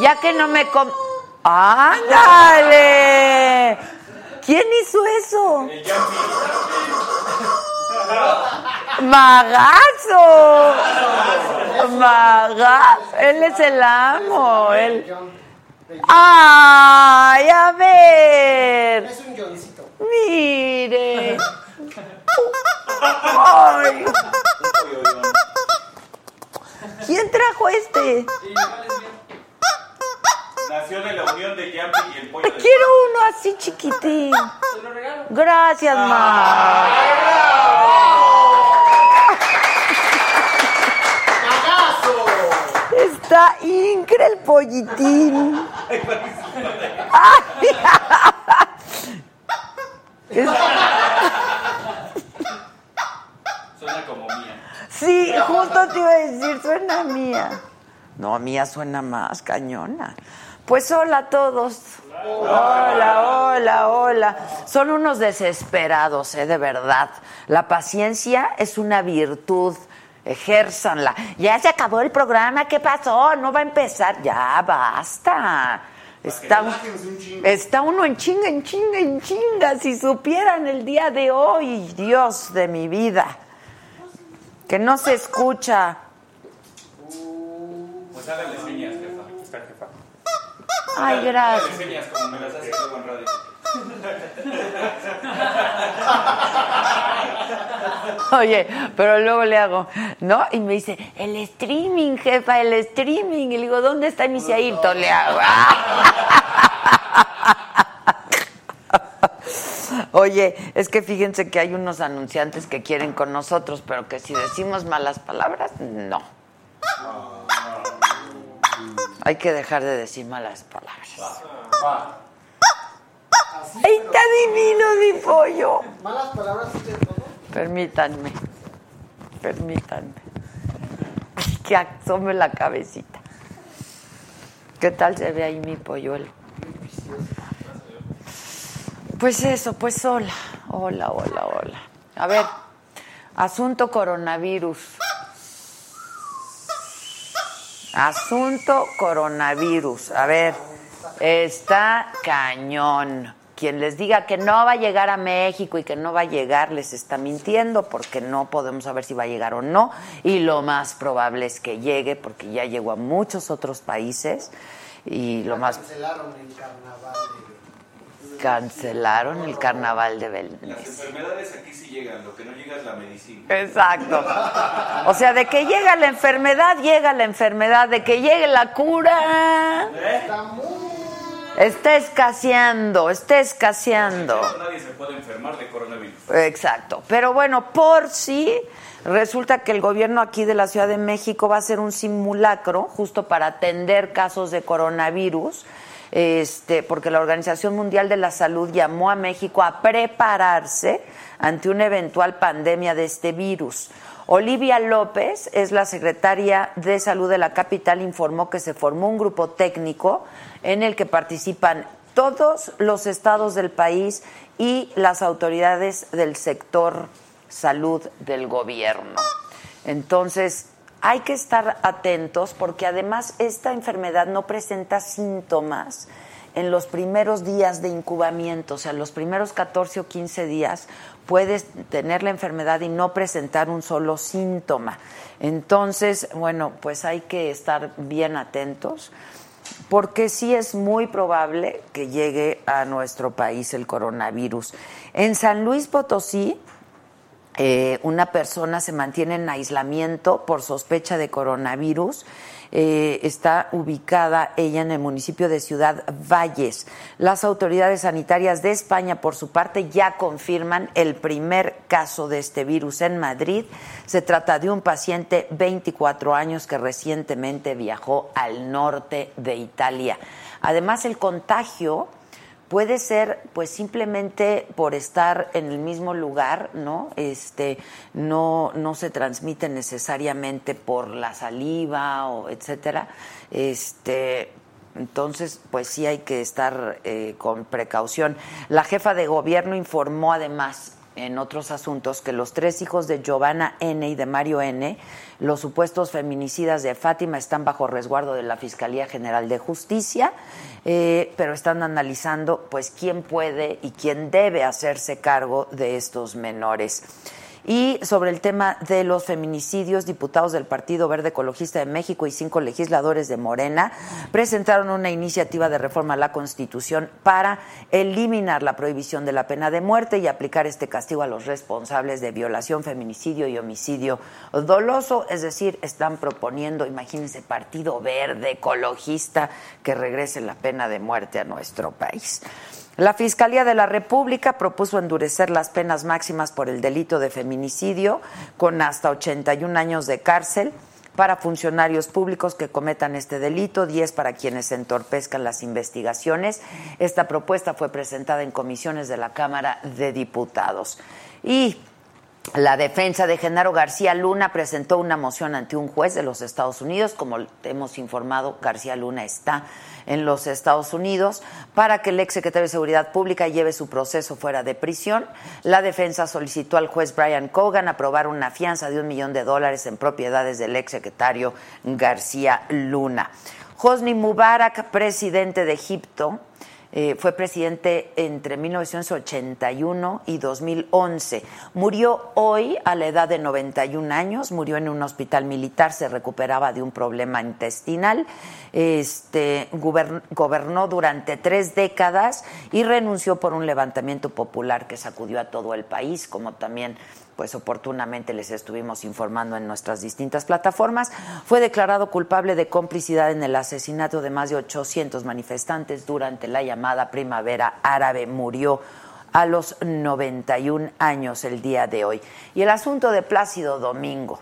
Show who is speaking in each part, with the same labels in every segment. Speaker 1: Ya que no me com... ¡Ándale! ¿Quién hizo eso? ¡Magazo! ¡Magazo! Él es el amo. Él... ¡Ay, a ver! Es un yoncito. ¡Mire! ¡Ay! ¿Quién trajo este?
Speaker 2: Nació de la unión de Yampi y el pollo.
Speaker 1: Quiero uno así chiquitín.
Speaker 3: Se lo regalo.
Speaker 1: Gracias, ma. Está incre el pollitín. Ay. Es-
Speaker 2: Suena como mía.
Speaker 1: Sí, justo te iba a decir, suena mía. No, mía suena más cañona. Pues hola a todos. Hola, hola, hola. Son unos desesperados, ¿eh? de verdad. La paciencia es una virtud. Ejérzanla. Ya se acabó el programa, ¿qué pasó? No va a empezar. Ya, basta. Está, un- está uno en chinga, en chinga, en chinga. Si supieran el día de hoy, Dios de mi vida. Que no se escucha.
Speaker 2: Pues háganle señas, jefa. Está jefa.
Speaker 1: Ay,
Speaker 2: Háganle
Speaker 1: gracias.
Speaker 2: señas como me las hace luego en radio.
Speaker 1: Oye, pero luego le hago, ¿no? Y me dice, el streaming, jefa, el streaming. Y le digo, ¿dónde está mi Ayrton? Le hago. Oye, es que fíjense que hay unos anunciantes que quieren con nosotros, pero que si decimos malas palabras, no. Hay que dejar de decir malas palabras. ¡Ahí está divino mi pollo!
Speaker 3: Malas palabras usted, ¿no?
Speaker 1: Permítanme, permítanme. Ay, que asome la cabecita. ¿Qué tal se ve ahí mi polluelo? Pues eso, pues hola, hola, hola, hola. A ver, asunto coronavirus. Asunto coronavirus. A ver, está cañón. Quien les diga que no va a llegar a México y que no va a llegar, les está mintiendo porque no podemos saber si va a llegar o no. Y lo más probable es que llegue porque ya llegó a muchos otros países. Y lo más
Speaker 3: Cancelaron el carnaval.
Speaker 1: cancelaron el carnaval de Belén.
Speaker 2: Las enfermedades aquí sí llegan, lo que no llega es la medicina.
Speaker 1: Exacto. O sea, de que llega la enfermedad, llega la enfermedad, de que llegue la cura. Está escaseando, está escaseando.
Speaker 2: Nadie se puede enfermar de coronavirus.
Speaker 1: Exacto. Pero bueno, por si resulta que el gobierno aquí de la Ciudad de México va a hacer un simulacro justo para atender casos de coronavirus. este, porque la Organización Mundial de la Salud llamó a México a prepararse ante una eventual pandemia de este virus. Olivia López es la secretaria de Salud de la capital, informó que se formó un grupo técnico en el que participan todos los estados del país y las autoridades del sector salud del gobierno. Entonces, hay que estar atentos porque además esta enfermedad no presenta síntomas en los primeros días de incubamiento, o sea, los primeros 14 o 15 días puedes tener la enfermedad y no presentar un solo síntoma. Entonces, bueno, pues hay que estar bien atentos porque sí es muy probable que llegue a nuestro país el coronavirus. En San Luis Potosí, eh, una persona se mantiene en aislamiento por sospecha de coronavirus. Eh, está ubicada ella en el municipio de Ciudad Valles. Las autoridades sanitarias de España, por su parte, ya confirman el primer caso de este virus en Madrid. Se trata de un paciente 24 años que recientemente viajó al norte de Italia. Además, el contagio puede ser pues simplemente por estar en el mismo lugar, ¿no? Este no no se transmite necesariamente por la saliva o etcétera. Este entonces, pues sí hay que estar eh, con precaución. La jefa de gobierno informó además en otros asuntos que los tres hijos de Giovanna N. y de Mario N., los supuestos feminicidas de Fátima, están bajo resguardo de la Fiscalía General de Justicia, eh, pero están analizando pues quién puede y quién debe hacerse cargo de estos menores. Y sobre el tema de los feminicidios, diputados del Partido Verde Ecologista de México y cinco legisladores de Morena presentaron una iniciativa de reforma a la Constitución para eliminar la prohibición de la pena de muerte y aplicar este castigo a los responsables de violación, feminicidio y homicidio doloso. Es decir, están proponiendo, imagínense, Partido Verde Ecologista, que regrese la pena de muerte a nuestro país. La Fiscalía de la República propuso endurecer las penas máximas por el delito de feminicidio con hasta 81 años de cárcel para funcionarios públicos que cometan este delito, 10 para quienes entorpezcan las investigaciones. Esta propuesta fue presentada en comisiones de la Cámara de Diputados. Y la defensa de Genaro García Luna presentó una moción ante un juez de los Estados Unidos, como hemos informado, García Luna está en los Estados Unidos, para que el exsecretario de Seguridad Pública lleve su proceso fuera de prisión. La defensa solicitó al juez Brian Cogan aprobar una fianza de un millón de dólares en propiedades del exsecretario García Luna. Hosni Mubarak, presidente de Egipto, eh, fue presidente entre 1981 y 2011. Murió hoy a la edad de 91 años, murió en un hospital militar, se recuperaba de un problema intestinal, este, guber- gobernó durante tres décadas y renunció por un levantamiento popular que sacudió a todo el país, como también pues oportunamente les estuvimos informando en nuestras distintas plataformas, fue declarado culpable de complicidad en el asesinato de más de 800 manifestantes durante la llamada primavera árabe. Murió a los 91 años el día de hoy. Y el asunto de Plácido Domingo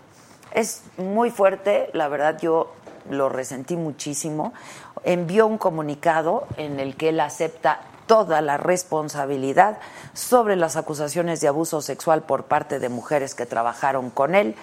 Speaker 1: es muy fuerte, la verdad yo lo resentí muchísimo. Envió un comunicado en el que él acepta toda la responsabilidad sobre las acusaciones de abuso sexual por parte de mujeres que trabajaron con él.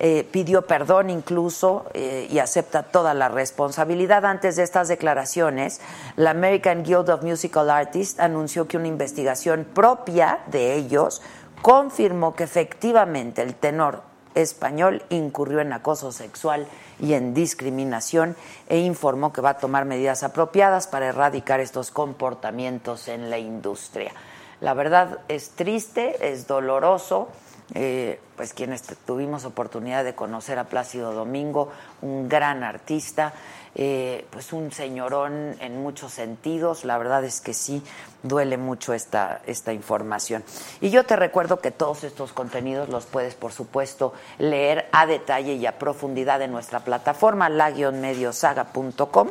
Speaker 1: Eh, pidió perdón incluso eh, y acepta toda la responsabilidad. Antes de estas declaraciones, la American Guild of Musical Artists anunció que una investigación propia de ellos confirmó que efectivamente el tenor español incurrió en acoso sexual y en discriminación e informó que va a tomar medidas apropiadas para erradicar estos comportamientos en la industria. La verdad es triste, es doloroso. eh, pues quienes t- tuvimos oportunidad de conocer a Plácido Domingo, un gran artista, eh, pues un señorón en muchos sentidos. La verdad es que sí, duele mucho esta, esta información. Y yo te recuerdo que todos estos contenidos los puedes, por supuesto, leer a detalle y a profundidad en nuestra plataforma, la-mediosaga.com.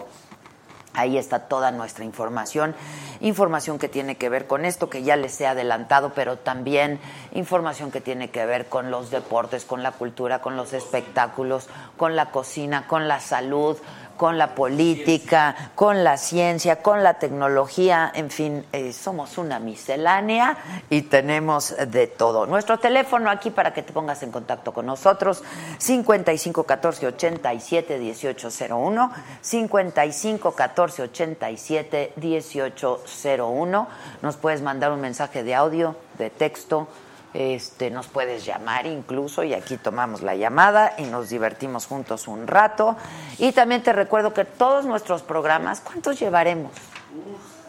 Speaker 1: Ahí está toda nuestra información, información que tiene que ver con esto que ya les he adelantado, pero también información que tiene que ver con los deportes, con la cultura, con los espectáculos, con la cocina, con la salud, con la política, con la ciencia, con la tecnología, en fin, eh, somos una miscelánea y tenemos de todo. Nuestro teléfono aquí para que te pongas en contacto con nosotros, 55 14 87 1801, 55 14 87 1801. Nos puedes mandar un mensaje de audio, de texto, este, nos puedes llamar incluso y aquí tomamos la llamada y nos divertimos juntos un rato. Y también te recuerdo que todos nuestros programas, ¿cuántos llevaremos?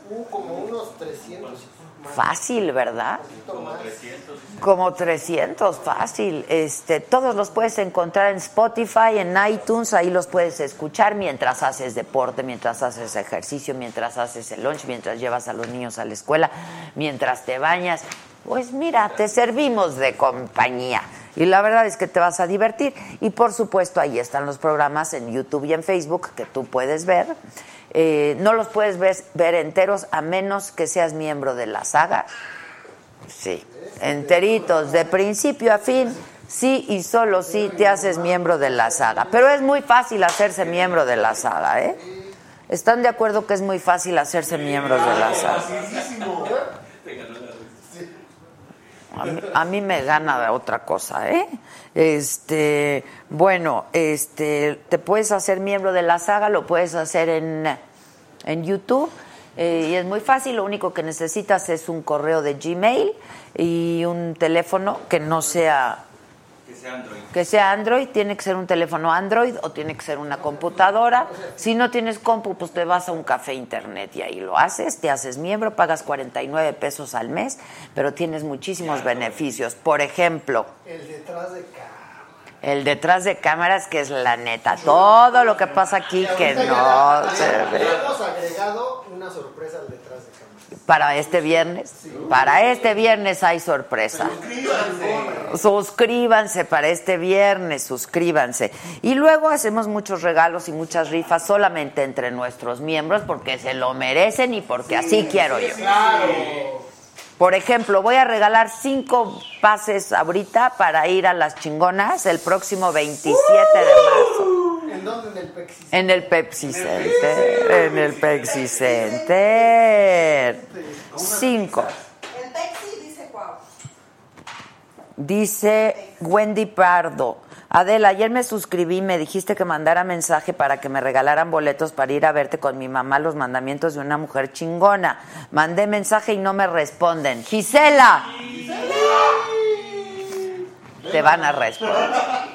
Speaker 3: Un- como unos 300.
Speaker 1: Fácil, ¿verdad? Como 300, fácil. Este, todos los puedes encontrar en Spotify, en iTunes, ahí los puedes escuchar mientras haces deporte, mientras haces ejercicio, mientras haces el lunch, mientras llevas a los niños a la escuela, mientras te bañas. Pues mira, te servimos de compañía. Y la verdad es que te vas a divertir. Y por supuesto, ahí están los programas en YouTube y en Facebook que tú puedes ver. Eh, no los puedes ver, ver enteros a menos que seas miembro de la saga. Sí, enteritos, de principio a fin. Sí y solo sí te haces miembro de la saga. Pero es muy fácil hacerse miembro de la saga, ¿eh? ¿Están de acuerdo que es muy fácil hacerse miembros de la saga? A mí, a mí me gana de otra cosa, ¿eh? Este, bueno, este, te puedes hacer miembro de la saga, lo puedes hacer en, en YouTube. eh, y es muy fácil, lo único que necesitas es un correo de Gmail y un teléfono que no sea
Speaker 2: Que sea Android.
Speaker 1: que sea Android, tiene que ser un teléfono Android o tiene que ser una computadora. Si no tienes compu, pues te vas a un café internet y ahí lo haces, te haces miembro, pagas 49 pesos al mes, pero tienes muchísimos beneficios. Por ejemplo,
Speaker 3: El detrás de cámara.
Speaker 1: el detrás de cámaras, que es la neta, todo lo que pasa aquí que no se ve.
Speaker 3: Le hemos agregado una sorpresa al detrás de cámara.
Speaker 1: Para este viernes, para este viernes hay sorpresa. Suscríbanse para este viernes, suscríbanse. Y luego hacemos muchos regalos y muchas rifas solamente entre nuestros miembros porque se lo merecen y porque así quiero yo. Por ejemplo, voy a regalar cinco pases ahorita para ir a las chingonas el próximo 27 de marzo.
Speaker 3: ¿En dónde? En el Pexis.
Speaker 1: En el Pepsi Center, en el Pepsi Center. Cinco.
Speaker 4: El Pepsi dice guau.
Speaker 1: Dice Wendy Pardo. Adela, ayer me suscribí, me dijiste que mandara mensaje para que me regalaran boletos para ir a verte con mi mamá los mandamientos de una mujer chingona. Mandé mensaje y no me responden. Gisela. Te van a responder.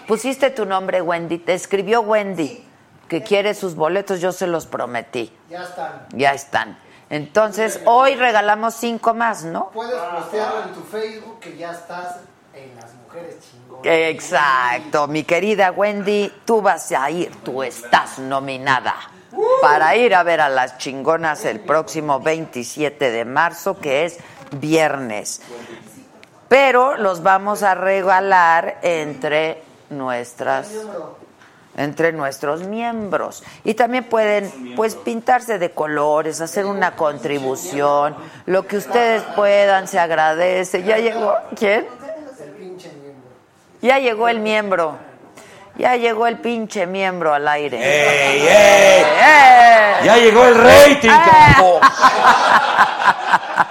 Speaker 1: Pusiste tu nombre, Wendy. Te escribió Wendy que quiere sus boletos, yo se los prometí.
Speaker 3: Ya están.
Speaker 1: Ya están. Entonces, hoy regalamos cinco más, ¿no?
Speaker 3: Puedes postearlo en tu Facebook que ya estás en las mujeres chingonas.
Speaker 1: Exacto, mi querida Wendy, tú vas a ir, tú estás nominada para ir a ver a las chingonas el próximo 27 de marzo, que es viernes. Pero los vamos a regalar entre nuestras entre nuestros miembros y también pueden pues pintarse de colores, hacer una contribución, lo que ustedes puedan, se agradece. Ya llegó, ¿quién?
Speaker 3: El pinche miembro.
Speaker 1: Ya llegó el miembro. Ya llegó el pinche miembro al aire.
Speaker 5: ¡Ey,
Speaker 1: ¡Eh!
Speaker 5: ey! ¡Ya llegó el rating, campo!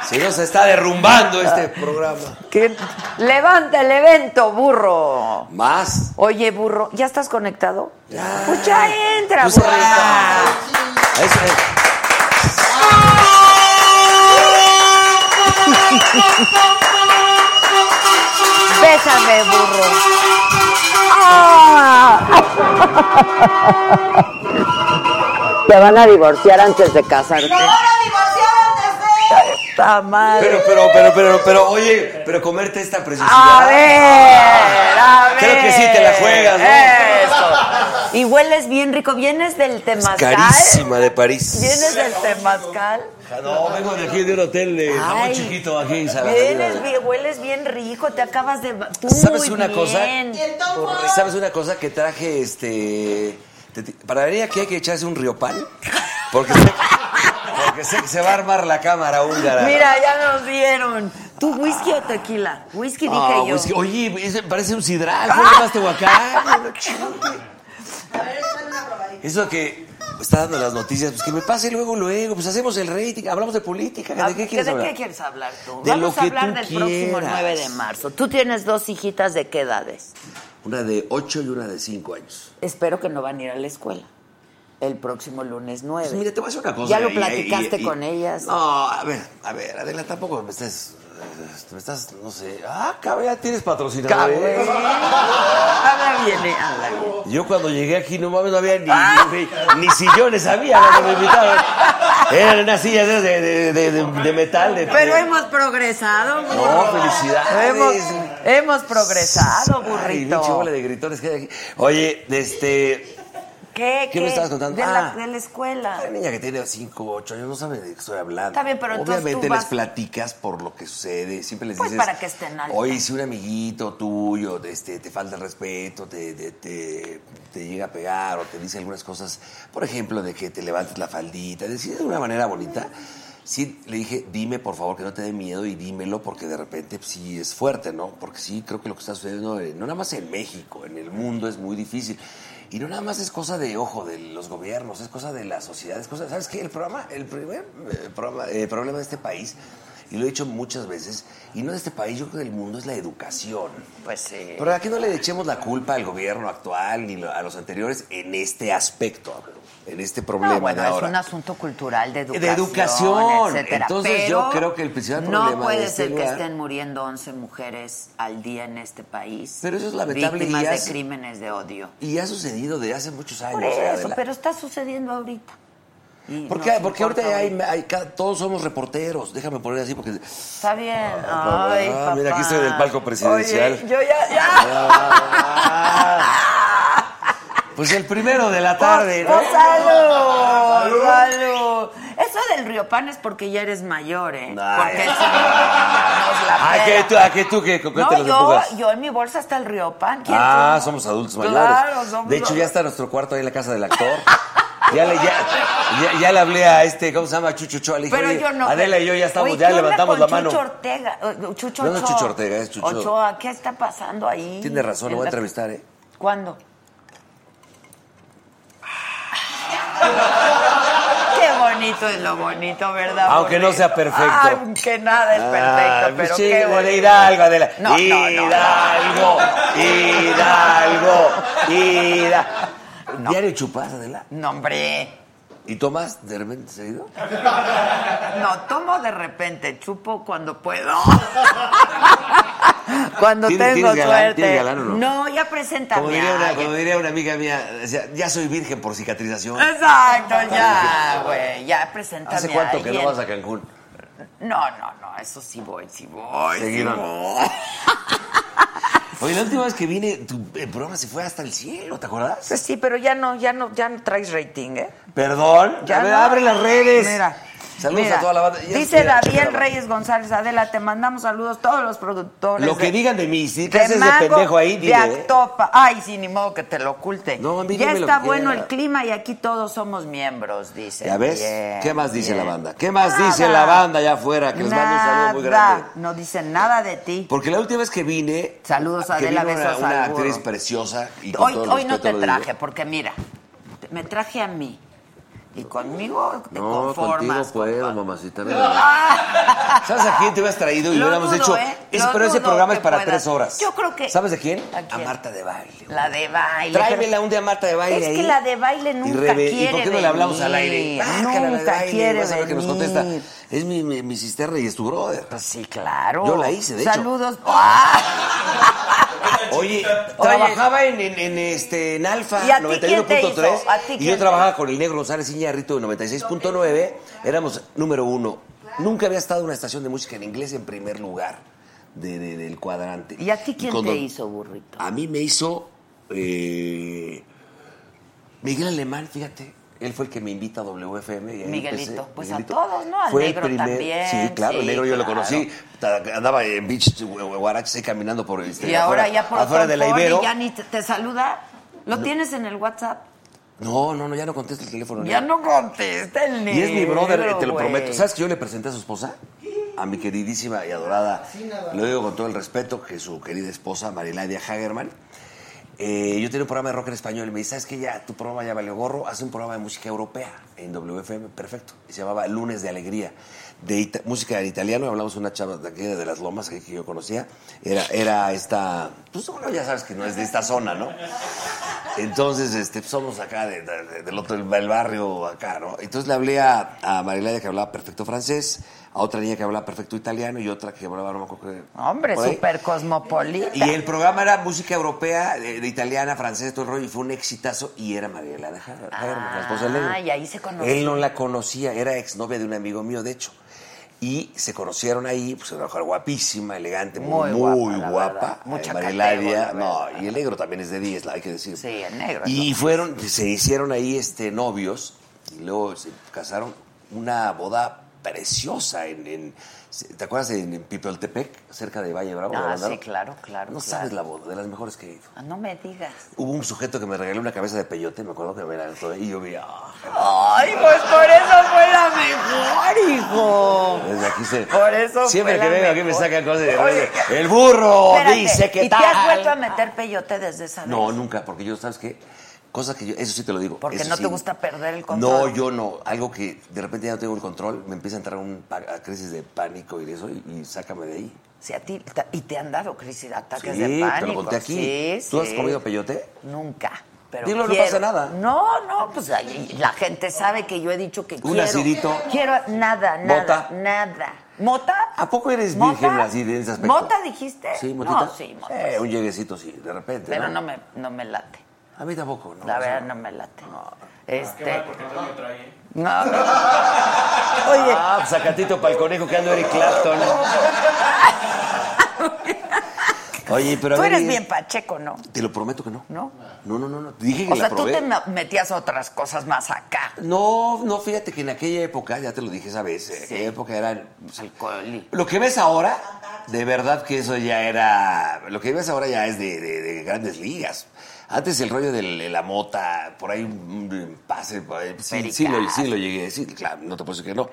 Speaker 5: Si no se está derrumbando este programa.
Speaker 1: ¿Qué? Ah. Levanta el evento, burro.
Speaker 5: ¿Más?
Speaker 1: Oye, burro, ¿ya estás conectado?
Speaker 5: Ya.
Speaker 1: Pues ya entra,
Speaker 5: Pues,
Speaker 1: burrito.
Speaker 5: ah, ese-
Speaker 1: Bésame, burro. ¡Ah! Te van a divorciar antes de casarte.
Speaker 4: ¡No van a divorciar antes
Speaker 1: ¡Puta madre!
Speaker 5: Pero, pero, pero, pero, pero, oye, pero comerte esta preciosidad.
Speaker 1: A ver, a ver.
Speaker 5: Creo que sí te la juegas, ¿no?
Speaker 1: Eso. Y hueles bien rico. ¿Vienes del Temazcal?
Speaker 5: Carísima de París.
Speaker 1: ¿Vienes del Temazcal?
Speaker 5: No, vengo de aquí de un hotel de jamón
Speaker 1: Ay.
Speaker 5: chiquito aquí en Salamanca.
Speaker 1: Vienes bien- hueles bien rico, te acabas de... ba- Tú
Speaker 5: ¿Sabes
Speaker 1: muy
Speaker 5: una cosa?
Speaker 4: de. Y
Speaker 1: bien.
Speaker 4: el topo.
Speaker 5: ¿Sabes una cosa que traje este. te- te- Para venir aquí hay que echarse un riopal. Porque sé, porque sé que se va a armar la cámara húngara.
Speaker 1: Mira, ya nos dieron. ¿Tú whisky o tequila? Whisky dije
Speaker 5: Ah,
Speaker 1: yo. ¡Ah!
Speaker 5: pues que- oye, ese parece un sidral. ¿Cómo llamaste Tehuacán?
Speaker 4: A ver, echar una probadita.
Speaker 5: Eso que está dando las noticias, pues que me pase luego, luego, pues hacemos el rating, hablamos de política, ¿de qué quieres
Speaker 1: Ah, ¿De
Speaker 5: hablar?
Speaker 1: qué quieres hablar tú?
Speaker 5: De
Speaker 1: Vamos
Speaker 5: lo
Speaker 1: a
Speaker 5: que
Speaker 1: hablar
Speaker 5: tú
Speaker 1: del próximo
Speaker 5: quieras.
Speaker 1: 9 de marzo. Tú tienes dos hijitas de qué edades.
Speaker 5: Una de 8 y una de 5 años.
Speaker 1: Espero que no van a ir a la escuela el próximo lunes 9.
Speaker 5: Pues mira, te voy a decir una cosa.
Speaker 1: ¿Ya lo
Speaker 5: y- y-
Speaker 1: platicaste
Speaker 5: y- y-
Speaker 1: con ellas?
Speaker 5: No, a ver, a ver, Adela, tampoco me estés, eh, me estás, no sé, ah, cabrón, ya tienes patrocinador.
Speaker 1: Cabrón. Habla bien, eh, habla bien.
Speaker 5: Yo cuando llegué aquí no mames, no había ni, ni- ni sillones había cuando me invitaron. Eran unas sillas de, de, de- de- de- de metal. De,
Speaker 1: Pero hemos progresado, burro.
Speaker 5: No, felicidades.
Speaker 1: Hemos, hemos progresado,
Speaker 5: Ay, pinche
Speaker 1: burrito.
Speaker 5: bola de gritones que hay aquí. Oye, este,
Speaker 1: ¿Qué,
Speaker 5: ¿Qué me estabas contando?
Speaker 1: De, la,
Speaker 5: Ah.
Speaker 1: de la escuela.
Speaker 5: una niña que tiene 5, 8 años no sabe de qué estoy hablando.
Speaker 1: Está bien, pero entonces
Speaker 5: Obviamente
Speaker 1: tú vas-
Speaker 5: les platicas por lo que sucede, siempre les
Speaker 1: Pues
Speaker 5: dices...
Speaker 1: para que estén al
Speaker 5: Oye, si un amiguito tuyo este, te falta el respeto, te, te- te- te llega a pegar o te dice algunas cosas, por ejemplo, de que te levantes la faldita, decir de una manera bonita... Sí, le dije, dime por favor que no te dé miedo y dímelo porque de repente pues, sí es fuerte, ¿no? Porque sí creo que lo que está sucediendo, eh, no nada más en México, en el mundo es muy difícil. Y no nada más es cosa de ojo de los gobiernos, es cosa de la sociedad, es cosa, ¿sabes qué? El programa, el primer eh, programa- eh, problema de este país, y lo he dicho muchas veces, y no de este país, yo creo que del mundo es la educación.
Speaker 1: Pues sí.
Speaker 5: Pero aquí no le echemos la culpa al gobierno actual ni lo- a los anteriores en este aspecto, hablo, en este problema
Speaker 1: No, bueno,
Speaker 5: de
Speaker 1: es
Speaker 5: ahora.
Speaker 1: un asunto cultural de educación.
Speaker 5: De educación.
Speaker 1: etcétera.
Speaker 5: Entonces,
Speaker 1: Pero
Speaker 5: yo creo que el principal
Speaker 1: No
Speaker 5: problema de
Speaker 1: puede
Speaker 5: este
Speaker 1: ser que
Speaker 5: lugar-
Speaker 1: estén muriendo 11 mujeres al día en este país.
Speaker 5: Pero eso es lamentable y
Speaker 1: Víctimas
Speaker 5: ya
Speaker 1: de
Speaker 5: es-
Speaker 1: crímenes de odio.
Speaker 5: Y ha sucedido de hace muchos años.
Speaker 1: Por
Speaker 5: o sea,
Speaker 1: eso,
Speaker 5: de la-
Speaker 1: pero está sucediendo ahorita. Y
Speaker 5: Porque,
Speaker 1: nos
Speaker 5: porque
Speaker 1: importa
Speaker 5: ahorita hay, hay cada- todos somos reporteros, déjame poner así porque...
Speaker 1: Está bien.
Speaker 5: Ah,
Speaker 1: Ay,
Speaker 5: ah, mira,
Speaker 1: papá.
Speaker 5: aquí estoy del palco presidencial.
Speaker 1: Oye, yo ya, ya. Ah.
Speaker 5: Pues el primero de la tarde,
Speaker 1: Oh,
Speaker 5: ¿no?
Speaker 1: salud, salud. Eso del Río Pan es porque ya eres mayor, ¿eh?
Speaker 5: Ay,
Speaker 1: porque
Speaker 5: ay.
Speaker 1: si no, nos la
Speaker 5: Ah, que
Speaker 1: pela.
Speaker 5: tú, ah, que tú, que con qué te
Speaker 1: No,
Speaker 5: los
Speaker 1: yo,
Speaker 5: empujas.
Speaker 1: yo en mi bolsa está el Río Pan. ¿Quién
Speaker 5: Ah,
Speaker 1: tú?
Speaker 5: somos adultos
Speaker 1: Claro,
Speaker 5: mayores.
Speaker 1: somos
Speaker 5: de hecho, ya
Speaker 1: adultos.
Speaker 5: está nuestro cuarto ahí en la casa del actor. Ya le, ya, ya, ya le hablé a este, ¿cómo se llama? Chuchucho. Le dije,
Speaker 1: Pero
Speaker 5: oye,
Speaker 1: yo no.
Speaker 5: Adela y yo ya estamos,
Speaker 1: Oye,
Speaker 5: ya
Speaker 1: ¿qué onda
Speaker 5: levantamos
Speaker 1: con
Speaker 5: la mano.
Speaker 1: Chucho Ortega, Eh, Chucho
Speaker 5: No, no es Chucho
Speaker 1: Ochoa.
Speaker 5: Ortega, es Chucho.
Speaker 1: Ochoa, ¿qué está pasando ahí?
Speaker 5: Tiene razón, lo
Speaker 1: En
Speaker 5: voy a
Speaker 1: la-
Speaker 5: entrevistar, ¿eh?
Speaker 1: ¿Cuándo? Qué bonito es lo bonito, ¿verdad?
Speaker 5: Aunque no
Speaker 1: Borrego?
Speaker 5: sea perfecto.
Speaker 1: Aunque nada es perfecto,
Speaker 5: Ah,
Speaker 1: pero
Speaker 5: sí,
Speaker 1: qué
Speaker 5: bueno,
Speaker 1: bonito.
Speaker 5: Hidalgo, Adela.
Speaker 1: No, no, no, no.
Speaker 5: Hidalgo, Hidalgo, Hidalgo. ¿Diario chupas, Adela?
Speaker 1: No, hombre.
Speaker 5: ¿Y tomas de repente seguido?
Speaker 1: No, tomo de repente, chupo cuando puedo. cuando
Speaker 5: ¿Tienes-
Speaker 1: tengo
Speaker 5: tienes galán?
Speaker 1: suerte.
Speaker 5: ¿Tienes galán o no?
Speaker 1: ya presenta
Speaker 5: Como diría, una, como diría una amiga mía, decía, ya soy virgen por cicatrización.
Speaker 1: Exacto, ya, güey, ya preséntame
Speaker 5: ¿Hace cuánto
Speaker 1: a
Speaker 5: que no
Speaker 1: alguien.
Speaker 5: vas a Cancún?
Speaker 1: No, no, no, eso sí voy, sí voy. sí
Speaker 5: Seguido.
Speaker 1: voy.
Speaker 5: Oye, la última vez que vine, tu el programa se fue hasta el cielo, ¿te acuerdas?
Speaker 1: Pues sí, pero ya no, ya no, ya no traes rating, ¿eh?
Speaker 5: Perdón.
Speaker 1: Ya
Speaker 5: a ver,
Speaker 1: no.
Speaker 5: abre las redes.
Speaker 1: Mira.
Speaker 5: Saludos
Speaker 1: mira,
Speaker 5: a toda la banda. Ya,
Speaker 1: dice
Speaker 5: mira,
Speaker 1: David
Speaker 5: mira,
Speaker 1: Reyes González, Adela, te mandamos saludos todos los productores.
Speaker 5: Lo que
Speaker 1: de-
Speaker 5: digan de mí, si te
Speaker 1: de
Speaker 5: haces de
Speaker 1: Mago,
Speaker 5: pendejo ahí,
Speaker 1: De
Speaker 5: dile. ¿eh?
Speaker 1: Actopa. Ay, sí, ni modo que te lo oculte.
Speaker 5: No, a mí
Speaker 1: ya
Speaker 5: dime lo
Speaker 1: está
Speaker 5: que
Speaker 1: bueno
Speaker 5: quiera.
Speaker 1: el clima y aquí todos somos miembros, dice.
Speaker 5: ¿Ya ves?
Speaker 1: Bien,
Speaker 5: ¿Qué más dice
Speaker 1: bien.
Speaker 5: la banda? ¿Qué más dice
Speaker 1: Nada.
Speaker 5: la banda allá afuera? Que les mando un saludo muy
Speaker 1: Nada.
Speaker 5: grande.
Speaker 1: No dicen nada de ti.
Speaker 5: Porque la última vez que vine.
Speaker 1: Saludos a
Speaker 5: que
Speaker 1: Adela,
Speaker 5: vino
Speaker 1: besos
Speaker 5: una, una
Speaker 1: al burro.
Speaker 5: actriz preciosa. Y con
Speaker 1: Hoy,
Speaker 5: todo el
Speaker 1: hoy no
Speaker 5: respeto
Speaker 1: te
Speaker 5: lo digo.
Speaker 1: traje, porque mira, te- me traje a mí. Y conmigo te
Speaker 5: No, contigo
Speaker 1: conformas. ¡Ah!
Speaker 5: puedo,
Speaker 1: compa.
Speaker 5: mamacita. mira. ¿Sabes a quién te hubieras traído y
Speaker 1: Lo
Speaker 5: lo hubiéramos
Speaker 1: dudo,
Speaker 5: hecho?
Speaker 1: ¿eh?
Speaker 5: "Es-
Speaker 1: Lo
Speaker 5: pero ese
Speaker 1: dudo
Speaker 5: programa es
Speaker 1: que
Speaker 5: para
Speaker 1: puedas".
Speaker 5: tres horas.
Speaker 1: Yo creo que-
Speaker 5: ¿Sabes de quién?
Speaker 1: ¿A quién?
Speaker 5: Marta de Baile.
Speaker 1: La de baile.
Speaker 5: Tráemela un día a Marta de Baile.
Speaker 1: Es que
Speaker 5: ahí.
Speaker 1: la de baile nunca
Speaker 5: reve-
Speaker 1: quiere
Speaker 5: ¿Y por qué no le hablamos al aire? Ah,
Speaker 1: venir.
Speaker 5: que la de
Speaker 1: Nunca
Speaker 5: Baile,
Speaker 1: quiere
Speaker 5: vas a ver que nos
Speaker 1: venir.
Speaker 5: contesta. Es mi, mi, mi cisterna y es tu brother.
Speaker 1: Pues sí, claro.
Speaker 5: Yo la hice, de hecho.
Speaker 1: Saludos. ¡Ah!
Speaker 5: Oye, trabajaba en, en, en, este, en Alfa
Speaker 1: ¿Y a ti quién te hizo?
Speaker 5: 91.3
Speaker 1: ¿A ti
Speaker 5: y
Speaker 1: quién
Speaker 5: yo
Speaker 1: te-
Speaker 5: trabajaba con el negro González Iñarrito de 96.9. Éramos número uno. Nunca había estado una estación de música en inglés en primer lugar de- de- del cuadrante.
Speaker 1: ¿Y a ti quién
Speaker 5: con Ah,
Speaker 1: te
Speaker 5: don-
Speaker 1: hizo, burrito?
Speaker 5: A mí me hizo eh, Miguel Alemán, fíjate. Él fue el que me invita a WFM. y ahí
Speaker 1: Miguelito.
Speaker 5: empecé.
Speaker 1: Pues a todos, ¿no? Al
Speaker 5: Fue el
Speaker 1: negro también,
Speaker 5: Sí, claro,
Speaker 1: sí,
Speaker 5: el negro yo lo
Speaker 1: claro.
Speaker 5: conocí. Ta- Andaba en Beach Gu- Guaraches ahí caminando por este,
Speaker 1: Y ahora
Speaker 5: afuera-
Speaker 1: ya por
Speaker 5: afuera de la
Speaker 1: Otompón y
Speaker 5: Ibero.
Speaker 1: ya ni te, te saluda. ¿Lo tienes en el WhatsApp?
Speaker 5: No, no, no, ya no contesta el teléfono.
Speaker 1: Ya no contesta el negro.
Speaker 5: Y es mi brother, eh, te lo
Speaker 1: güey.
Speaker 5: prometo. ¿Sabes que yo le presenté a su esposa? A mi queridísima y adorada, lo digo con todo el respeto, que es su querida esposa, Mariladia Hagerman. eh, yo tenía un programa de rock en español y me dice, ¿sabes qué? Ya, tu programa ya valió gorro, haz un programa de música europea en WFM, perfecto. Y se llamaba Lunes de Alegría, de ita- música en italiano, y hablamos una chava de aquí de las lomas que, que yo conocía, era, era esta, pues bueno, ya sabes que no es de esta zona, ¿no? Entonces, este, pues, somos acá de- de- de- del otro del barrio, acá, ¿no? Entonces le hablé a, a Marilaida que hablaba perfecto francés, a otra niña que hablaba perfecto italiano y otra que hablaba, no me acuerdo qué-
Speaker 1: Hombre,
Speaker 5: por ahí.
Speaker 1: súper cosmopolita.
Speaker 5: Y el programa era música europea, de, de italiana, francesa, todo el rollo, y fue un exitazo. Y era Mariela de Jaime, la esposa de Leo.
Speaker 1: Ah, y ahí se conocieron.
Speaker 5: Él no la conocía, era exnovia de un amigo mío, de hecho. Y se conocieron ahí, pues una mujer guapísima, elegante, muy,
Speaker 1: Muy guapa,
Speaker 5: muy
Speaker 1: la verdad.
Speaker 5: guapa.
Speaker 1: Mucho
Speaker 5: Eh,
Speaker 1: catego, la
Speaker 5: Mariladia, no,
Speaker 1: verdad.
Speaker 5: y el negro también es de 10, hay que decir.
Speaker 1: Sí, el negro es
Speaker 5: Y fueron, se hicieron ahí este, novios, y luego se casaron una boda preciosa en, en- ¿te acuerdas? En, en Pipeltepec, cerca de Valle Bravo. de
Speaker 1: Ah,
Speaker 5: Bandaro.
Speaker 1: sí, claro, claro. claro.
Speaker 5: No sabes la boda, de las mejores que he ido.
Speaker 1: Ah, no me digas.
Speaker 5: Hubo un sujeto que me regaló una cabeza de peyote, me acuerdo que me la todo y yo vi, ah,
Speaker 1: Ay, pues por eso fue la mejor, hijo.
Speaker 5: desde aquí se...
Speaker 1: Por eso
Speaker 5: Siempre
Speaker 1: fue
Speaker 5: que
Speaker 1: la
Speaker 5: vengo aquí me
Speaker 1: mejor.
Speaker 5: sacan cosas de...
Speaker 1: Oye,
Speaker 5: el burro
Speaker 1: Espérate,
Speaker 5: dice que
Speaker 1: ¿Y
Speaker 5: tal.
Speaker 1: te has vuelto a meter peyote desde esa vez?
Speaker 5: No, nunca, porque yo, ¿sabes qué? Cosas que yo, eso sí te lo digo.
Speaker 1: Porque
Speaker 5: eso
Speaker 1: no
Speaker 5: sí.
Speaker 1: te gusta perder el
Speaker 5: No,
Speaker 1: control.
Speaker 5: yo no. Algo que de repente ya no tengo el control, me empieza a entrar un pa- a crisis de pánico y de eso, y, y sácame de ahí.
Speaker 1: Si a ti, ta- y te han dado crisis, ataques
Speaker 5: sí,
Speaker 1: de pánico.
Speaker 5: te lo conté aquí.
Speaker 1: Sí,
Speaker 5: ¿Tú
Speaker 1: sí.
Speaker 5: has comido peyote?
Speaker 1: Nunca. Pero
Speaker 5: Dilo, no
Speaker 1: quiero.
Speaker 5: pasa nada.
Speaker 1: No, no, pues ahí la gente sabe que yo he dicho que quiero.
Speaker 5: acidito.
Speaker 1: Quiero nada, nada,
Speaker 5: Mota.
Speaker 1: nada. ¿Mota?
Speaker 5: ¿A poco eres
Speaker 1: ¿Mota?
Speaker 5: virgen así de ese aspecto?
Speaker 1: ¿Mota dijiste?
Speaker 5: Sí, motita.
Speaker 1: No, sí, mota.
Speaker 5: Eh, un lleguecito, sí, de repente.
Speaker 1: Pero no me, no me late.
Speaker 5: A mí tampoco, ¿no?
Speaker 1: La
Speaker 5: O sea,
Speaker 1: verdad no me late. Este,
Speaker 2: Porque Toño trae, ¿eh?
Speaker 1: no, no. Oye,
Speaker 5: Ah, pues a Catito para el conejo que ando Eric Clapton. Oye, pero a
Speaker 1: tú
Speaker 5: ver,
Speaker 1: eres
Speaker 5: Ian,
Speaker 1: bien pacheco, ¿no?
Speaker 5: Te lo prometo que no.
Speaker 1: ¿No?
Speaker 5: No, no, no. no. Te dije que
Speaker 1: O sea,
Speaker 5: la
Speaker 1: tú
Speaker 5: probé.
Speaker 1: te me- metías otras cosas más acá.
Speaker 5: No, no, fíjate que en aquella época, ya te lo dije esa vez, en aquella época era...
Speaker 1: Alcohol.
Speaker 5: Lo que ves ahora, de verdad que eso ya era... Lo que ves ahora ya es de, de- de grandes ligas. Antes el rollo de la mota, por ahí un, un pase, por ahí, sí, sí, lo, sí lo llegué a decir, claro, no te puedo decir que no.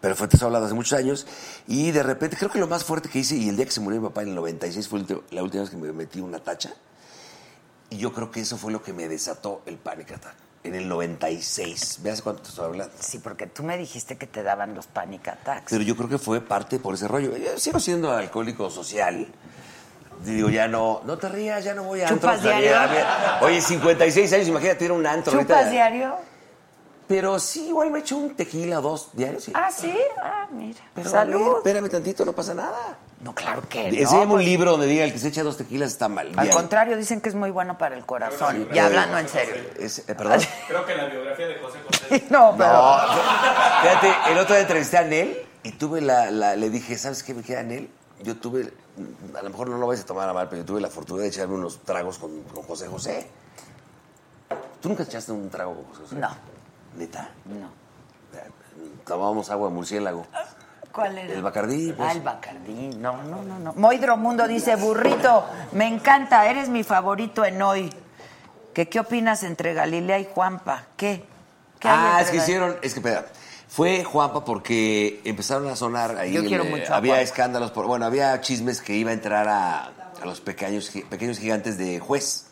Speaker 5: Pero fue te estoy hablando hace muchos años y de repente creo que lo más fuerte que hice, y el día que se murió mi papá en el 96 fue el ulti- la última vez que me metí una tacha, y yo creo que eso fue lo que me desató el panic attack. En el 96. Veas cuánto te estoy hablando.
Speaker 1: Sí, porque tú me dijiste que te daban los panic attacks.
Speaker 5: Pero yo creo que fue parte por ese rollo. Yo sigo siendo alcohólico social. Digo, ya no, no te rías, ya no voy a
Speaker 1: ¿Chupas
Speaker 5: antros, a
Speaker 1: diario?
Speaker 5: ver, a ver. Oye, 56 años, imagínate ir a un antro
Speaker 1: ¿Chupas
Speaker 5: ahorita.
Speaker 1: diario?
Speaker 5: Pero sí, igual me echo un tequila o dos diarios. sí.
Speaker 1: Ah, sí. Ah, mira.
Speaker 5: Pero, a ver,
Speaker 1: Salud.
Speaker 5: espérame tantito, no pasa nada.
Speaker 1: No, claro que no. pues.
Speaker 5: Enséñame un libro donde diga el que se echa dos tequilas está mal.
Speaker 1: Al
Speaker 5: diario.
Speaker 1: contrario, dicen que es muy bueno para el corazón. Y
Speaker 5: pero-
Speaker 1: hablando en serio.
Speaker 5: Es- eh, perdón.
Speaker 2: Creo que en la biografía de José José.
Speaker 1: No, pero...
Speaker 5: No, fíjate, el otro día entrevisté a Nel y tuve la, la- le dije, ¿sabes qué me queda Nel? Yo tuve, a lo mejor no lo vais a tomar a mal, pero yo tuve la fortuna de echarme unos tragos con, con José José. ¿Tú nunca echaste un trago con José José?
Speaker 1: No.
Speaker 5: ¿Neta?
Speaker 1: No.
Speaker 5: Tomábamos agua de murciélago.
Speaker 1: ¿Cuál era?
Speaker 5: El Bacardí, pues.
Speaker 1: Ah, el Bacardí. No, no, no, no. Moidromundo dice, burrito, me encanta, eres mi favorito en hoy. ¿Qué, qué opinas entre Galilea y Juanpa? ¿Qué? ¿Qué hay
Speaker 5: ah,
Speaker 1: entre
Speaker 5: es que
Speaker 1: Gal-
Speaker 5: hicieron, es que espera. Fue Juanpa porque empezaron a sonar ahí.
Speaker 1: Yo
Speaker 5: en,
Speaker 1: quiero
Speaker 5: eh,
Speaker 1: mucho a
Speaker 5: Había
Speaker 1: Juanpa.
Speaker 5: escándalos, por- bueno, había chismes que iba a entrar a, a los pequeños, gi- pequeños gigantes de juez.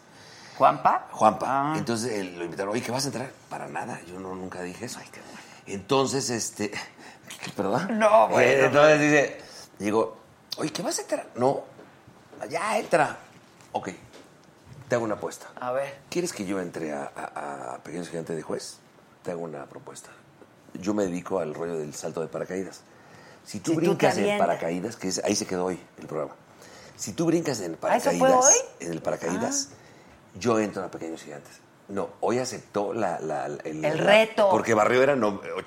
Speaker 1: ¿Juanpa?
Speaker 5: Juanpa.
Speaker 1: Ah.
Speaker 5: Entonces él lo invitaron, oye, ¿qué vas a entrar? Para nada, yo no, nunca dije eso. Entonces, este, perdón.
Speaker 1: No, bueno.
Speaker 5: Eh, entonces dice, digo, oye, ¿qué vas a entrar? No, ya entra. Ok, te hago una apuesta.
Speaker 1: A ver.
Speaker 5: ¿Quieres que yo entre a, a- a Pequeños Gigantes de Juez? Te hago una propuesta. Yo me dedico al rollo del salto de paracaídas. Si tú
Speaker 1: Si tú te
Speaker 5: brincas en
Speaker 1: avientas.
Speaker 5: paracaídas, que es- ahí se quedó hoy el programa. Si tú brincas en
Speaker 1: ¿Ah, eso fue
Speaker 5: paracaídas,
Speaker 1: hoy? Ah.
Speaker 5: en el paracaídas, yo entro a Pequeños Gigantes. No, hoy aceptó la, la- la-
Speaker 1: El
Speaker 5: la-
Speaker 1: reto.
Speaker 5: Porque Barrio eran no- 80,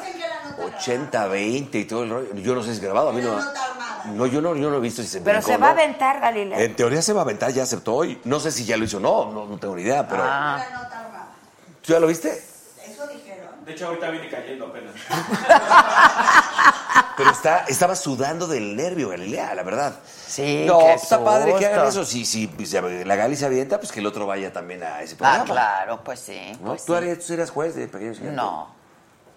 Speaker 4: Pero dicen que era nota
Speaker 5: 80, 20 y todo el rollo. Yo no sé si es grabado. A mí no,
Speaker 4: Era nota armada.
Speaker 5: no, yo no, yo no he visto si se
Speaker 1: Pero
Speaker 5: brincó
Speaker 1: se
Speaker 5: o
Speaker 1: va a
Speaker 5: no.
Speaker 1: aventar, Galilea.
Speaker 5: En teoría se va a aventar, ya aceptó hoy. No sé si ya lo hizo o no, no, no tengo ni idea, pero.
Speaker 1: Ah.
Speaker 4: La nota armada.
Speaker 5: ¿Tú ya lo viste?
Speaker 4: Eso dijeron.
Speaker 2: De hecho, ahorita viene cayendo apenas.
Speaker 5: Pero está, estaba sudando del nervio, Galilea, la verdad.
Speaker 1: Sí,
Speaker 5: No,
Speaker 1: qué
Speaker 5: pues está padre que hagan
Speaker 1: susto.
Speaker 5: eso. Si, si pues, la Gali se avienta, pues que el otro vaya también a ese programa.
Speaker 1: Ah, claro, pues sí.
Speaker 5: ¿No?
Speaker 1: pues
Speaker 5: ¿Tú,
Speaker 1: sí.
Speaker 5: harías- tú serías juez de pequeños Gigantes?
Speaker 1: No,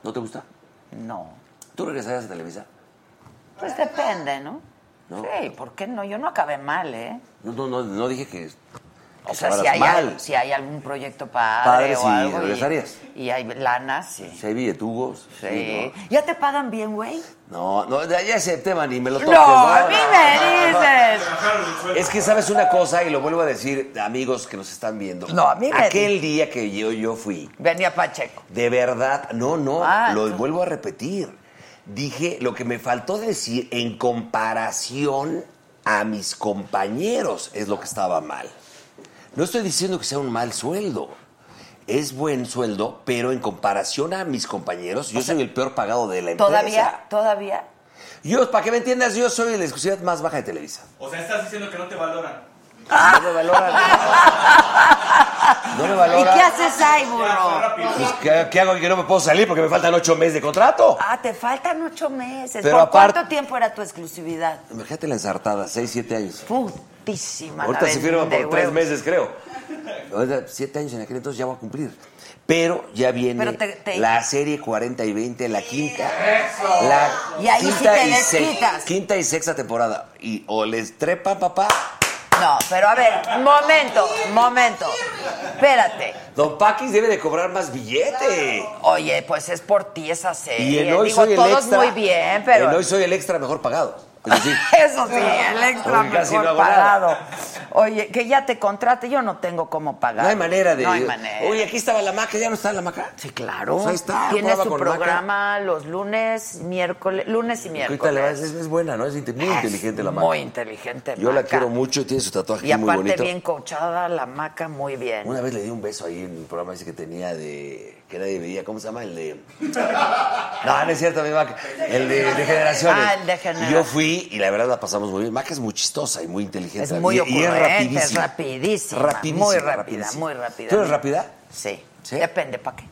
Speaker 5: ¿No te gusta?
Speaker 1: no.
Speaker 5: ¿Tú regresarías a Televisa?
Speaker 1: Pues depende, ¿no?
Speaker 5: No.
Speaker 1: Sí, ¿por qué no? Yo no acabé mal, ¿eh?
Speaker 5: No, no, no, no dije que.
Speaker 1: O
Speaker 5: que
Speaker 1: sea, si
Speaker 5: acabaras
Speaker 1: hay,
Speaker 5: mal.
Speaker 1: algo- si hay algún proyecto padre,
Speaker 5: Padre,
Speaker 1: o
Speaker 5: sí,
Speaker 1: algo. y-
Speaker 5: regresarías.
Speaker 1: Y, hay lana, sí. Sí.
Speaker 5: Si hay billetugos. ¿no?
Speaker 1: ¿Ya te pagan bien, güey?
Speaker 5: No, no, ya ya ese tema ni me lo toques.
Speaker 1: No, a mí me dices.
Speaker 5: Es que sabes una cosa, y lo vuelvo a decir, amigos que nos están viendo.
Speaker 1: No, a mí me-
Speaker 5: Aquel día que yo, yo fui,
Speaker 1: Venía Pacheco.
Speaker 5: de verdad, no, no,
Speaker 1: Ah,
Speaker 5: lo
Speaker 1: no.
Speaker 5: vuelvo a repetir. Dije lo que me faltó decir en comparación a mis compañeros es lo que estaba mal. No estoy diciendo que sea un mal sueldo. Es buen sueldo, pero en comparación a mis compañeros, yo soy el peor pagado de la empresa.
Speaker 1: ¿Todavía? ¿Todavía?
Speaker 5: Yo, para que me entiendas, yo soy la exclusividad más baja de Televisa.
Speaker 2: O sea, estás diciendo que no te valoran.
Speaker 5: No me valoran. No me
Speaker 1: ¿Y
Speaker 5: valoran.
Speaker 1: qué haces ahí, burro?
Speaker 2: Rápido.
Speaker 5: Pues, ¿qué, qué hago que no me puedo salir porque me faltan ocho meses de contrato?
Speaker 1: Ah, te faltan ocho meses.
Speaker 5: Pero
Speaker 1: ¿Por
Speaker 5: aparte-
Speaker 1: cuánto tiempo era tu exclusividad?
Speaker 5: Imagínate la ensartada, seis, siete años.
Speaker 1: Putísima. la
Speaker 5: Ahorita se firma
Speaker 1: de
Speaker 5: por tres
Speaker 1: huevos.
Speaker 5: meses, creo. Ahorita, siete años en aquel entonces ya voy a cumplir. Pero ya viene
Speaker 1: Pero te- te-
Speaker 5: la serie 40 y 20, la quinta. La
Speaker 1: Y ahí sí
Speaker 5: quinta
Speaker 1: te
Speaker 5: y se-
Speaker 1: desquitas.
Speaker 5: Quinta y sexta temporada. Y o les trepa, papá.
Speaker 1: No, pero a ver, momento, momento. Espérate.
Speaker 5: Don Paquis debe de cobrar más billete.
Speaker 1: Oye, pues es por ti esa serie.
Speaker 5: Y en hoy
Speaker 1: Eh, Digo,
Speaker 5: soy el
Speaker 1: todos
Speaker 5: extra.
Speaker 1: muy bien, pero...
Speaker 5: En hoy soy el extra mejor pagado. Eso sí.
Speaker 1: Eso sí, el extra
Speaker 5: Porque casi
Speaker 1: mejor
Speaker 5: no hago
Speaker 1: pagado. Oye, que ya te contrate, yo no tengo cómo pagar.
Speaker 5: No hay manera de.
Speaker 1: No hay manera.
Speaker 5: Oye, aquí estaba la maca, ya no está la maca.
Speaker 1: sí, claro.
Speaker 5: Pues ahí está.
Speaker 1: Tiene
Speaker 5: prueba
Speaker 1: su
Speaker 5: con Maca.
Speaker 1: programa los lunes, miércoles, lunes y
Speaker 5: Que Ahorita
Speaker 1: miércoles.
Speaker 5: le vas- es, es buena, ¿no? Es inte- muy
Speaker 1: Es
Speaker 5: inteligente la maca.
Speaker 1: Muy inteligente.
Speaker 5: Yo la
Speaker 1: Maca.
Speaker 5: quiero mucho, tiene su tatuaje
Speaker 1: Y
Speaker 5: aquí muy
Speaker 1: aparte
Speaker 5: bonito.
Speaker 1: bien coachada, la maca muy bien.
Speaker 5: Una vez le di un beso ahí en el programa ese que tenía de. que nadie veía, ¿cómo se llama? El de. No, no es cierto, mi Maca. El de, de generaciones.
Speaker 1: Ah, el de generaciones.
Speaker 5: Y Yo fui y la verdad la pasamos muy bien. Maca es muy chistosa y muy inteligente.
Speaker 1: Es muy
Speaker 5: y, y es
Speaker 1: ocurrente, es
Speaker 5: rapidísima.
Speaker 1: rapidísima.
Speaker 5: Rapidísima,
Speaker 1: muy rápida,
Speaker 5: rapidísima.
Speaker 1: muy rápida.
Speaker 5: ¿Tú eres rápida?
Speaker 1: Sí.
Speaker 5: ¿Sí?
Speaker 1: Depende, ¿para qué?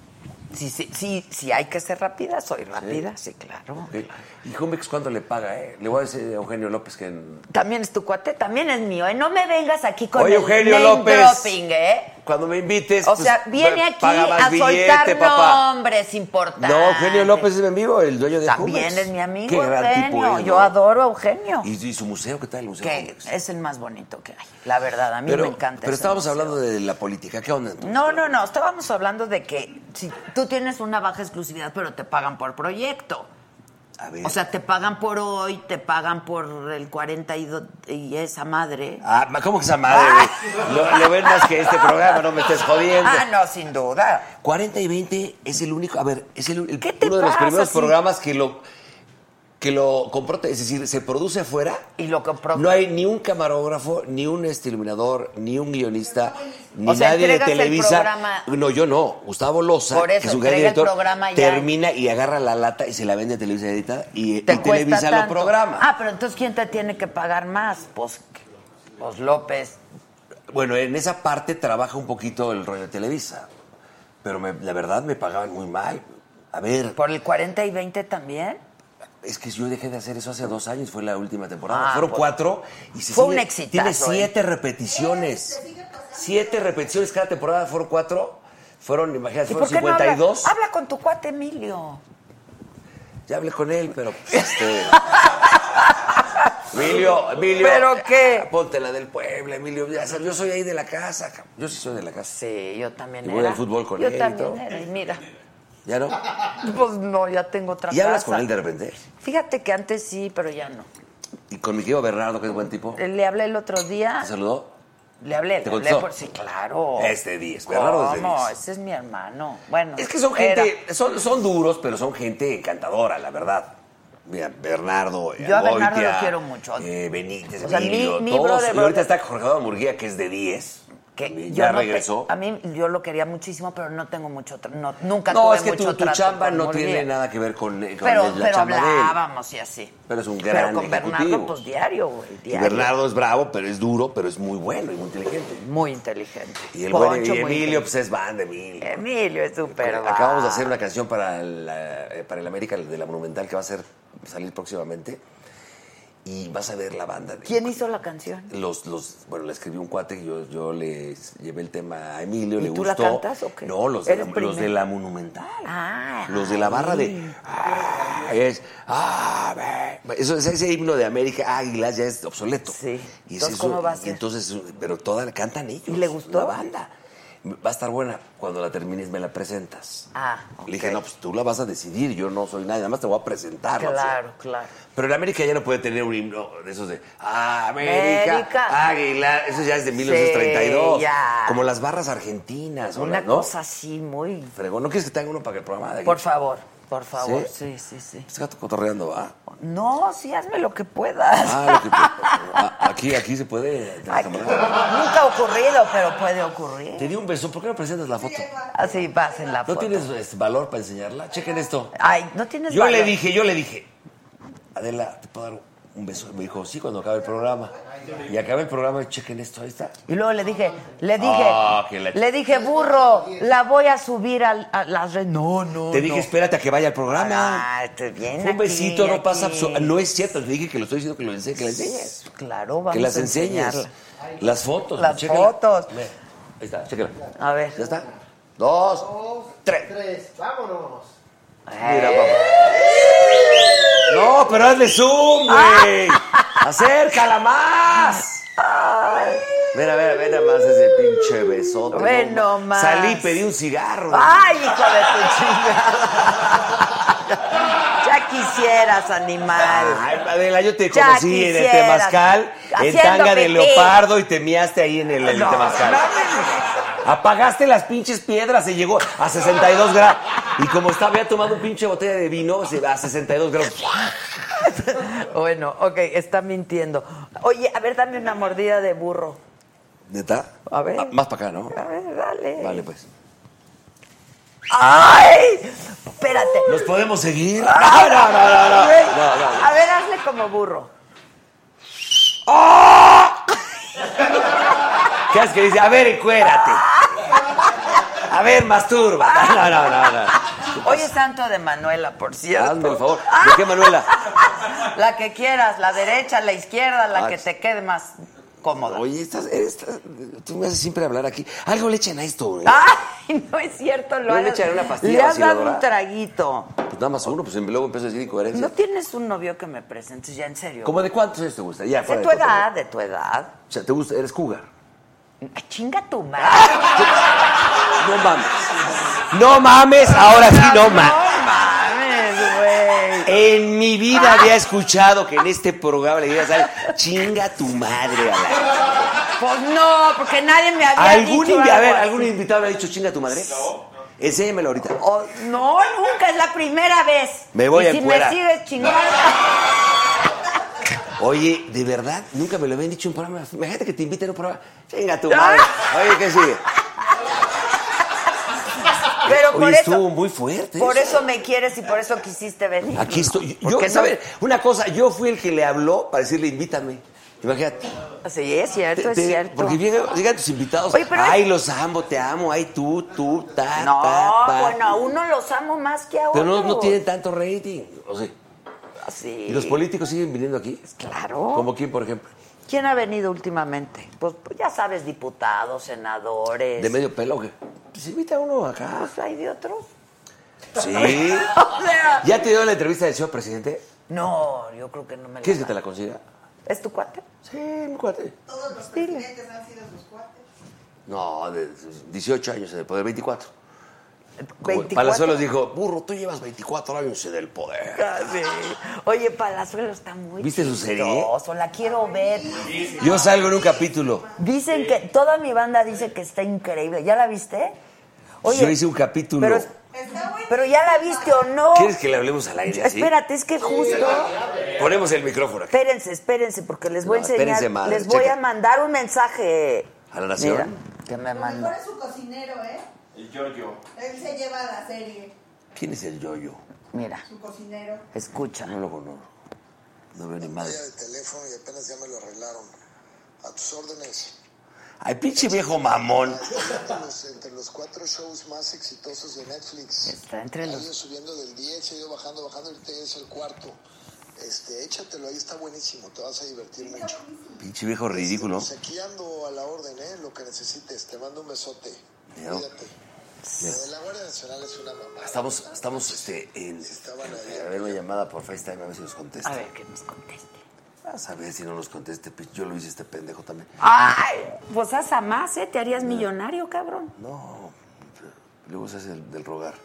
Speaker 1: Si, si, si, si hay que ser rápida, soy rápida, sí, claro.
Speaker 5: Ok. Y Jumex, ¿cuánto le paga, eh? Le voy a decir a Eugenio López que en-
Speaker 1: También es tu cuate, también es mío, ¿eh? No me vengas aquí con
Speaker 5: Oye,
Speaker 1: el
Speaker 5: Eugenio
Speaker 1: name
Speaker 5: López.
Speaker 1: dropping, ¿eh?
Speaker 5: Cuando me invites.
Speaker 1: O
Speaker 5: pues,
Speaker 1: sea, viene
Speaker 5: pa-
Speaker 1: aquí
Speaker 5: paga más
Speaker 1: a
Speaker 5: billete,
Speaker 1: soltar
Speaker 5: papá.
Speaker 1: nombres importantes.
Speaker 5: No, Eugenio López es mi amigo, el dueño de
Speaker 1: También
Speaker 5: Jumex.
Speaker 1: es mi amigo
Speaker 5: Qué gran
Speaker 1: Eugenio.
Speaker 5: tipo es, ¿no?
Speaker 1: Yo adoro a Eugenio.
Speaker 5: Y, y su museo, ¿qué tal el museo?
Speaker 1: que
Speaker 5: Jumex?
Speaker 1: es el más bonito que hay. La verdad, a mí
Speaker 5: pero,
Speaker 1: me encanta.
Speaker 5: Pero
Speaker 1: ese
Speaker 5: estábamos
Speaker 1: museo.
Speaker 5: hablando de la política. ¿Qué onda? entonces?
Speaker 1: No, no, no. Estábamos hablando de que si tú tienes una baja exclusividad, pero te pagan por proyecto.
Speaker 5: A ver.
Speaker 1: O sea, te pagan por hoy, te pagan por el 42 y esa madre.
Speaker 5: Ah, ma- ¿Cómo que esa madre, güey? Lo, lo ven más que este programa, no me estés jodiendo.
Speaker 1: Ah, no, sin duda.
Speaker 5: 40 y 20 es el único, a ver, es el, el-
Speaker 1: ¿Qué te
Speaker 5: uno de los
Speaker 1: pasa,
Speaker 5: primeros
Speaker 1: sí?
Speaker 5: programas que lo que lo compró, es decir, se produce afuera.
Speaker 1: Y lo compró.
Speaker 5: No hay ni un camarógrafo, ni un este iluminador, ni un guionista, ni
Speaker 1: O sea,
Speaker 5: nadie de
Speaker 1: entregas el
Speaker 5: Televisa.
Speaker 1: programa-
Speaker 5: No, yo no. Gustavo Loza,
Speaker 1: Por eso,
Speaker 5: que es un gran
Speaker 1: entrega el
Speaker 5: director,
Speaker 1: programa ya.
Speaker 5: termina y agarra la lata y se la vende a Televisa editada y,
Speaker 1: te
Speaker 5: y
Speaker 1: cuesta
Speaker 5: Televisa lo
Speaker 1: tanto.
Speaker 5: programa.
Speaker 1: Ah, pero entonces ¿quién te tiene que pagar más? Pues, pues López.
Speaker 5: Bueno, en esa parte trabaja un poquito el rollo de Televisa, pero me- la verdad me pagaban muy mal. A ver,
Speaker 1: ¿Por el 40 y 20 también?
Speaker 5: Es que yo dejé de hacer eso hace dos años, fue la última temporada.
Speaker 1: Ah,
Speaker 5: Fueron
Speaker 1: pues,
Speaker 5: cuatro y se
Speaker 1: fue un
Speaker 5: éxito. Tiene
Speaker 1: exitazo, ¿eh?
Speaker 5: siete repeticiones. Siete repeticiones cada temporada, fueron cuatro. Fueron, imagínate,
Speaker 1: ¿Y
Speaker 5: fueron
Speaker 1: por qué no habla-
Speaker 5: 52.
Speaker 1: habla? con tu cuate Emilio.
Speaker 5: Ya hablé con él, pero pues, este. Emilio, Emilio. ah,
Speaker 1: ¿Pero qué?
Speaker 5: Ponte la del pueblo, Emilio. Ya sabes, yo soy ahí de la casa. cabrón. Yo sí soy de la casa.
Speaker 1: Sí, yo también
Speaker 5: Y
Speaker 1: era.
Speaker 5: voy al fútbol con
Speaker 1: yo
Speaker 5: él y
Speaker 1: también
Speaker 5: todo.
Speaker 1: era, y mira.
Speaker 5: ¿Ya no?
Speaker 1: Pues no, ya tengo otra
Speaker 5: Y hablas
Speaker 1: casa.
Speaker 5: con él de repente.
Speaker 1: Fíjate que antes sí, pero ya no.
Speaker 5: Y con mi querido Bernardo, que es buen tipo.
Speaker 1: Eh, Le hablé el otro día.
Speaker 5: Te saludó.
Speaker 1: Le hablé,
Speaker 5: ¿Te
Speaker 1: le hablé
Speaker 5: contestó?
Speaker 1: por sí, claro.
Speaker 5: Este día, es Bernardo desde
Speaker 1: ¿Cómo?
Speaker 5: diez.
Speaker 1: Ese es mi hermano. Bueno.
Speaker 5: Es que son
Speaker 1: era.
Speaker 5: gente, son, son duros, pero son gente encantadora, la verdad. Mira, Bernardo, eh,
Speaker 1: Yo a Bernardo
Speaker 5: Goitia,
Speaker 1: lo quiero mucho.
Speaker 5: eh, Benítez,
Speaker 1: O sea, mi-
Speaker 5: Emilio,
Speaker 1: mi
Speaker 5: todos.
Speaker 1: brother,
Speaker 5: y ahorita
Speaker 1: brother.
Speaker 5: está Jorge Eduardo Murguía, que es de 10.
Speaker 1: que
Speaker 5: También
Speaker 1: yo
Speaker 5: ya
Speaker 1: no te-
Speaker 5: regresó.
Speaker 1: a mí yo lo quería muchísimo, pero no tengo mucho tra- no, nunca
Speaker 5: no,
Speaker 1: tuve
Speaker 5: es que tu,
Speaker 1: mucho
Speaker 5: tu
Speaker 1: trato
Speaker 5: chamba
Speaker 1: con
Speaker 5: no
Speaker 1: Murguía.
Speaker 5: tiene nada que ver con, eh, con
Speaker 1: Pero,
Speaker 5: la
Speaker 1: pero
Speaker 5: chamba de él.
Speaker 1: hablábamos y así.
Speaker 5: Pero es un gran
Speaker 1: Pero con Bernardo,
Speaker 5: ejecutivo.
Speaker 1: pues diario, güey.
Speaker 5: Y
Speaker 1: diario.
Speaker 5: Bernardo es bravo, pero es duro, pero es muy bueno y muy inteligente.
Speaker 1: Muy inteligente.
Speaker 5: Y el
Speaker 1: Poncho,
Speaker 5: buen y
Speaker 1: muy
Speaker 5: Emilio,
Speaker 1: inteligente. Eh,
Speaker 5: pues es van de mil.
Speaker 1: Emilio es súper.
Speaker 5: Acabamos de hacer
Speaker 1: bravo.
Speaker 5: una canción para el, eh, para el América de la Monumental que va a ser, salir próximamente. y vas a ver la banda. de-
Speaker 1: ¿Quién hizo la canción?
Speaker 5: los, los, bueno, le escribí un cuate, yo, yo le llevé el tema a Emilio,
Speaker 1: ¿Y
Speaker 5: le
Speaker 1: tú la
Speaker 5: gustó.
Speaker 1: cantas o qué?
Speaker 5: No, los de, la,
Speaker 1: Eres primer.
Speaker 5: los de la Monumental.
Speaker 1: Ah,
Speaker 5: los de la barra de. Ah, es. Ah, ve. eso, ese, ese himno de América Águilas ya es obsoleto.
Speaker 1: Sí.
Speaker 5: Y es
Speaker 1: Entonces, ¿cómo va a
Speaker 5: y
Speaker 1: ser?
Speaker 5: entonces, pero toda la cantan ellos.
Speaker 1: ¿Y le gustó?
Speaker 5: La banda. Va a estar buena. Cuando la termines, me la presentas.
Speaker 1: Ah,
Speaker 5: Le dije,
Speaker 1: ok.
Speaker 5: no, pues tú la vas a decidir. Yo no soy nadie. Nada más te voy a presentar. la opción".
Speaker 1: Claro, claro.
Speaker 5: Pero en América ya no puede tener un himno de esos de "Ah, América,
Speaker 1: América.
Speaker 5: Águila, eso ya es de 1932.
Speaker 1: ya.
Speaker 5: Como las barras argentinas, o
Speaker 1: Una
Speaker 5: las- ¿no?
Speaker 1: cosa así muy...
Speaker 5: Fregón, ¿no quieres que te haga uno para el programa de aquí?
Speaker 1: Por favor, por favor.
Speaker 5: ¿Sí?
Speaker 1: Sí, sí, sí.
Speaker 5: Este gato cotorreando, ¿va?
Speaker 1: No, sí, hazme lo que puedas.
Speaker 5: Ah, lo que- ah, aquí, aquí se puede.
Speaker 1: Ay, nunca ha ocurrido, pero puede ocurrir.
Speaker 5: Te di un beso, ¿por qué no presentas la foto?
Speaker 1: Así vas en la
Speaker 5: ¿No
Speaker 1: foto.
Speaker 5: tienes este, valor para enseñarla? Chequen esto.
Speaker 1: Ay, no tienes
Speaker 5: Yo le
Speaker 1: valor.
Speaker 5: dije, yo le dije, Adela, ¿te puedo dar un beso? Y Me dijo, sí, cuando acabe el programa. Y acaba el programa, chequen esto, ahí está.
Speaker 1: Y luego le dije, le dije,
Speaker 5: Ah, que la-
Speaker 1: le dije, burro, la voy a subir al- a, las redes. No, no.
Speaker 5: Te dije,
Speaker 1: no.
Speaker 5: espérate a que vaya al programa.
Speaker 1: Ah, te viene
Speaker 5: Un
Speaker 1: aquí,
Speaker 5: besito no
Speaker 1: aquí.
Speaker 5: pasa abso- No es cierto, te dije que lo estoy diciendo que lo enseñes, que la enseñes.
Speaker 1: Claro, vamos
Speaker 5: que las
Speaker 1: a
Speaker 5: enseñes.
Speaker 1: enseñarla.
Speaker 5: Las fotos.
Speaker 1: Las
Speaker 5: chécala.
Speaker 1: fotos.
Speaker 5: Ve, Ahí está, chécala.
Speaker 1: A ver.
Speaker 5: ¿Ya está? Dos.
Speaker 3: Dos,
Speaker 5: Tres.
Speaker 3: tres, vámonos.
Speaker 5: Mira,
Speaker 1: Eh.
Speaker 5: papá. No, pero hazle zoom,
Speaker 1: Ah.
Speaker 5: güey. Acércala más. Mira, mira, mira más ese pinche besote.
Speaker 1: Ve
Speaker 5: no
Speaker 1: nomás.
Speaker 5: Salí y pedí un cigarro.
Speaker 1: Ay, hijo de tu chingada. Ya quisieras, animal.
Speaker 5: Ay, Adela, yo te
Speaker 1: Ya
Speaker 5: conocí en el
Speaker 1: quisieras.
Speaker 5: Temazcal, en
Speaker 1: Haciendo
Speaker 5: tanga de
Speaker 1: pipí.
Speaker 5: leopardo y te miaste ahí en el, el
Speaker 1: No,
Speaker 5: Temazcal.
Speaker 1: no me-
Speaker 5: Apagaste las pinches piedras, se llegó a 62 grados. Y como estaba, había tomado un pinche botella de vino, se va a 62 grados.
Speaker 1: Bueno, ok, está mintiendo. Oye, a ver, dame una mordida de burro.
Speaker 5: ¿Neta?
Speaker 1: A ver.
Speaker 5: Ah, más para acá, ¿no?
Speaker 1: A ver, dale.
Speaker 5: Vale, pues.
Speaker 1: ¡Ay! Espérate.
Speaker 5: ¿Nos podemos seguir?
Speaker 1: ¡Ah!
Speaker 5: No, no, no, no.
Speaker 1: Güey,
Speaker 5: No, no, no.
Speaker 1: A ver, hazle como burro.
Speaker 5: ¿Qué haces que dice? A ver, encuérate. A ver, masturba. No, no, no, no.
Speaker 1: Hoy es santo de Manuela, por cierto.
Speaker 5: Hazme el favor. ¿De qué, Manuela?
Speaker 1: La que quieras, la derecha, la izquierda, la
Speaker 5: Ah,
Speaker 1: que te quede más cómoda.
Speaker 5: Oye, estás, estás- tú me haces siempre hablar aquí. Algo le echan a esto, ¿eh?
Speaker 1: ¡Ay! No es cierto, lo
Speaker 5: ¿No le
Speaker 1: hagas-
Speaker 5: echaré una pastilla
Speaker 1: Le has dado
Speaker 5: vaciladora?
Speaker 1: un traguito.
Speaker 5: Pues nada más uno, pues luego empiezo a decir incoherencias.
Speaker 1: ¿No tienes un novio que me presentes ya en serio?
Speaker 5: ¿Cómo de cuántos años te gusta? Ya,
Speaker 1: De
Speaker 5: fuera
Speaker 1: tu
Speaker 5: cotorreo.
Speaker 1: edad, de tu edad.
Speaker 5: O sea, te gusta, eres cougar.
Speaker 1: Ah, Chinga tu madre.
Speaker 5: No mames. No mames, ahora sí no mames.
Speaker 1: No mames, güey.
Speaker 5: En mi vida había escuchado que en este programa le digas a alguien, chinga tu madre. a la-
Speaker 1: Pues no, porque nadie me había
Speaker 5: ¿Algún,
Speaker 1: dicho
Speaker 5: invi- a
Speaker 1: algo
Speaker 5: ver,
Speaker 1: así.
Speaker 5: ¿Algún invitado le ha dicho chinga tu madre? Enséñamelo ahorita.
Speaker 1: O- no, nunca, es la primera vez.
Speaker 5: Me voy
Speaker 1: y
Speaker 5: a
Speaker 1: si
Speaker 5: encuerar.
Speaker 1: me sigues chingando.
Speaker 5: Oye, de verdad, nunca me lo habían dicho en un programa. Imagínate que te inviten a un programa. Chinga tu madre. Oye, ¿qué sigue?
Speaker 1: Pero por
Speaker 5: Oye, estuvo
Speaker 1: eso,
Speaker 5: muy fuerte.
Speaker 1: por
Speaker 5: eso.
Speaker 1: eso me quieres y por eso quisiste venir.
Speaker 5: Aquí estoy. Yo,
Speaker 1: Porque no-
Speaker 5: ¿sabe? Una cosa, yo fui el que le habló para decirle, invítame. Imagínate.
Speaker 1: Sí, es cierto,
Speaker 5: Te-
Speaker 1: es
Speaker 5: te-
Speaker 1: cierto.
Speaker 5: Porque llegan, llegan tus invitados.
Speaker 1: Oye, pero
Speaker 5: ay,
Speaker 1: es-
Speaker 5: los amo, te amo. Ay, tú, tú, ta,
Speaker 1: No,
Speaker 5: ta, ta.
Speaker 1: bueno, a uno los amo más que a otro.
Speaker 5: Pero no, no tienen tanto rating. O sea,
Speaker 1: Sí.
Speaker 5: ¿y los políticos siguen viniendo aquí?
Speaker 1: Claro.
Speaker 5: ¿Como quién, por ejemplo?
Speaker 1: ¿Quién ha venido últimamente? Pues, pues, ya sabes, diputados, senadores.
Speaker 5: ¿De medio pelo o qué? Pues invita a uno acá.
Speaker 1: Pues, hay de otros.
Speaker 5: Sí.
Speaker 1: O sea,
Speaker 5: ¿Ya te dio la entrevista del señor presidente?
Speaker 1: no, yo creo que no me lo
Speaker 5: ¿Quieres que te
Speaker 1: dan.
Speaker 5: la consiga?
Speaker 1: ¿Es tu cuate?
Speaker 5: Sí, mi cuate.
Speaker 4: Todos los presidentes han sido sus cuates.
Speaker 5: No, de 18 años en el poder, 24. Como
Speaker 1: 24.
Speaker 5: Palazuelos dijo, burro, tú llevas 24 años en el poder.
Speaker 1: Ah, sí. Oye, Palazuelo está muy
Speaker 5: ¿Viste su serie?
Speaker 1: chistoso, la quiero ver.
Speaker 5: Yo salgo en un capítulo.
Speaker 1: Dicen que toda mi banda dice que está increíble. ¿Ya la viste?
Speaker 5: Yo hice un capítulo.
Speaker 1: Pero, es-
Speaker 4: Está buenísimo.
Speaker 1: pero ya la viste o no.
Speaker 5: ¿Quieres que le hablemos al aire así?
Speaker 1: Espérate, es que justo.
Speaker 5: Ponemos el micrófono aquí.
Speaker 1: Espérense, espérense, porque les voy
Speaker 5: No,
Speaker 1: a enseñar.
Speaker 5: espérense, madre,
Speaker 1: les voy
Speaker 5: checa.
Speaker 1: a mandar un mensaje.
Speaker 5: ¿A la nación?
Speaker 1: Mira, que me
Speaker 4: Lo mejor
Speaker 1: manda.
Speaker 4: es su cocinero, ¿eh?
Speaker 2: El Giorgio.
Speaker 4: Él se lleva la serie,
Speaker 5: ¿Quién es el yoyo?
Speaker 1: Mira,
Speaker 4: su cocinero.
Speaker 1: escucha.
Speaker 5: No lo conozco. No veo ni madre.
Speaker 6: el teléfono y apenas ya me lo arreglaron. A tus órdenes.
Speaker 5: Ay, pinche viejo mamón.
Speaker 6: Entre los, entre los cuatro shows más exitosos de Netflix.
Speaker 1: Está entre
Speaker 6: Ha
Speaker 1: los.
Speaker 6: ido subiendo del 10, ha ido bajando, bajando, ahorita ya es el cuarto. Este, échatelo, ahí está buenísimo, te vas a divertir mucho.
Speaker 5: Pinche viejo ridículo.
Speaker 6: Pues aquí ando a la orden, ¿eh? Lo que necesites, te mando un besote.
Speaker 5: Ya.
Speaker 6: Cuídate. Lo de la Guardia Nacional es una mamá.
Speaker 5: Estamos, estamos este, en, en- a ver una llamada por FaceTime a ver si nos contesta.
Speaker 1: A ver que nos conteste.
Speaker 5: Vas a ver si no nos conteste. pinche, Yo lo hice este pendejo también.
Speaker 1: ¡Ay! Pues haz a más, ¿eh? Te harías millonario, cabrón.
Speaker 5: No, luego se hace el del rogar.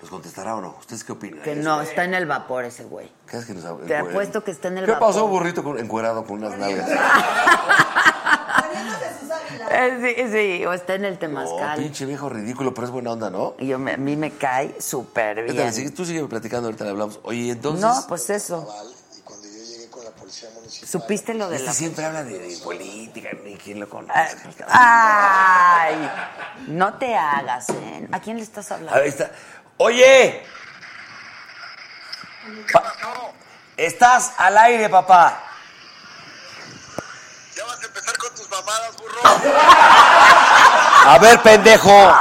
Speaker 5: ¿Nos contestará o no? ¿Ustedes qué opinan?
Speaker 1: Que no, está en el vapor ese güey.
Speaker 5: ¿Qué es que nos
Speaker 1: Te apuesto que está en el
Speaker 5: ¿Qué
Speaker 1: vapor.
Speaker 5: pasó, burrito con- encuerado con unas nalgas?
Speaker 4: Poniéndose sus águilas.
Speaker 1: Eh, Sí, sí, o está en el
Speaker 5: Oh,
Speaker 1: temazcal.
Speaker 5: pinche viejo ridículo, pero es buena onda, ¿no?
Speaker 1: Y yo me- a mí me cae súper
Speaker 5: Ahorita
Speaker 1: bien.
Speaker 5: le sigues- Tú sigue platicando, ahorita le hablamos. Oye, entonces.
Speaker 1: No, pues eso.
Speaker 6: Val, y cuando yo llegué con la policía municipal.
Speaker 1: ¿Supiste lo de
Speaker 5: este
Speaker 1: la... Ah,
Speaker 5: siempre habla de, de política, ni quién lo conoce. Ah,
Speaker 1: ¡Ay! No te hagas, ¿eh? ¿A quién le estás hablando?
Speaker 5: Ahí está. Oye. Pa- Estás al aire, papá.
Speaker 6: Ya vas a empezar con tus mamadas, burro.
Speaker 5: A ver, pendejo.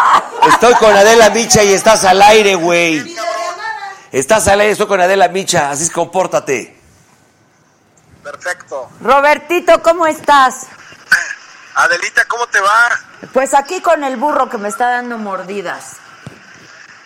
Speaker 5: Estoy con Adela Micha y estás al aire, güey. Estás al aire, estoy con Adela Micha, así es compórtate.
Speaker 6: Perfecto.
Speaker 1: Robertito, ¿cómo estás?
Speaker 6: Adelita, ¿cómo te va?
Speaker 1: Pues aquí con el burro que me está dando mordidas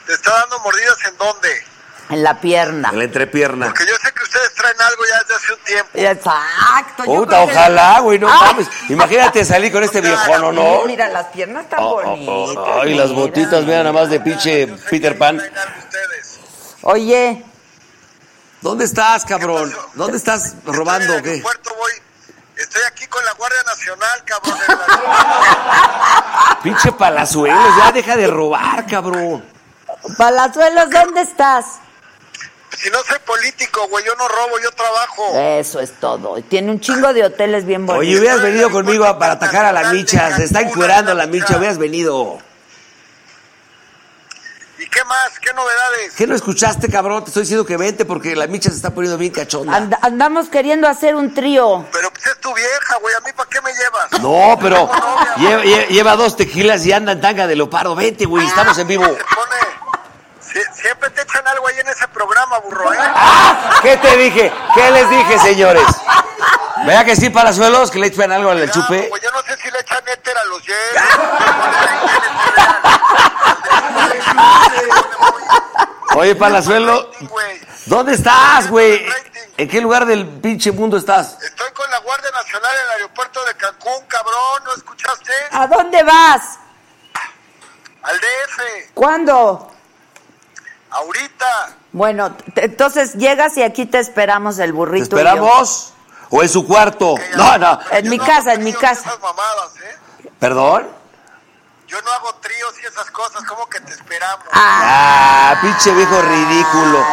Speaker 6: ¿Te está dando mordidas en dónde?
Speaker 1: en la pierna.
Speaker 5: En la entrepierna.
Speaker 6: Porque yo sé que ustedes traen algo ya desde hace un tiempo.
Speaker 1: Exacto. yo
Speaker 5: Puta,
Speaker 1: creo que-
Speaker 5: ojalá, güey, no
Speaker 1: Ah.
Speaker 5: mames. Imagínate salir con este viejo, no, no.
Speaker 1: Mira, las piernas tan
Speaker 5: Oh,
Speaker 1: bonitas.
Speaker 5: oh, oh. Ay, las
Speaker 1: mira.
Speaker 5: botitas, vean nada más de pinche
Speaker 6: Yo sé
Speaker 5: Eh, Peter
Speaker 6: que
Speaker 5: Pan.
Speaker 6: traen algo ustedes.
Speaker 1: Oye,
Speaker 5: ¿Dónde estás, cabrón?
Speaker 6: ¿Qué pasó?
Speaker 5: ¿Dónde estás robando o
Speaker 6: Estoy en el
Speaker 5: qué?
Speaker 6: aeropuerto, voy. Estoy aquí con la Guardia Nacional, cabrón. en la-
Speaker 5: Pinche palazuelos, ya deja de robar, cabrón.
Speaker 1: Palazuelos, ¿dónde estás?
Speaker 6: si no soy político, güey, yo no robo, yo trabajo.
Speaker 1: Eso es todo. Tiene un chingo de hoteles bien bonitos.
Speaker 5: Oye, hubieras venido conmigo a- para atacar a la micha. Se está encuerando la micha, hubieras venido.
Speaker 6: ¿Y qué más? ¿Qué novedades?
Speaker 5: ¿Qué no escuchaste, cabrón? Te estoy diciendo que vente porque la micha se está poniendo bien cachonda.
Speaker 1: And- andamos queriendo hacer un trío.
Speaker 6: Pero pues es tu vieja, güey, ¿a mí para qué me llevas?
Speaker 5: No, pero lleva, lle- lleva dos tequilas y anda en tanga de leopardo. Vente, güey, estamos en vivo.
Speaker 6: Se pone... Sie- siempre te echan algo ahí en ese programa, burro, ¿eh?
Speaker 1: Ah,
Speaker 5: ¿Qué te dije? ¿Qué les dije, señores? Vea que sí, palazuelos, que le echen algo al chupe.
Speaker 6: Cuidado, güey, yo no sé si le echan éter a los hielos. Le
Speaker 5: Oye, palazuelo,
Speaker 6: ponen güey.
Speaker 5: ¿dónde estás, güey? ¿En qué lugar del pinche mundo estás?
Speaker 6: Estoy con la Guardia Nacional en el aeropuerto de Cancún, cabrón, ¿no escuchaste?
Speaker 1: ¿A dónde vas?
Speaker 6: Al DF,
Speaker 1: ¿Cuándo?
Speaker 6: ahorita.
Speaker 1: Bueno, t- entonces llegas y aquí te esperamos el
Speaker 5: ¿Te
Speaker 1: burrito. y yo.
Speaker 5: esperamos? ¿O en su cuarto? No, no.
Speaker 6: Pero
Speaker 1: En
Speaker 6: yo
Speaker 1: mi
Speaker 6: no
Speaker 1: casa,
Speaker 6: hago
Speaker 1: en mi
Speaker 6: tríos y
Speaker 1: casa.
Speaker 6: esas mamadas, ¿eh?
Speaker 5: ¿Perdón?
Speaker 6: Yo no hago tríos y esas cosas, ¿cómo que te esperamos?
Speaker 5: Ah, pinche viejo ridículo.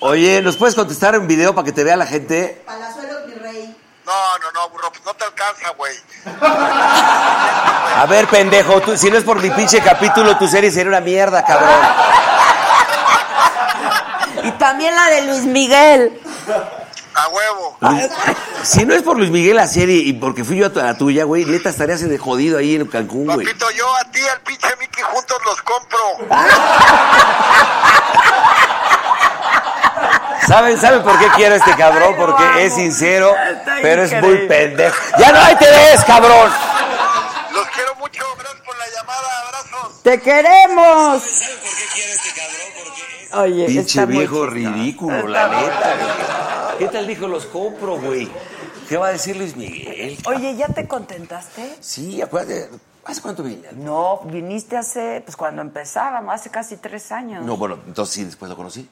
Speaker 5: Oye, ¿nos puedes contestar en video para que te vea la gente?
Speaker 4: Palazuelos, mi rey.
Speaker 6: No, no, no, burro, pues no te alcanza, güey.
Speaker 5: A ver, pendejo, tú- si no es por mi pinche capítulo, tu serie sería una mierda, cabrón.
Speaker 1: Y también la de Luis Miguel.
Speaker 6: A huevo.
Speaker 5: Luis- si no es por Luis Miguel la serie y porque fui yo a, tu- a la tuya, güey, neta estarías de jodido ahí en Cancún, güey.
Speaker 6: Papito, yo a ti, al pinche Mickey, juntos los compro.
Speaker 5: ¿Saben, ¿Saben por qué quiero a este cabrón?
Speaker 1: Ay, lo amo.
Speaker 5: Porque es sincero,
Speaker 1: Está
Speaker 5: pero es muy
Speaker 1: increíble.
Speaker 5: pendejo. ¡Ya no, ahí te ves, cabrón!
Speaker 6: Los quiero mucho, gracias por la llamada, abrazos.
Speaker 1: ¡Te queremos! Oye,
Speaker 5: Pinche
Speaker 1: está muy
Speaker 5: viejo
Speaker 1: chistoso.
Speaker 5: ridículo, la neta. güey. ¿Qué tal dijo los compro, güey? ¿Qué va a decir Luis Miguel?
Speaker 1: Oye, ¿ya te contentaste?
Speaker 5: Sí, acuérdate. ¿Hace cuánto vine?
Speaker 1: No, viniste hace, pues cuando empezábamos, hace casi tres años.
Speaker 5: No, bueno, entonces sí, después lo conocí.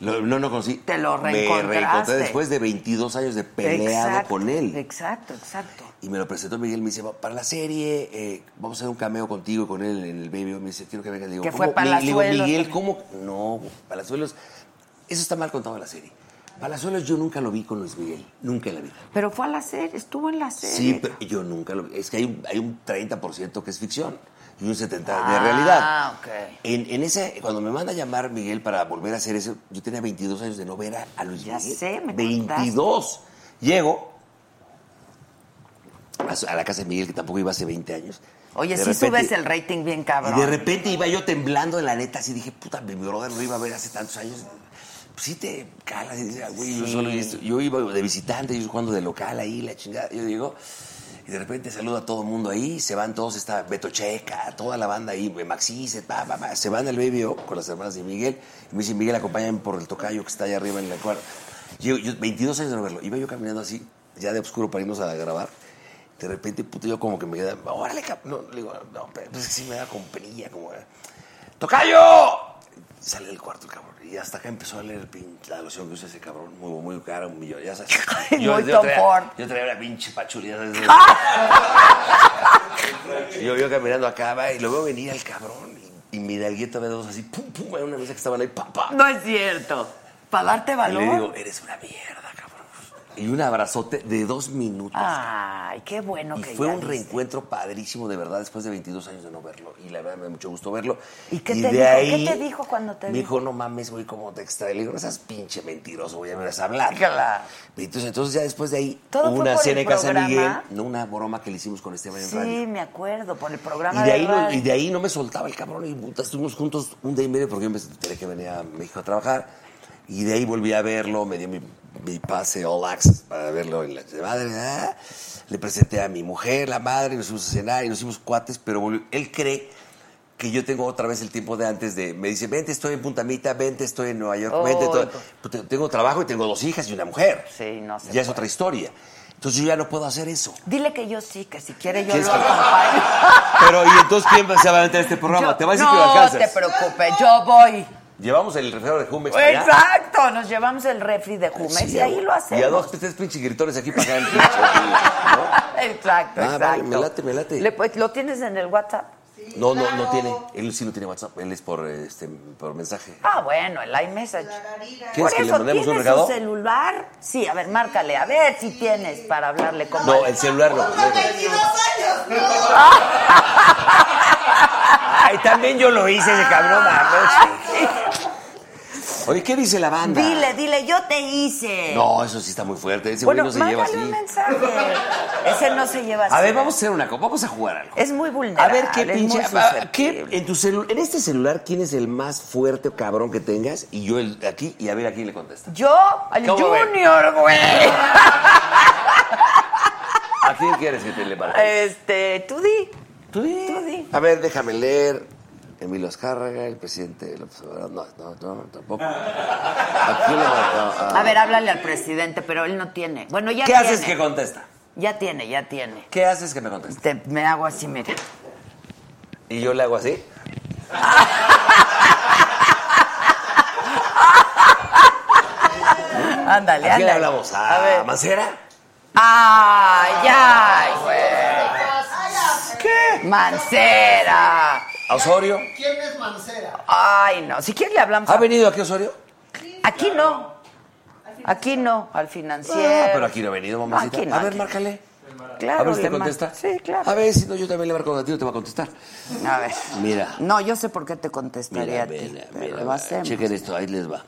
Speaker 5: Lo- no, no conocí.
Speaker 1: Te lo
Speaker 5: Me
Speaker 1: reencontraste.
Speaker 5: reencontré después de 22 años de peleado
Speaker 1: Exacto,
Speaker 5: con él.
Speaker 1: Exacto, exacto.
Speaker 5: Y me lo presentó Miguel, me dice, "Va- para la serie, eh, vamos a hacer un cameo contigo y con él en el Baby. Me dice, quiero que vengas. Le digo,
Speaker 1: Que
Speaker 5: "¿Cómo?".
Speaker 1: fue
Speaker 5: Mi- le digo,
Speaker 1: Palazuelos
Speaker 5: Miguel,
Speaker 1: también.
Speaker 5: ¿cómo? No, Palazuelos. Eso está mal contado en la serie. Palazuelos yo nunca lo vi con Luis Miguel. Nunca en la vida.
Speaker 1: Pero fue a la serie, estuvo en la serie.
Speaker 5: Sí, pero yo nunca lo vi. Es que hay un, hay un 30% que es ficción y un 70% de realidad.
Speaker 1: Ah, ok.
Speaker 5: En, en ese, cuando me manda a llamar Miguel para volver a hacer eso, yo tenía 22 años de no ver a, a Luis
Speaker 1: Ya
Speaker 5: Miguel.
Speaker 1: sé, me
Speaker 5: 22. Llego a, su- a la casa de Miguel, que tampoco iba hace 20 años.
Speaker 1: Oye,
Speaker 5: De
Speaker 1: sí
Speaker 5: repente-
Speaker 1: subes el rating bien cabrón.
Speaker 5: Y de repente iba yo temblando en la neta, así dije, puta, mi brother lo iba a ver hace tantos años. pues sí te calas y dices, "Ah, güey, yo solo he visto- Yo iba de visitante, yo jugando de local ahí, la chingada. Yo digo, y de repente saluda a todo el mundo ahí, se van todos, está Beto Checa, toda la banda ahí, Maxis, pa, pa, pa, se van al Baby O con las hermanas de Miguel. Y me dice, Miguel, acompáñame por el tocayo que está allá arriba en la cuadra. Yo, yo, 22 años de no verlo, iba yo caminando así, ya de oscuro para irnos a grabar. De repente, puto, yo como que me quedaba, órale, cap-". no, le digo, no, pero es que sí me da con penilla, como... ¡Tocayo! Sale del cuarto el cabrón. Y hasta acá empezó a leer pin- la loción que usa ese cabrón. Muy, muy cara, un millón. Ya sabes.
Speaker 1: Muy
Speaker 5: yo, traía,
Speaker 1: confort.
Speaker 5: yo traía una pinche pachulía. yo veo caminando acá, va, y lo veo venir al cabrón. Y, y mi nalgueta ve dos así, pum, pum, en una mesa que estaban ahí, pa, pa.
Speaker 1: No es cierto. Para darte
Speaker 5: y
Speaker 1: valor.
Speaker 5: le digo, eres una mierda, cabrón. Y un abrazote de dos minutos.
Speaker 1: Ah. Ay, qué bueno
Speaker 5: Y
Speaker 1: que
Speaker 5: fue
Speaker 1: ya
Speaker 5: un
Speaker 1: dices.
Speaker 5: reencuentro padrísimo, de verdad, después de 22 años de no verlo. Y la verdad me da mucho gusto verlo.
Speaker 1: ¿Y qué te
Speaker 5: de
Speaker 1: dijo? ¿Qué
Speaker 5: ahí
Speaker 1: te dijo cuando te
Speaker 5: me
Speaker 1: dijo?
Speaker 5: dijo, no mames, güey, cómo te extrae. Le digo, no seas pinche mentiroso, voy a verás hablar.
Speaker 1: Claro.
Speaker 5: Entonces, entonces ya después de ahí,
Speaker 1: Todo
Speaker 5: hubo
Speaker 1: fue
Speaker 5: una
Speaker 1: por
Speaker 5: cena
Speaker 1: el
Speaker 5: en casa de Miguel,
Speaker 1: programa.
Speaker 5: no una broma que le hicimos con Esteban en radio.
Speaker 1: Sí, me acuerdo, por el
Speaker 5: Y
Speaker 1: programa
Speaker 5: de, ahí no,
Speaker 1: radio.
Speaker 5: y de ahí no me soltaba el cabrón. Y puta, estuvimos juntos un día y medio porque yo me enteré que venía a México a trabajar. Y de ahí volví a verlo, me dio mi, mi pase All Access para verlo en la de madre. ah. Le presenté a mi mujer, la madre, y nos fuimos a cenar y nos hicimos cuates, pero volvió- él cree que yo tengo otra vez el tiempo de antes de... Me dice, vente, estoy en Puntamita, vente, estoy en Nueva York, vente.
Speaker 1: Oh.
Speaker 5: todo". Puta, Tengo trabajo y tengo dos hijas y una mujer.
Speaker 1: Sí, no se
Speaker 5: Ya es
Speaker 1: puede.
Speaker 5: otra historia. Entonces yo ya no puedo hacer eso.
Speaker 1: Dile que yo sí, que si quiere yo
Speaker 5: ¿Quieres
Speaker 1: lo
Speaker 5: que-
Speaker 1: acompaño.
Speaker 5: Pero, ¿y entonces quién se va a meter a este programa?
Speaker 1: Yo-
Speaker 5: te va a decir
Speaker 1: no
Speaker 5: que lo alcanzas.
Speaker 1: te preocupes, yo voy.
Speaker 5: Llevamos el refresco de Jumex para allá.
Speaker 1: Exacto, nos llevamos el refri de Jumex
Speaker 5: Sí,
Speaker 1: y ahí
Speaker 5: a-
Speaker 1: lo hacemos.
Speaker 5: Y a dos, tres pinches gritones aquí para acá. el pinche, ¿no?
Speaker 1: Exacto,
Speaker 5: Ah,
Speaker 1: exacto.
Speaker 5: vale, me late, me late.
Speaker 1: Le- pues, ¿Lo tienes en el WhatsApp?
Speaker 5: No, no, no tiene. Él sí no tiene WhatsApp. Él es por, este, por mensaje.
Speaker 1: Ah, bueno, el iMessage.
Speaker 5: ¿Quieres que le mandemos un regalo?
Speaker 1: su celular? Sí, a ver, márcale, a ver si tienes para hablarle con
Speaker 5: No, el celular no. Ay, también yo lo hice, ese cabrón. Ah, Oye, ¿qué dice la banda?
Speaker 1: Dile, dile, yo te hice.
Speaker 5: No, eso sí está muy fuerte. Ese güey
Speaker 1: bueno,
Speaker 5: no se lleva
Speaker 1: mándale
Speaker 5: así.
Speaker 1: un mensaje. Ese no se lleva así.
Speaker 5: A ver, vamos a hacer una cosa. Vamos a jugar algo.
Speaker 1: Es muy
Speaker 5: A
Speaker 1: vulnerable.
Speaker 5: ver qué
Speaker 1: es
Speaker 5: pinche.
Speaker 1: muy
Speaker 5: a- ¿qué-
Speaker 1: susceptible.
Speaker 5: en, tu celu- en este celular, ¿quién es el más fuerte o cabrón que tengas? Y yo el, aquí, y a ver a quién le contesta.
Speaker 1: Yo, al
Speaker 5: ¿Cómo ven?
Speaker 1: Junior, güey.
Speaker 5: ¿A quién quieres que te le marque?
Speaker 1: Este, tú di.
Speaker 5: Tú di.
Speaker 1: tú di.
Speaker 5: A ver, déjame leer. Emilio Azcárraga, el presidente López Obrador. No, no, no, tampoco. ¿A quién le marco? A-
Speaker 1: A ver, háblale al presidente, pero él no tiene. Bueno, ya
Speaker 5: ¿Qué
Speaker 1: tiene.
Speaker 5: haces que contesta?
Speaker 1: Ya tiene, ya tiene.
Speaker 5: ¿Qué haces que me contesta?
Speaker 1: Te- me hago así, mira.
Speaker 5: Y yo le hago así.
Speaker 1: Ándale,
Speaker 5: ¿A quién
Speaker 1: ándale.
Speaker 5: le hablamos? ¿A,
Speaker 1: A ver.
Speaker 5: Mancera?
Speaker 1: ¡Ay, ay, güey! ¿Qué? ¡Mancera!
Speaker 5: ¿A Osorio?
Speaker 3: ¿Quién es Mancera?
Speaker 1: Ay, no. Si quieres le hablamos.
Speaker 5: ¿Ha venido aquí Osorio?
Speaker 1: Aquí no. Aquí no, al financiero.
Speaker 5: Ah, pero aquí no ha venido, mamacita.
Speaker 1: Aquí no,
Speaker 5: a ver,
Speaker 1: aquí no.
Speaker 5: márcale.
Speaker 1: Claro,
Speaker 5: a ver si te
Speaker 1: le ma-
Speaker 5: contesta.
Speaker 1: Sí, claro.
Speaker 5: A ver, si no, yo también le marco a ti, no te va a contestar.
Speaker 1: A ver.
Speaker 5: Mira.
Speaker 1: No, yo sé por qué te
Speaker 5: Mira,
Speaker 1: contestaría a ti.
Speaker 5: mira,
Speaker 1: pero
Speaker 5: mira,
Speaker 1: lo hacemos.
Speaker 5: Chequen esto, ahí les va.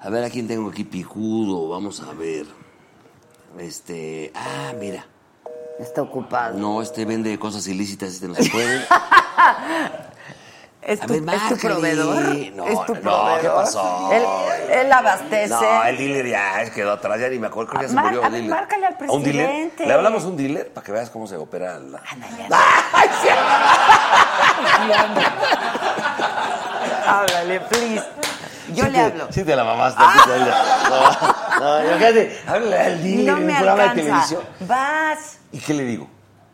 Speaker 5: A ver a quién tengo aquí picudo, vamos a ver. Este, ah, mira.
Speaker 1: Está ocupado.
Speaker 5: No, este vende cosas ilícitas, este no se puede.
Speaker 1: ¿Es
Speaker 5: A
Speaker 1: tu,
Speaker 5: ver,
Speaker 1: es tu
Speaker 5: márcale.
Speaker 1: proveedor?
Speaker 5: No,
Speaker 1: ¿Es tu
Speaker 5: no, ¿qué
Speaker 1: proveedor?
Speaker 5: pasó?
Speaker 1: Él, él abastece.
Speaker 5: No, el dealer ya quedó atrás, ya ni me acuerdo, creo que ya se
Speaker 1: Mar-
Speaker 5: murió
Speaker 1: a
Speaker 5: el
Speaker 1: ver,
Speaker 5: dealer.
Speaker 1: márcale al
Speaker 5: ¿A un dealer?
Speaker 1: presidente.
Speaker 5: Le hablamos a un dealer para que veas cómo se opera la...
Speaker 1: Ándale,
Speaker 5: ¡Ay, sí!
Speaker 1: Háblale, please. Yo
Speaker 5: Sí
Speaker 1: le
Speaker 5: te-
Speaker 1: hablo. Ah.
Speaker 5: Sí te la mamaste. sí te la- No, no, yo fíjate, háblale al dealer
Speaker 1: No
Speaker 5: en un
Speaker 1: me
Speaker 5: programa de
Speaker 1: alcanza.
Speaker 5: televisión.
Speaker 1: Vas.
Speaker 5: ¿Y qué le digo?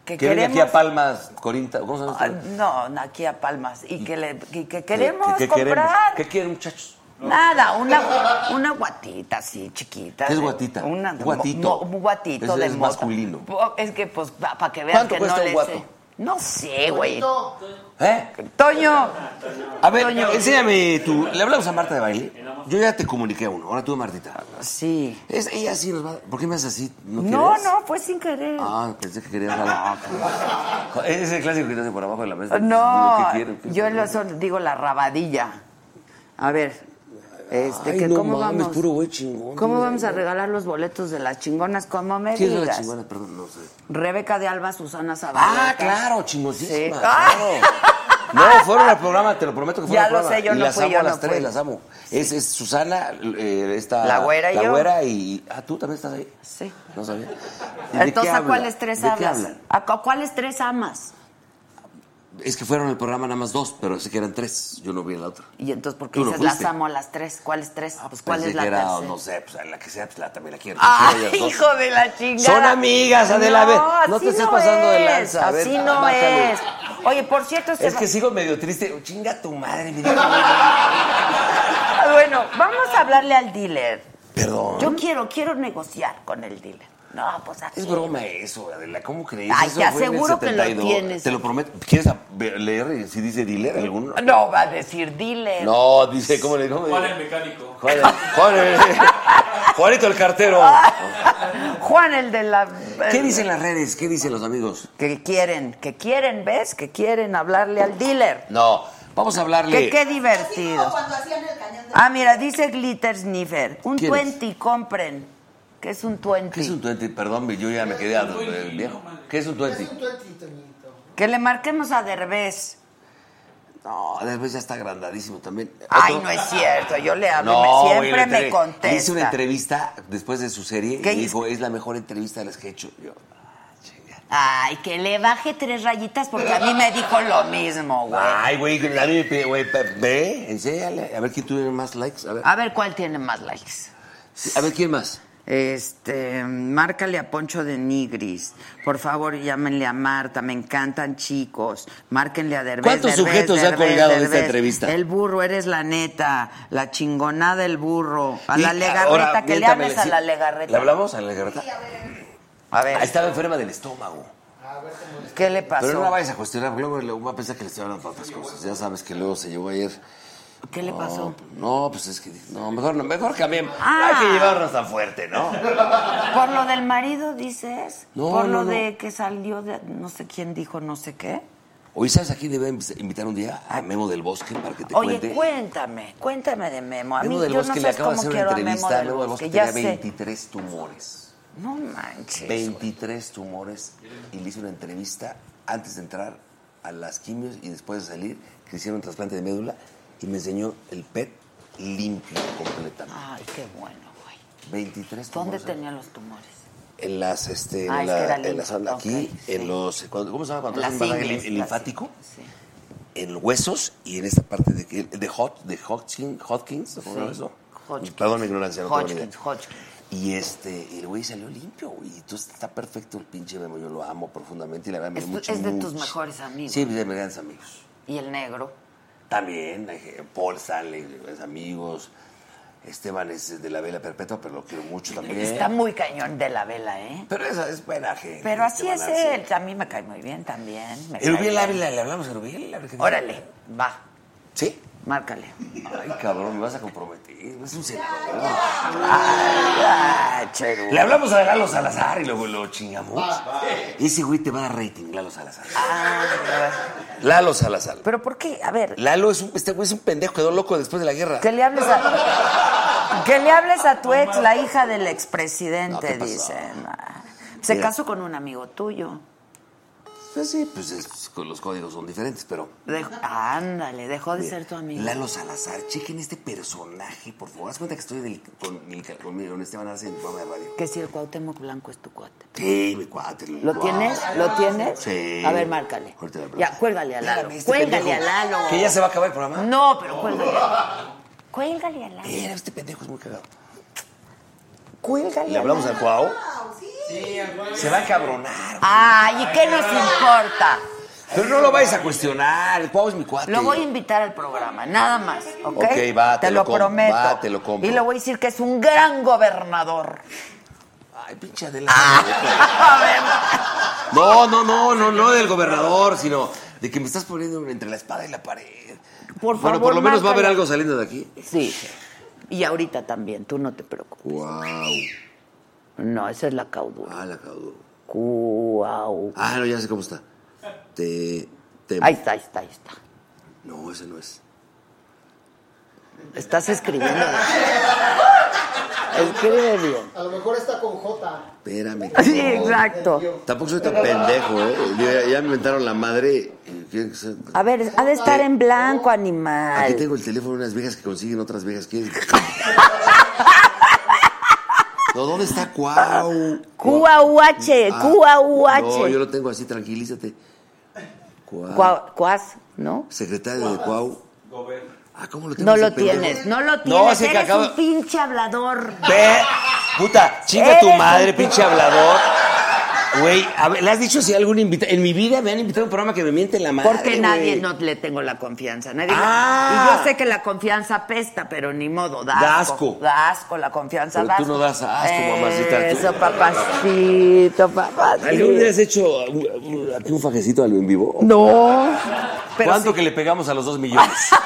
Speaker 1: Que
Speaker 5: venga aquí
Speaker 1: queremos-
Speaker 5: a Palmas, Corinta, ¿cómo se llama?
Speaker 1: Ah,
Speaker 5: esto?
Speaker 1: No, no, aquí a Palmas. Y que, le, y que
Speaker 5: ¿Qué-
Speaker 1: queremos
Speaker 5: qué- qué
Speaker 1: comprar.
Speaker 5: queremos? ¿Qué quieren, muchachos?
Speaker 1: Nada, una, una guatita así, chiquita.
Speaker 5: ¿Qué es
Speaker 1: de-
Speaker 5: guatita?
Speaker 1: Una,
Speaker 5: Guatito.
Speaker 1: mo- un guatito
Speaker 5: Ese
Speaker 1: de
Speaker 5: es
Speaker 1: mota.
Speaker 5: masculino.
Speaker 1: Po- Es que, pues, para que veas
Speaker 5: ¿Cuánto
Speaker 1: que
Speaker 5: cuesta
Speaker 1: no
Speaker 5: un
Speaker 1: le
Speaker 5: guato?
Speaker 1: sé. No sé, güey.
Speaker 5: ¿Eh?
Speaker 1: Toño,
Speaker 5: A ver,
Speaker 1: Toño.
Speaker 5: enséñame tú. ¿Le hablamos a Marta de baile? Yo ya te comuniqué a uno, ahora tú, Martita.
Speaker 1: sí.
Speaker 5: Es, ella sí nos va. ¿Por qué me haces así? ¿No,
Speaker 1: No,
Speaker 5: quieres?
Speaker 1: no, fue sin querer.
Speaker 5: Ah, pensé que querías algo. Ese Es el clásico que te hace por abajo de la mesa.
Speaker 1: No,
Speaker 5: ¿Qué quieren? ¿Qué
Speaker 1: yo
Speaker 5: quieren?
Speaker 1: lo son- digo la rabadilla. A ver, este,
Speaker 5: Ay,
Speaker 1: que
Speaker 5: no
Speaker 1: ¿cómo
Speaker 5: mames,
Speaker 1: vamos?
Speaker 5: puro güey chingón,
Speaker 1: ¿Cómo
Speaker 5: mira,
Speaker 1: vamos a
Speaker 5: mira.
Speaker 1: regalar los boletos de las chingonas? ¿Cómo me
Speaker 5: ¿Quién es la
Speaker 1: digas?
Speaker 5: chingona? Perdón, no sé.
Speaker 1: Rebeca de Alba, Susana Zabaleta.
Speaker 5: Ah, claro, chingotísima.
Speaker 1: Sí.
Speaker 5: Claro. No, fueron al programa, te lo prometo que fueron
Speaker 1: Ya
Speaker 5: al
Speaker 1: lo
Speaker 5: programa.
Speaker 1: sé, yo
Speaker 5: y
Speaker 1: no
Speaker 5: las
Speaker 1: fui,
Speaker 5: amo
Speaker 1: yo
Speaker 5: a las
Speaker 1: no
Speaker 5: tres,
Speaker 1: fui.
Speaker 5: las amo. Es, es Susana, eh, esta...
Speaker 1: La güera y
Speaker 5: La
Speaker 1: yo.
Speaker 5: güera y... Ah, ¿tú también estás ahí?
Speaker 1: Sí.
Speaker 5: No sabía. ¿Y de qué
Speaker 1: Entonces, ¿a
Speaker 5: habla?
Speaker 1: cuáles tres
Speaker 5: ¿De qué
Speaker 1: hablas?
Speaker 5: hablan?
Speaker 1: ¿A cu- cuáles tres amas?
Speaker 5: Es que fueron al programa nada más dos, pero sé que eran tres. Yo no vi la otra.
Speaker 1: Y entonces, ¿por qué
Speaker 5: Tú no
Speaker 1: dices las
Speaker 5: fuiste.
Speaker 1: amo a las tres? ¿Cuáles tres?
Speaker 5: Ah, pues
Speaker 1: ¿Cuál
Speaker 5: pensé
Speaker 1: es la
Speaker 5: que era,
Speaker 1: tercera?
Speaker 5: no sé, pues a la que sea, pues la, también la quiero.
Speaker 1: ¡Ah,
Speaker 5: Quiero a ellas dos.
Speaker 1: hijo de la chingada!
Speaker 5: Son amigas, Adela, a ver,
Speaker 1: No,
Speaker 5: no
Speaker 1: así
Speaker 5: te estés pasando de
Speaker 1: es,
Speaker 5: lanza, a ver,
Speaker 1: así no
Speaker 5: bájale.
Speaker 1: es. Oye, por cierto, este
Speaker 5: Es que
Speaker 1: va-
Speaker 5: sigo medio triste. Chinga tu madre, mi
Speaker 1: Ah, Bueno, vamos a hablarle al dealer.
Speaker 5: Perdón.
Speaker 1: Yo quiero, quiero negociar con el dealer. No, pues aquí.
Speaker 5: ¿Mm? Es broma eso, Adela, ¿cómo crees?
Speaker 1: Ay,
Speaker 5: Eso
Speaker 1: te
Speaker 5: fue en el
Speaker 1: aseguro que lo
Speaker 5: 72.
Speaker 1: tienes.
Speaker 5: Te lo prometo. ¿Quieres a- ver- leer eh, si dice dealer alguno?
Speaker 1: No, va a decir dealer.
Speaker 5: No, dice, ¿cómo le dijo?
Speaker 2: Juan el mecánico.
Speaker 5: Juan, Juan, Juanito el cartero.
Speaker 1: Ah, Juan, el de la...
Speaker 5: ¿Qué dicen las redes? ¿Qué dicen los amigos?
Speaker 1: Que quieren, que quieren, ¿ves? Que quieren hablarle al dealer.
Speaker 5: No, vamos a
Speaker 1: Que
Speaker 5: hablarle.
Speaker 1: qué
Speaker 4: Así como
Speaker 1: divertido.
Speaker 4: cuando hacían el cañón de...
Speaker 1: Ah, mira, dice Glitter Sniffer. Un
Speaker 5: ¿Quién es?
Speaker 1: 20, compren. ¿Qué es un 20?
Speaker 5: ¿Qué es un tuente? Perdón, yo ya me quedé a- eh, viejo. ¿Qué es un
Speaker 3: Es
Speaker 5: tuente?
Speaker 3: un tuenti, Toñito.
Speaker 1: Que le marquemos a Derbez.
Speaker 5: No, después ya está agrandadísimo también.
Speaker 1: Ay,
Speaker 5: Otro-
Speaker 1: no es cierto. Yo le hablo y
Speaker 5: No,
Speaker 1: me-
Speaker 5: güey,
Speaker 1: siempre
Speaker 5: le entregué.
Speaker 1: me contesta.
Speaker 5: Hice una entrevista después de su serie
Speaker 1: ¿Qué
Speaker 5: y
Speaker 1: hizo?
Speaker 5: dijo, es la mejor entrevista de las que he hecho. Yo, ah, chinga.
Speaker 1: Ay, que le baje tres rayitas porque a mí me dijo lo mismo, güey.
Speaker 5: Ay, güey, a mí me pide, güey, pa- ve, enséñale. A ver quién tuvo más likes. A ver,
Speaker 1: A ver cuál tiene más likes.
Speaker 5: Sí, a ver quién más.
Speaker 1: Este, márcale a Poncho de Nigris. Por favor, llámenle a Marta, me encantan chicos. Márquenle a Derbez. Derbez,
Speaker 5: ¿Cuántos sujetos se han
Speaker 1: Derbez,
Speaker 5: colgado de esta
Speaker 1: Derbez.
Speaker 5: entrevista?
Speaker 1: El burro, eres la neta. La chingonada, el burro. A
Speaker 5: Y
Speaker 1: la legarreta,
Speaker 5: ahora,
Speaker 1: que le
Speaker 5: miéntamele,
Speaker 1: hables a
Speaker 5: sí.
Speaker 1: la legarreta.
Speaker 5: ¿Le hablamos a la legarreta?
Speaker 1: A ver,
Speaker 5: Ah, estaba enferma del estómago.
Speaker 1: ¿qué le
Speaker 5: Pero no la
Speaker 1: pasó?
Speaker 5: vayas a cuestionar, porque luego- luego va a pensar que le estoy hablando de otras cosas. Ya sabes que luego se llevó ayer.
Speaker 1: ¿Qué le
Speaker 5: No,
Speaker 1: pasó?
Speaker 5: No, pues es que. No, mejor, no, mejor cambiemos.
Speaker 1: Ah.
Speaker 5: Hay que llevarnos tan fuerte, ¿no?
Speaker 1: ¿Por lo del marido dices?
Speaker 5: No,
Speaker 1: ¿Por
Speaker 5: no,
Speaker 1: lo
Speaker 5: no.
Speaker 1: de que salió de no sé quién dijo no sé qué?
Speaker 5: Hoy, ¿sabes a quién debe invitar un día? A Memo del Bosque para que te
Speaker 1: Oye,
Speaker 5: cuente.
Speaker 1: cuéntame, cuéntame de Memo. A mí
Speaker 5: Memo del
Speaker 1: yo
Speaker 5: Bosque
Speaker 1: no
Speaker 5: le
Speaker 1: sé
Speaker 5: acaba de
Speaker 1: cómo
Speaker 5: hacer una
Speaker 1: quiero a Memo
Speaker 5: entrevista.
Speaker 1: del
Speaker 5: Memo del Bosque
Speaker 1: Bosque, ya
Speaker 5: tenía
Speaker 1: sé.
Speaker 5: 23 tumores.
Speaker 1: No manches.
Speaker 5: 23 tumores. Y le hice una entrevista antes de entrar a las quimios y después de salir, que hicieron trasplante de médula. Y me enseñó el PET limpio completamente.
Speaker 1: Ay, qué bueno, güey.
Speaker 5: 23
Speaker 1: Ah. ¿Dónde
Speaker 5: tumores.
Speaker 1: tenía los tumores?
Speaker 5: En las, este,
Speaker 1: Ah, es
Speaker 5: en
Speaker 1: que
Speaker 5: la,
Speaker 1: era
Speaker 5: en las-
Speaker 1: limpio,
Speaker 5: aquí,
Speaker 1: ok, sí.
Speaker 5: en los, cuando- ¿cómo se llama? Cuando
Speaker 1: Las
Speaker 5: es un masaje
Speaker 1: ingles,
Speaker 5: lim-
Speaker 1: las-
Speaker 5: linfático,
Speaker 1: sí.
Speaker 5: en los huesos y en esta parte de, que- de, Hod- de Hodgkin, Hodgkins, ¿cómo se llama
Speaker 1: Sí.
Speaker 5: eso?
Speaker 1: Hodgkins.
Speaker 5: Perdón mi ignorancia, no tengo ni idea.
Speaker 1: Hodgkins, Hodgkins.
Speaker 5: Y este, y el güey salió limpio, güey. Y entonces está perfecto el pinche Memo, yo lo amo profundamente y la verdad me
Speaker 1: Es
Speaker 5: dio
Speaker 1: tu-
Speaker 5: mucho,
Speaker 1: es de tus
Speaker 5: mucho-
Speaker 1: mejores amigos.
Speaker 5: Sí, de mis grandes amigos.
Speaker 1: Y el negro.
Speaker 5: También, eh, Paul Stanley, mis amigos. Esteban es de la vela perpetua, pero lo quiero mucho también.
Speaker 1: Está muy cañón de la vela, ¿eh?
Speaker 5: Pero esa es buena gente.
Speaker 1: Pero así es
Speaker 5: Esteban Arce.
Speaker 1: él. A mí me cae muy bien también. me cae
Speaker 5: Erubiel
Speaker 1: bien.
Speaker 5: Ávila, ¿le hablamos a Erubiel? A ver qué dice.
Speaker 1: Órale, va,
Speaker 5: ¿Sí?
Speaker 1: márcale.
Speaker 5: Ay, cabrón, me vas a comprometer. Es un senador.
Speaker 1: Ah, Cheru.
Speaker 5: Le hablamos a Lalo Salazar y luego lo chingamos.
Speaker 1: Ah,
Speaker 5: Ese güey te va a dar rating, Lalo Salazar. Lalo Salazar.
Speaker 1: Pero ¿por qué? A ver,
Speaker 5: Lalo es un, este güey es un pendejo, quedó loco después de la guerra.
Speaker 1: Que le hables a, que le hables a tu ex, la hija del
Speaker 5: No,
Speaker 1: expresidente,
Speaker 5: ¿qué pasó?
Speaker 1: dicen. Ah, Se
Speaker 5: Mira.
Speaker 1: casó con un amigo tuyo.
Speaker 5: Pues sí, pues es- los códigos son diferentes, pero...
Speaker 1: Dejó- ándale, dejó de
Speaker 5: Mira,
Speaker 1: ser tu amigo.
Speaker 5: Lalo Salazar, chequen este personaje, por favor. Haz cuenta que estoy del- con, el- con, con Esteban Arce en el programa de radio.
Speaker 1: Que si el Cuauhtémoc Blanco es tu cuate.
Speaker 5: Sí, mi cuate. mi
Speaker 1: ¿Lo
Speaker 5: cuate.
Speaker 1: tienes? ¿Lo tienes?
Speaker 5: Sí.
Speaker 1: A ver, márcale.
Speaker 5: Ahorita le hablo.
Speaker 1: Ya, cuélgale a Lalo.
Speaker 5: Espérame, este
Speaker 1: Cuélgale a
Speaker 5: pendejo.
Speaker 1: Lalo.
Speaker 5: ¿Que ya se va a acabar el programa?
Speaker 1: No, pero cuélgale. Cuélgale a Lalo.
Speaker 5: Mira, este pendejo es muy cagado.
Speaker 1: Cuélgale
Speaker 5: ¿Le
Speaker 1: a Lalo.
Speaker 5: hablamos al Cuau? Se va a cabronar.
Speaker 1: Ay, ¿y qué nos
Speaker 5: Ah.
Speaker 1: importa?
Speaker 5: Pero no lo vais a cuestionar. El Cuau es mi cuate.
Speaker 1: Lo voy a invitar al programa, nada más, ¿ok?
Speaker 5: Ok, va, te
Speaker 1: te
Speaker 5: lo
Speaker 1: lo,
Speaker 5: compro,
Speaker 1: prometo.
Speaker 5: va, te lo compro.
Speaker 1: Y le voy a decir que es un gran gobernador.
Speaker 5: Ay, pinche Adela. No, no, no, no, no del gobernador, sino de que me estás poniendo entre la espada y la pared.
Speaker 1: Por
Speaker 5: bueno,
Speaker 1: favor,
Speaker 5: por lo menos va a haber
Speaker 1: márcale.
Speaker 5: algo saliendo de aquí.
Speaker 1: Sí. Y ahorita también, tú no te preocupes.
Speaker 5: Wow.
Speaker 1: No, esa es la caudura.
Speaker 5: Ah, la cagó.
Speaker 1: Cuau.
Speaker 5: Ah, no, ya sé cómo está. Te. te...
Speaker 1: Ahí está, ahí está, ahí está.
Speaker 5: No, ese no es.
Speaker 1: Estás escribiendo.
Speaker 7: Escribe bien.
Speaker 3: A lo mejor está con J.
Speaker 5: Espérame.
Speaker 1: Sí,
Speaker 5: cabrón.
Speaker 1: exacto.
Speaker 5: Tampoco soy tan pendejo, ¿eh? Ya, ya me inventaron la madre. eh, ¿Qué- qué-
Speaker 1: A ver, ha de estar en blanco,
Speaker 5: Aquí
Speaker 1: animal.
Speaker 5: tengo el teléfono de unas viejas que consiguen otras viejas. ¿Quieres? No, ¿dónde está Cuau?
Speaker 1: Q-A-U-H,
Speaker 5: Ah,
Speaker 1: Q-A-U-H.
Speaker 5: No, yo lo tengo así, tranquilízate. Cuau.
Speaker 1: Cuau- Cuas, ¿no?
Speaker 5: Secretario de Cuau. Ah, ¿cómo lo tengo
Speaker 1: No
Speaker 5: ese
Speaker 1: lo
Speaker 5: pendejo?
Speaker 1: tienes, no lo tienes.
Speaker 5: No, es el que
Speaker 1: Eres
Speaker 5: acabo-
Speaker 1: un pinche hablador.
Speaker 5: Ve, puta, chinga
Speaker 1: Eres
Speaker 5: tu madre,
Speaker 1: un-
Speaker 5: pinche hablador. Güey, a ver, ¿le has dicho si algún invitado? En mi vida me han invitado a un programa que me miente la madre.
Speaker 1: Porque nadie,
Speaker 5: güey.
Speaker 1: no le tengo la confianza. Nadie
Speaker 5: Ah.
Speaker 1: y yo sé que la confianza pesta, pero ni modo, da
Speaker 5: Da
Speaker 1: asco.
Speaker 5: asco.
Speaker 1: Da asco, la confianza
Speaker 5: Pero
Speaker 1: da
Speaker 5: tú no das asco, mamacita, tú.
Speaker 1: Eso, papacito, papacito.
Speaker 5: ¿Algún día has hecho uh, uh, aquí un fajecito al en vivo?
Speaker 1: No. Pero Ah,
Speaker 5: ¿Cuánto que le pegamos a los dos millones?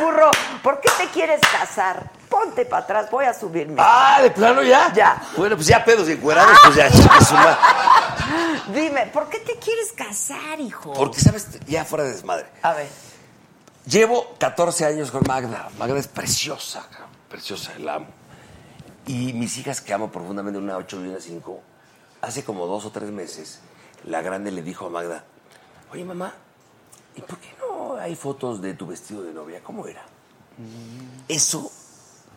Speaker 1: Burro, ¿por qué te quieres casar? Ponte para atrás, voy a subirme.
Speaker 5: ah, de plano ya.
Speaker 1: Ya.
Speaker 5: Bueno, pues ya pedos y encuerados, pues ya, chica, su madre.
Speaker 1: Dime, ¿por qué te quieres casar, hijo?
Speaker 5: Porque, ¿sabes? Ya fuera de desmadre.
Speaker 1: A ver,
Speaker 5: Llevo 14 años con Magda. Magda es preciosa, cabrón, preciosa, la amo. Y mis hijas que amo profundamente, una 8 y una 5, hace como dos o tres meses, la grande le dijo a Magda, oye mamá, ¿y por qué no hay fotos de tu vestido de novia? ¿Cómo era? Eso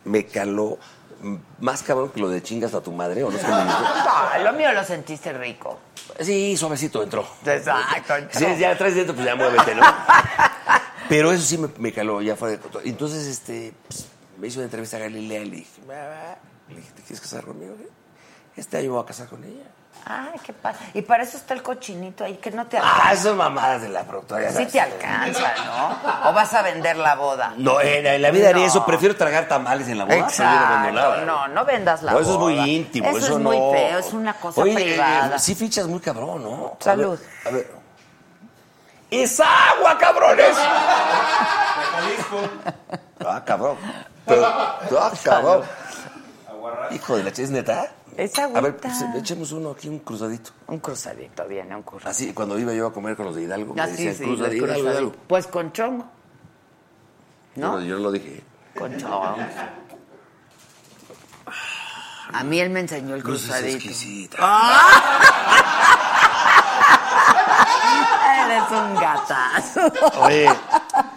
Speaker 5: me caló mm, más cabrón que lo de chingas a tu madre, ¿o no es como dijo?
Speaker 1: Ah, lo mío lo sentiste rico.
Speaker 5: Sí, suavecito entró.
Speaker 1: Exacto, entró.
Speaker 5: Sí, ya traes dentro, pues ya muévete, ¿no? Pero eso sí me, me caló, ya fuera de control. Entonces, este, pues, me hizo una entrevista a Galilea y le dije, "Va, va". le dije, ¿te quieres casar conmigo? qué? Este año me voy a casar con ella.
Speaker 1: Ah, qué pasa. Y para eso está el cochinito ahí, que no te
Speaker 5: Ah,
Speaker 1: alcanza.
Speaker 5: esas mamadas de la productora. ya
Speaker 1: sí
Speaker 5: sabes.
Speaker 1: te alcanza, ¿no? O vas a vender la boda.
Speaker 5: No, en, en la vida haría
Speaker 1: No.
Speaker 5: eso, prefiero tragar tamales en la boda. que seguir abandonada.
Speaker 1: Exacto. No, no vendas la
Speaker 5: ¿eh? No, eso es
Speaker 1: boda.
Speaker 5: muy íntimo.
Speaker 1: Eso,
Speaker 5: Eso,
Speaker 1: es muy
Speaker 5: no.
Speaker 1: feo, es una cosa
Speaker 5: Oye, eh,
Speaker 1: privada.
Speaker 5: eh, sí fichas muy cabrón, ¿no? A
Speaker 1: Salud.
Speaker 5: ver, A ver. ¡Es agua, cabrones! Ah, cabrón. Pero, ah, cabrón. Hijo de la ch- ¿es neta?
Speaker 1: Es
Speaker 5: A ver,
Speaker 1: agüita.
Speaker 5: pues, echemos uno aquí, un cruzadito.
Speaker 1: Un cruzadito, viene un cruzadito.
Speaker 5: Así, cuando iba yo a comer con los de Hidalgo, me
Speaker 1: Ah, sí,
Speaker 5: decían,
Speaker 1: sí,
Speaker 5: cruzadito,
Speaker 1: los
Speaker 5: Hidalgo,
Speaker 1: cruzaditos.
Speaker 5: Hidalgo.
Speaker 1: Pues con chongo. ¿No?
Speaker 5: Yo, yo no lo dije.
Speaker 1: Con chongo. A mí él me enseñó el
Speaker 5: Cruz es
Speaker 1: cruzadito.
Speaker 5: exquisita.
Speaker 1: Eres un gatazo.
Speaker 5: Oye,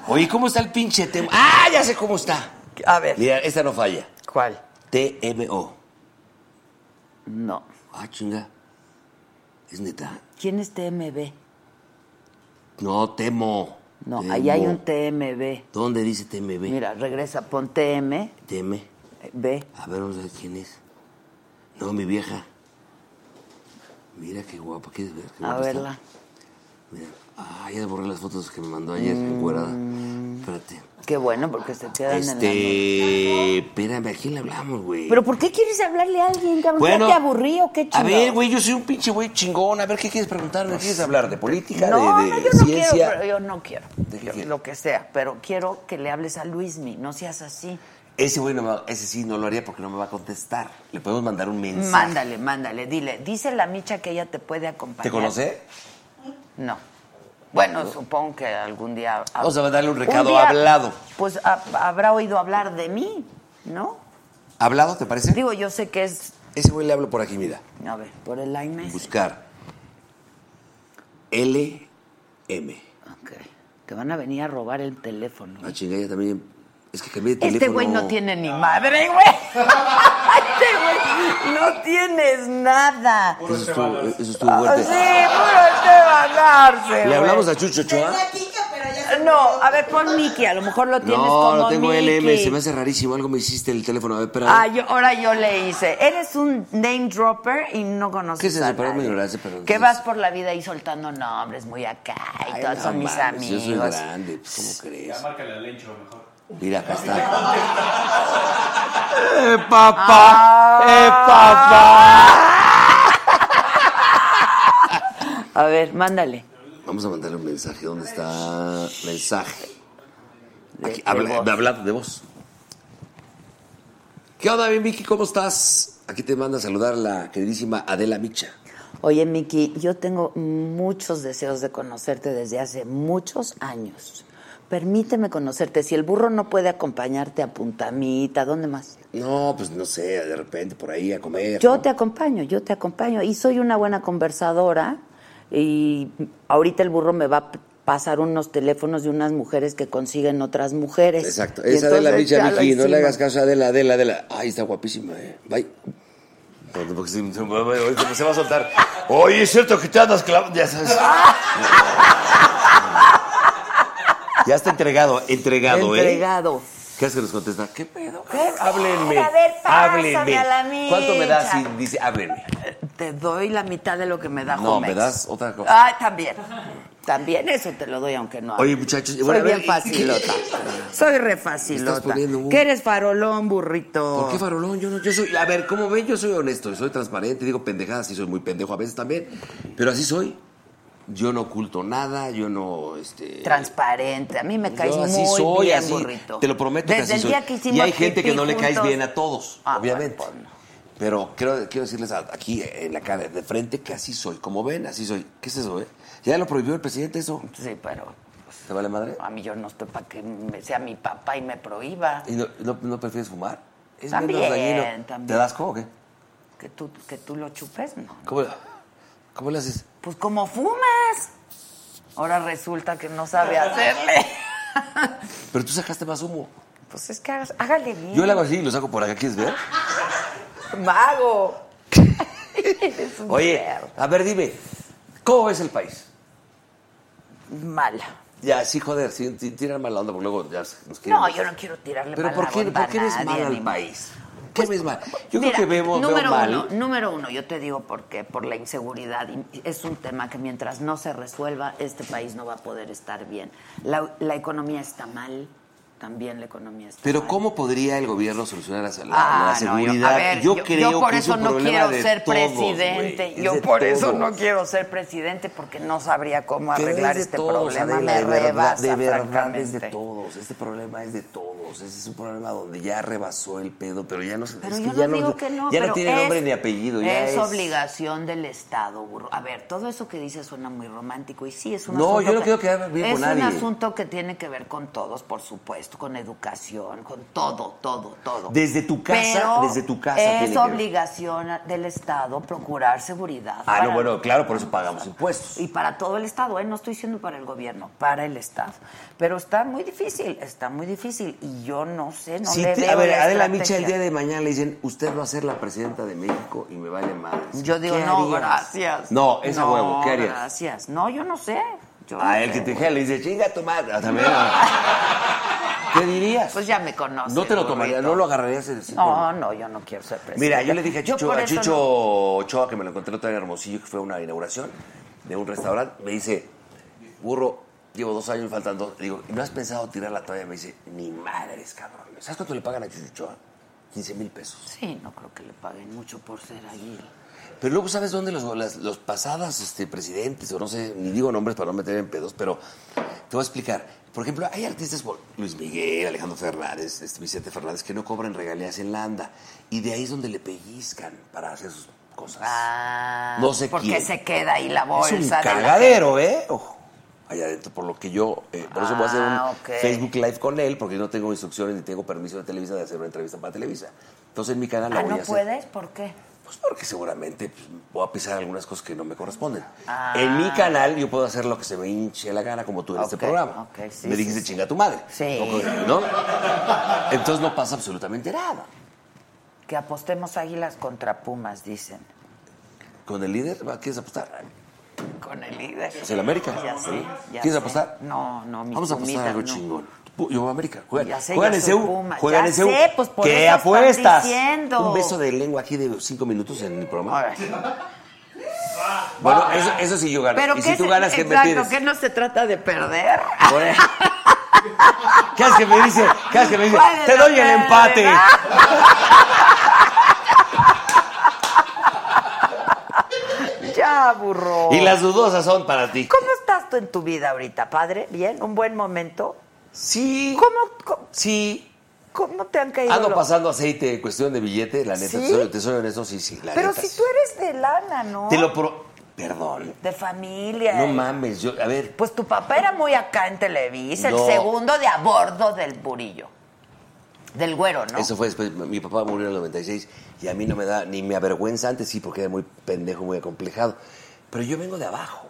Speaker 5: oye, ¿cómo está el pinche tema? ¡Ah, ya sé cómo está!
Speaker 1: A ver.
Speaker 5: Mira, esta no falla.
Speaker 1: ¿Cuál?
Speaker 5: TMO.
Speaker 1: No.
Speaker 5: Ah, chinga. ¿Es neta?
Speaker 1: ¿Quién es TMB?
Speaker 5: No, temo.
Speaker 1: No,
Speaker 5: Temo.
Speaker 1: ahí hay un TMB.
Speaker 5: ¿Dónde dice TMB?
Speaker 1: Mira, regresa, pon TMB.
Speaker 5: TM. A ver, vamos a ver quién es. No, mi vieja. Mira qué guapa, ¿quieres ver? Qué
Speaker 1: A
Speaker 5: guapa está.
Speaker 1: verla.
Speaker 5: Mira. Ah, ya borré las fotos que me mandó ayer, encuerada. Espérate.
Speaker 1: Qué bueno, porque se quedan Mm. en la noche.
Speaker 5: Este. Espérame, ¿a quién le hablamos, güey?
Speaker 1: ¿Pero por qué quieres hablarle a alguien, cabrón? ¿Ya te aburrí o qué
Speaker 5: A
Speaker 1: chingado?
Speaker 5: ver, güey, yo soy un pinche güey chingón. A ver, ¿qué quieres preguntarme? ¿Quieres hablar de política,
Speaker 1: No,
Speaker 5: de, de
Speaker 1: no, yo no
Speaker 5: ciencia?
Speaker 1: quiero, pero yo no quiero.
Speaker 5: ¿De qué
Speaker 1: Yo-
Speaker 5: quieres?
Speaker 1: Lo que sea, pero quiero que le hables a Luismi, no seas así.
Speaker 5: Ese güey, no me va- ese sí no lo haría porque no me va a contestar. Le podemos mandar un mensaje.
Speaker 1: Mándale, mándale, dile. Dice la Micha que ella te puede acompañar.
Speaker 5: ¿Te conoce?
Speaker 1: No. Bueno, supongo que algún día...
Speaker 5: Vamos a mandarle un recado hablado.
Speaker 1: Pues ha- habrá oído hablar de mí, ¿no?
Speaker 5: ¿Hablado, te parece?
Speaker 1: Digo, yo sé que es...
Speaker 5: Ese güey le hablo por aquí, mira.
Speaker 1: A ver, por el iMessage.
Speaker 5: Buscar. LM.
Speaker 1: Ok. Te van a venir a robar el teléfono.
Speaker 5: La chingada también. Es que cambié de teléfono. Ah.
Speaker 1: Este güey no tiene ni madre, güey. Este güey no tienes nada.
Speaker 5: Eso estuvo, eso estuvo
Speaker 1: Ah,
Speaker 5: fuerte.
Speaker 1: Sí, puro Esteban Arce.
Speaker 5: Le
Speaker 1: güey.
Speaker 5: hablamos a Chucho Ochoa.
Speaker 4: Tenía Kika, pero ya se
Speaker 1: No,
Speaker 4: murió.
Speaker 1: a ver, pon Miki, a lo mejor lo tienes
Speaker 5: No,
Speaker 1: como
Speaker 5: no tengo LM.
Speaker 1: Miki.
Speaker 5: Se me hace rarísimo. Algo me hiciste en el teléfono. A ver, espera.
Speaker 1: Ah, yo, ahora yo le hice. Eres un name dropper y no conoces
Speaker 5: ¿Qué es eso?
Speaker 1: a
Speaker 5: Perdón,
Speaker 1: nadie.
Speaker 5: mi ignorancia, pero-
Speaker 1: Que vas por la vida ahí soltando nombres muy acá y
Speaker 5: Ay,
Speaker 1: todos
Speaker 5: no
Speaker 1: son mis
Speaker 5: mames,
Speaker 1: amigos.
Speaker 5: Yo soy grande. pues, ¿Cómo crees?
Speaker 2: Ya márcale al Lencho mejor.
Speaker 5: Mira, acá está. ¡Eh, papá! ¡Eh,
Speaker 1: A ver, mándale.
Speaker 5: Vamos a mandarle un mensaje. ¿Dónde está? Mensaje.
Speaker 1: De-
Speaker 5: Aquí,
Speaker 1: de
Speaker 5: habla,
Speaker 1: voz.
Speaker 5: de hablar de voz. ¿Qué onda, mi Vicky? ¿Cómo estás? Aquí te manda a saludar la queridísima Adela Micha.
Speaker 1: Oye, Miki, yo tengo muchos deseos de conocerte desde hace muchos años, Permíteme conocerte. Si el burro no puede acompañarte a Puntamita, ¿dónde más?
Speaker 5: No, pues no sé, de repente por ahí a comer.
Speaker 1: Yo
Speaker 5: ¿no?
Speaker 1: te acompaño, yo te acompaño. Y soy una buena conversadora. Y ahorita el burro me va a p- pasar unos teléfonos de unas mujeres que consiguen otras mujeres.
Speaker 5: Exacto.
Speaker 1: Y
Speaker 5: Esa de la
Speaker 1: entonces
Speaker 5: bicha,
Speaker 1: ya lo
Speaker 5: Miki, no le
Speaker 1: hicimos.
Speaker 5: hagas caso a Adela, Adela, Adela. Ay, está guapísima, eh. Bye. Porque se, se- se- se va a soltar. Oye, es cierto que te andas clavando. Ya sabes. ya está entregado, entregado, ¿eh?
Speaker 1: Entregado.
Speaker 5: ¿Qué hace que nos contesta? ¿Qué pedo?
Speaker 1: ¿Qué?
Speaker 5: Háblenme.
Speaker 1: A ver, pásame
Speaker 5: háblenme.
Speaker 1: a la
Speaker 5: ¿Cuánto me das
Speaker 1: micha?
Speaker 5: si dice háblenme?
Speaker 1: Te doy la mitad de lo que me da
Speaker 5: No,
Speaker 1: Jumex.
Speaker 5: me das otra cosa.
Speaker 1: Ah, también. También eso te lo doy, aunque no.
Speaker 5: Oye, muchachos,
Speaker 1: Soy
Speaker 5: bueno, a ver,
Speaker 1: bien facilota. Soy re facilota.
Speaker 5: Estás poniendo un-
Speaker 1: Que eres farolón, burrito.
Speaker 5: ¿Por qué farolón? Yo no, yo soy, a ver, ¿cómo ven? Yo soy honesto, soy transparente, digo pendejadas, sí soy muy pendejo a veces también, pero así soy. Yo no oculto nada, yo no, este...
Speaker 1: Transparente. A mí me
Speaker 5: yo
Speaker 1: caes muy
Speaker 5: así soy,
Speaker 1: bien,
Speaker 5: así,
Speaker 1: burrito.
Speaker 5: Te lo prometo
Speaker 1: Desde
Speaker 5: que así
Speaker 1: el
Speaker 5: soy.
Speaker 1: día que hicimos
Speaker 5: y hay gente
Speaker 1: pipí
Speaker 5: que no le caes
Speaker 1: juntos.
Speaker 5: bien a todos,
Speaker 1: Ah,
Speaker 5: obviamente.
Speaker 1: bueno, pues no.
Speaker 5: Pero quiero, quiero decirles a- aquí en la cara, de frente, que así soy. Como ven, así soy. ¿Qué es eso, eh? ¿Ya lo prohibió el presidente eso?
Speaker 1: Sí, pero
Speaker 5: ¿Te vale madre?
Speaker 1: a mí yo no estoy para que me- sea mi papá y me prohíba.
Speaker 5: ¿Y no, no- no prefieres fumar? Es
Speaker 1: También,
Speaker 5: dañino.
Speaker 1: también.
Speaker 5: ¿Te das como o qué?
Speaker 1: Que tú, que tú lo chupes, no.
Speaker 5: ¿Cómo, ¿Cómo le haces?
Speaker 1: Pues como fumas. Ahora resulta que no sabe hacerle.
Speaker 5: Pero tú sacaste más humo.
Speaker 1: Pues es que hagas- hágale bien.
Speaker 5: Yo le hago así y lo saco por acá, ¿quieres ver?
Speaker 1: Mago. Eres un
Speaker 5: Oye,
Speaker 1: perro.
Speaker 5: a ver, dime, ¿cómo ves el país?
Speaker 1: Mala.
Speaker 5: Ya, sí, joder, sí, tí- tiran mala onda, porque luego ya se- nos quieren-
Speaker 1: No, yo no quiero tirarle
Speaker 5: Pero
Speaker 1: mala
Speaker 5: ¿por qué,
Speaker 1: onda
Speaker 5: ¿por qué
Speaker 1: a
Speaker 5: ves
Speaker 1: nadie,
Speaker 5: mal
Speaker 1: ni
Speaker 5: al
Speaker 1: más. Pues,
Speaker 5: país? ¿Qué ves mal? Yo
Speaker 1: Mira,
Speaker 5: creo que vemos, veo
Speaker 1: número
Speaker 5: mal.
Speaker 1: Uno, número uno, yo te digo por qué, por la inseguridad. Y Es un tema que mientras no se resuelva, este país no va a poder estar bien. La, la economía está mal, también la economía está
Speaker 5: Pero
Speaker 1: mal.
Speaker 5: ¿cómo podría el gobierno solucionar la, la-
Speaker 1: Ah,
Speaker 5: la
Speaker 1: no, yo-
Speaker 5: seguridad?
Speaker 1: a ver, yo, yo por
Speaker 5: que es
Speaker 1: eso
Speaker 5: un
Speaker 1: no
Speaker 5: problema
Speaker 1: quiero
Speaker 5: de
Speaker 1: ser
Speaker 5: todos,
Speaker 1: presidente.
Speaker 5: güey, es
Speaker 1: Yo
Speaker 5: de
Speaker 1: por eso
Speaker 5: todos.
Speaker 1: no quiero ser presidente porque no sabría cómo
Speaker 5: Pero
Speaker 1: arreglar
Speaker 5: es de
Speaker 1: este
Speaker 5: todos,
Speaker 1: problema.
Speaker 5: Adela,
Speaker 1: Me
Speaker 5: de verdad,
Speaker 1: rebasa,
Speaker 5: de verdad
Speaker 1: francamente.
Speaker 5: es de todos. Este problema es de todos. Ese es un problema donde ya rebasó el pedo, pero ya no se
Speaker 1: Pero
Speaker 5: es
Speaker 1: yo
Speaker 5: que
Speaker 1: no
Speaker 5: ya
Speaker 1: digo que no.
Speaker 5: Ya
Speaker 1: pero
Speaker 5: no tiene
Speaker 1: es-
Speaker 5: nombre ni apellido. Ya
Speaker 1: es, obligación del Estado, burro. A ver, todo eso que dices suena muy romántico y sí, es un
Speaker 5: No,
Speaker 1: asunto.
Speaker 5: yo no
Speaker 1: que-
Speaker 5: quiero quedar bien
Speaker 1: Es
Speaker 5: con
Speaker 1: un
Speaker 5: nadie.
Speaker 1: asunto que tiene que ver con todos, por supuesto, con educación, con todo, todo, todo.
Speaker 5: Desde tu casa,
Speaker 1: Pero
Speaker 5: desde tu casa tiene
Speaker 1: Es
Speaker 5: que ver.
Speaker 1: obligación del Estado procurar seguridad.
Speaker 5: Ah,
Speaker 1: para-
Speaker 5: no, bueno, claro, por eso pagamos impuestos.
Speaker 1: y para todo el Estado, ¿eh? no estoy diciendo para el gobierno, para el Estado. Pero está muy difícil, está muy difícil. Y yo no sé, no
Speaker 5: Si
Speaker 1: le
Speaker 5: te-
Speaker 1: veo
Speaker 5: a ver,
Speaker 1: la
Speaker 5: Adela Micha,
Speaker 1: estrategia.
Speaker 5: el día de mañana le dicen, usted va a ser la presidenta de México y me vale madres.
Speaker 1: Yo digo,
Speaker 5: ¿Qué
Speaker 1: no,
Speaker 5: harías?
Speaker 1: gracias.
Speaker 5: No, es a
Speaker 1: No,
Speaker 5: huevo, ¿qué harías?
Speaker 1: gracias. No, yo no sé. Yo no
Speaker 5: A él
Speaker 1: sé.
Speaker 5: que te dijera, le dice, chinga tu madre. Ah, también, ah. ¿Qué dirías?
Speaker 1: Pues ya me conoces.
Speaker 5: no te lo
Speaker 1: burrito.
Speaker 5: tomarías, no lo agarrarías en el cinturón.
Speaker 1: No, no, yo no quiero ser presidente.
Speaker 5: Mira, yo le dije a
Speaker 1: Yo
Speaker 5: Chicho,
Speaker 1: por
Speaker 5: a
Speaker 1: eso
Speaker 5: Chicho
Speaker 1: no-
Speaker 5: Ochoa, que me lo encontré otra vez en Hermosillo, que fue a una inauguración de un restaurante, me dice, burro, llevo dos años faltando. Le digo, ¿y no has pensado tirar la toalla? Me dice, ni madres, cabrón. ¿Sabes cuánto le pagan a Chicho Ochoa? 15 mil pesos.
Speaker 1: Sí, no creo que le paguen mucho por ser allí.
Speaker 5: Pero luego, ¿sabes dónde los, las- los pasadas este, presidentes, o no sé, ni digo nombres para no meter en pedos, pero te voy a explicar. Por ejemplo, hay artistas como Luis Miguel, Alejandro Fernández, este, Vicente Fernández, que no cobran regalías en la ANDA. Y de ahí es donde le pellizcan para hacer sus cosas.
Speaker 1: Ah,
Speaker 5: No sé
Speaker 1: Porque
Speaker 5: quién.
Speaker 1: se queda ahí la
Speaker 5: es
Speaker 1: bolsa.
Speaker 5: un
Speaker 1: de la
Speaker 5: cagadero, ¿eh? Ojo. Allá adentro, por lo que yo, eh, por eso voy a hacer un
Speaker 1: Ah, ok.
Speaker 5: Facebook Live con él, porque no tengo instrucciones ni tengo permiso de Televisa de hacer una entrevista para Televisa. Entonces en mi canal la
Speaker 1: Ah,
Speaker 5: voy
Speaker 1: ¿no
Speaker 5: a hacer.
Speaker 1: puedes? ¿Por qué?
Speaker 5: Pues porque seguramente pues, voy a pisar algunas cosas que no me corresponden.
Speaker 1: Ah.
Speaker 5: En mi canal yo puedo hacer lo que se me hinche la gana, como tú en este
Speaker 1: Ok,
Speaker 5: programa.
Speaker 1: ok, sí,
Speaker 5: me
Speaker 1: sí,
Speaker 5: dijiste
Speaker 1: sí.
Speaker 5: chinga tu madre.
Speaker 1: Sí.
Speaker 5: Ok, ¿No? Entonces no pasa absolutamente nada.
Speaker 1: Que apostemos águilas contra pumas, dicen.
Speaker 5: Con el líder, ¿va? ¿quieres apostar?
Speaker 1: Con el líder.
Speaker 5: Es el América.
Speaker 1: Ya sé, ya
Speaker 5: ¿Quieres
Speaker 1: sé.
Speaker 5: apostar?
Speaker 1: No, no, mis
Speaker 5: Vamos a apostar
Speaker 1: pumitas,
Speaker 5: algo
Speaker 1: Ah, no.
Speaker 5: chingón. Pu- Yo voy a América. Juegan,
Speaker 1: Ya sé,
Speaker 5: juegan
Speaker 1: yo
Speaker 5: en
Speaker 1: soy
Speaker 5: CEU.
Speaker 1: Puma.
Speaker 5: Juegan
Speaker 1: Ya
Speaker 5: en CEU.
Speaker 1: sé, pues, por
Speaker 5: ¿Qué
Speaker 1: eso están
Speaker 5: apuestas?
Speaker 1: diciendo.
Speaker 5: Un beso de lengua aquí de cinco minutos en el programa.
Speaker 1: Ahora.
Speaker 5: Bueno, eso, eso sí yo gano.
Speaker 1: Pero
Speaker 5: y
Speaker 1: que
Speaker 5: si tú ganas, ¿qué me
Speaker 1: exacto,
Speaker 5: tienes?
Speaker 1: que no se trata de perder.
Speaker 5: Por eso. ¿Qué haces que me dice? ¿Qué haces que me dice?
Speaker 1: Vale,
Speaker 5: Te
Speaker 1: la
Speaker 5: doy el
Speaker 1: pena,
Speaker 5: empate.
Speaker 1: ¿verdad? Ya, burro.
Speaker 5: Y las dudosas son para ti.
Speaker 1: ¿Cómo estás tú en tu vida ahorita, padre? ¿Bien? ¿Un buen momento?
Speaker 5: Sí.
Speaker 1: ¿Cómo, cómo,
Speaker 5: Sí.
Speaker 1: cómo te han caído
Speaker 5: Ando
Speaker 1: los-
Speaker 5: pasando aceite en cuestión de billete, la neta.
Speaker 1: ¿Sí?
Speaker 5: Te, soy, te soy honesto, sí, sí. La
Speaker 1: Pero
Speaker 5: neta,
Speaker 1: si
Speaker 5: sí.
Speaker 1: tú eres de lana, ¿no?
Speaker 5: Te lo pro... Perdón.
Speaker 1: De familia.
Speaker 5: No
Speaker 1: eh.
Speaker 5: mames, yo, a ver,
Speaker 1: Pues tu papá era muy acá en Televisa,
Speaker 5: No.
Speaker 1: el segundo de a bordo del burillo. Del güero, ¿no?
Speaker 5: Eso fue después. Mi papá murió en el 96 y a mí no me da ni me avergüenza antes, sí, porque era muy pendejo, muy acomplejado. Pero yo vengo de abajo.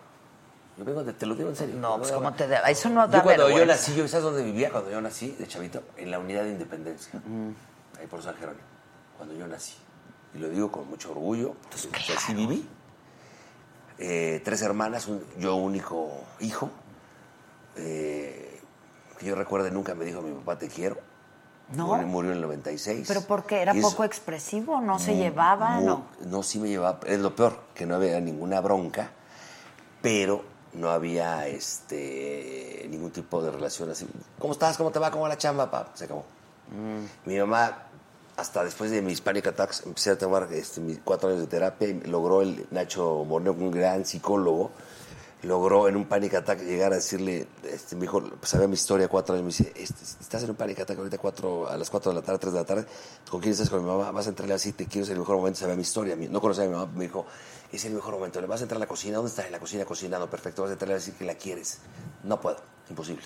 Speaker 5: Yo vengo de, te lo digo en serio.
Speaker 1: No, pues
Speaker 5: Yo vengo
Speaker 1: cómo
Speaker 5: de
Speaker 1: te
Speaker 5: abajo.
Speaker 1: da. Eso no da
Speaker 5: Yo cuando yo
Speaker 1: vergüenza.
Speaker 5: nací, yo, ¿sabes dónde vivía cuando yo nací, de chavito? En la unidad de independencia. Ahí por San Jerónimo. Cuando yo nací. Y lo digo con mucho orgullo. Entonces,
Speaker 1: Pues
Speaker 5: así viví. Eh, tres hermanas, un- yo único hijo. Eh, que yo recuerde, nunca me dijo mi papá te quiero.
Speaker 1: No.
Speaker 5: Murió, murió en el 96.
Speaker 1: Pero porque era
Speaker 5: Y eso-
Speaker 1: poco expresivo, no se llevaba,
Speaker 5: mu-
Speaker 1: ¿no?
Speaker 5: Mm, No, sí me llevaba. Es lo peor, que no había ninguna bronca, pero no había este ningún tipo de relación así. ¿Cómo estás? ¿Cómo te va? ¿Cómo va la chamba, papá? Se acabó. Mi mamá, hasta después de mis panic attacks, empecé a tomar este, mis cuatro años de terapia y logró el Nacho Morneo, un gran psicólogo, logró en un panic attack llegar a decirle, este, me dijo, pues, sabía mi historia cuatro años, me dice, este, estás en un panic attack ahorita cuatro, a las cuatro de la tarde, tres de la tarde, ¿con quién estás? Con mi mamá, vas a entrarle así, te quiero, es el mejor momento, sabía mi historia, mi- no conocía a mi mamá, me dijo, es el mejor momento, le vas a entrar a la cocina, ¿dónde estás? En la cocina cocinando, perfecto, vas a entrarle a decir que la quieres, no puedo, imposible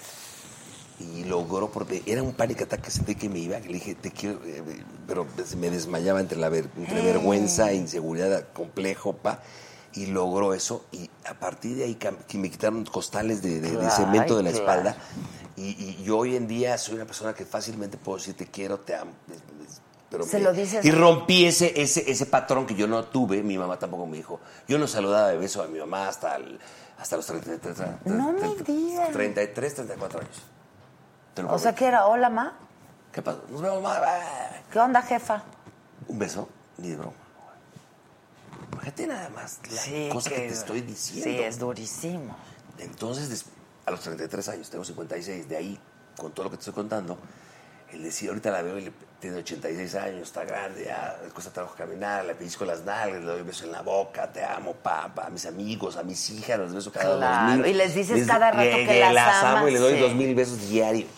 Speaker 5: y logró porque era un pánico ataque que sentí que me iba que le dije te quiero eh, eh, pero pues, me desmayaba entre la ver-
Speaker 1: Mm.
Speaker 5: entre vergüenza inseguridad complejo pa y logró eso y a partir de ahí cam- que me quitaron costales de, de- de
Speaker 1: Claro,
Speaker 5: cemento de la
Speaker 1: claro.
Speaker 5: espalda y, y yo hoy en día soy una persona que fácilmente puedo decir te quiero te amo es- es- pero
Speaker 1: Se
Speaker 5: me-
Speaker 1: lo dices-
Speaker 5: y rompí ese, ese ese patrón que yo no tuve mi mamá tampoco me dijo yo no saludaba de beso a mi mamá hasta el- hasta los 33
Speaker 1: No me digas.
Speaker 5: 33 34 años te lo
Speaker 1: O sea
Speaker 5: prometo.
Speaker 1: que era, hola, ma.
Speaker 5: ¿Qué pasó? Nos vemos más.
Speaker 1: ¿Qué onda, jefa?
Speaker 5: Un beso, ni de broma. Fíjate nada más la
Speaker 1: Sí,
Speaker 5: cosa que,
Speaker 1: que-
Speaker 5: te estoy diciendo.
Speaker 1: Sí, es durísimo.
Speaker 5: Entonces, des- a los 33 años, tengo 56, de ahí, con todo lo que te estoy contando, el decir, ahorita la veo y le- tiene 86 años, está grande, ya le cuesta trabajo caminar, le pellizco las nalgas, le doy un beso en la boca, te amo, papá, a mis amigos, a mis hijas, les beso cada
Speaker 1: Claro,
Speaker 5: dos mil.
Speaker 1: y les dices cada rato que las
Speaker 5: amo y les doy
Speaker 1: amas, sí.
Speaker 5: dos mil besos diarios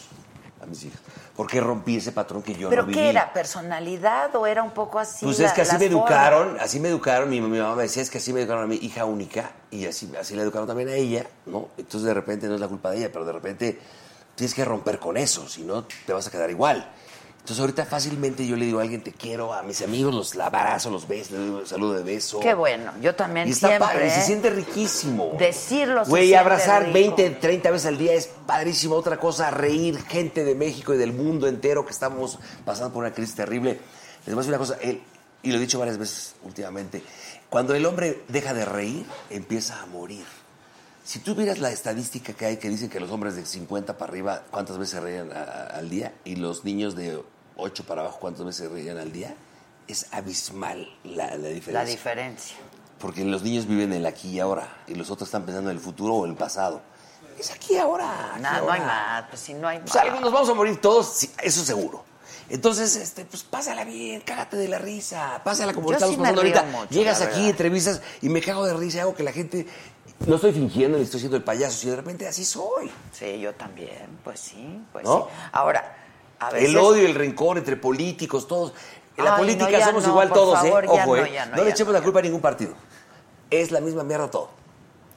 Speaker 5: a mis hijas. Porque rompí ese patrón que yo
Speaker 1: ¿Pero
Speaker 5: no viví.
Speaker 1: qué era? ¿Personalidad o era un poco así?
Speaker 5: Pues
Speaker 1: la-
Speaker 5: es que así
Speaker 1: las
Speaker 5: me
Speaker 1: formas?
Speaker 5: educaron, así me educaron, mi, mi mamá me decía, es que así me educaron a mi hija única y así, así la educaron también a ella, ¿no? Entonces de repente no es la culpa de ella, pero de repente tienes que romper con eso, si no te vas a quedar igual. Entonces ahorita fácilmente yo le digo a alguien, te quiero, a mis amigos los abrazo, los beso, les doy un saludo de beso.
Speaker 1: Qué bueno, yo también
Speaker 5: Y está
Speaker 1: siempre.
Speaker 5: padre, y se
Speaker 1: ¿eh?
Speaker 5: siente riquísimo.
Speaker 1: Decirlo se
Speaker 5: Güey,
Speaker 1: siente
Speaker 5: abrazar
Speaker 1: rico.
Speaker 5: 20, 30 veces al día es padrísimo. Otra cosa, reír gente de México y del mundo entero que estamos pasando por una crisis terrible. Les voy a decir una cosa, él, y lo he dicho varias veces últimamente, cuando el hombre deja de reír, empieza a morir. Si tú vieras la estadística que hay que dicen que los hombres de 50 para arriba, ¿cuántas veces se reían a- a- al día? Y los niños de 8 para abajo, ¿cuántas veces se reían al día? Es abismal la, la diferencia.
Speaker 1: La diferencia.
Speaker 5: Porque los niños viven el aquí y ahora y los otros están pensando en el futuro o el pasado. Es aquí y ahora. aquí y
Speaker 1: Nada, no
Speaker 5: ahora.
Speaker 1: hay más, pues si no hay más.
Speaker 5: Pues algo nos vamos a morir todos, sí, eso seguro. Entonces, este, pues pásala bien, cágate de la risa, pásala como
Speaker 1: Yo
Speaker 5: estamos
Speaker 1: sí me
Speaker 5: pasando
Speaker 1: río
Speaker 5: ahorita.
Speaker 1: mucho,
Speaker 5: Llegas
Speaker 1: la
Speaker 5: aquí,
Speaker 1: verdad.
Speaker 5: entrevistas y me cago de risa, hago que la gente. No estoy fingiendo ni estoy siendo el payaso, si de repente así soy.
Speaker 1: Sí, yo también, pues sí, pues
Speaker 5: ¿No?
Speaker 1: sí. Ahora, a veces...
Speaker 5: El odio, el rencor entre políticos, todos. En la
Speaker 1: Ay,
Speaker 5: política
Speaker 1: no, ya
Speaker 5: somos
Speaker 1: no,
Speaker 5: igual
Speaker 1: por
Speaker 5: todos,
Speaker 1: favor,
Speaker 5: ¿eh?
Speaker 1: ya
Speaker 5: Ojo,
Speaker 1: no,
Speaker 5: ¿eh?
Speaker 1: ya no,
Speaker 5: no le
Speaker 1: ya
Speaker 5: echemos
Speaker 1: no,
Speaker 5: la culpa a ningún partido. Es la misma mierda todo.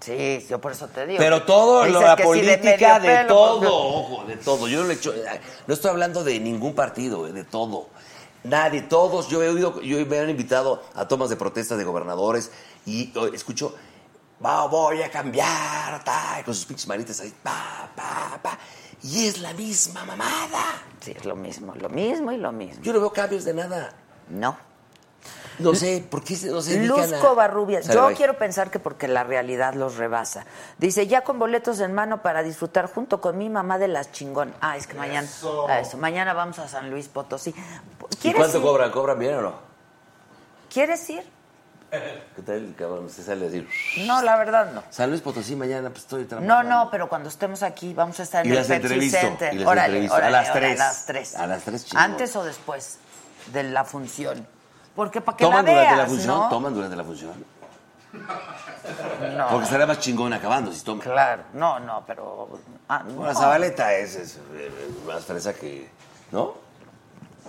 Speaker 1: Sí, yo por eso te digo.
Speaker 5: Pero todo,
Speaker 1: Dices
Speaker 5: lo- la
Speaker 1: que sí, de
Speaker 5: política, de,
Speaker 1: medio pelo,
Speaker 5: todo,
Speaker 1: pues,
Speaker 5: ojo, de todo. Yo no le echo- ah, no estoy hablando de ningún partido, eh, de todo. Nadie, todos. Yo he oído, yo me han invitado a tomas de protestas de gobernadores y o, escucho, "Va, voy a cambiar, ta", con sus pinches manitas ahí, pa, pa, pa. Y es la misma mamada.
Speaker 1: Sí, es lo mismo, lo mismo y lo mismo.
Speaker 5: Yo no veo cambios de nada.
Speaker 1: No.
Speaker 5: No sé, ¿por qué se- no se dedican
Speaker 1: Luz
Speaker 5: a-
Speaker 1: Covarrubias,
Speaker 5: Sale,
Speaker 1: yo
Speaker 5: bye.
Speaker 1: quiero pensar que porque la realidad los rebasa. Dice, ya con boletos en mano para disfrutar junto con mi mamá de las chingón. Ah, es que mañana, ah, eso, mañana vamos a San Luis Potosí.
Speaker 5: ¿Y
Speaker 1: ¿Quieres
Speaker 5: cuánto
Speaker 1: ir?
Speaker 5: cobran? ¿Cobran bien o no?
Speaker 1: ¿Quieres ir?
Speaker 5: ¿Qué tal, cabrón? Se sale así.
Speaker 1: No, la verdad no.
Speaker 5: San Luis Potosí mañana, pues estoy
Speaker 1: No,
Speaker 5: trabajando.
Speaker 1: no, pero cuando estemos aquí vamos a estar en
Speaker 5: Y
Speaker 1: el
Speaker 5: las
Speaker 1: Pepsi
Speaker 5: entrevisto,
Speaker 1: Center.
Speaker 5: y las entrevisto. A las tres.
Speaker 1: A las 3.
Speaker 5: A las tres, chingón.
Speaker 1: Antes o después de la función. Porque para que
Speaker 5: ¿Toman
Speaker 1: la
Speaker 5: durante
Speaker 1: veas,
Speaker 5: la función?
Speaker 1: ¿no?
Speaker 5: ¿Toman durante la función?
Speaker 1: No,
Speaker 5: Porque será más chingón acabando si toman.
Speaker 1: Claro, no, no, pero... ah,
Speaker 5: Bueno, la
Speaker 1: no.
Speaker 5: Zabaleta es, es, eh, más fresa que... ¿No?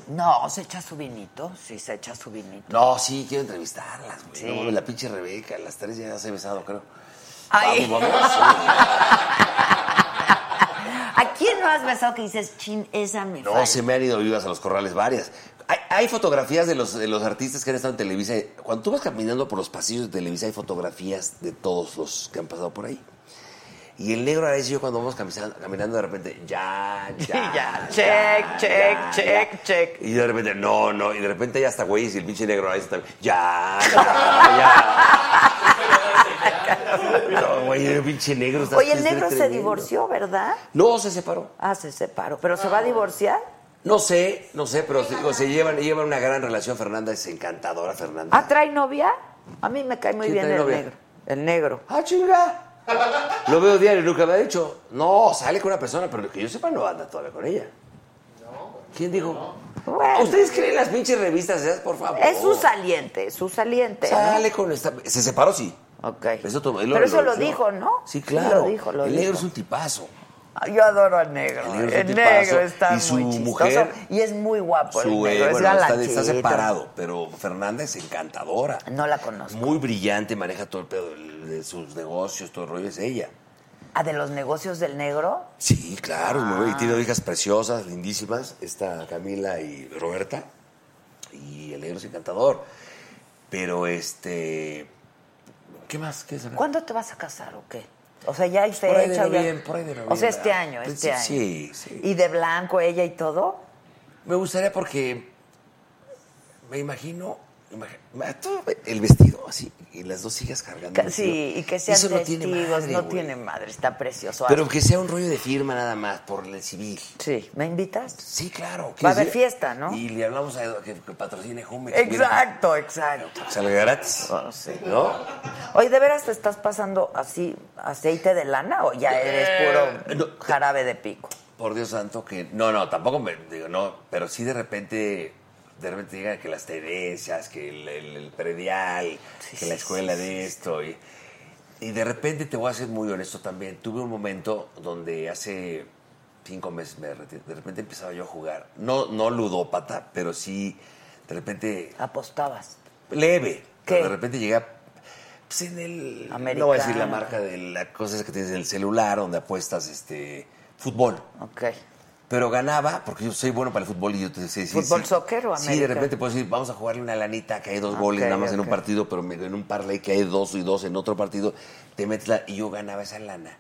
Speaker 1: No, se echa su vinito, sí, se echa su vinito.
Speaker 5: No, sí, quiero entrevistarlas, güey.
Speaker 1: Sí.
Speaker 5: No, mames, la pinche Rebeca, las tres ya se he besado, creo.
Speaker 1: Ay.
Speaker 5: Vamos, vamos.
Speaker 1: ¿A quién no has besado que dices, chin, esa me
Speaker 5: No,
Speaker 1: falta"?
Speaker 5: se me han ido vivas a los corrales varias. Hay, hay fotografías de los, de los artistas que han estado en Televisa. Cuando tú vas caminando por los pasillos de Televisa, hay fotografías de todos los que han pasado por ahí. Y el negro Araiz y yo cuando vamos caminando, caminando de repente, ya, ya,
Speaker 1: Ya,
Speaker 5: ya,
Speaker 1: check, check,
Speaker 5: ya,
Speaker 1: check,
Speaker 5: ya.
Speaker 1: check.
Speaker 5: Y de repente, no, no, y de repente ya hasta güey, y el pinche negro Araiz también, ya, ya, ya. No, güey, el pinche negro está
Speaker 1: Oye, el negro se
Speaker 5: tremendo.
Speaker 1: divorció, ¿verdad?
Speaker 5: No, se separó.
Speaker 1: Ah, se separó. ¿Pero se va a divorciar?
Speaker 5: No sé, no sé, pero se- digo, se llevan, llevan una gran relación. Fernanda es encantadora, Fernanda.
Speaker 1: ¿Ah, trae novia? A mí me cae muy
Speaker 5: ¿Quién
Speaker 1: bien el
Speaker 5: trae novia?
Speaker 1: negro. El negro.
Speaker 5: ¡Ah, chinga! Lo veo diario, nunca me ha dicho. No, sale con una persona, pero que yo sepa no anda todavía con ella. ¿Quién dijo?
Speaker 1: Bueno.
Speaker 5: ¿Ustedes creen las pinches revistas esas, por favor?
Speaker 1: Es su saliente, es su saliente. ¿no?
Speaker 5: Sale con esta... Se separó, sí.
Speaker 1: Ok.
Speaker 5: Eso todo- él
Speaker 1: Pero eso lo
Speaker 5: anunció.
Speaker 1: dijo, ¿no?
Speaker 5: Sí,
Speaker 1: Sí,
Speaker 5: claro.
Speaker 1: lo dijo, lo
Speaker 5: el negro
Speaker 1: dijo.
Speaker 5: es un tipazo.
Speaker 1: Ah, Yo adoro al negro.
Speaker 5: El negro
Speaker 1: El,
Speaker 5: es un
Speaker 1: negro
Speaker 5: tipazo.
Speaker 1: está
Speaker 5: Y su
Speaker 1: muy chistoso.
Speaker 5: mujer-
Speaker 1: y es muy guapo Pues el
Speaker 5: Su, eh,
Speaker 1: negro. es
Speaker 5: bueno, está,
Speaker 1: galanchito.
Speaker 5: está separado, pero Fernanda es encantadora.
Speaker 1: No la conozco.
Speaker 5: Muy brillante, maneja todo el pedo del- de sus negocios, todo el rollo, es ella.
Speaker 1: ¿Ah, de los negocios del negro?
Speaker 5: Sí, claro, es muy buena. y tiene hijas preciosas, lindísimas, esta Camila y Roberta, y el negro es encantador. Pero este... ¿Qué más? ¿Qué es
Speaker 1: ¿Cuándo te vas a casar o qué? O sea, ya hay
Speaker 5: Por ahí de
Speaker 1: fecha. ya-
Speaker 5: noviembre, por ahí de
Speaker 1: O sea,
Speaker 5: noviembre.
Speaker 1: este año,
Speaker 5: Pues
Speaker 1: este año.
Speaker 5: sí, sí.
Speaker 1: ¿Y de blanco ella y todo?
Speaker 5: Me gustaría porque me imagino imagi- ma- todo el vestido así y las dos hijas cargando. el
Speaker 1: Ca- Sí,
Speaker 5: vestido.
Speaker 1: y que sean
Speaker 5: Eso no
Speaker 1: testigos,
Speaker 5: tiene madre,
Speaker 1: no
Speaker 5: güey.
Speaker 1: tiene madre, está precioso.
Speaker 5: Pero que sea un rollo de firma nada más por el civil.
Speaker 1: Sí, ¿me invitas?
Speaker 5: Sí, claro.
Speaker 1: Va a
Speaker 5: ¿qué
Speaker 1: haber
Speaker 5: es?
Speaker 1: fiesta, ¿no?
Speaker 5: Y le hablamos a Edu que, que patrocine Jumex.
Speaker 1: Exacto, exacto.
Speaker 5: Mira, Salga gratis.
Speaker 1: Ah, sí.
Speaker 5: ¿No?
Speaker 1: Oye, ¿de veras te estás pasando así aceite de lana o ya eres puro
Speaker 5: Eh, no.
Speaker 1: jarabe de pico?
Speaker 5: Por Dios santo que... No, no, tampoco me... Digo, no, pero sí de repente... De repente digan que las tenencias, que el, el- el predial,
Speaker 1: Sí,
Speaker 5: que
Speaker 1: sí,
Speaker 5: la escuela de esto. Y, y de repente te voy a ser muy honesto también. Tuve un momento donde hace cinco meses me retiré. De repente empezaba yo a jugar. No, no ludópata, pero sí de repente
Speaker 1: Apostabas.
Speaker 5: leve.
Speaker 1: ¿Qué?
Speaker 5: Pero De repente llega pues, en el no voy a decir la
Speaker 1: Americano.
Speaker 5: marca de las cosas que tienes en el celular donde apuestas este fútbol.
Speaker 1: Ok.
Speaker 5: Pero ganaba, porque yo soy bueno para el fútbol y yo te sé sí,
Speaker 1: ¿Fútbol,
Speaker 5: sí.
Speaker 1: soccer o
Speaker 5: Sí, de
Speaker 1: América? Ah,
Speaker 5: repente puedes decir, vamos a jugarle una lanita que hay dos goles
Speaker 1: Ok,
Speaker 5: nada más en un
Speaker 1: ok.
Speaker 5: partido, pero me- en un parlay que hay dos y dos en otro partido, te metes la... Y yo ganaba esa lana.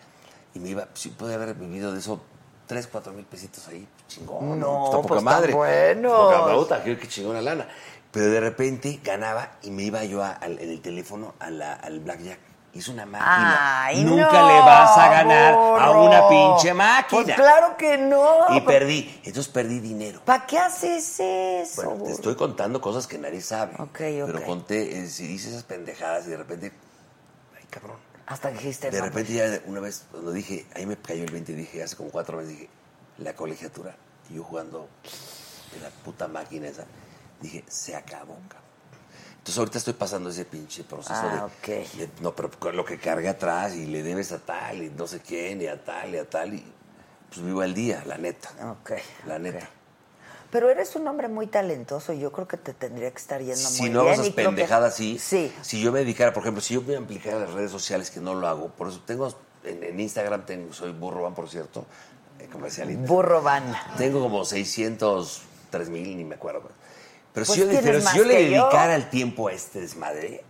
Speaker 5: Y me iba, sí, podía haber vivido de eso tres, cuatro mil pesitos ahí. Chingón.
Speaker 1: No,
Speaker 5: está poca
Speaker 1: pues, están
Speaker 5: madre.
Speaker 1: buenos.
Speaker 5: Poca madota, qué, qué chingona lana. Pero de repente ganaba y me iba yo a- al- en el teléfono a la- al blackjack. Hice una máquina.
Speaker 1: Ay,
Speaker 5: Nunca
Speaker 1: no,
Speaker 5: le vas a ganar a
Speaker 1: burro.
Speaker 5: una pinche máquina.
Speaker 1: Pues claro que no.
Speaker 5: Y perdí. Entonces perdí dinero.
Speaker 1: ¿Para qué haces eso?
Speaker 5: Bueno, te
Speaker 1: burro?
Speaker 5: estoy contando cosas que nadie sabe.
Speaker 1: Ok, ok.
Speaker 5: Pero conté, eh, si dices esas pendejadas y de repente. Ay, cabrón.
Speaker 1: Hasta que dijiste.
Speaker 5: De
Speaker 1: no,
Speaker 5: repente ya una vez, cuando dije, ahí me cayó el 20, dije, hace como cuatro meses, dije, la colegiatura, y yo jugando en la puta máquina esa, dije, se acabó, cabrón. Entonces ahorita estoy pasando ese pinche proceso
Speaker 1: Ah,
Speaker 5: de,
Speaker 1: ok.
Speaker 5: de- no, pero con lo que cargué atrás y le debes a tal y no sé quién y a tal y a tal y pues vivo al día, la neta.
Speaker 1: Ok,
Speaker 5: La
Speaker 1: ok.
Speaker 5: neta.
Speaker 1: Pero eres un hombre muy talentoso y yo creo que te tendría que estar yendo
Speaker 5: si
Speaker 1: muy
Speaker 5: no hago
Speaker 1: bien.
Speaker 5: esas
Speaker 1: y creo que-
Speaker 5: pendejadas, sí.
Speaker 1: Sí.
Speaker 5: Si yo me dedicara, por ejemplo, si yo me aplicara a las redes sociales, que no lo hago, por eso tengo, en, en Instagram tengo, soy burro van, por cierto, eh, comercialista.
Speaker 1: Burro van.
Speaker 5: tengo como 603 mil, ni me acuerdo.
Speaker 1: Pues
Speaker 5: Pero si yo, de-
Speaker 1: tienes
Speaker 5: pero si
Speaker 1: más
Speaker 5: yo le
Speaker 1: que yo.
Speaker 5: dedicara el tiempo a este desmadre,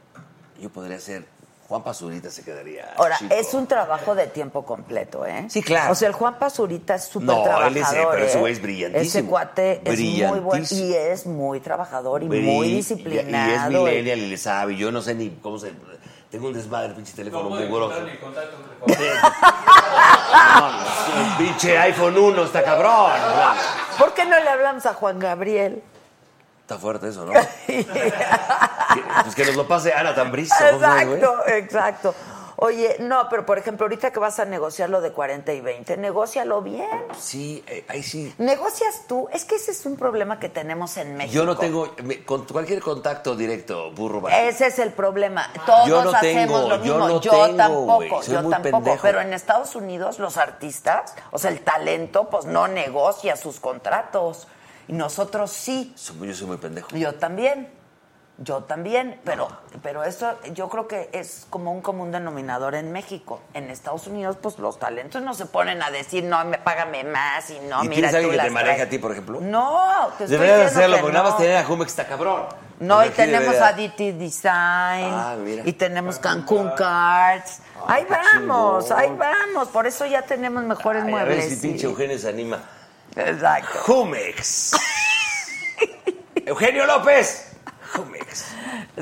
Speaker 5: yo podría ser, Juan Pazurita se quedaría
Speaker 1: Ahora,
Speaker 5: chico.
Speaker 1: es un trabajo de tiempo completo, ¿eh?
Speaker 5: Sí, claro.
Speaker 1: O sea, el Juan Pazurita es súper
Speaker 5: No,
Speaker 1: trabajador.
Speaker 5: él es- eh, pero ese
Speaker 1: ¿eh?
Speaker 5: güey es brillantísimo.
Speaker 1: Ese cuate es muy bueno
Speaker 5: Brillantísimo.
Speaker 1: y es muy trabajador y
Speaker 5: Bri-
Speaker 1: muy
Speaker 5: y-
Speaker 1: disciplinado.
Speaker 5: Y, es millennial y le sabe, yo no sé ni cómo se... Tengo un desmadre, pinche teléfono
Speaker 2: No
Speaker 5: muy
Speaker 2: puedo
Speaker 5: grosso.
Speaker 2: encontrar mi contacto, por favor.
Speaker 5: No, Pinche iPhone 1, está cabrón. no.
Speaker 1: ¿Por qué no le hablamos a Juan Gabriel?
Speaker 5: Está fuerte eso, ¿no? pues que nos lo pase Ana Tambrizo. ¿cómo se llama, güey?
Speaker 1: Exacto, exacto. Oye, no, pero por ejemplo, ahorita que vas a negociar lo de 40 y 20, negócialo bien.
Speaker 5: Sí, eh, ahí sí.
Speaker 1: ¿Negocias tú? Es que ese es un problema que tenemos en México.
Speaker 5: Yo no tengo... me- con cualquier contacto directo, burro. va.
Speaker 1: Ese es el problema. Todos
Speaker 5: Yo no
Speaker 1: hacemos
Speaker 5: tengo,
Speaker 1: lo
Speaker 5: yo
Speaker 1: mismo.
Speaker 5: no
Speaker 1: Yo
Speaker 5: tengo,
Speaker 1: tampoco,
Speaker 5: güey. Soy
Speaker 1: yo
Speaker 5: muy
Speaker 1: tampoco.
Speaker 5: pendejo.
Speaker 1: Pero en Estados Unidos los artistas, o sea, el talento, pues no negocia sus contratos. Y nosotros sí.
Speaker 5: Soy- Yo soy muy pendejo.
Speaker 1: Yo también. Yo también. Pero, pero eso yo creo que es como un común denominador en México. En Estados Unidos, pues los talentos no se ponen a decir, no, me, págame más y no,
Speaker 5: ¿Y
Speaker 1: mira.
Speaker 5: tienes
Speaker 1: tú
Speaker 5: alguien que
Speaker 1: las
Speaker 5: te maneje
Speaker 1: traes".
Speaker 5: a ti, por ejemplo?
Speaker 1: No, te estoy
Speaker 5: Deberías
Speaker 1: diciendo
Speaker 5: hacerlo,
Speaker 1: que
Speaker 5: porque nada más
Speaker 1: no.
Speaker 5: tener a Jumex está cabrón.
Speaker 1: No, y
Speaker 5: Porque aquí
Speaker 1: tenemos
Speaker 5: debería-
Speaker 1: a DT Design.
Speaker 5: Ah, mira.
Speaker 1: Y tenemos Cancún Cards. ahí
Speaker 5: qué
Speaker 1: vamos,
Speaker 5: chingón. Ah,
Speaker 1: ahí vamos. Por eso ya tenemos mejores
Speaker 5: Ay, a
Speaker 1: muebles.
Speaker 5: ver si
Speaker 1: sí.
Speaker 5: pinche Eugenio se anima.
Speaker 1: Exacto.
Speaker 5: Jumex. Eugenio López. Jumex.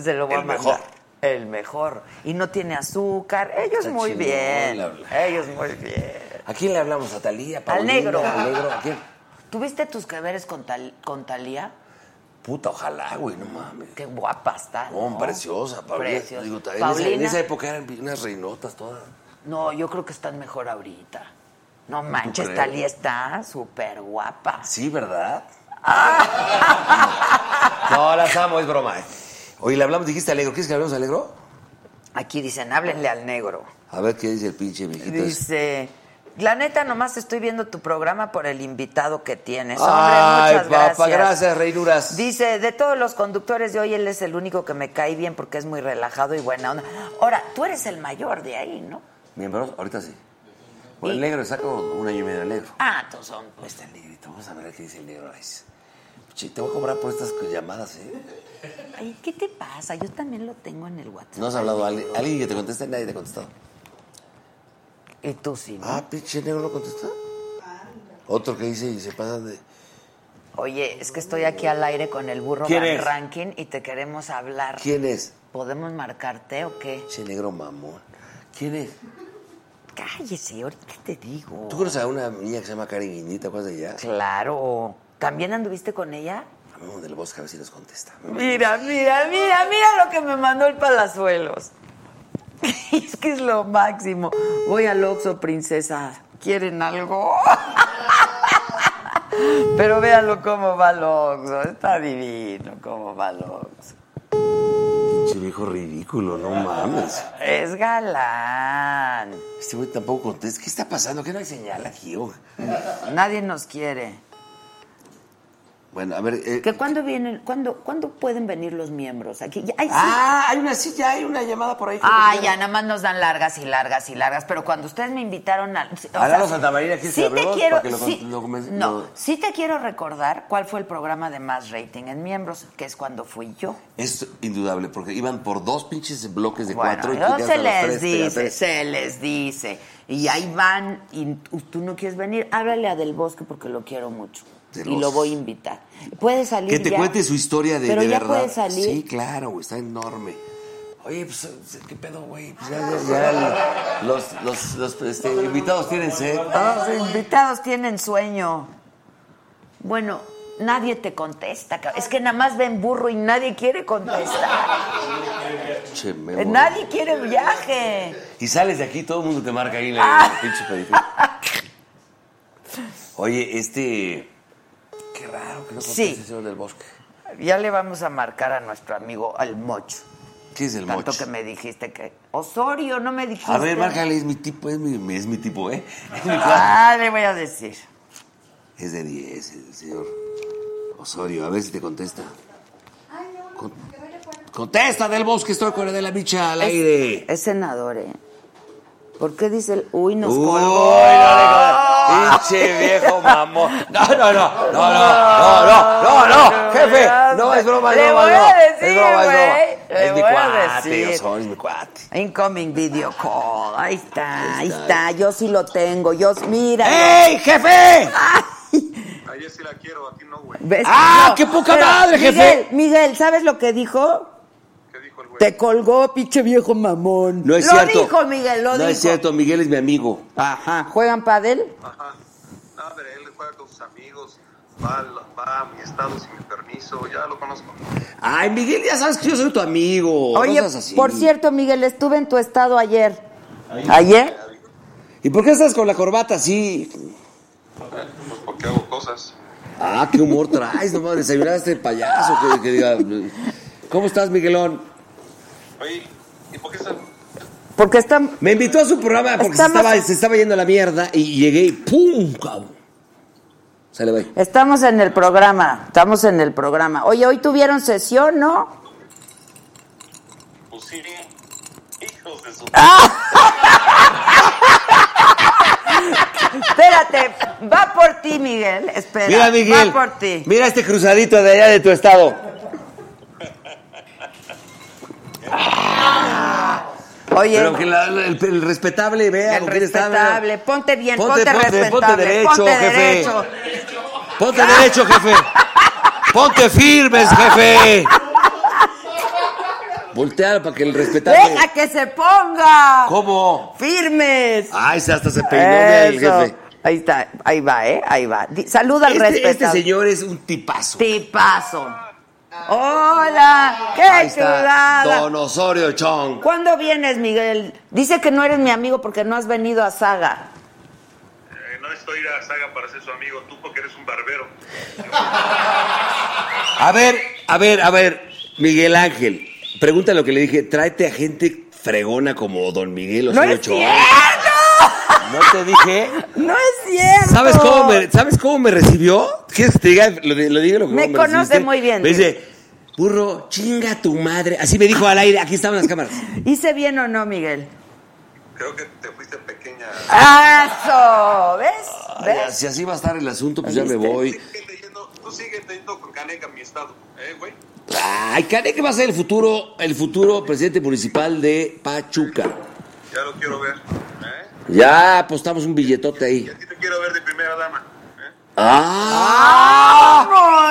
Speaker 1: Se lo voy a
Speaker 5: El
Speaker 1: mandar.
Speaker 5: mejor.
Speaker 1: El mejor. Y no tiene azúcar. Ellos
Speaker 5: Está
Speaker 1: muy
Speaker 5: chingón,
Speaker 1: bien.
Speaker 5: la verdad.
Speaker 1: Ellos muy bien.
Speaker 5: ¿A quién le hablamos? ¿A Talía?
Speaker 1: negro.
Speaker 5: ¿Al negro? ¿A quién?
Speaker 1: ¿Tuviste tus que veres con, Tal- con Talía?
Speaker 5: Puta, ojalá, güey, no mames.
Speaker 1: Qué guapa está.
Speaker 5: No,
Speaker 1: ¿no?
Speaker 5: Oh, preciosa, Paulina.
Speaker 1: Preciosa.
Speaker 5: Digo, en, esa, en
Speaker 1: Paulina,
Speaker 5: esa época eran unas reinotas todas.
Speaker 1: No, yo creo que están mejor ahorita. No manches,
Speaker 5: crees?
Speaker 1: Talía está súper guapa.
Speaker 5: Sí, ¿verdad?
Speaker 1: Ah.
Speaker 5: no, las amo, es broma. eh. Oye, le hablamos, dijiste alegro. ¿Quieres que le hablemos alegro?
Speaker 1: Aquí dicen, háblenle al negro.
Speaker 5: A ver qué dice el pinche viejito. ese.
Speaker 1: Dice, la neta, nomás estoy viendo tu programa por el invitado que tienes. Hombre,
Speaker 5: Ay,
Speaker 1: muchas
Speaker 5: papá,
Speaker 1: gracias.
Speaker 5: gracias, reinuras.
Speaker 1: Dice, de todos los conductores de hoy, él es el único que me cae bien porque es muy relajado y buena onda. Ahora, tú eres el mayor de ahí, ¿no?
Speaker 5: Miembros, ahorita sí. Por
Speaker 1: Y-
Speaker 5: el negro, saco un año y medio al negro.
Speaker 1: Ah, todos son.
Speaker 5: ¿Dónde está el negrito? Vamos a ver qué dice el negro. Ay, sí. Che, te voy a cobrar por estas llamadas, ¿eh?
Speaker 1: Ay, ¿qué te pasa? Yo también lo tengo en el WhatsApp.
Speaker 5: No has hablado a alguien, alguien que te conteste, nadie te ha contestado.
Speaker 1: Y tú sí, ¿no?
Speaker 5: Ah, pinche negro no contesta. Otro que dice y se pasa de.
Speaker 1: Oye, es que estoy aquí al aire con el burro
Speaker 5: ¿Quién
Speaker 1: Van
Speaker 5: es?
Speaker 1: Ranking y te queremos hablar.
Speaker 5: ¿Quién es?
Speaker 1: ¿Podemos marcarte o qué?
Speaker 5: Che negro mamón. ¿Quién es?
Speaker 1: Cállese, ahorita te digo.
Speaker 5: ¿Tú conoces a una niña que se llama Karen Guiñita? ¿Cuál de ella?
Speaker 1: Claro. ¿También anduviste con ella?
Speaker 5: Vamos del bosque a ver si nos contesta.
Speaker 1: Mira, mira, mira, mira lo que me mandó el Palazuelos. Es que es lo máximo. Voy al Oxxo, princesa. ¿Quieren algo? Pero véanlo cómo va el Oxxo. Está divino cómo va el Oxxo.
Speaker 5: Pinche viejo ridículo, no mames.
Speaker 1: Es galán.
Speaker 5: Ah. Este güey tampoco contesta. ¿Qué está pasando? ¿Qué no hay señal aquí? o?
Speaker 1: Nadie nos quiere.
Speaker 5: Bueno, a ver. eh,
Speaker 1: ¿Que cuándo vienen? ¿Cuándo, ¿Cuándo pueden venir los miembros? Aquí. ya- ay, sí.
Speaker 5: Ah, hay una sí, ya hay una llamada por ahí. que
Speaker 1: Ah,
Speaker 5: nos
Speaker 1: ya,
Speaker 5: llama.
Speaker 1: nada más nos dan largas y largas y largas, pero cuando ustedes me invitaron al- o
Speaker 5: A Lalo Santa María, ¿quieres que
Speaker 1: sí te
Speaker 5: hablemos?
Speaker 1: quiero,
Speaker 5: Para que lo
Speaker 1: sí-
Speaker 5: con- lo comen-
Speaker 1: no,
Speaker 5: lo-
Speaker 1: sí te quiero recordar cuál fue el programa de más rating en miembros, que es cuando fui yo.
Speaker 5: Es indudable, porque iban por dos pinches bloques de
Speaker 1: Bueno,
Speaker 5: cuatro. y
Speaker 1: no
Speaker 5: tú
Speaker 1: se
Speaker 5: llegaste a
Speaker 1: les
Speaker 5: los tres,
Speaker 1: dice,
Speaker 5: pegaste-
Speaker 1: se les dice. Y ahí van, y tú tú no quieres venir, háblale a Del Bosque porque lo quiero mucho.
Speaker 5: Del
Speaker 1: y lo
Speaker 5: Bosque.
Speaker 1: voy a invitar. Puede salir
Speaker 5: Que te
Speaker 1: ya?
Speaker 5: cuente su historia de,
Speaker 1: Pero
Speaker 5: de
Speaker 1: ya
Speaker 5: verdad.
Speaker 1: puede salir.
Speaker 5: Sí, claro, güey, está enorme. Oye, pues, ¿qué pedo, güey? Pues ya, ya- ya
Speaker 1: Ah.
Speaker 5: el- los, los, los, este, invitados tienen sed.
Speaker 1: Los invitados tienen sueño. Bueno, nadie te contesta. cab- Es que nada más ven burro y nadie quiere contestar.
Speaker 5: Che, me
Speaker 1: Eh,
Speaker 5: voy.
Speaker 1: Nadie quiere viaje.
Speaker 5: Y sales de aquí, todo el mundo te marca ahí en el
Speaker 1: Ah.
Speaker 5: pinche periférico. Oye, este. Qué raro que no conteste
Speaker 1: Sí.
Speaker 5: el señor del bosque.
Speaker 1: Ya le vamos a marcar a nuestro amigo al mocho.
Speaker 5: ¿Qué es el
Speaker 1: Tanto
Speaker 5: mocho?
Speaker 1: que me dijiste que. Osorio, no me dijiste.
Speaker 5: A ver, márcale, es mi tipo, es mi, es mi tipo, ¿eh? Es mi cuadro.
Speaker 1: Ah, le voy a decir.
Speaker 5: Es de 10, el señor Osorio. A ver si te contesta. Con- Contesta del bosque, estoy con de la bicha al aire.
Speaker 1: Es senador, ¿eh? ¿Por qué dice el. Uy, nos
Speaker 5: Uy,
Speaker 1: colgó.
Speaker 5: no le Pinche viejo mamón. No, no, no, no, no, no, no, no, no, jefe. No, es broma, es
Speaker 1: Le
Speaker 5: broma,
Speaker 1: voy
Speaker 5: no.
Speaker 1: a
Speaker 5: es
Speaker 1: decir,
Speaker 5: broma, es
Speaker 1: güey,
Speaker 5: broma.
Speaker 1: le
Speaker 5: Es
Speaker 1: voy
Speaker 5: mi
Speaker 1: a
Speaker 5: cuate,
Speaker 1: decir.
Speaker 5: Osorio, es mi cuate.
Speaker 1: Incoming video call. Ahí está, ahí está. Yo sí lo tengo. Yo, mira.
Speaker 5: ¡Ey, jefe!
Speaker 6: Ayer sí la quiero, aquí no, güey.
Speaker 1: ¿Ves?
Speaker 5: ¡Ah, qué poca madre,
Speaker 1: Miguel,
Speaker 5: jefe!
Speaker 1: Miguel, ¿sabes lo que dijo?
Speaker 6: ¿Qué dijo el güey?
Speaker 1: Te colgó, pinche viejo mamón.
Speaker 5: No es
Speaker 1: lo
Speaker 5: cierto.
Speaker 1: dijo, Miguel, lo
Speaker 5: No
Speaker 1: dijo.
Speaker 5: es cierto, Miguel es mi amigo.
Speaker 1: Ajá. ¿Juegan padel?
Speaker 6: Ajá. No, pero él juega con sus amigos, va, al- va a mi estado sin mi permiso, ya lo conozco.
Speaker 5: Ay, Miguel, ya sabes que yo soy tu amigo.
Speaker 1: Oye,
Speaker 5: no seas así.
Speaker 1: por cierto, Miguel, estuve en tu estado ayer. ¿Ayer?
Speaker 5: ¿Y por qué estás con la corbata así?
Speaker 6: Pues porque hago cosas.
Speaker 5: Ah, qué humor traes, nomás desayunaste este payaso. Que, que diga, ¿Cómo estás, Miguelón?
Speaker 6: Oye, ¿y por qué estás?
Speaker 1: Porque está...
Speaker 5: Me invitó a su programa porque se
Speaker 1: Estamos-
Speaker 5: estaba, se estaba yendo a la mierda y llegué y ¡pum! cabrón. Sale, bye.
Speaker 1: Estamos en el programa, estamos en el programa. Oye, hoy tuvieron sesión, ¿no?
Speaker 6: Pues sí, hijos de su...
Speaker 1: Espérate, va por ti, Miguel. Espera,
Speaker 5: Mira, Miguel.
Speaker 1: va por ti.
Speaker 5: Mira este cruzadito de allá de tu estado.
Speaker 1: Oye,
Speaker 5: Pero que la- la- el, el respetable vea
Speaker 1: el
Speaker 5: con quién está, vea.
Speaker 1: respetable, ponte bien, ponte, respetable,
Speaker 5: Ponte derecho, jefe.
Speaker 1: derecho.
Speaker 5: Ponte derecho, jefe. Ponte firmes, jefe. Voltear para que el respetable.
Speaker 1: Deja que se ponga.
Speaker 5: ¿Cómo?
Speaker 1: Firmes.
Speaker 5: Ay, se hasta se peinó vea, el
Speaker 1: Eso.
Speaker 5: jefe.
Speaker 1: Ahí está, ahí va, ¿eh? Ahí va. Di- Saluda al
Speaker 5: Este, este
Speaker 1: respetable.
Speaker 5: señor es un tipazo.
Speaker 1: Tipazo.
Speaker 5: Ah,
Speaker 1: Hola,
Speaker 5: Ahí
Speaker 1: qué
Speaker 5: está.
Speaker 1: chulada.
Speaker 5: Don Osorio Chong.
Speaker 1: ¿Cuándo vienes, Miguel? Dice que no eres mi amigo porque no has venido a Saga.
Speaker 6: Eh, no estoy a Saga para ser su amigo, tú porque eres un barbero.
Speaker 5: A ver, a ver, a ver. Miguel Ángel, pregunta lo que le dije. Tráete a gente fregona como Don Miguel
Speaker 1: ¡No
Speaker 5: Osorio
Speaker 1: es
Speaker 5: Chong.
Speaker 1: cierto!
Speaker 5: No te dije.
Speaker 1: ¡No es cierto!
Speaker 5: ¿Sabes cómo me, ¿sabes cómo me recibió? ¿Quieres que te diga lo, de- lo diga lo que
Speaker 1: Me
Speaker 5: cómo
Speaker 1: conoce
Speaker 5: recibiste?
Speaker 1: muy bien.
Speaker 5: Me dice, burro, chinga tu madre. Así me dijo al aire, aquí estaban las cámaras.
Speaker 1: ¿Hice bien o no, Miguel?
Speaker 6: Creo que te fuiste pequeña.
Speaker 1: ¡Eso! ¿Ves?
Speaker 5: Ah. Ay,
Speaker 1: ¿Ves?
Speaker 5: si así va a estar el asunto, pues ya me
Speaker 1: ¿Viste?
Speaker 5: voy.
Speaker 6: Síguete yendo- tú sigue teniendo con caneca mi estado, ¿eh, güey?
Speaker 5: Ay, Canek va a ser el futuro, el futuro presidente municipal de Pachuca.
Speaker 6: Ya lo quiero ver, ¿eh?
Speaker 5: Ya apostamos un billetote ahí.
Speaker 6: Y a ti te quiero ver de primera dama, ¿eh?
Speaker 5: ¡Ah!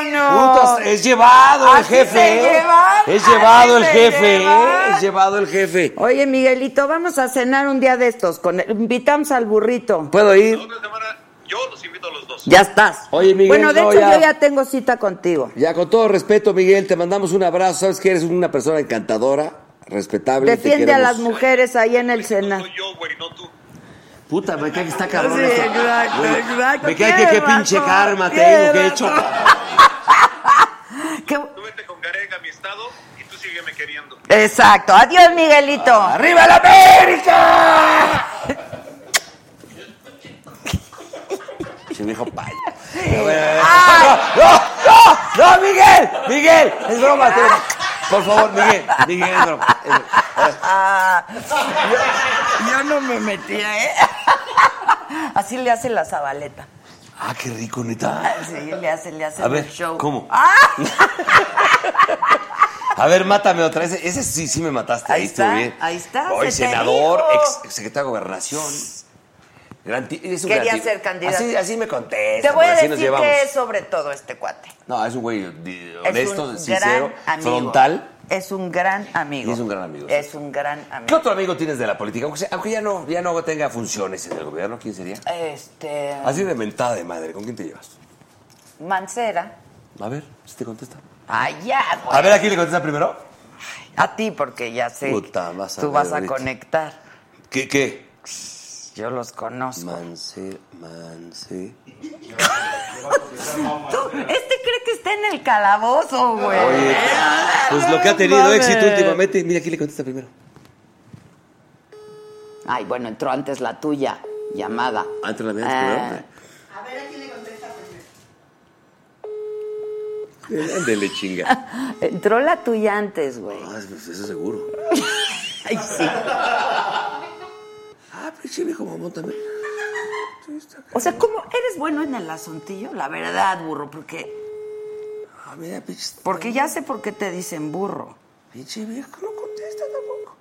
Speaker 1: ¡Vámonos!
Speaker 5: Putas, es llevado el
Speaker 1: Así Ah, se
Speaker 5: jefe. ¿eh?
Speaker 1: lleva,
Speaker 5: Es
Speaker 1: así
Speaker 5: llevado el
Speaker 1: se
Speaker 5: jefe. ¿eh?
Speaker 1: lleva.
Speaker 5: Es llevado el jefe.
Speaker 1: Oye, Miguelito, vamos a cenar un día de estos. Con el- Invitamos al burrito.
Speaker 5: ¿Puedo ir?
Speaker 6: La otra semana yo los invito a los dos.
Speaker 1: Ya estás.
Speaker 5: Oye, Miguel,
Speaker 1: Bueno, de
Speaker 5: no,
Speaker 1: hecho,
Speaker 5: ya.
Speaker 1: yo ya tengo cita contigo.
Speaker 5: Ya, con todo respeto, Miguel, te mandamos un abrazo. Sabes que eres una persona encantadora, respetable. te
Speaker 1: Defiende a
Speaker 5: queremos.
Speaker 1: las mujeres ahí en el Senado.
Speaker 6: Soy yo, güey, no tú.
Speaker 5: Puta, me cae que está cabrón.
Speaker 1: Sí,
Speaker 5: esto.
Speaker 1: exacto,
Speaker 5: Güey,
Speaker 1: exacto.
Speaker 5: Me cae que qué
Speaker 1: Qué
Speaker 5: pinche
Speaker 1: vato,
Speaker 5: karma
Speaker 1: qué
Speaker 5: tengo que he hecho.
Speaker 1: vato. Qué-
Speaker 6: Tú vete con caneca mi estado y tú sígueme queriendo.
Speaker 1: Exacto. Adiós, Miguelito.
Speaker 5: ¡Arriba la América! Se me dijo payo. No, no, no, no, Miguel, Miguel, es broma, es broma. Por favor, Miguel, Miguel, es broma. es broma.
Speaker 1: Yo no me metía, ¿eh? Así le hace la zabaleta.
Speaker 5: Ah, qué rico, neta.
Speaker 1: Sí, le hace, le hace
Speaker 5: A
Speaker 1: el
Speaker 5: ver,
Speaker 1: show.
Speaker 5: ¿cómo?
Speaker 1: ¡Ah!
Speaker 5: A ver, mátame otra vez. Ese sí, sí me mataste.
Speaker 1: Ahí
Speaker 5: estuvo
Speaker 1: está,
Speaker 5: bien.
Speaker 1: ahí está,
Speaker 5: Hoy
Speaker 1: se te
Speaker 5: senador,
Speaker 1: dijo.
Speaker 5: ex, ex secretario de gobernación. Gran ti- es un
Speaker 1: Quería
Speaker 5: gran tipo.
Speaker 1: ser candidato.
Speaker 5: Así, así me contesta.
Speaker 1: Te voy a
Speaker 5: porque así nos
Speaker 1: decir
Speaker 5: llevamos.
Speaker 1: que es sobre todo este cuate.
Speaker 5: No, es un güey di-
Speaker 1: Es
Speaker 5: honesto,
Speaker 1: un
Speaker 5: sincero,
Speaker 1: gran amigo.
Speaker 5: frontal.
Speaker 1: Es un gran amigo.
Speaker 5: Y es un gran amigo, sí.
Speaker 1: Es un gran
Speaker 5: ¿Qué
Speaker 1: amigo.
Speaker 5: otro amigo tienes de la política? Aunque, sea- aunque ya, no, ya no tenga funciones en el gobierno, ¿quién sería?
Speaker 1: Este.
Speaker 5: Así de mentada de madre, ¿con quién te llevas?
Speaker 1: Mancera.
Speaker 5: A ver, si te contesta.
Speaker 1: Ay, ya, güey.
Speaker 5: A ver, ¿a quién le contesta primero?
Speaker 1: A ti, porque ya sé.
Speaker 5: Puta, vas a
Speaker 1: tú
Speaker 5: ver
Speaker 1: vas a
Speaker 5: ahorita.
Speaker 1: conectar.
Speaker 5: ¿Qué? ¿Qué?
Speaker 1: Yo los conozco.
Speaker 5: Manse, manse.
Speaker 1: Tú, este cree que está en el calabozo, güey. Eh,
Speaker 5: Oye, pues lo que ha tenido éxito últimamente. Mira, ¿quién le contesta primero?
Speaker 1: Ay, bueno, entró antes la tuya, llamada.
Speaker 5: Antes la mía,
Speaker 1: Ah.
Speaker 4: A ver a quién le contesta primero.
Speaker 5: primero. Ándele, chinga.
Speaker 1: Entró la tuya antes, güey.
Speaker 5: Ah, pues eso seguro.
Speaker 1: Ay, sí.
Speaker 5: Ah, pero ese viejo mamón también.
Speaker 1: O sea, ¿cómo eres bueno en el asuntillo? La verdad, burro, porque,
Speaker 5: Ah, mira, pinche,
Speaker 1: porque ya sé por qué te dicen burro.
Speaker 5: pinche viejo no contesta tampoco.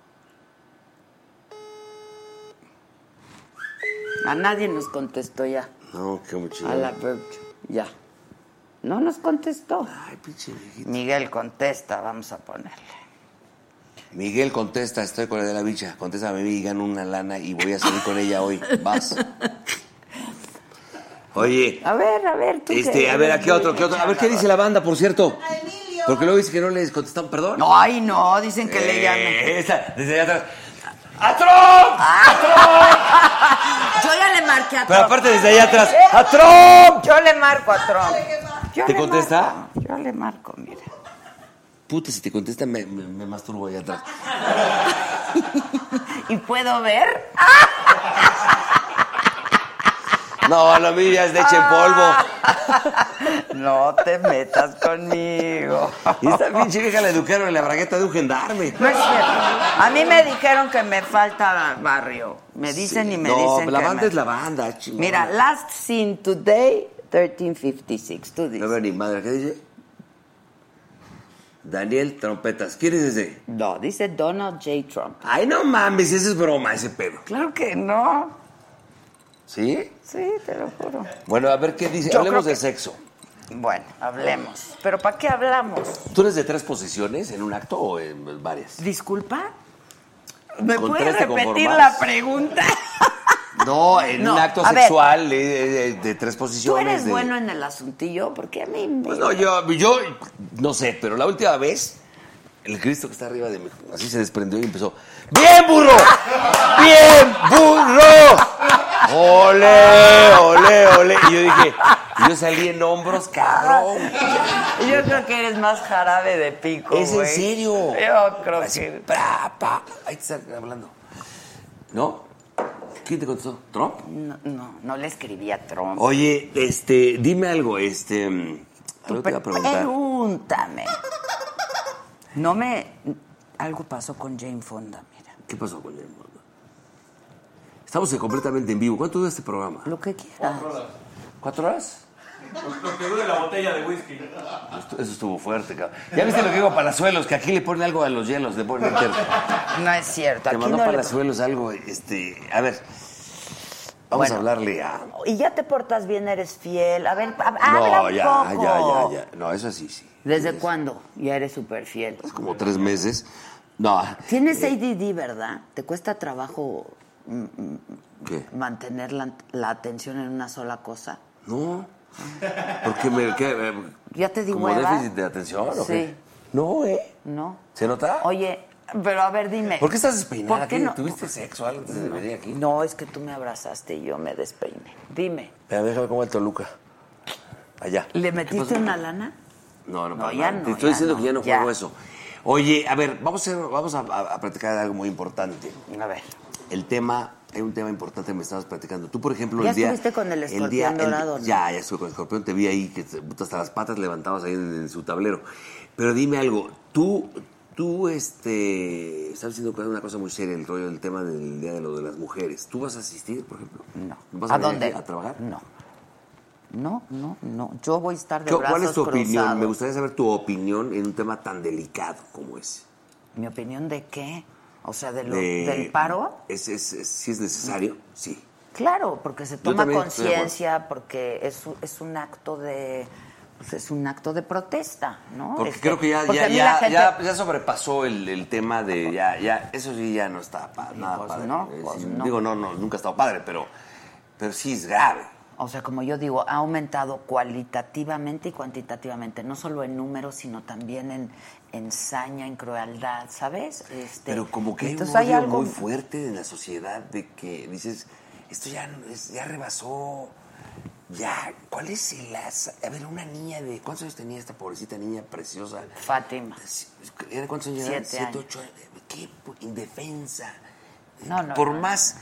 Speaker 1: A nadie nos contestó ya.
Speaker 5: No, qué mucho.
Speaker 1: A la Virgil, ya. No nos contestó.
Speaker 5: Ay, pinche viejito.
Speaker 1: Miguel contesta, vamos a ponerle.
Speaker 5: Miguel contesta, estoy con la de la bicha. Contéstame y gano una lana y voy a salir con ella hoy. Vas. Oye,
Speaker 1: A ver, a ver, tú.
Speaker 5: este, a ver, ¿a qué otro? ¿Qué otro? A ver, ¿qué dice la banda, por cierto?
Speaker 4: A Emilio.
Speaker 5: Porque luego dice que no les contestamos, perdón.
Speaker 1: No, ay, no, dicen que le llamen. Ah,
Speaker 5: Eh, esa, desde allá atrás. ¡A Trump! ¡A Trump!
Speaker 1: Yo ya le marqué a
Speaker 5: Pero
Speaker 1: Trump.
Speaker 5: aparte desde allá atrás. ¡A Trump!
Speaker 1: Yo le marco a Trump. Yo
Speaker 5: ¿Te
Speaker 1: le
Speaker 5: contesta?
Speaker 1: marco, Yo le marco, mira.
Speaker 5: Puta, si te contesta me, me- me masturbo allá atrás.
Speaker 1: ¿Y puedo ver?
Speaker 5: No, lo mío ya es de leche en polvo.
Speaker 1: No te metas conmigo.
Speaker 5: Y esta pinche vieja la educaron en la bragueta de un gendarme.
Speaker 1: No es cierto. A mí me dijeron que me falta barrio. Me dicen y me
Speaker 5: no,
Speaker 1: dicen
Speaker 5: la
Speaker 1: que
Speaker 5: banda
Speaker 1: me-
Speaker 5: es la banda, chingón.
Speaker 1: Mira, last seen today, 1356. Tú
Speaker 5: No
Speaker 1: dices.
Speaker 5: veo ni madre, ¿qué dice? Daniel Trompetas, ¿quién es ese?
Speaker 1: No, dice Donald J. Trump.
Speaker 5: Ay, no mames, ese es broma, ese pedo.
Speaker 1: Claro que no.
Speaker 5: ¿Sí?
Speaker 1: Sí, te lo juro.
Speaker 5: Bueno, a ver qué dice.
Speaker 1: Yo
Speaker 5: Hablemos
Speaker 1: creo
Speaker 5: de
Speaker 1: que-
Speaker 5: sexo.
Speaker 1: Bueno, hablemos. ¿Pero para qué hablamos?
Speaker 5: ¿Tú eres de tres posiciones en un acto o en varias?
Speaker 1: ¿Disculpa? ¿Me
Speaker 5: ¿Con
Speaker 1: puedes
Speaker 5: tres te
Speaker 1: repetir la
Speaker 5: conformas?
Speaker 1: pregunta?
Speaker 5: No, en
Speaker 1: No,
Speaker 5: un acto
Speaker 1: a ver.
Speaker 5: sexual eh, eh, de, tres
Speaker 1: ¿Tú
Speaker 5: posiciones.
Speaker 1: eres
Speaker 5: de-
Speaker 1: bueno en el asuntillo? ¿Por qué a mí me...
Speaker 5: Pues no, yo, yo no sé, pero la última vez, el Cristo que está arriba de mí, así se desprendió y empezó. ¡Bien, burro! ¡Bien, burro! ¡Ole, ole, ole! Y yo dije, y yo salí en hombros, cabrón.
Speaker 1: Yo creo que eres más jarabe de pico.
Speaker 5: Es en
Speaker 1: güey.
Speaker 5: serio.
Speaker 1: Yo creo
Speaker 5: Así,
Speaker 1: que.
Speaker 5: pra, pa. Ahí te están hablando. ¿No? ¿Quién te contestó? ¿Trump?
Speaker 1: No, no, no le escribí a Trump.
Speaker 5: Oye, este, dime algo, este. mm, Algo te iba a preguntar.
Speaker 1: Pregúntame. No me. Algo pasó con Jane Fonda, mira.
Speaker 5: ¿Qué pasó con el mundo? Estamos completamente en vivo. ¿Cuánto dura este programa?
Speaker 1: Lo que quieras.
Speaker 5: ¿Cuatro horas?
Speaker 2: Pues Lo que dure la botella de whisky.
Speaker 5: Esto- Eso estuvo fuerte, cabrón. ¿Ya viste lo que digo Palazuelos? Que aquí le ponen algo a los hielos, le ponen inter-
Speaker 1: No es cierto.
Speaker 5: Te
Speaker 1: Aquí
Speaker 5: mandó
Speaker 1: no le-
Speaker 5: Palazuelos algo, este... A ver, vamos
Speaker 1: Bueno.
Speaker 5: a hablarle a...
Speaker 1: Y ya te portas bien, eres fiel. A ver, hab- habla
Speaker 5: No,
Speaker 1: un
Speaker 5: ya,
Speaker 1: poco.
Speaker 5: ya, ya, ya. No, eso sí, sí.
Speaker 1: ¿Desde cuándo? Ya eres súper fiel.
Speaker 5: Es como tres meses. No, Eh,
Speaker 1: Tienes ADD, ¿verdad? ¿Te cuesta trabajo mm, mm,
Speaker 5: ¿qué?
Speaker 1: mantener la, la atención en una sola cosa?
Speaker 5: No. Porque me... ¿qué? Eh,
Speaker 1: Ya te di
Speaker 5: ¿Como
Speaker 1: hueva.
Speaker 5: déficit de atención o qué?
Speaker 1: Sí.
Speaker 5: No, ¿eh?
Speaker 1: ¿No?
Speaker 5: ¿Se nota?
Speaker 1: Oye, pero a ver, dime.
Speaker 5: ¿Por qué estás despeinada
Speaker 1: ¿Por qué
Speaker 5: aquí?
Speaker 1: no?
Speaker 5: ¿Tuviste sexo antes de venir aquí?
Speaker 1: No, es que tú me abrazaste y yo me despeiné. Dime,
Speaker 5: Mira, déjame como el Toluca. Allá.
Speaker 1: ¿le
Speaker 5: ¿Qué
Speaker 1: metiste
Speaker 5: pasó?
Speaker 1: una lana?
Speaker 5: No, no,
Speaker 1: No,
Speaker 5: para
Speaker 1: ya
Speaker 5: nada.
Speaker 1: no,
Speaker 5: Te estoy
Speaker 1: ya
Speaker 5: diciendo
Speaker 1: no,
Speaker 5: que ya no
Speaker 1: ya.
Speaker 5: juego eso. Oye, a ver, vamos a, vamos a, a- a platicar de algo muy importante.
Speaker 1: A ver.
Speaker 5: El tema, hay un tema importante que me estabas platicando. Tú, por ejemplo,
Speaker 1: Ya
Speaker 5: el día...
Speaker 1: estuviste con el escorpión
Speaker 5: día- el-
Speaker 1: dorado, ¿no?
Speaker 5: Ya, ya estuve con el escorpión. Te vi ahí, que te- puta, hasta las patas levantabas ahí en, en su tablero. Pero dime algo, tú... Tú, este, estás diciendo que hay una cosa muy seria, el rollo del tema del Día de lo de las Mujeres. ¿Tú vas a asistir, por ejemplo?
Speaker 1: No.
Speaker 5: ¿Vas a,
Speaker 1: ¿A
Speaker 5: venir
Speaker 1: dónde?
Speaker 5: aquí ¿A trabajar?
Speaker 1: No. No, no, no. Yo voy a estar de
Speaker 5: ¿Cu-
Speaker 1: brazos
Speaker 5: ¿Cuál es tu opinión?
Speaker 1: cruzados.
Speaker 5: Me gustaría saber tu opinión en un tema tan delicado como ese.
Speaker 1: ¿Mi opinión de qué? O sea, de lo-
Speaker 5: De-
Speaker 1: del paro. Mm.
Speaker 5: Eh, Es, es, es- si es necesario, sí.
Speaker 1: Claro, porque se toma
Speaker 5: también estoy de
Speaker 1: conciencia, porque es, un- es un acto de... pues es un acto de protesta, ¿no?
Speaker 5: Porque
Speaker 1: Este,
Speaker 5: creo que ya,
Speaker 1: porque a
Speaker 5: ya,
Speaker 1: mí la
Speaker 5: ya,
Speaker 1: gente-
Speaker 5: ya- ya sobrepasó el, el tema de ya, ya, eso sí ya no está pa- nada
Speaker 1: pues
Speaker 5: padre.
Speaker 1: no,
Speaker 5: Eh,
Speaker 1: pues
Speaker 5: sí,
Speaker 1: no.
Speaker 5: Digo, no, no, nunca ha estado padre, pero, pero sí es grave.
Speaker 1: O sea, como yo digo, ha aumentado cualitativamente y cuantitativamente, no solo en números, sino también en, en saña, en crueldad, ¿sabes? Este,
Speaker 5: Pero como que hay un
Speaker 1: entonces
Speaker 5: odio
Speaker 1: algo-
Speaker 5: muy fuerte en la sociedad de que dices, esto ya, no es- ya rebasó, ya, ¿cuál es el... as- A ver, una niña de... ¿Cuántos años tenía esta pobrecita niña preciosa?
Speaker 1: Fátima.
Speaker 5: ¿Era cuántos años? eran?
Speaker 1: Siete años.
Speaker 5: ocho años. Qué indefensa.
Speaker 1: No, no,
Speaker 5: Por
Speaker 1: no,
Speaker 5: más.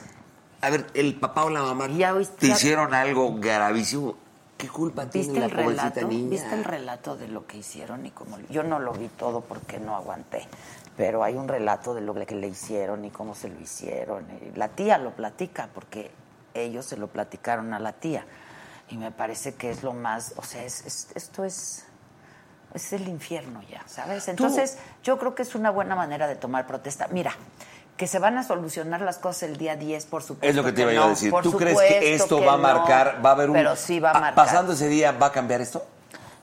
Speaker 5: A ver, el papá o la mamá
Speaker 1: Ya oíste-
Speaker 5: te
Speaker 1: ya-
Speaker 5: hicieron algo gravísimo. ¿Qué culpa
Speaker 1: ¿Viste
Speaker 5: tiene
Speaker 1: el
Speaker 5: la pobrecita
Speaker 1: relato?
Speaker 5: niña?
Speaker 1: ¿Viste el relato de lo que hicieron y cómo? Yo no lo vi todo porque no aguanté, pero hay un relato de lo que le hicieron y cómo se lo hicieron. Y La tía lo platica porque ellos se lo platicaron a la tía y me parece que es lo más, o sea, es- es- esto es es el infierno ya, ¿sabes? Entonces, yo creo que es una buena manera de tomar protesta. Mira, que se van a solucionar las cosas el día 10, por supuesto.
Speaker 5: Es lo que te iba yo
Speaker 1: no,
Speaker 5: a decir.
Speaker 1: por
Speaker 5: ¿Tú crees que
Speaker 1: supuesto
Speaker 5: esto
Speaker 1: que
Speaker 5: va a
Speaker 1: no,
Speaker 5: marcar, va a haber un...
Speaker 1: Pero sí va a
Speaker 5: pa-
Speaker 1: marcar.
Speaker 5: Pasando ese día, ¿va a cambiar esto?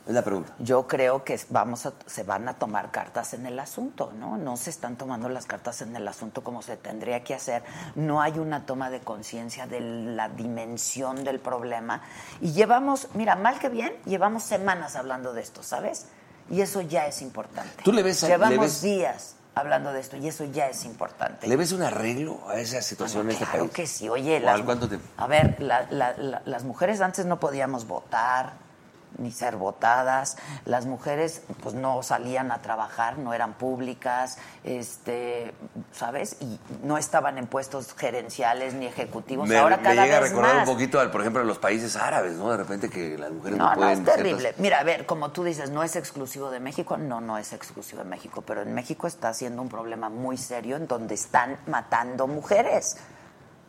Speaker 5: Es la pregunta.
Speaker 1: Yo creo que vamos a, se van a tomar cartas en el asunto, ¿no? No se están tomando las cartas en el asunto como se tendría que hacer. No hay una toma de conciencia de la dimensión del problema. Y llevamos, mira, mal que bien, llevamos semanas hablando de esto, ¿sabes? Y eso ya es importante.
Speaker 5: ¿Tú le ves a- le
Speaker 1: Llevamos
Speaker 5: ves-
Speaker 1: días hablando de esto y eso ya es importante.
Speaker 5: ¿Le ves un arreglo a esa situación en este
Speaker 1: Claro
Speaker 5: país?
Speaker 1: que sí, oye.
Speaker 5: ¿O
Speaker 1: las-
Speaker 5: al cuánto tiempo?
Speaker 1: A ver, la- la- la- las mujeres antes no podíamos votar, ni ser votadas, las mujeres pues no salían a trabajar, no eran públicas, este, ¿sabes? Y no estaban en puestos gerenciales ni ejecutivos.
Speaker 5: Me,
Speaker 1: Ahora
Speaker 5: me
Speaker 1: cada
Speaker 5: llega a
Speaker 1: vez
Speaker 5: recordar
Speaker 1: más.
Speaker 5: un poquito, al, por ejemplo, a los países árabes, ¿no? De repente que las mujeres no,
Speaker 1: No, no,
Speaker 5: pueden...
Speaker 1: es
Speaker 5: ciertas-
Speaker 1: terrible. Mira, a ver, como tú dices, no es exclusivo de México. No, no es exclusivo de México, pero en México está siendo un problema muy serio en donde están matando mujeres.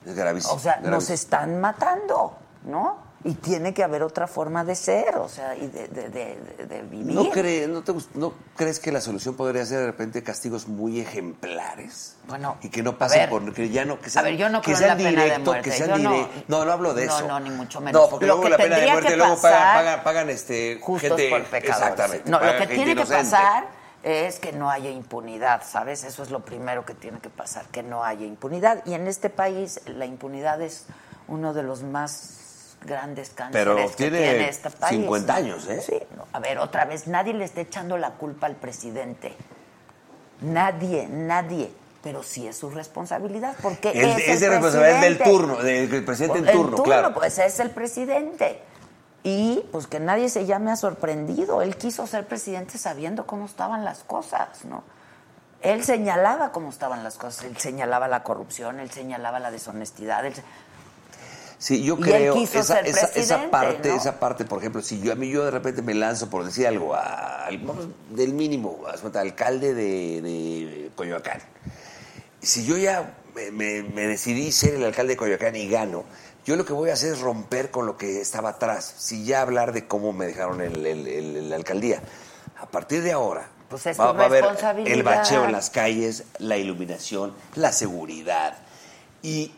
Speaker 5: Es gravísimo.
Speaker 1: O sea, nos
Speaker 5: gravísimo.
Speaker 1: están matando, ¿no? Y tiene que haber otra forma de ser, o sea, y de, de- de- de- de vivir.
Speaker 5: ¿No, cree- no, te gust- ¿No crees que la solución podría ser de repente castigos muy ejemplares?
Speaker 1: Bueno,
Speaker 5: Y que no
Speaker 1: a
Speaker 5: pasen
Speaker 1: ver.
Speaker 5: por... Que ya no... Que
Speaker 1: a
Speaker 5: sean,
Speaker 1: ver, yo no
Speaker 5: que
Speaker 1: creo en
Speaker 5: sean
Speaker 1: la pena de
Speaker 5: directo,
Speaker 1: muerte.
Speaker 5: Que sean
Speaker 1: Yo no-
Speaker 5: directo. No, no hablo de
Speaker 1: No,
Speaker 5: eso.
Speaker 1: no, ni mucho menos.
Speaker 5: No, porque
Speaker 1: Lo
Speaker 5: luego
Speaker 1: que
Speaker 5: la pena de
Speaker 1: tendría
Speaker 5: muerte
Speaker 1: que
Speaker 5: luego
Speaker 1: pasar-
Speaker 5: pagan, pagan, pagan, este,
Speaker 1: Justos
Speaker 5: gente...
Speaker 1: por pecadores.
Speaker 5: Exactamente.
Speaker 1: No, lo
Speaker 5: pagan
Speaker 1: que
Speaker 5: gente
Speaker 1: tiene que
Speaker 5: inocente.
Speaker 1: pasar es que no haya impunidad, ¿sabes? Eso es lo primero que tiene que pasar, que no haya impunidad. Y en este país la impunidad es uno de los más grandes cánceres
Speaker 5: Pero
Speaker 1: que
Speaker 5: tiene
Speaker 1: tiene este país.
Speaker 5: 50 años, ¿eh?
Speaker 1: Sí. no, a ver, otra vez, nadie le está echando la culpa al presidente. Nadie, nadie. Pero sí es su responsabilidad, porque
Speaker 5: Es,
Speaker 1: es,
Speaker 5: es
Speaker 1: el
Speaker 5: de responsabilidad del
Speaker 1: presidente.
Speaker 5: turno, del del presidente en
Speaker 1: El
Speaker 5: turno, claro.
Speaker 1: pues es el presidente. Y pues que nadie se llame ha sorprendido. Él quiso ser presidente sabiendo cómo estaban las cosas, ¿no? Él señalaba cómo estaban las cosas, él señalaba la corrupción, él señalaba la deshonestidad. él se-
Speaker 5: Sí, yo
Speaker 1: Y él
Speaker 5: creo
Speaker 1: quiso
Speaker 5: esa,
Speaker 1: ser
Speaker 5: esa,
Speaker 1: presidente,
Speaker 5: esa parte,
Speaker 1: ¿no?
Speaker 5: esa parte, por ejemplo, si yo a mí yo de repente me lanzo por decir algo a- al- vamos, del mínimo, haz cuenta, alcalde de, de Coyoacán. Si yo ya me, me- me decidí ser el alcalde de Coyoacán y gano, yo lo que voy a hacer es romper con lo que estaba atrás, si ya hablar de cómo me dejaron el- el- el- la alcaldía. A partir de ahora
Speaker 1: Pues es
Speaker 5: va,
Speaker 1: tu
Speaker 5: va a haber el
Speaker 1: responsabilidad.
Speaker 5: bacheo en las calles, la iluminación, la seguridad y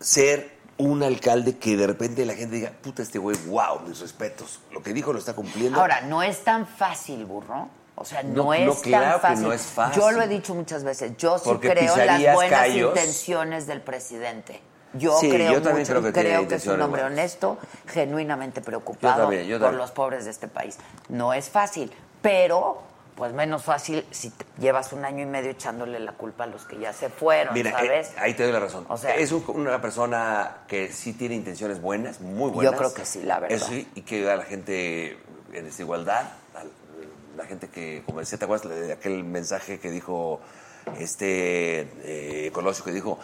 Speaker 5: ser un alcalde que de repente la gente diga, puta, este güey, wow, mis respetos. Lo que dijo lo está cumpliendo.
Speaker 1: Ahora, no es tan fácil, burro. O sea, no,
Speaker 5: No, no,
Speaker 1: es tan
Speaker 5: claro que
Speaker 1: fácil.
Speaker 5: no es fácil.
Speaker 1: Yo lo he dicho muchas veces. Yo sí
Speaker 5: Porque
Speaker 1: creo en las
Speaker 5: pisarías
Speaker 1: buenas
Speaker 5: callos.
Speaker 1: intenciones del presidente. Yo
Speaker 5: Sí,
Speaker 1: creo
Speaker 5: yo también
Speaker 1: mucho
Speaker 5: creo
Speaker 1: y creo
Speaker 5: que tiene
Speaker 1: que es un
Speaker 5: intenciones
Speaker 1: hombre
Speaker 5: buenas.
Speaker 1: honesto, genuinamente preocupado
Speaker 5: Yo también, yo
Speaker 1: por
Speaker 5: también.
Speaker 1: los pobres de este país. No es fácil, pero pues menos fácil si te llevas un año y medio echándole la culpa a los que ya se fueron,
Speaker 5: Mira,
Speaker 1: ¿sabes?
Speaker 5: eh, ahí te doy la razón.
Speaker 1: O sea-
Speaker 5: es un- una persona que sí tiene intenciones buenas, muy buenas.
Speaker 1: creo que sí, la verdad.
Speaker 5: Eso sí, y que ayuda a la gente en desigualdad, a la gente que, como decía, ¿te acuerdas de aquel mensaje que dijo este eh, Colosio, que dijo,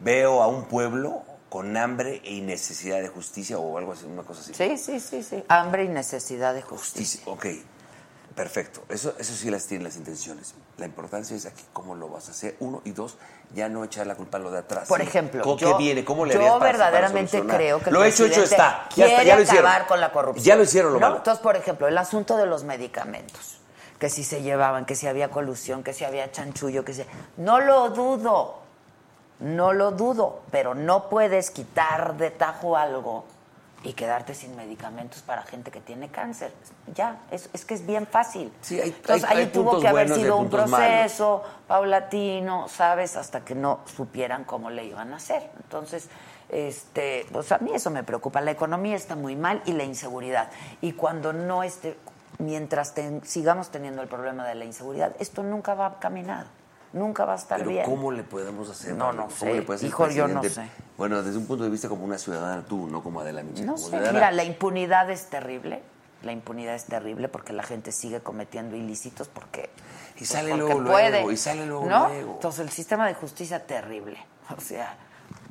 Speaker 5: veo a un pueblo con hambre y necesidad de justicia o algo así, una cosa así?
Speaker 1: sí, sí, sí, sí. Hambre y necesidad de justicia.
Speaker 5: Justicia, ok, perfecto. Eso, eso sí las tienen las intenciones. La importancia es aquí cómo lo vas a hacer. Uno y dos, ya no echar la culpa a lo de atrás.
Speaker 1: Por
Speaker 5: sino
Speaker 1: ejemplo,
Speaker 5: ¿Con
Speaker 1: yo-
Speaker 5: qué viene? ¿Cómo le
Speaker 1: yo
Speaker 5: harías para- para
Speaker 1: verdaderamente
Speaker 5: solucionar?
Speaker 1: creo que el
Speaker 5: lo hecho, hecho
Speaker 1: presidente
Speaker 5: está. Ya,
Speaker 1: quiere
Speaker 5: está, ya lo hicieron.
Speaker 1: acabar con la corrupción.
Speaker 5: Ya lo hicieron, lo
Speaker 1: ¿No?
Speaker 5: malo.
Speaker 1: Entonces, por ejemplo, el asunto de los medicamentos, que si se llevaban, que si había colusión, que si había chanchullo, que si... No lo dudo, no lo dudo, pero no puedes quitar de tajo algo y quedarte sin medicamentos para gente que tiene cáncer. Ya, es, es que es bien fácil.
Speaker 5: Sí, hay-
Speaker 1: Entonces,
Speaker 5: hay-
Speaker 1: ahí
Speaker 5: hay
Speaker 1: tuvo
Speaker 5: puntos
Speaker 1: que haber
Speaker 5: buenos y
Speaker 1: sido un
Speaker 5: puntos
Speaker 1: proceso
Speaker 5: malos.
Speaker 1: proceso paulatino, ¿sabes? Hasta que no supieran cómo le iban a hacer. Entonces, este, pues a mí eso me preocupa. La economía está muy mal y la inseguridad. Y cuando no esté, mientras ten- sigamos teniendo el problema de la inseguridad, esto nunca va a caminar, nunca va a estar
Speaker 5: Pero
Speaker 1: bien.
Speaker 5: ¿cómo le podemos hacer?
Speaker 1: No,
Speaker 5: Manuel?
Speaker 1: no
Speaker 5: ¿Cómo
Speaker 1: sé.
Speaker 5: le puede hacer el
Speaker 1: Hijo, yo no
Speaker 5: presidente?
Speaker 1: sé.
Speaker 5: Bueno, desde un punto de vista como una ciudadana tú, no como Adela Micha.
Speaker 1: No
Speaker 5: como
Speaker 1: sé,
Speaker 5: ciudadana.
Speaker 1: mira, la impunidad es terrible. La impunidad es terrible porque la gente sigue cometiendo ilícitos porque pues,
Speaker 5: Y sale
Speaker 1: porque
Speaker 5: luego, luego, y sale luego,
Speaker 1: ¿no?
Speaker 5: luego.
Speaker 1: Entonces el sistema de justicia terrible. O sea,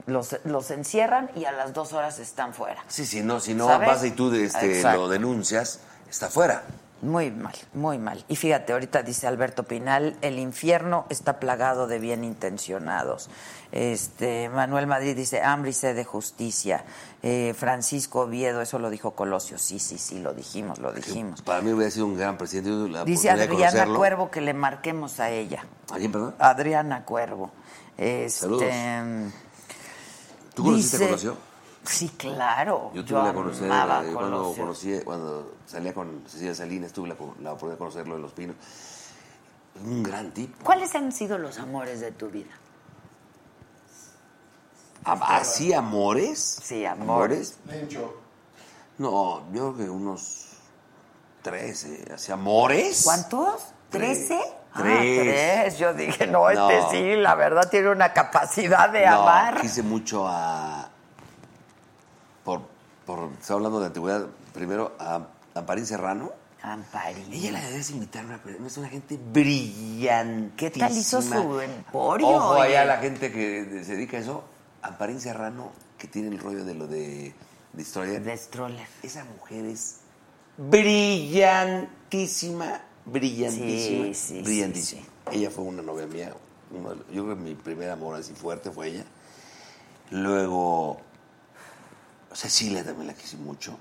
Speaker 1: los, los encierran y a las dos horas están fuera.
Speaker 5: Sí, si no, si no
Speaker 1: ¿Sabes?
Speaker 5: vas y tú de este,
Speaker 1: Exacto.
Speaker 5: lo denuncias, está fuera.
Speaker 1: Muy mal, muy mal. Y fíjate, ahorita dice Alberto Pinal, el infierno está plagado de bien intencionados. Este, Manuel Madrid dice, hambre y sed de justicia. Eh, Francisco Oviedo, eso lo dijo Colosio. Sí, sí, sí, lo dijimos, lo dijimos.
Speaker 5: Para mí hubiera sido un gran presidente. yo tuve la
Speaker 1: Dice
Speaker 5: oportunidad de
Speaker 1: Adriana
Speaker 5: Ah, pues, conocerlo.
Speaker 1: Cuervo que le marquemos a ella.
Speaker 5: ¿A quién, perdón?
Speaker 1: Adriana Cuervo. Este,
Speaker 5: Saludos. ¿Tú conociste
Speaker 1: dice-
Speaker 5: a Colosio?
Speaker 1: Sí, claro.
Speaker 5: Yo tuve la conocer
Speaker 1: amaba
Speaker 5: eh, cuando
Speaker 1: Colosio.
Speaker 5: conocí, cuando salía con Cecilia Salinas, tuve la, la oportunidad de conocerlo en Los Pinos. Un gran tipo.
Speaker 1: ¿Cuáles han sido los amores de tu vida?
Speaker 5: Am- ¿Así amores?
Speaker 1: Sí, amores.
Speaker 3: Lencho.
Speaker 5: No, yo creo que unos 13. ¿Así amores?
Speaker 1: ¿Cuántos?
Speaker 5: Tres.
Speaker 1: ¿Trece? Ah,
Speaker 5: Tres.
Speaker 1: tres. Yo dije, no, este
Speaker 5: No.
Speaker 1: sí, la verdad tiene una capacidad de
Speaker 5: no,
Speaker 1: amar.
Speaker 5: Quise mucho a. Por, por. Estoy hablando de antigüedad. Primero a Amparín Serrano.
Speaker 1: Amparín.
Speaker 5: Ella la debes invitar, una, persona- es una gente brillante.
Speaker 1: ¿Qué tal hizo su emporio?
Speaker 5: Ojo
Speaker 1: oye?
Speaker 5: allá a la gente que de- se dedica a eso. Amparín Serrano, que tiene el rollo de lo de Destroyer.
Speaker 1: De Stroller.
Speaker 5: Esa mujer es brillantísima, brillantísima,
Speaker 1: Sí, sí,
Speaker 5: brillantísima. Ella fue una novia mía. uno de los- yo creo que mi primer amor así fuerte fue ella. Luego, Cecilia también la quise mucho.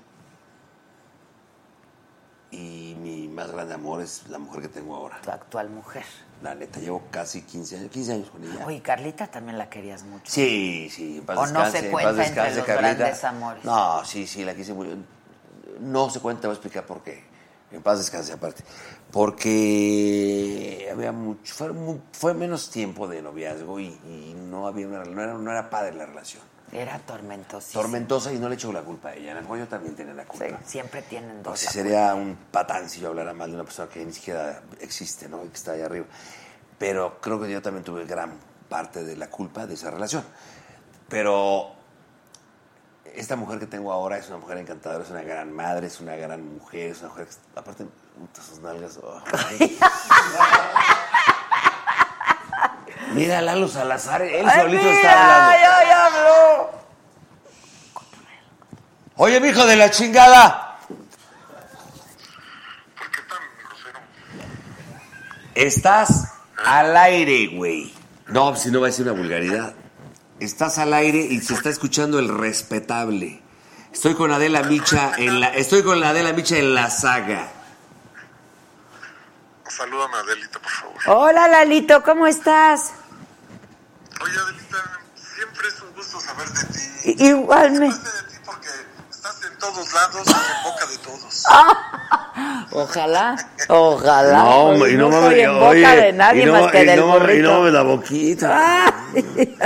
Speaker 5: Y mi más grande amor es la mujer que tengo ahora.
Speaker 1: Tu actual mujer.
Speaker 5: La neta, llevo casi 15 años, 15 años con ella.
Speaker 1: Oye, Carlita también la querías mucho.
Speaker 5: Sí, sí, en paz
Speaker 1: O no
Speaker 5: descanse,
Speaker 1: se
Speaker 5: en
Speaker 1: cuenta
Speaker 5: paz
Speaker 1: entre
Speaker 5: descanse,
Speaker 1: los
Speaker 5: Carlita.
Speaker 1: grandes amores.
Speaker 5: No, sí, sí, la quise mucho. No se cuenta, te voy a explicar por qué. En paz descanse, aparte. Porque había mucho, fue, mu- fue menos tiempo de noviazgo y, y no había una, no era, no era padre la relación.
Speaker 1: Era tormentosísima.
Speaker 5: Tormentosa y no le echo la culpa a ella. A lo mejor yo también tenía la culpa.
Speaker 1: Sí, siempre tienen
Speaker 5: No,
Speaker 1: dos.
Speaker 5: Pues sí
Speaker 1: la
Speaker 5: sería un patán si yo hablara mal de una persona que ni siquiera existe, ¿no? Que está ahí arriba. Pero creo que yo también tuve gran parte de la culpa de esa relación. Pero esta mujer que tengo ahora es una mujer encantadora, es una gran madre, es una gran mujer, es una mujer que, aparte, puta, sus nalgas. oh, ay. Mira, Lalo Salazar, él solito Pues está hablando.
Speaker 1: ¡Ay, ay, habló!
Speaker 5: Oye, mijo de la chingada. Estás al aire, güey. No, si no va a decir una vulgaridad. Estás al aire y se está escuchando el respetable. Estoy con Adela Micha en la estoy con la Adela Micha en la saga.
Speaker 6: Salúdame, Adelita, por favor.
Speaker 1: Hola, Lalito, ¿cómo estás?
Speaker 6: Oye, Adelita, siempre es un gusto saber de ti.
Speaker 1: I- Igualmente.
Speaker 6: Siempre sé de ti porque estás en todos lados y en boca de todos.
Speaker 1: Ah. Ojalá, ojalá.
Speaker 5: hombre,
Speaker 1: pues, estoy en boca de nadie más que del burrito.
Speaker 5: la boquita.
Speaker 1: Ay,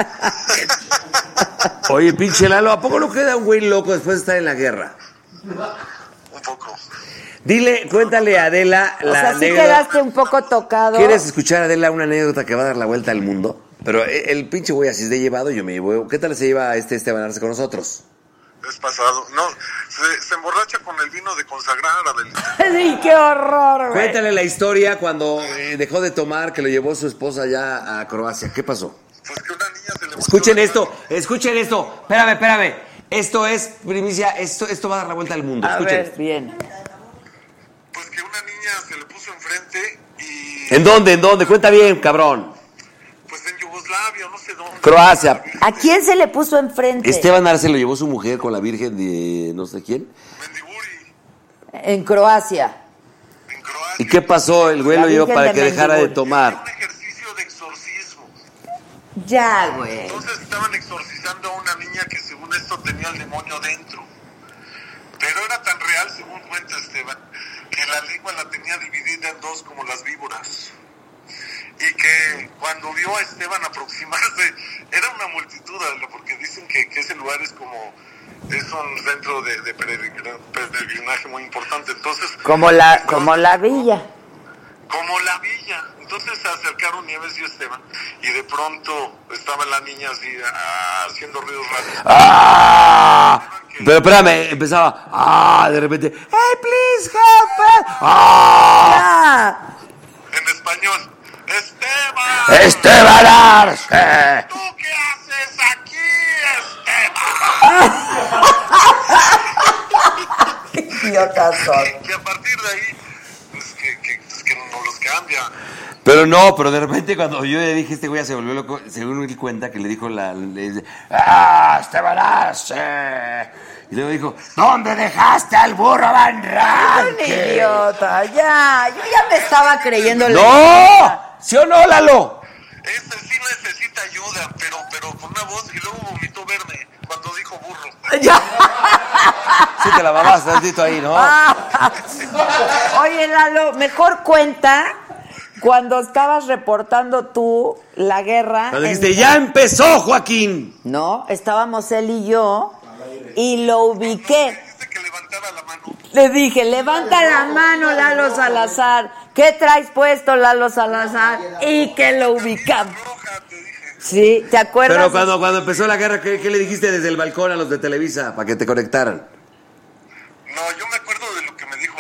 Speaker 5: Oye, pinche Lalo, ¿a poco no queda un güey loco después de estar en la guerra?
Speaker 6: Un poco.
Speaker 5: Dile, cuéntale a Adela
Speaker 1: o
Speaker 5: la
Speaker 1: sea, sí
Speaker 5: anécdota.
Speaker 1: quedaste un poco tocado.
Speaker 5: ¿Quieres escuchar, Adela, una anécdota que va a dar la vuelta al mundo? Pero e- el pinche güey así es de llevado, yo me llevo. ¿Qué tal se lleva este Esteban Arce con nosotros?
Speaker 6: Es pasado. No, se, se emborracha con el vino de consagrar, Adelita.
Speaker 1: Sí, qué horror, güey.
Speaker 5: Cuéntale la historia cuando eh, dejó de tomar, que lo llevó su esposa ya a Croacia. ¿Qué pasó?
Speaker 6: Pues que una niña se le volteó
Speaker 5: Escuchen
Speaker 6: la
Speaker 5: esto, escuchen esto. Espérame, espérame. Esto es primicia, esto, esto va a dar la vuelta al mundo.
Speaker 1: A
Speaker 5: Escuchen.
Speaker 1: ver, bien.
Speaker 6: Pues que una niña se le puso enfrente y.
Speaker 5: ¿En dónde? ¿En dónde? Cuenta bien, cabrón.
Speaker 6: Pues en Yugoslavia, no sé dónde.
Speaker 5: Croacia.
Speaker 1: ¿A quién se le puso enfrente?
Speaker 5: Esteban Arce lo llevó su mujer con la virgen de no sé quién.
Speaker 6: Mendiguri,
Speaker 1: En Croacia.
Speaker 6: en Croacia.
Speaker 5: ¿Y qué pasó? El güey
Speaker 1: La
Speaker 5: lo llevó
Speaker 1: Virgen
Speaker 5: para
Speaker 1: de
Speaker 5: que dejara de
Speaker 1: Medjugorje.
Speaker 6: Era
Speaker 5: tomar.
Speaker 6: un ejercicio de exorcismo.
Speaker 1: Ya, güey.
Speaker 6: Entonces estaban exorcizando a una niña que según esto tenía el demonio dentro. Pero era tan real, según cuenta Esteban, que la lengua la tenía dividida en dos como las víboras. Y que cuando vio a Esteban aproximarse, era una multitud, Adela, porque dicen que, que ese lugar es como, es un centro de, de peregrina- peregrinaje muy importante. Entonces,
Speaker 1: Como la, como la villa.
Speaker 6: como la villa. Entonces se acercaron Nieves y Esteban y de pronto estaba la niña así ah, haciendo ruidos raros.
Speaker 5: ¡Ah! Pero espérame, empezaba. ¡Ah! De repente. ¡Hey, please, help! us". ¡Ah!
Speaker 1: Ah,
Speaker 6: En español, Esteban,
Speaker 5: ¡Esteban Arce!
Speaker 6: ¿tú qué haces aquí, Esteban?
Speaker 1: idiota soy.
Speaker 6: Y a partir de ahí, pues que, que, pues, que nos los cambia.
Speaker 5: Pero no, pero de repente cuando yo le dije, este güey ya se volvió loco, según él cuenta que le dijo la. le dice, ¡Ah! ¡Esteban Arce! Y luego dijo, ¿dónde dejaste al burro Van
Speaker 1: Un
Speaker 5: Ranke?
Speaker 1: idiota, ya. Yo ya me estaba creyendo la
Speaker 5: ¡No! ¿Sí o no, Lalo?
Speaker 6: Este sí necesita ayuda, pero, pero con una voz y luego vomitó verme cuando dijo burro.
Speaker 5: Sí, te la mamaste tantito ahí, ¿no?
Speaker 1: Ah. Oye, Lalo, mejor cuenta cuando estabas reportando tú la guerra.
Speaker 5: Cuando
Speaker 1: en-
Speaker 5: dijiste, ¡ya empezó, Joaquín!
Speaker 1: No, estábamos él y yo y lo ubiqué.
Speaker 6: Dice que levantara la mano.
Speaker 1: Le dije, levanta la mano, Lalo Salazar. ¿Qué traes puesto, Lalo Salazar? Y que lo ubicamos.
Speaker 6: Roja, te dije.
Speaker 1: Sí, ¿te acuerdas?
Speaker 5: Pero cuando, cuando empezó la guerra, ¿qué, qué le dijiste desde el balcón a los de Televisa para que te conectaran?
Speaker 6: No, yo me acuerdo de lo que me dijo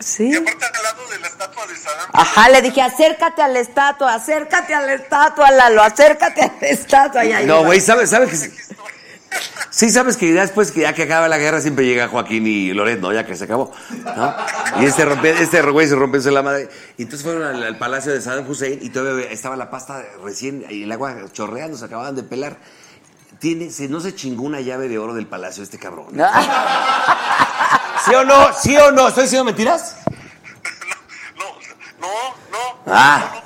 Speaker 1: Sí. Ah.
Speaker 6: Y aparte al lado de la estatua de Saddam.
Speaker 1: Ajá, le dije, acércate a la estatua, acércate a la estatua, Lalo, acércate a la estatua. Y ahí
Speaker 5: No,
Speaker 1: iba.
Speaker 5: güey, ¿sabes, sabes que...
Speaker 6: Aquí
Speaker 5: sí-
Speaker 6: estoy.
Speaker 5: Sí, sabes que ya después que ya que acaba la guerra siempre llega Joaquín y Loret, ¿no? Ya que se acabó, ¿no? Y este rompe, este güey se rompió la madre. Y entonces fueron al, al palacio de Saddam Hussein y todavía estaba la pasta recién y el agua chorreando, se acababan de pelar. Tiene, se, no se chingó una llave de oro del palacio este cabrón. ¿Sí o no? ¿Sí o no? ¿Estoy diciendo mentiras?
Speaker 6: No, no, no.
Speaker 5: Ah.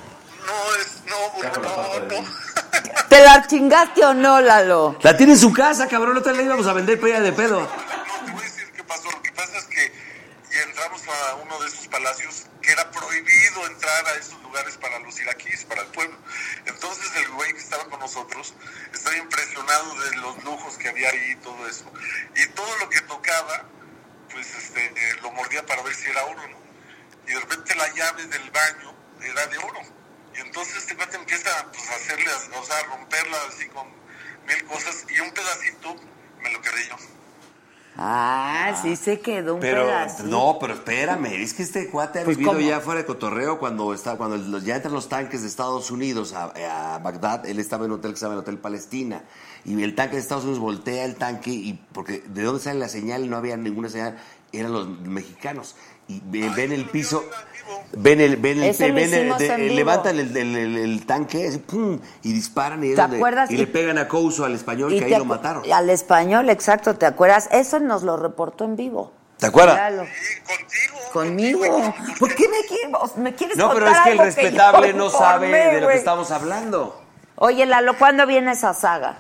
Speaker 6: No, no, es, no, no, no.
Speaker 1: ¿Te la chingaste o no, Lalo?
Speaker 5: La tiene en su casa, cabrón. La otra la íbamos a vender peda de pedo.
Speaker 6: No, te voy a decir qué pasó. Lo que pasa es que entramos a uno de esos palacios que era prohibido entrar a esos lugares para los iraquíes, para el pueblo. Entonces el güey que estaba con nosotros estaba impresionado de los lujos que había ahí y todo eso. Y todo lo que tocaba, pues este, eh, lo mordía para ver si era oro, ¿no? Y de repente la llave del baño era de oro. Y entonces este cuate empieza pues, a hacerle, o sea, a romperla así con mil cosas. Y un pedacito me lo quedé yo.
Speaker 1: Ah, sí se quedó un
Speaker 5: Pero
Speaker 1: pedacito.
Speaker 5: no, pero espérame, es que este cuate ha
Speaker 1: Pues,
Speaker 5: vivido
Speaker 1: ¿cómo?
Speaker 5: ya fuera de cotorreo cuando está cuando los- ya entran los tanques de Estados Unidos a, a Bagdad, él estaba en un hotel que se llama el Hotel Palestina y el tanque de Estados Unidos voltea el tanque y porque de dónde sale la señal no había ninguna señal, eran los mexicanos y ve- eh, ven el piso ven el ven el,
Speaker 1: Eso lo
Speaker 5: ven el-
Speaker 1: hicimos
Speaker 5: de-
Speaker 1: en vivo.
Speaker 5: levantan el, el- el- el tanque así, pum, y disparan y, es
Speaker 1: ¿Te
Speaker 5: donde-
Speaker 1: acuerdas?
Speaker 5: y
Speaker 1: Y-
Speaker 5: le pegan a Couso al español
Speaker 1: Y
Speaker 5: que ahí
Speaker 1: te
Speaker 5: lo
Speaker 1: acu-
Speaker 5: mataron.
Speaker 1: Al español, exacto, ¿te acuerdas? Eso nos lo reportó en vivo.
Speaker 5: ¿Te acuerdas?
Speaker 1: Lalo.
Speaker 6: Sí, contigo.
Speaker 1: Conmigo. ¿Por qué me, qui- me quieres
Speaker 5: No, pero
Speaker 1: contar
Speaker 5: es que el
Speaker 1: algo yo
Speaker 5: respetable no sabe
Speaker 1: informé,
Speaker 5: de lo que
Speaker 1: güey?
Speaker 5: estamos hablando.
Speaker 1: Oye, Lalo, ¿cuándo viene esa saga?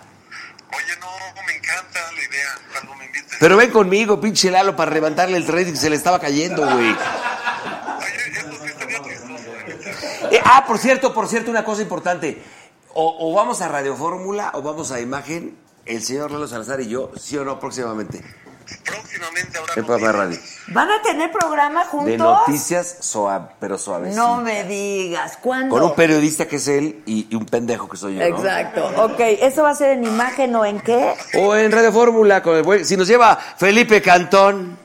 Speaker 6: Oye, no, me encanta la idea cuando me invites.
Speaker 5: Pero ven conmigo, pinche Lalo, para levantarle el rating que se le estaba cayendo, güey.
Speaker 6: Oye, esto sí estaría chistoso. ¿eh?
Speaker 5: Eh, ah, por cierto, por cierto, una cosa importante. O, o vamos a Radio Fórmula o vamos a Imagen, el señor Lalo Salazar y yo, sí o no, próximamente.
Speaker 6: Próximamente habrá
Speaker 5: El programa de radio.
Speaker 6: noticias.
Speaker 1: ¿Van a tener programa
Speaker 5: De
Speaker 1: juntos?
Speaker 5: noticias, suave, pero suavecito.
Speaker 1: no me digas. ¿Cuándo?
Speaker 5: Con un periodista que es él y, y un pendejo que soy yo, ¿no?
Speaker 1: Exacto. Ok, ¿eso va a ser en imagen o en qué?
Speaker 5: O en Radio Fórmula, con el güey- si nos lleva Felipe Cantón.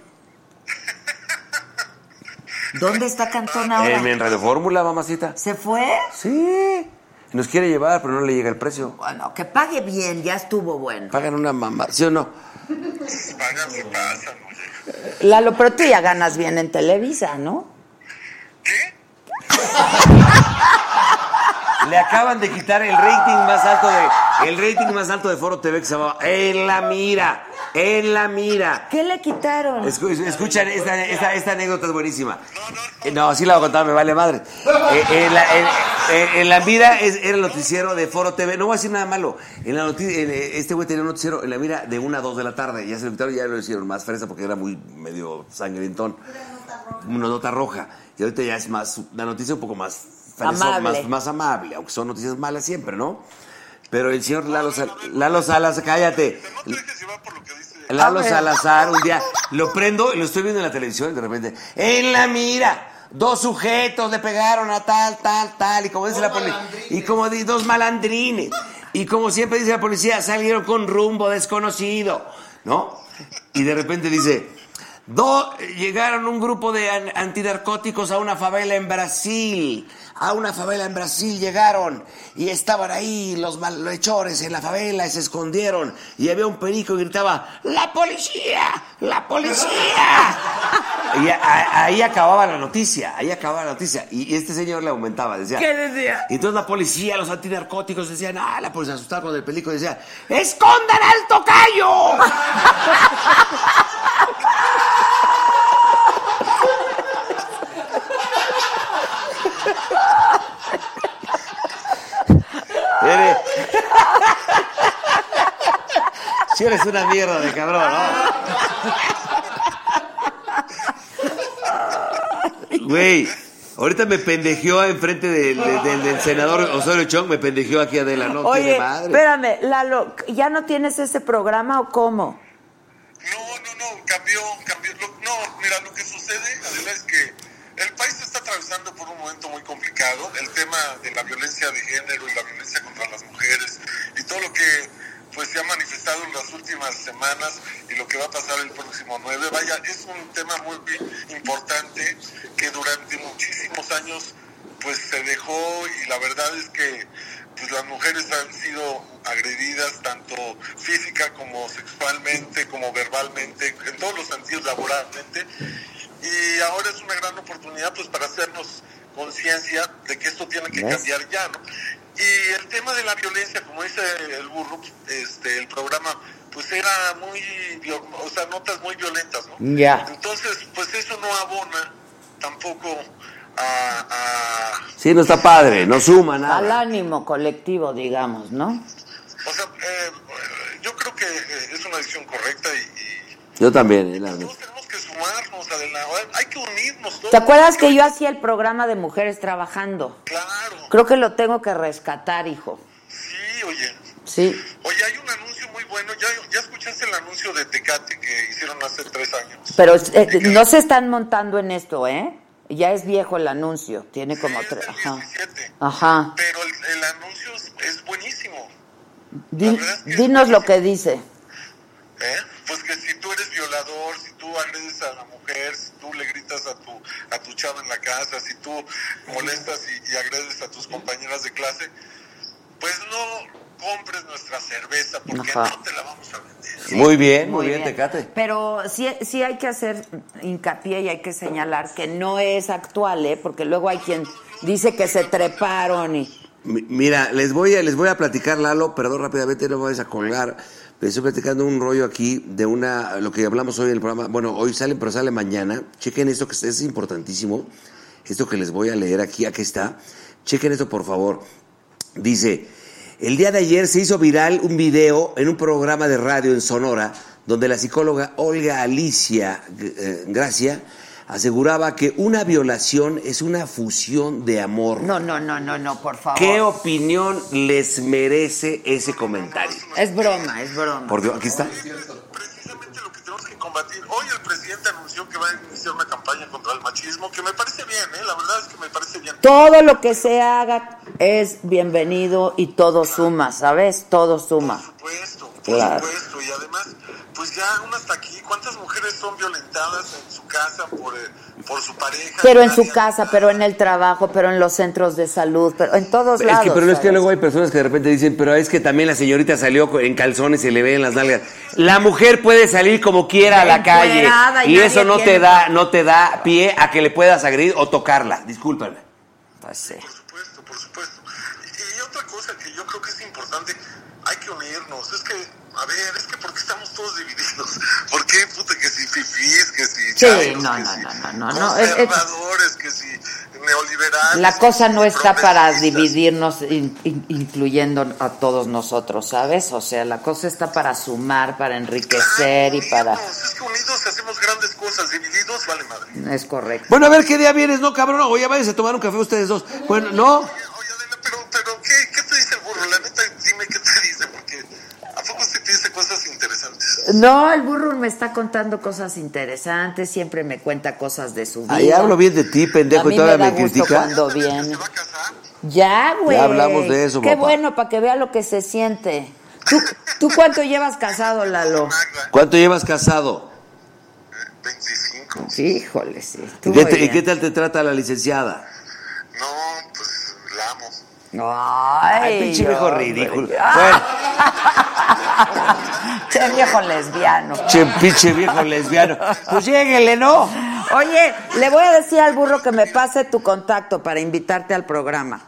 Speaker 1: ¿Dónde está Cantón ahora?
Speaker 5: En, en Radio Fórmula, mamacita.
Speaker 1: ¿Se fue?
Speaker 5: Sí. Nos quiere llevar, pero no le llega el precio.
Speaker 1: Bueno, que pague bien, ya estuvo bueno.
Speaker 5: Pagan una mamá, ¿sí o no?
Speaker 6: Pagan su casa, oye.
Speaker 1: Lalo, pero tú ya ganas bien en Televisa, ¿no?
Speaker 6: ¿Qué?
Speaker 5: Le acaban de quitar el rating más alto de el rating más alto de Foro TV que se llamaba En la mira, en la mira.
Speaker 1: ¿Qué le quitaron?
Speaker 5: Escu- Escuchen, esta, esta- esta anécdota es buenísima. Eh, No, sí la voy a contar, me vale madre. Eh, en, la, en- eh, en- en la mira es- era el noticiero de Foro TV. No voy a decir nada malo. En la noti- en, eh, este güey tenía un noticiero en la mira de una a 2 de la tarde. Ya se lo quitaron, ya lo hicieron más fresa porque era muy medio sangrientón. Una nota roja. Y ahorita ya es más, la noticia un poco más
Speaker 1: Amable.
Speaker 5: más, más amable, aunque son noticias malas siempre, ¿no? Pero el señor Lalo, Sal- Lalo Salas, cállate.
Speaker 6: No te dejes llevar por lo que dice.
Speaker 5: Lalo
Speaker 1: A ver.
Speaker 5: Salazar, un día lo prendo y lo estoy viendo en la televisión y de repente, en la mira, dos sujetos le pegaron a tal, tal, tal, y como dice la policía, y como di- dos malandrines, y como siempre dice la policía, salieron con rumbo desconocido, ¿no? Y de repente dice, "Do- llegaron un grupo de an- antinarcóticos a una favela en Brasil, a una favela en Brasil llegaron y estaban ahí los malhechores en la favela y se escondieron y había un perico que gritaba, ¡La policía! ¡La policía! Y a- a- ahí acababa la noticia, ahí acababa la noticia. Y este señor le aumentaba, decía.
Speaker 1: ¿Qué decía?
Speaker 5: Y entonces la policía, los antinarcóticos decían, ah, la policía asustada con el perico decía, ¡Escondan al tocayo! Eres... Si eres una mierda de cabrón, ¿no? Güey, ahorita me pendejeó enfrente del, del- del senador Osorio Chong, me pendejeó aquí Adela, ¿no?
Speaker 1: Oye,
Speaker 5: tiene madre.
Speaker 1: espérame, Lalo, ¿ya no tienes ese programa o cómo?
Speaker 6: No, no, no, cambió, cambió. Lo- no, mira, lo que sucede, Adela, es que el país está atravesando por un momento muy complicado. El tema de la violencia de género y la violencia contra las mujeres y todo lo que pues se ha manifestado en las últimas semanas y lo que va a pasar el próximo 9. Vaya, es un tema muy importante que durante muchísimos años pues se dejó y la verdad es que pues las mujeres han sido agredidas tanto física como sexualmente, como verbalmente, en todos los sentidos laboralmente. Y ahora es una gran oportunidad pues para hacernos conciencia de que esto tiene que cambiar ya, ¿no? Y el tema de la violencia, como dice el burro, este, el programa, pues era muy, viol- o sea, notas muy violentas, ¿no?
Speaker 1: Ya.
Speaker 6: Entonces, pues eso no abona tampoco a- a,
Speaker 5: Sí, no está padre, no suma
Speaker 1: Al
Speaker 5: nada.
Speaker 1: ánimo colectivo, digamos, ¿no?
Speaker 6: O sea, eh, yo creo que eh, es una decisión correcta y,
Speaker 5: Yo también, eh, la
Speaker 6: y
Speaker 5: verdad.
Speaker 6: todos tenemos que sumarnos, Adela. Hay que unirnos todos.
Speaker 1: ¿Te acuerdas que yo hacía el programa de mujeres trabajando?
Speaker 6: Claro,
Speaker 1: Creo que lo tengo que rescatar, hijo.
Speaker 6: sí, oye.
Speaker 1: Sí.
Speaker 6: Oye, hay un anuncio muy bueno. ¿Ya, ya escuchaste el anuncio de Tecate que hicieron hace tres años?
Speaker 1: Pero eh, no se están montando en esto, ¿eh? Ya es viejo el anuncio. Tiene como
Speaker 6: Sí, es
Speaker 1: tres.
Speaker 6: del
Speaker 1: Ajá.
Speaker 6: 17,
Speaker 1: Ajá.
Speaker 6: Pero el, el anuncio es, es buenísimo.
Speaker 1: Di-
Speaker 6: La verdad es que-
Speaker 1: dinos lo que dice.
Speaker 6: ¿eh? Pues que si tú eres violador, si tú agredes a la mujer, si tú le gritas a tu, a tu chava en la casa, si tú molestas y, y agredes a tus compañeras de clase, pues no compres nuestra cerveza porque
Speaker 1: Ajá.
Speaker 6: no te la vamos a vender.
Speaker 5: Muy bien, muy bien, Tecate.
Speaker 1: Pero sí, sí hay que hacer hincapié y hay que señalar que no es actual, ¿eh? Porque luego hay quien dice que se treparon y.
Speaker 5: Mi- Mira, les voy, a, les voy a platicar, Lalo, perdón rápidamente, no me vayas a colgar. Les estoy platicando un rollo aquí de una, lo que hablamos hoy en el programa. Bueno, hoy salen, pero sale mañana. Chequen esto que es importantísimo. Esto que les voy a leer aquí, aquí está. Chequen esto, por favor. Dice, el día de ayer se hizo viral un video en un programa de radio en Sonora donde la psicóloga Olga Alicia eh, Gracia aseguraba que una violación es una fusión de amor.
Speaker 1: No, no, no, no, no, por favor.
Speaker 5: ¿Qué opinión les merece ese comentario?
Speaker 1: Es broma, es broma.
Speaker 5: Por Dios, aquí está.
Speaker 6: Precisamente lo que tenemos que combatir. Hoy el presidente anunció que va a iniciar una campaña contra el machismo, que me parece bien, ¿eh? la verdad es que me parece bien.
Speaker 1: Todo lo que se haga es bienvenido y todo suma, ¿sabes? Todo suma.
Speaker 6: Por supuesto, por
Speaker 1: Claro.
Speaker 6: supuesto. Y además, pues ya aún hasta aquí, ¿cuántas mujeres son violentadas en su casa por, eh, por su pareja?
Speaker 1: Pero en su
Speaker 6: Nadie-
Speaker 1: casa, pero en el trabajo, pero en los centros de salud, pero en todos
Speaker 5: Es
Speaker 1: lados.
Speaker 5: que, pero es que
Speaker 1: ¿sabes?
Speaker 5: luego hay personas que de repente dicen, pero es que también la señorita salió co- en calzones y se le ven las nalgas. La mujer puede salir como quiera a la calle
Speaker 1: Empoderada y
Speaker 5: y eso
Speaker 1: nadie
Speaker 5: no
Speaker 1: tiene-
Speaker 5: te da, no te da pie a que le puedas agredir o tocarla. Discúlpame.
Speaker 1: Pues sí.
Speaker 6: Por supuesto, por supuesto. Y, y otra cosa que yo creo que es importante, hay que unirnos. Es que, a ver, es que ¿por qué estamos todos divididos? ¿Por qué, puta, que si fifís, que si chairos,
Speaker 1: no,
Speaker 6: que
Speaker 1: no,
Speaker 6: si
Speaker 1: no, no, no, no, es- es-
Speaker 6: conservadores, que si neoliberales?
Speaker 1: La cosa no está para
Speaker 6: progresistas?
Speaker 1: dividirnos, in- in- incluyendo a todos nosotros, ¿sabes? O sea, la cosa está para sumar, para enriquecer y para...
Speaker 6: Unidos, Es que unidos hacemos grandes cosas, divididos vale madre.
Speaker 1: Es correcto.
Speaker 5: Bueno, a ver qué día vienes, no, cabrón. O ya váyanse a tomar un café ustedes dos. Bueno, no.
Speaker 6: Oye, oye, Adela, pero, pero ¿qué, ¿qué te dice el burro? La neta, dime qué te dice, porque ¿a poco se te dice cosas interesantes?
Speaker 1: No, el burro me está contando cosas interesantes, siempre me cuenta cosas de su vida.
Speaker 5: Ahí hablo bien de ti,
Speaker 1: A
Speaker 5: pendejo,
Speaker 1: mí
Speaker 5: y
Speaker 1: me
Speaker 5: todavía
Speaker 1: da
Speaker 5: me
Speaker 1: gusto
Speaker 5: critica.
Speaker 1: cuando
Speaker 6: ¿Sabes que
Speaker 1: viene.
Speaker 6: ¿Se va a casar?
Speaker 1: Ya, güey.
Speaker 5: Ya hablamos de eso,
Speaker 1: Qué
Speaker 5: papá.
Speaker 1: bueno, para que vea lo que se siente. ¿Tú, ¿Tú cuánto llevas casado, Lalo?
Speaker 6: Magda, Eh,
Speaker 5: ¿Cuánto llevas casado?
Speaker 6: 25.
Speaker 1: Sí, híjole, sí.
Speaker 5: ¿Y
Speaker 1: estuvo
Speaker 5: qué, te- y
Speaker 1: bien.
Speaker 5: qué tal te trata la licenciada?
Speaker 6: No, pues la amo.
Speaker 1: Ay,
Speaker 5: Ay, pinche viejo
Speaker 1: hombre.
Speaker 5: ridículo.
Speaker 1: Ah, che, viejo lesbiano.
Speaker 5: Che, pinche viejo lesbiano. Pues lléguenle, ¿no?
Speaker 1: Oye, le voy a decir al burro que me pase tu contacto para invitarte al programa.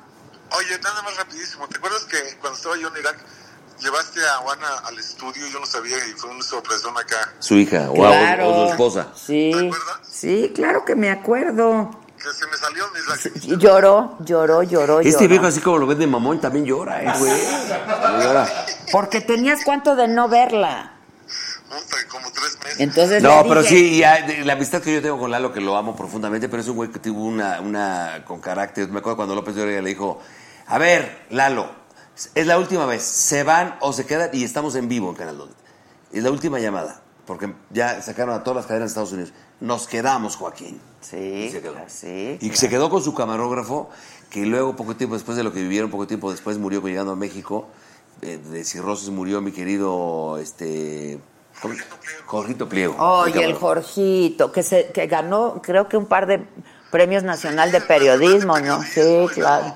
Speaker 6: Oye, nada más rapidísimo. ¿Te acuerdas que cuando estaba yo en Irak, llevaste a Juana al estudio? Yo no sabía y fue una sorpresa acá.
Speaker 5: Su hija o,
Speaker 1: claro.
Speaker 5: o- o su esposa.
Speaker 1: Sí. Sí, claro que me acuerdo.
Speaker 6: Que se me salió mis lágrimas.
Speaker 1: Y Lloró, lloró, lloró,
Speaker 5: Este
Speaker 1: lloró.
Speaker 5: viejo, así como lo ven de mamón, también llora, ¿eh, güey? Llora.
Speaker 1: Porque tenías cuánto de no verla.
Speaker 6: Puta, como tres meses.
Speaker 1: Entonces
Speaker 5: No,
Speaker 1: le
Speaker 5: pero
Speaker 1: dije,
Speaker 5: sí, y hay- de- la amistad que yo tengo con Lalo, que lo amo profundamente, pero es un güey que tuvo una, una con carácter. Me acuerdo cuando López de Oria le dijo, a ver, Lalo, es la última vez, se van o se quedan y estamos en vivo en Canal 2. Es la última llamada, porque ya sacaron a todas las cadenas de Estados Unidos. Nos quedamos, Joaquín.
Speaker 1: Sí,
Speaker 5: Y se quedó.
Speaker 1: sí,
Speaker 5: Y se quedó con su camarógrafo, que luego, poco tiempo después de lo que vivieron, poco tiempo después murió llegando a México. eh, de cirrosis murió mi querido este ¿cómo? Jorgito Pliego.
Speaker 1: Oye,
Speaker 5: Qué
Speaker 1: el
Speaker 5: cabrón.
Speaker 1: Jorgito, que se que ganó, creo que un par de premios nacional de periodismo, ¿no? Sí, claro.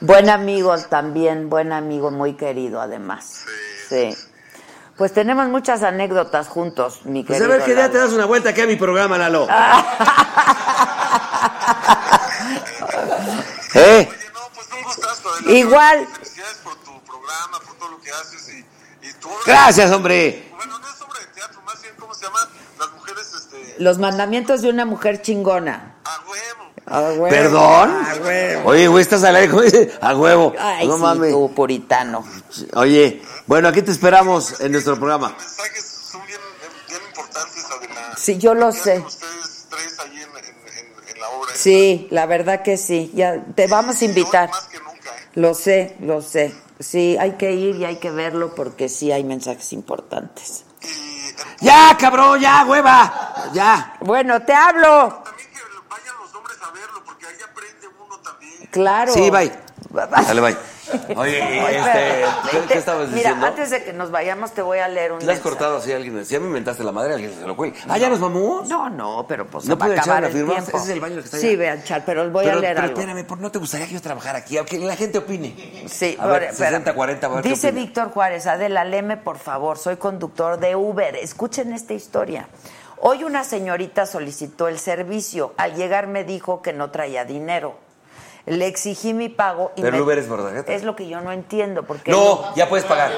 Speaker 1: Buen amigo también, buen amigo muy querido además. Sí. Pues tenemos muchas anécdotas juntos, mi
Speaker 5: Pues
Speaker 1: querido.
Speaker 5: a ver qué día
Speaker 1: Lalo.
Speaker 5: te das una vuelta aquí a mi programa, Lalo. ¿Eh?
Speaker 6: Oye, no, pues un gustazo. Adela.
Speaker 1: Igual,
Speaker 6: Felicidades por tu programa, por todo lo que haces y, y tu obra.
Speaker 5: Gracias, hombre.
Speaker 6: Bueno, no es obra de teatro, más bien, ¿cómo se llama? Las mujeres, este.
Speaker 1: los mandamientos de una mujer chingona. Ah,
Speaker 6: A huevo.
Speaker 1: A huevo.
Speaker 5: ¿Perdón?
Speaker 1: A huevo.
Speaker 5: Oye, güey, estás al aire, ¿cómo dice? A huevo.
Speaker 1: Ay,
Speaker 5: no
Speaker 1: sí,
Speaker 5: mames.
Speaker 1: tú, puritano.
Speaker 5: Oye, bueno, aquí te esperamos en nuestro programa.
Speaker 6: Los mensajes son bien, bien importantes, Adela.
Speaker 1: Sí, yo lo
Speaker 6: Que
Speaker 1: sé.
Speaker 6: hacen ustedes tres ahí en, en- en- en la obra.
Speaker 1: Sí, la verdad que sí. Ya te vamos a
Speaker 6: Y hoy
Speaker 1: invitar.
Speaker 6: Más que nunca, ¿eh?
Speaker 1: Lo sé, lo sé. Sí, hay que ir y hay que verlo porque sí hay mensajes importantes.
Speaker 6: Y eh,
Speaker 5: Ya, cabrón, ya, hueva. Ya.
Speaker 1: Bueno, te hablo.
Speaker 6: también que vayan los hombres a verlo, porque ahí aprende uno también.
Speaker 1: Claro.
Speaker 5: Sí, bye.
Speaker 1: Bye.
Speaker 5: Dale, bye. Oye, este, ¿qué, qué estabas
Speaker 1: Mira,
Speaker 5: diciendo?
Speaker 1: antes de que nos vayamos te voy a leer un
Speaker 5: ¿Le has
Speaker 1: mensaje.
Speaker 5: cortado así a alguien? Si ya me inventaste la madre, alguien se lo cuelga. Ah, ya nos vamos.
Speaker 1: No, no, pero pues
Speaker 5: ¿No
Speaker 1: se va a
Speaker 5: puedo echar
Speaker 1: acabar
Speaker 5: una
Speaker 1: el
Speaker 5: firma?
Speaker 1: tiempo.
Speaker 5: Ese es el baño que está
Speaker 1: Sí,
Speaker 5: allá.
Speaker 1: vean, Char, pero voy
Speaker 5: pero,
Speaker 1: a leer
Speaker 5: pero
Speaker 1: algo.
Speaker 5: espérame, ¿por no te gustaría que yo trabajara aquí? Aunque la gente opine.
Speaker 1: Sí,
Speaker 5: A ver,
Speaker 1: ahora, espera.
Speaker 5: 60, 40, a ver qué
Speaker 1: Dice
Speaker 5: opina.
Speaker 1: Víctor Juárez, Adela, leme por favor, soy conductor de Uber. Escuchen esta historia. Hoy una señorita solicitó el servicio. Al llegar me dijo que no traía dinero. Le exigí mi pago y
Speaker 5: Pero
Speaker 1: me-
Speaker 5: el Uber es por tarjeta.
Speaker 1: Es lo que yo no entiendo. Porque
Speaker 5: No, ya puedes pagar.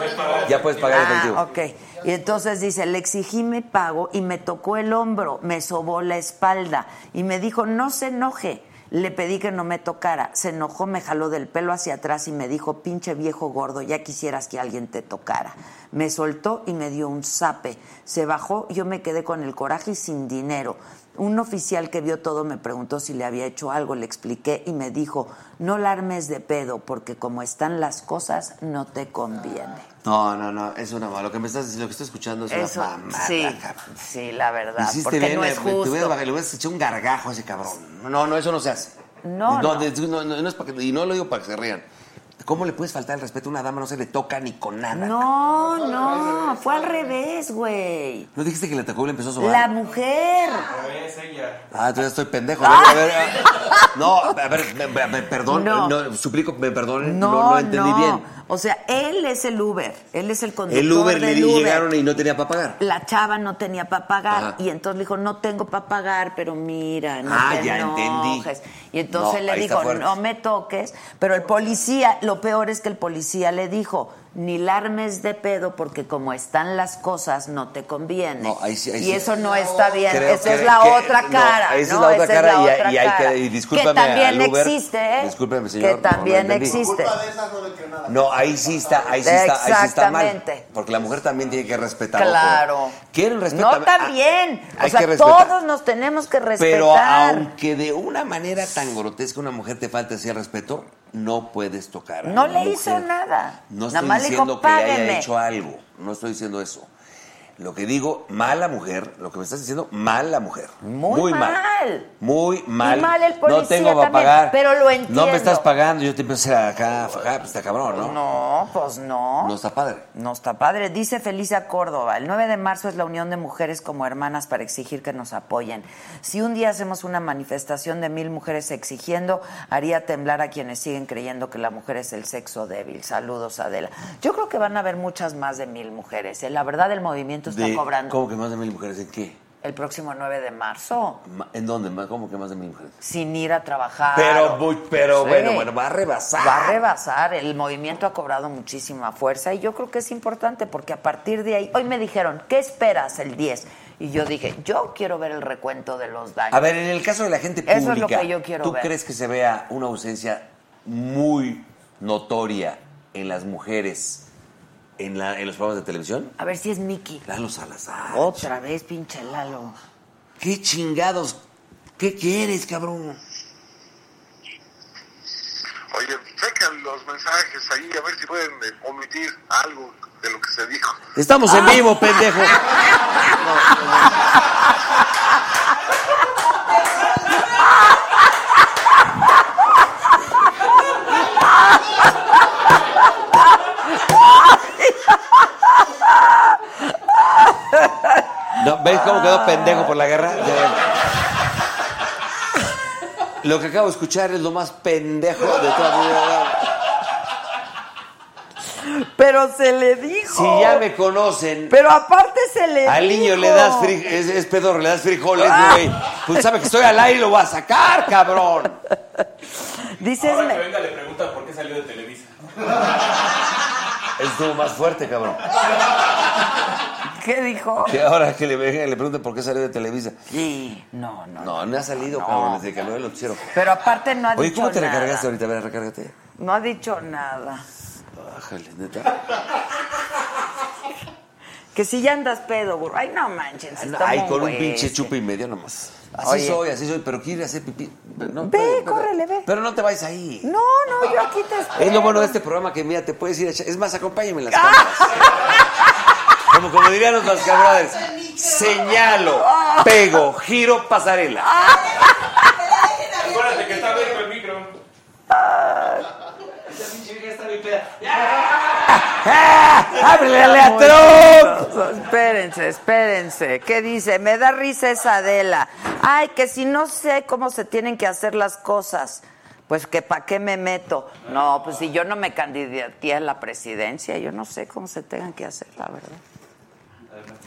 Speaker 5: Ya puedes pagar efectivo.
Speaker 1: Ah, ok. Y entonces dice, le exigí mi pago y me tocó el hombro, me sobó la espalda y me dijo, no se enoje. Le pedí que no me tocara. Se enojó, me jaló del pelo hacia atrás y me dijo, pinche viejo gordo, ya quisieras que alguien te tocara. Me soltó y me dio un zape. Se bajó, yo me quedé con el coraje y sin dinero. Un oficial que vio todo me preguntó si le había hecho algo, le expliqué y me dijo, no la armes de pedo, porque como están las cosas, no te conviene.
Speaker 5: No, no, no, es una mamá. Lo que me estás, lo que estoy escuchando es
Speaker 1: Eso,
Speaker 5: pues, una mamada,
Speaker 1: sí,
Speaker 5: cabrón.
Speaker 1: sí, la verdad,
Speaker 5: Hiciste
Speaker 1: porque
Speaker 5: bien,
Speaker 1: no
Speaker 5: eh,
Speaker 1: es
Speaker 5: me- te hubieras
Speaker 1: justo.
Speaker 5: bajado, le hubieras echado un gargajo a ese cabrón. No, no, eso no se hace.
Speaker 1: No, no.
Speaker 5: de- no, no, no es para que- y no lo digo para que se rían. ¿Cómo le puedes faltar el respeto a una dama? No se le toca ni con nada.
Speaker 1: No, no, fue al revés, güey.
Speaker 5: ¿No dijiste que le tocó y le empezó a sobar?
Speaker 1: La mujer.
Speaker 2: Es ella.
Speaker 5: Ah, entonces estoy pendejo. A ver, a ver, a- No, a ver, me, me- me perdón,
Speaker 1: Ah. No.
Speaker 5: no. suplico, me perdonen, no,
Speaker 1: No,
Speaker 5: no
Speaker 1: no,
Speaker 5: entendí bien.
Speaker 1: O sea, él es el Uber, él es el conductor
Speaker 5: El Uber le
Speaker 1: del
Speaker 5: di-
Speaker 1: Uber.
Speaker 5: llegaron y no tenía para pagar.
Speaker 1: La chava no tenía para pagar
Speaker 5: Ajá.
Speaker 1: y entonces le dijo, no tengo para pagar, pero mira, no
Speaker 5: Ah,
Speaker 1: te
Speaker 5: ya entendí.
Speaker 1: enojes". Y entonces
Speaker 5: No,
Speaker 1: le
Speaker 5: ahí está
Speaker 1: dijo,
Speaker 5: fuerte.
Speaker 1: no me toques, pero el policía, lo peor es que el policía le dijo, ni la armes de pedo porque como están las cosas no te conviene.
Speaker 5: No, ahí sí, ahí
Speaker 1: y
Speaker 5: sí.
Speaker 1: eso no está bien,
Speaker 5: Creo
Speaker 1: esa es
Speaker 5: que-
Speaker 1: la
Speaker 5: que-
Speaker 1: otra
Speaker 5: no,
Speaker 1: cara.
Speaker 5: esa es
Speaker 1: ¿no?
Speaker 5: la otra cara y-
Speaker 1: otra
Speaker 5: y hay que-
Speaker 1: cara.
Speaker 5: y discúlpame al
Speaker 1: también
Speaker 5: Uber,
Speaker 1: existe, ¿eh?
Speaker 5: discúlpeme, señor, no
Speaker 1: Que
Speaker 5: lo
Speaker 1: también
Speaker 5: entendí.
Speaker 1: existe.
Speaker 3: Culpa de esas no le creo nada.
Speaker 5: No, ahí sí está, ahí sí está, ahí sí está mal.
Speaker 1: Exactamente.
Speaker 5: Porque la mujer también tiene que respetar. ojo.
Speaker 1: Claro.
Speaker 5: Quieren respetar. ah,
Speaker 1: No también.
Speaker 5: Hay
Speaker 1: o sea,
Speaker 5: que respetar.
Speaker 1: todos nos tenemos que respetar.
Speaker 5: Pero aunque de una manera tan grotesca una mujer te falte así el respeto, no puedes tocar. a
Speaker 1: No
Speaker 5: una
Speaker 1: le hizo
Speaker 5: mujer.
Speaker 1: nada.
Speaker 5: No
Speaker 1: Nada
Speaker 5: estoy
Speaker 1: más le dijo,
Speaker 5: diciendo que le
Speaker 1: "Págueme".
Speaker 5: haya hecho algo. No estoy diciendo eso. Lo que digo, mala mujer, lo que me estás diciendo, mala mujer.
Speaker 1: Muy mal.
Speaker 5: Muy mal.
Speaker 1: Y mal el
Speaker 5: No
Speaker 1: policía
Speaker 5: tengo para
Speaker 1: también,
Speaker 5: pagar.
Speaker 1: pero lo
Speaker 5: No me estás
Speaker 1: entiendo.
Speaker 5: pagando, yo te empiezo a acá, a fajar, pues está cabrón, ¿no?
Speaker 1: No, pues no.
Speaker 5: No está padre.
Speaker 1: No está padre. Dice Felicia Córdoba, el 9 de marzo es la unión de mujeres como hermanas para exigir que nos apoyen. Si un día hacemos una manifestación de mil mujeres exigiendo, haría temblar a quienes siguen creyendo que la mujer es el sexo débil. Saludos, Adela. Yo creo que van a haber muchas más de mil mujeres. ¿eh? La verdad, el movimiento está
Speaker 5: De-
Speaker 1: cobrando.
Speaker 5: ¿Cómo que más de mil mujeres? ¿En qué?
Speaker 1: El próximo 9 de marzo,
Speaker 5: Ma- ¿En dónde? Ma- ¿Cómo que más de mil mujeres?
Speaker 1: sin ir a trabajar.
Speaker 5: Pero,
Speaker 1: o-
Speaker 5: bu- pero
Speaker 1: Sí.
Speaker 5: bueno, bueno, va a rebasar.
Speaker 1: Va a rebasar, el movimiento ha cobrado muchísima fuerza y yo creo que es importante porque a partir de ahí, hoy me dijeron, ¿qué esperas el 10? Y yo dije, yo quiero ver el recuento de los daños.
Speaker 5: A ver, en el caso de la gente
Speaker 1: Eso
Speaker 5: pública,
Speaker 1: es lo que yo quiero
Speaker 5: ¿tú
Speaker 1: ver.
Speaker 5: crees que se vea una ausencia muy notoria en las mujeres en, la- en los programas de televisión?
Speaker 1: A ver si es Miki.
Speaker 5: Lalo Salazar.
Speaker 1: Otra vez, pinche Lalo.
Speaker 5: ¿Qué chingados? ¿Qué quieres, cabrón?
Speaker 6: Oye, chequen los mensajes ahí, a ver si pueden eh, omitir algo de lo que se dijo.
Speaker 5: Estamos en vivo, pendejo. quedó pendejo por la guerra. Ya- Lo que acabo de escuchar es lo más pendejo de toda mi vida.
Speaker 1: Pero se le dijo.
Speaker 5: Si ya me conocen,
Speaker 1: Pero aparte se le
Speaker 5: al niño
Speaker 1: dijo.
Speaker 5: le das frijoles, es, es pedorro, le das frijoles,
Speaker 1: Ah.
Speaker 5: güey. Pues sabe que estoy al aire y lo voy a sacar, cabrón.
Speaker 1: Dices,
Speaker 2: Ahora que
Speaker 1: me-
Speaker 2: venga le pregunta por qué salió de Televisa.
Speaker 5: Estuvo más fuerte, cabrón.
Speaker 1: ¿qué dijo?
Speaker 5: Que ahora que le, vengan y le pregunten por qué salió de Televisa.
Speaker 1: Sí, no, no.
Speaker 5: No, no ha salido,
Speaker 1: No.
Speaker 5: cabrón, desde que no lo pusieron.
Speaker 1: Pero aparte no ha
Speaker 5: Oye,
Speaker 1: dicho
Speaker 5: ¿cómo te
Speaker 1: nada.
Speaker 5: recargaste ahorita? A ver, recárgate.
Speaker 1: No ha dicho nada.
Speaker 5: Bájale, neta.
Speaker 1: Que si ya andas pedo, burro. Ay, no manches. está
Speaker 5: Ah, Ay,
Speaker 1: muy
Speaker 5: con un
Speaker 1: güey
Speaker 5: pinche
Speaker 1: este.
Speaker 5: chupa y medio nomás. Así
Speaker 1: Oye.
Speaker 5: soy, así soy, pero quiero ir a hacer pipí. No,
Speaker 1: Ve,
Speaker 5: pero-
Speaker 1: córrele, ve.
Speaker 5: Pero no te vayas ahí.
Speaker 1: No, no, yo aquí te espero.
Speaker 5: Es lo bueno de este programa que, mira, te puedes ir a echar- Es más, acompáñame en las cámaras. Como, como dirían los mascabradores. Señalo, pego, giro, pasarela.
Speaker 2: Acuérdate que está abierto el micro.
Speaker 5: ¡Ah! ¡Ábrele a
Speaker 1: Muy
Speaker 5: Trump!
Speaker 1: chistoso. Espérense, espérense. ¿Qué dice? Me da risa esa Adela. Ay, que si no sé cómo se tienen que hacer las cosas, pues que para qué me meto. No, pues si yo no me candidaté a la presidencia, yo no sé cómo se tengan que hacer, la verdad.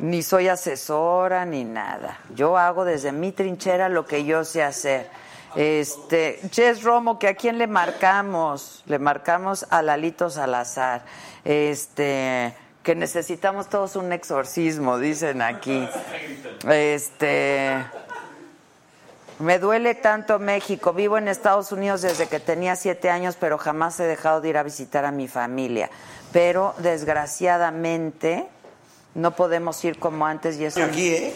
Speaker 1: Ni soy asesora ni nada. Yo hago desde mi trinchera lo que yo sé hacer. Este, Jess Romo, que a quién le marcamos? Le marcamos a Lalito Salazar. Este, que necesitamos todos un exorcismo, dicen aquí. Este, me duele tanto México. Vivo en Estados Unidos desde que tenía siete años, pero jamás he dejado de ir a visitar a mi familia. Pero desgraciadamente no podemos ir como antes y eso.
Speaker 5: Aquí, ¿eh?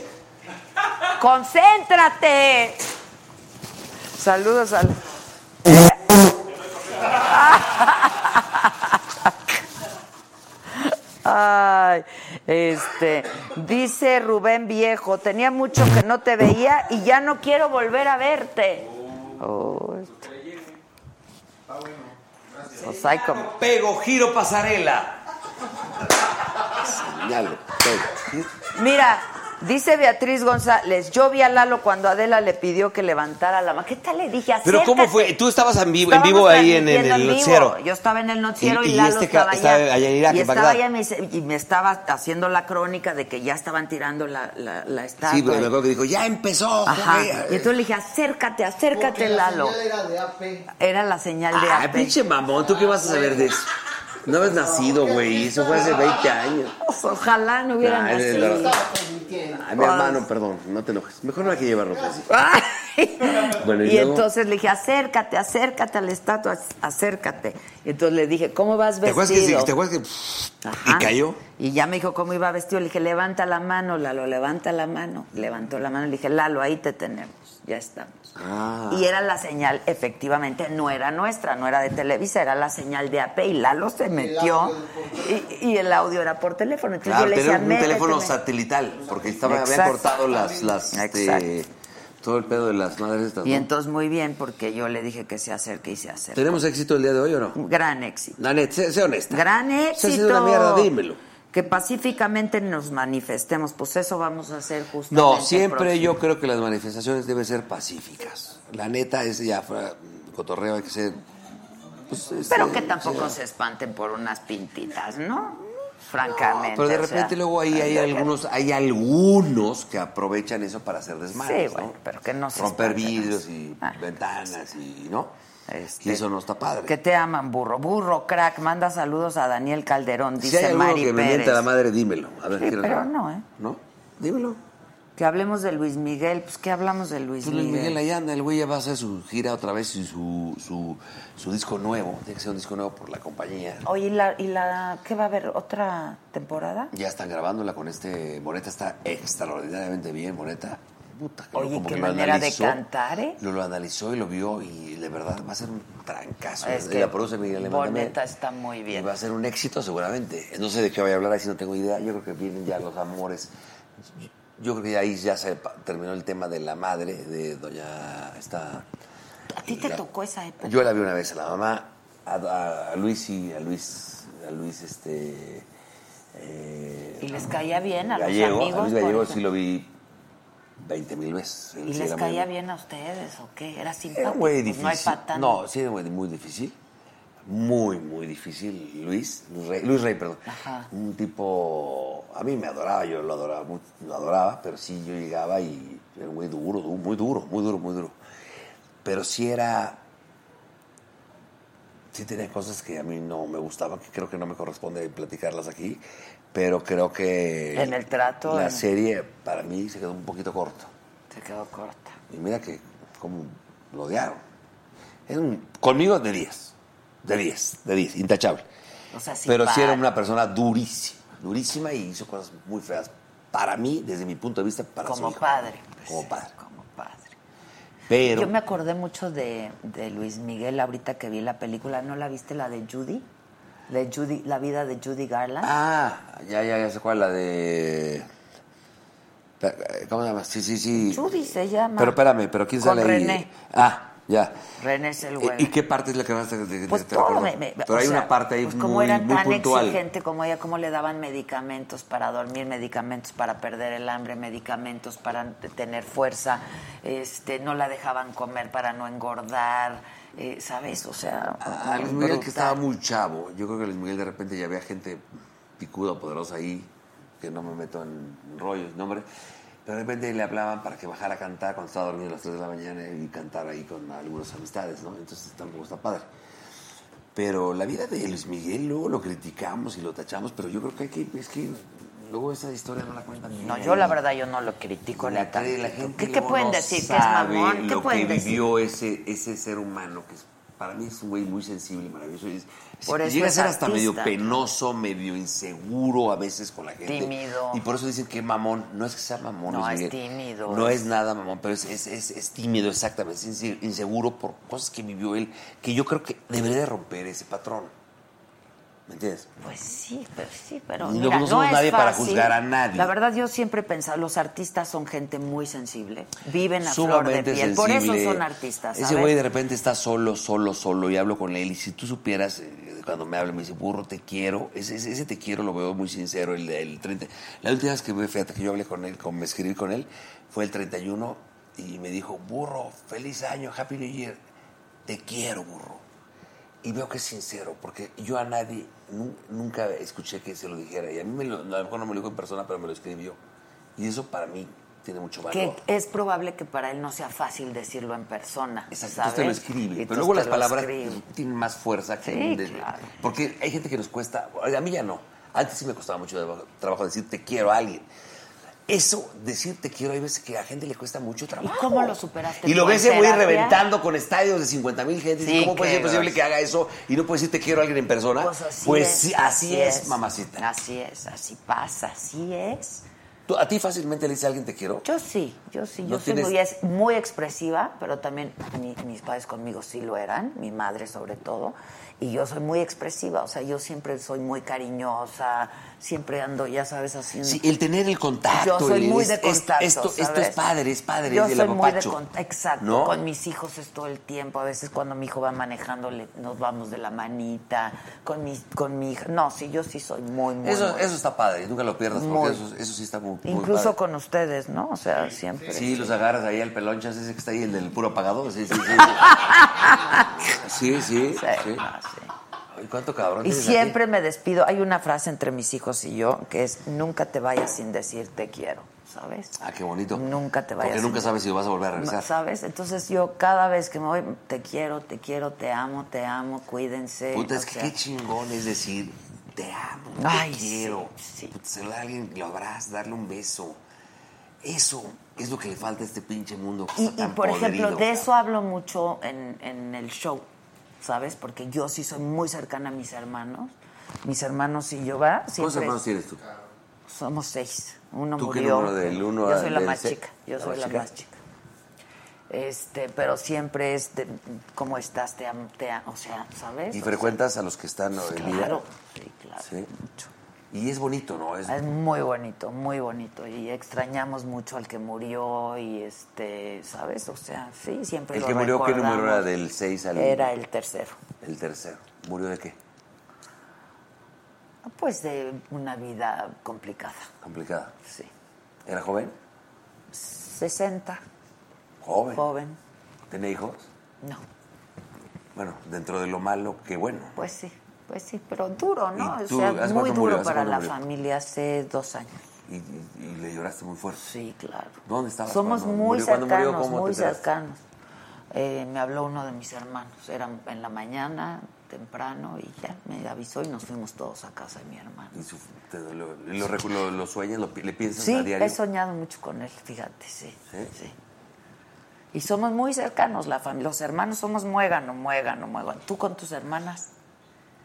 Speaker 1: ¡Concéntrate! Saludos al. Ay, este, dice Rubén Viejo, tenía mucho que no te veía y ya no quiero volver a verte. Oh, esto. Pues hay como-
Speaker 5: Pego, giro, pasarela. Señalo, pego.
Speaker 1: Mira, dice Beatriz González, yo vi a Lalo cuando Adela le pidió que levantara la mano. ¿Qué tal le dije?
Speaker 5: Pero ¿cómo
Speaker 1: Acércate.
Speaker 5: fue? Tú estabas en vivo, en
Speaker 1: Estábamos
Speaker 5: vivo ahí en, en
Speaker 1: transmitiendo
Speaker 5: el
Speaker 1: vivo.
Speaker 5: noticiero.
Speaker 1: Yo estaba en el noticiero y,
Speaker 5: Y- y
Speaker 1: Lalo
Speaker 5: este ca-
Speaker 1: estaba allá.
Speaker 5: estaba allá en Irak,
Speaker 1: y
Speaker 5: en
Speaker 1: estaba
Speaker 5: Bagdad.
Speaker 1: allá y me, dice- y me estaba haciendo la crónica de que ya estaban tirando la, la, la estatua.
Speaker 5: Sí, pero me acuerdo que dijo, ya empezó.
Speaker 1: Ajá.
Speaker 5: joder".
Speaker 1: Y entonces le dije, acércate, acércate,
Speaker 3: Porque la
Speaker 1: Lalo.
Speaker 3: señal era de AP.
Speaker 1: Era la señal de
Speaker 5: Ay,
Speaker 1: AP.
Speaker 5: pinche mamón, ¿tú qué vas a saber de eso? No habías nacido, güey, eso fue hace 20 años.
Speaker 1: Ojalá no hubieran
Speaker 5: Ay, de
Speaker 1: nacido.
Speaker 5: pues, ah, verdad.
Speaker 3: Estaba transmitiendo.
Speaker 1: Pues,
Speaker 5: Ay, mi hermano, perdón, no te enojes. Mejor no hay que llevarlo pues.
Speaker 1: Ay.
Speaker 5: Bueno,
Speaker 1: y
Speaker 5: ¿y luego?
Speaker 1: entonces le dije, acércate, acércate a la estatua, ac- acércate. Y entonces le dije, ¿cómo vas
Speaker 5: ¿Te
Speaker 1: vestido?
Speaker 5: acuerdas que sí? ¿Te acuerdas que.?
Speaker 1: Ajá.
Speaker 5: Y cayó.
Speaker 1: Y ya me dijo cómo iba vestido. Le dije, levanta la mano, Lalo, levanta la mano. Levantó la mano. Le dije, Lalo, ahí te tenemos. Ya estamos.
Speaker 5: Ah.
Speaker 1: Y era la señal, efectivamente, no era nuestra, no era de Televisa, era la señal de AP. Y Lalo se metió y, y el audio era por teléfono. Entonces
Speaker 5: Claro,
Speaker 1: yo le
Speaker 5: tenía
Speaker 1: decía,
Speaker 5: Ah, un teléfono
Speaker 1: "Métete, métete".
Speaker 5: satelital, porque estaba, habían
Speaker 1: Exacto.
Speaker 5: cortado las. las este,
Speaker 1: Exacto.
Speaker 5: todo el pedo de las madres estas.
Speaker 1: Y
Speaker 5: ¿no?
Speaker 1: entonces muy bien, porque yo le dije que se acerque y se acerque.
Speaker 5: ¿Tenemos éxito el día de hoy o no?
Speaker 1: Un gran éxito.
Speaker 5: Nanet, sé, sé honesta.
Speaker 1: Gran
Speaker 5: Eso ha
Speaker 1: éxito.
Speaker 5: sido una mierda, dímelo.
Speaker 1: Que pacíficamente nos manifestemos. Pues eso vamos a hacer justamente.
Speaker 5: No, siempre
Speaker 1: próximo.
Speaker 5: yo creo que las manifestaciones deben ser pacíficas. La neta es ya fuera, mm, cotorreo, hay que ser. pues, este,
Speaker 1: Pero que tampoco
Speaker 5: o sea,
Speaker 1: se espanten por unas pintitas, ¿no? Francamente.
Speaker 5: Pero de
Speaker 1: o sea,
Speaker 5: repente luego ahí hay algunos, hay algunos que aprovechan eso para hacer desmanes.
Speaker 1: Sí, bueno,
Speaker 5: ¿no?
Speaker 1: pero que no se
Speaker 5: Romper
Speaker 1: espanten
Speaker 5: vidrios
Speaker 1: así.
Speaker 5: y
Speaker 1: Ah,
Speaker 5: ventanas y no.
Speaker 1: Este,
Speaker 5: y eso no está padre.
Speaker 1: Que te aman, burro. Burro, crack. Manda saludos a Daniel Calderón,
Speaker 5: si
Speaker 1: dice
Speaker 5: hay alguno
Speaker 1: Mari
Speaker 5: que me
Speaker 1: Pérez.
Speaker 5: mienta la madre, dímelo. A ver,
Speaker 1: Sí,
Speaker 5: quiero-
Speaker 1: pero no, ¿eh?
Speaker 5: ¿No? Dímelo.
Speaker 1: Que hablemos de Luis Miguel. Pues, ¿qué hablamos de Luis,
Speaker 5: Pues Luis
Speaker 1: Miguel?
Speaker 5: Miguel ahí anda, el güey ya va a hacer su gira otra vez y su, su, su disco nuevo. Tiene que ser un disco nuevo por la compañía.
Speaker 1: Oye, ¿y la, ¿y la qué va a haber? ¿Otra temporada?
Speaker 5: Ya están grabándola con este. Boneta está extraordinariamente bien, Boneta. Puta, que
Speaker 1: Oye,
Speaker 5: como
Speaker 1: qué
Speaker 5: que
Speaker 1: manera de cantar, ¿eh?
Speaker 5: Lo, lo analizó y lo vio y de verdad va a ser un trancazo.
Speaker 1: Es
Speaker 5: Y
Speaker 1: que
Speaker 5: la produce Miguel Alemán también.
Speaker 1: Boneta está muy
Speaker 5: Y
Speaker 1: bien.
Speaker 5: va a ser un éxito seguramente. No sé de qué voy a hablar, ahí sí no tengo idea. Yo creo que vienen ya los amores. Yo creo que ahí ya se pa- terminó el tema de la madre de doña esta.
Speaker 1: ¿A ti te
Speaker 5: la-
Speaker 1: tocó esa época?
Speaker 5: Yo la vi una vez a la mamá, a, a- a Luis y a Luis, a Luis este eh,
Speaker 1: Y les caía bien a
Speaker 5: Gallego,
Speaker 1: los amigos.
Speaker 5: a Luis
Speaker 1: por
Speaker 5: Gallego
Speaker 1: eso.
Speaker 5: sí lo vi 20 mil veces. Él
Speaker 1: ¿Y
Speaker 5: sí
Speaker 1: les
Speaker 5: era muy-
Speaker 1: caía bien a ustedes o qué? ¿Era simpático?
Speaker 5: Era un güey
Speaker 1: Pues
Speaker 5: difícil.
Speaker 1: No hay patán.
Speaker 5: No, sí, era un güey muy difícil. Muy, muy difícil. Luis, Luis Rey, Luis Rey, perdón.
Speaker 1: Ajá.
Speaker 5: Un tipo. A mí me adoraba, yo lo adoraba, mucho, lo adoraba, pero sí yo llegaba y era un güey duro, du- muy duro, muy duro, muy duro. Pero sí era. Sí tenía cosas que a mí no me gustaban, que creo que no me corresponde platicarlas aquí, pero creo que.
Speaker 1: En el trato,
Speaker 5: La
Speaker 1: en-
Speaker 5: serie para mí se quedó un poquito corto.
Speaker 1: Se quedó corta.
Speaker 5: Y mira que como lo odiaron. Era un- conmigo de 10. De 10, de 10, intachable.
Speaker 1: O sea, sí.
Speaker 5: Pero sí
Speaker 1: pa-
Speaker 5: era una persona durísima, durísima y hizo cosas muy feas. Para mí, desde mi punto de vista, para su
Speaker 1: Como
Speaker 5: hijo.
Speaker 1: padre. pues,
Speaker 5: Como padre.
Speaker 1: Como padre.
Speaker 5: Pero
Speaker 1: Yo me acordé mucho de, de Luis Miguel ahorita que vi la película. ¿No la viste la de Judy? De Judy, la vida de Judy Garland.
Speaker 5: Ah, ya, ya, ya sé cuál, la de... eh, ¿Cómo se llama? Sí, sí, sí.
Speaker 1: Judy se llama.
Speaker 5: Pero espérame, pero ¿quién
Speaker 1: Con
Speaker 5: sale ahí?
Speaker 1: René.
Speaker 5: Ah, ya.
Speaker 1: René es el
Speaker 5: ¿Y-
Speaker 1: güey.
Speaker 5: ¿Y qué parte es la que más te, te-
Speaker 1: Pues
Speaker 5: te
Speaker 1: todo
Speaker 5: recordó?
Speaker 1: me, me-
Speaker 5: Pero
Speaker 1: o
Speaker 5: hay
Speaker 1: sea,
Speaker 5: una parte ahí
Speaker 1: pues
Speaker 5: muy,
Speaker 1: como era
Speaker 5: muy
Speaker 1: tan
Speaker 5: puntual.
Speaker 1: exigente como ella, cómo le daban medicamentos para dormir, medicamentos para perder el hambre, medicamentos para tener fuerza, este, no la dejaban comer para no engordar, eh, ¿sabes? O sea,
Speaker 5: A Luis Miguel que estaba muy chavo. Yo creo que Luis Miguel de repente ya había gente picuda, poderosa ahí, que no me meto en rollos, nombres. Pero de repente le hablaban para que bajara a cantar cuando estaba dormido a las 3 de la mañana y cantar ahí con algunas amistades, ¿no? Entonces tampoco está padre. Pero la vida de Luis Miguel luego lo criticamos y lo tachamos, pero yo creo que hay que... Es que luego esa historia no la cuentan bien.
Speaker 1: No, yo la verdad yo no lo critico.
Speaker 5: La,
Speaker 1: neta.
Speaker 5: la
Speaker 1: ¿Qué,
Speaker 5: gente
Speaker 1: qué
Speaker 5: luego
Speaker 1: pueden
Speaker 5: no
Speaker 1: decir? ¿Que es
Speaker 5: sabe
Speaker 1: mamón? ¿Qué
Speaker 5: lo
Speaker 1: pueden
Speaker 5: que
Speaker 1: decir?
Speaker 5: vivió ese, ese ser humano, que es- para mí es un güey muy sensible, maravilloso. y es-
Speaker 1: Por eso
Speaker 5: llega a
Speaker 1: es
Speaker 5: ser hasta medio
Speaker 1: artista.
Speaker 5: penoso, medio inseguro a veces con la gente.
Speaker 1: Tímido.
Speaker 5: Y por eso dicen que mamón. No es que sea mamón.
Speaker 1: No,
Speaker 5: Luis
Speaker 1: es
Speaker 5: Miguel.
Speaker 1: tímido.
Speaker 5: No es nada mamón, pero es, es- es- es tímido, exactamente. Es inse- inseguro por cosas que vivió él, que yo creo que debería de romper ese patrón. ¿Me entiendes?
Speaker 1: Pues sí, pero sí, pero
Speaker 5: Y no-
Speaker 1: mira,
Speaker 5: no somos
Speaker 1: es
Speaker 5: nadie para
Speaker 1: fácil.
Speaker 5: juzgar a nadie.
Speaker 1: La verdad yo siempre he pensado, los artistas son gente muy sensible, viven a flor de
Speaker 5: sumamente
Speaker 1: piel,
Speaker 5: sensible.
Speaker 1: por eso son artistas, ¿sabes?
Speaker 5: Ese güey de repente está solo, solo, solo y hablo con él y si tú supieras eh, cuando me habla me dice, "Burro, te quiero." Ese, ese, ese te quiero lo veo muy sincero el el 30. La última vez que me fíjate que yo hablé con él, con me escribí con él fue el 31 y me dijo, "Burro, feliz año, happy new year. Te quiero, burro." Y veo que es sincero, porque yo a nadie nu- nunca escuché que se lo dijera. Y a mí, me lo, a lo mejor no me lo dijo en persona, pero me lo escribió. Y eso para mí tiene mucho valor.
Speaker 1: que es probable que para él no sea fácil decirlo en persona.
Speaker 5: Exacto,
Speaker 1: ¿sabes?
Speaker 5: entonces te lo escribe.
Speaker 1: Y
Speaker 5: pero
Speaker 1: entonces
Speaker 5: luego
Speaker 1: te
Speaker 5: las
Speaker 1: lo
Speaker 5: palabras pues,
Speaker 1: escribe.
Speaker 5: tienen más fuerza que.
Speaker 1: Sí, claro.
Speaker 5: Porque hay gente que nos cuesta. A mí ya no. Antes sí me costaba mucho trabajo- trabajo decir te quiero a alguien. Eso, decir te quiero, hay veces que a gente le cuesta mucho trabajo.
Speaker 1: cómo lo superaste
Speaker 5: Y lo
Speaker 1: tú,
Speaker 5: ves
Speaker 1: en
Speaker 5: ese güey
Speaker 1: terapia?
Speaker 5: reventando con estadios de 50 mil gente.
Speaker 1: Sí,
Speaker 5: dices, ¿Cómo puede
Speaker 1: qué
Speaker 5: ser posible
Speaker 1: grosso.
Speaker 5: que haga eso y no puede decir te quiero a alguien en persona?
Speaker 1: Pues así
Speaker 5: Pues
Speaker 1: es,
Speaker 5: sí, así es, mamacita.
Speaker 1: Así es, así pasa, así es.
Speaker 5: ¿Tú- ¿A ti fácilmente le dice a alguien te quiero?
Speaker 1: Yo sí, yo sí, yo
Speaker 5: No
Speaker 1: soy
Speaker 5: tienes-
Speaker 1: muy, es muy expresiva, pero también mi- mis padres conmigo sí lo eran, mi madre sobre todo, y yo soy muy expresiva, o sea, yo siempre soy muy cariñosa, siempre ando, ya sabes, haciendo...
Speaker 5: Sí, el tener el contacto.
Speaker 1: Yo soy
Speaker 5: el-
Speaker 1: muy
Speaker 5: es-
Speaker 1: de
Speaker 5: es-
Speaker 1: contacto.
Speaker 5: Esto, esto
Speaker 1: ¿sabes?
Speaker 5: es padre, es padre.
Speaker 1: Yo
Speaker 5: es del
Speaker 1: soy muy de
Speaker 5: apapacho.
Speaker 1: contacto. Exacto.
Speaker 5: ¿No?
Speaker 1: Con mis hijos es todo el tiempo. A veces cuando mi hijo va manejando le- nos vamos de la manita. Con mi, con mi hija. No, sí, yo sí soy muy, muy.
Speaker 5: Eso,
Speaker 1: muy-
Speaker 5: eso está padre, nunca lo pierdas,
Speaker 1: Muy.
Speaker 5: porque eso, eso sí está muy, muy
Speaker 1: Incluso
Speaker 5: padre.
Speaker 1: con ustedes, ¿no? O sea, siempre.
Speaker 5: Sí, los agarras ahí al pelonchas ese que está ahí, el del puro apagado. Sí, sí, sí. Sí, sí.
Speaker 1: Sí, no,
Speaker 5: sí.
Speaker 1: sí.
Speaker 5: Ay, cuánto cabrón.
Speaker 1: Y
Speaker 5: tienes
Speaker 1: siempre
Speaker 5: aquí?
Speaker 1: me despido. Hay una frase entre mis hijos y yo que es: nunca te vayas sin decir te quiero, ¿sabes?
Speaker 5: Ah, qué bonito.
Speaker 1: Nunca te vayas.
Speaker 5: Porque nunca sabes si vas a volver a regresar.
Speaker 1: ¿Sabes? Entonces yo cada vez que me voy, te quiero, te quiero, te amo, te amo, cuídense.
Speaker 5: Puta,
Speaker 1: o
Speaker 5: es que
Speaker 1: sea,
Speaker 5: qué chingón es decir, te amo,
Speaker 1: Ay,
Speaker 5: te quiero.
Speaker 1: sí, sí.
Speaker 5: Puta, saludar a alguien, lo abrazas, darle un beso. Eso es lo que le falta a este pinche mundo. que
Speaker 1: Y,
Speaker 5: está
Speaker 1: y,
Speaker 5: tan
Speaker 1: por ejemplo,
Speaker 5: podrido,
Speaker 1: de
Speaker 5: cabrón.
Speaker 1: eso hablo mucho en, en el show, ¿sabes? Porque yo sí soy muy cercana a mis hermanos. Mis hermanos y yo, va
Speaker 5: ¿Cuántos
Speaker 1: Siempre
Speaker 5: hermanos tienes tú?
Speaker 1: somos seis. Uno
Speaker 5: ¿Tú qué
Speaker 1: murió.
Speaker 5: número del uno
Speaker 1: yo
Speaker 5: al-
Speaker 1: soy la
Speaker 5: del
Speaker 1: más
Speaker 5: seis?
Speaker 1: chica. Yo
Speaker 5: ¿La
Speaker 1: soy
Speaker 5: más
Speaker 1: la
Speaker 5: chica?
Speaker 1: más chica. Este, pero siempre es de, cómo estás, te amo, te amo, o sea, ¿sabes?
Speaker 5: ¿Y
Speaker 1: O
Speaker 5: frecuentas a los que están
Speaker 1: sea,
Speaker 5: en vida?
Speaker 1: claro, sí, claro,
Speaker 5: Sí.
Speaker 1: mucho.
Speaker 5: Y es bonito, ¿no? Es,
Speaker 1: Es muy bonito, muy bonito. Y extrañamos mucho al que murió y este, ¿sabes? O sea, sí, siempre
Speaker 5: el
Speaker 1: lo
Speaker 5: que murió, ¿qué número era?
Speaker 1: recordamos.
Speaker 5: Del 6 al
Speaker 1: Era el tercero.
Speaker 5: el tercero. ¿Murió de qué?
Speaker 1: Pues de una vida complicada,
Speaker 5: Complicada.
Speaker 1: sí.
Speaker 5: ¿Era joven?
Speaker 1: 60,
Speaker 5: Joven.
Speaker 1: joven,
Speaker 5: ¿Tenía hijos?
Speaker 1: no,
Speaker 5: Bueno, dentro de lo malo, qué bueno.
Speaker 1: pues sí, pues sí, pero duro, ¿no?
Speaker 5: ¿Y
Speaker 1: O
Speaker 5: tú,
Speaker 1: sea,
Speaker 5: hace
Speaker 1: muy duro
Speaker 5: cuánto murió? ¿Hace
Speaker 1: para
Speaker 5: cuánto
Speaker 1: la
Speaker 5: murió?
Speaker 1: familia hace dos años.
Speaker 5: Y, y- y le lloraste muy fuerte.
Speaker 1: Sí, claro.
Speaker 5: ¿Dónde estabas
Speaker 1: Somos
Speaker 5: cuando
Speaker 1: muy
Speaker 5: murió? Cuando murió,
Speaker 1: cercanos,
Speaker 5: ¿cómo
Speaker 1: muy
Speaker 5: te enteraste?
Speaker 1: cercanos. Eh, me habló uno de mis hermanos, era en la mañana, temprano, y ya me avisó y nos fuimos todos a casa de mi hermano.
Speaker 5: ¿Y su- te dolió? ¿Y lo, recu- lo- lo sueñas? Lo, pi- ¿Le piensas
Speaker 1: Sí,
Speaker 5: a diario?
Speaker 1: he soñado mucho con él, fíjate, sí.
Speaker 5: ¿Sí?
Speaker 1: sí. Y somos muy cercanos, la fam- los hermanos somos muégano, muégano, muégano. Tú con tus hermanas,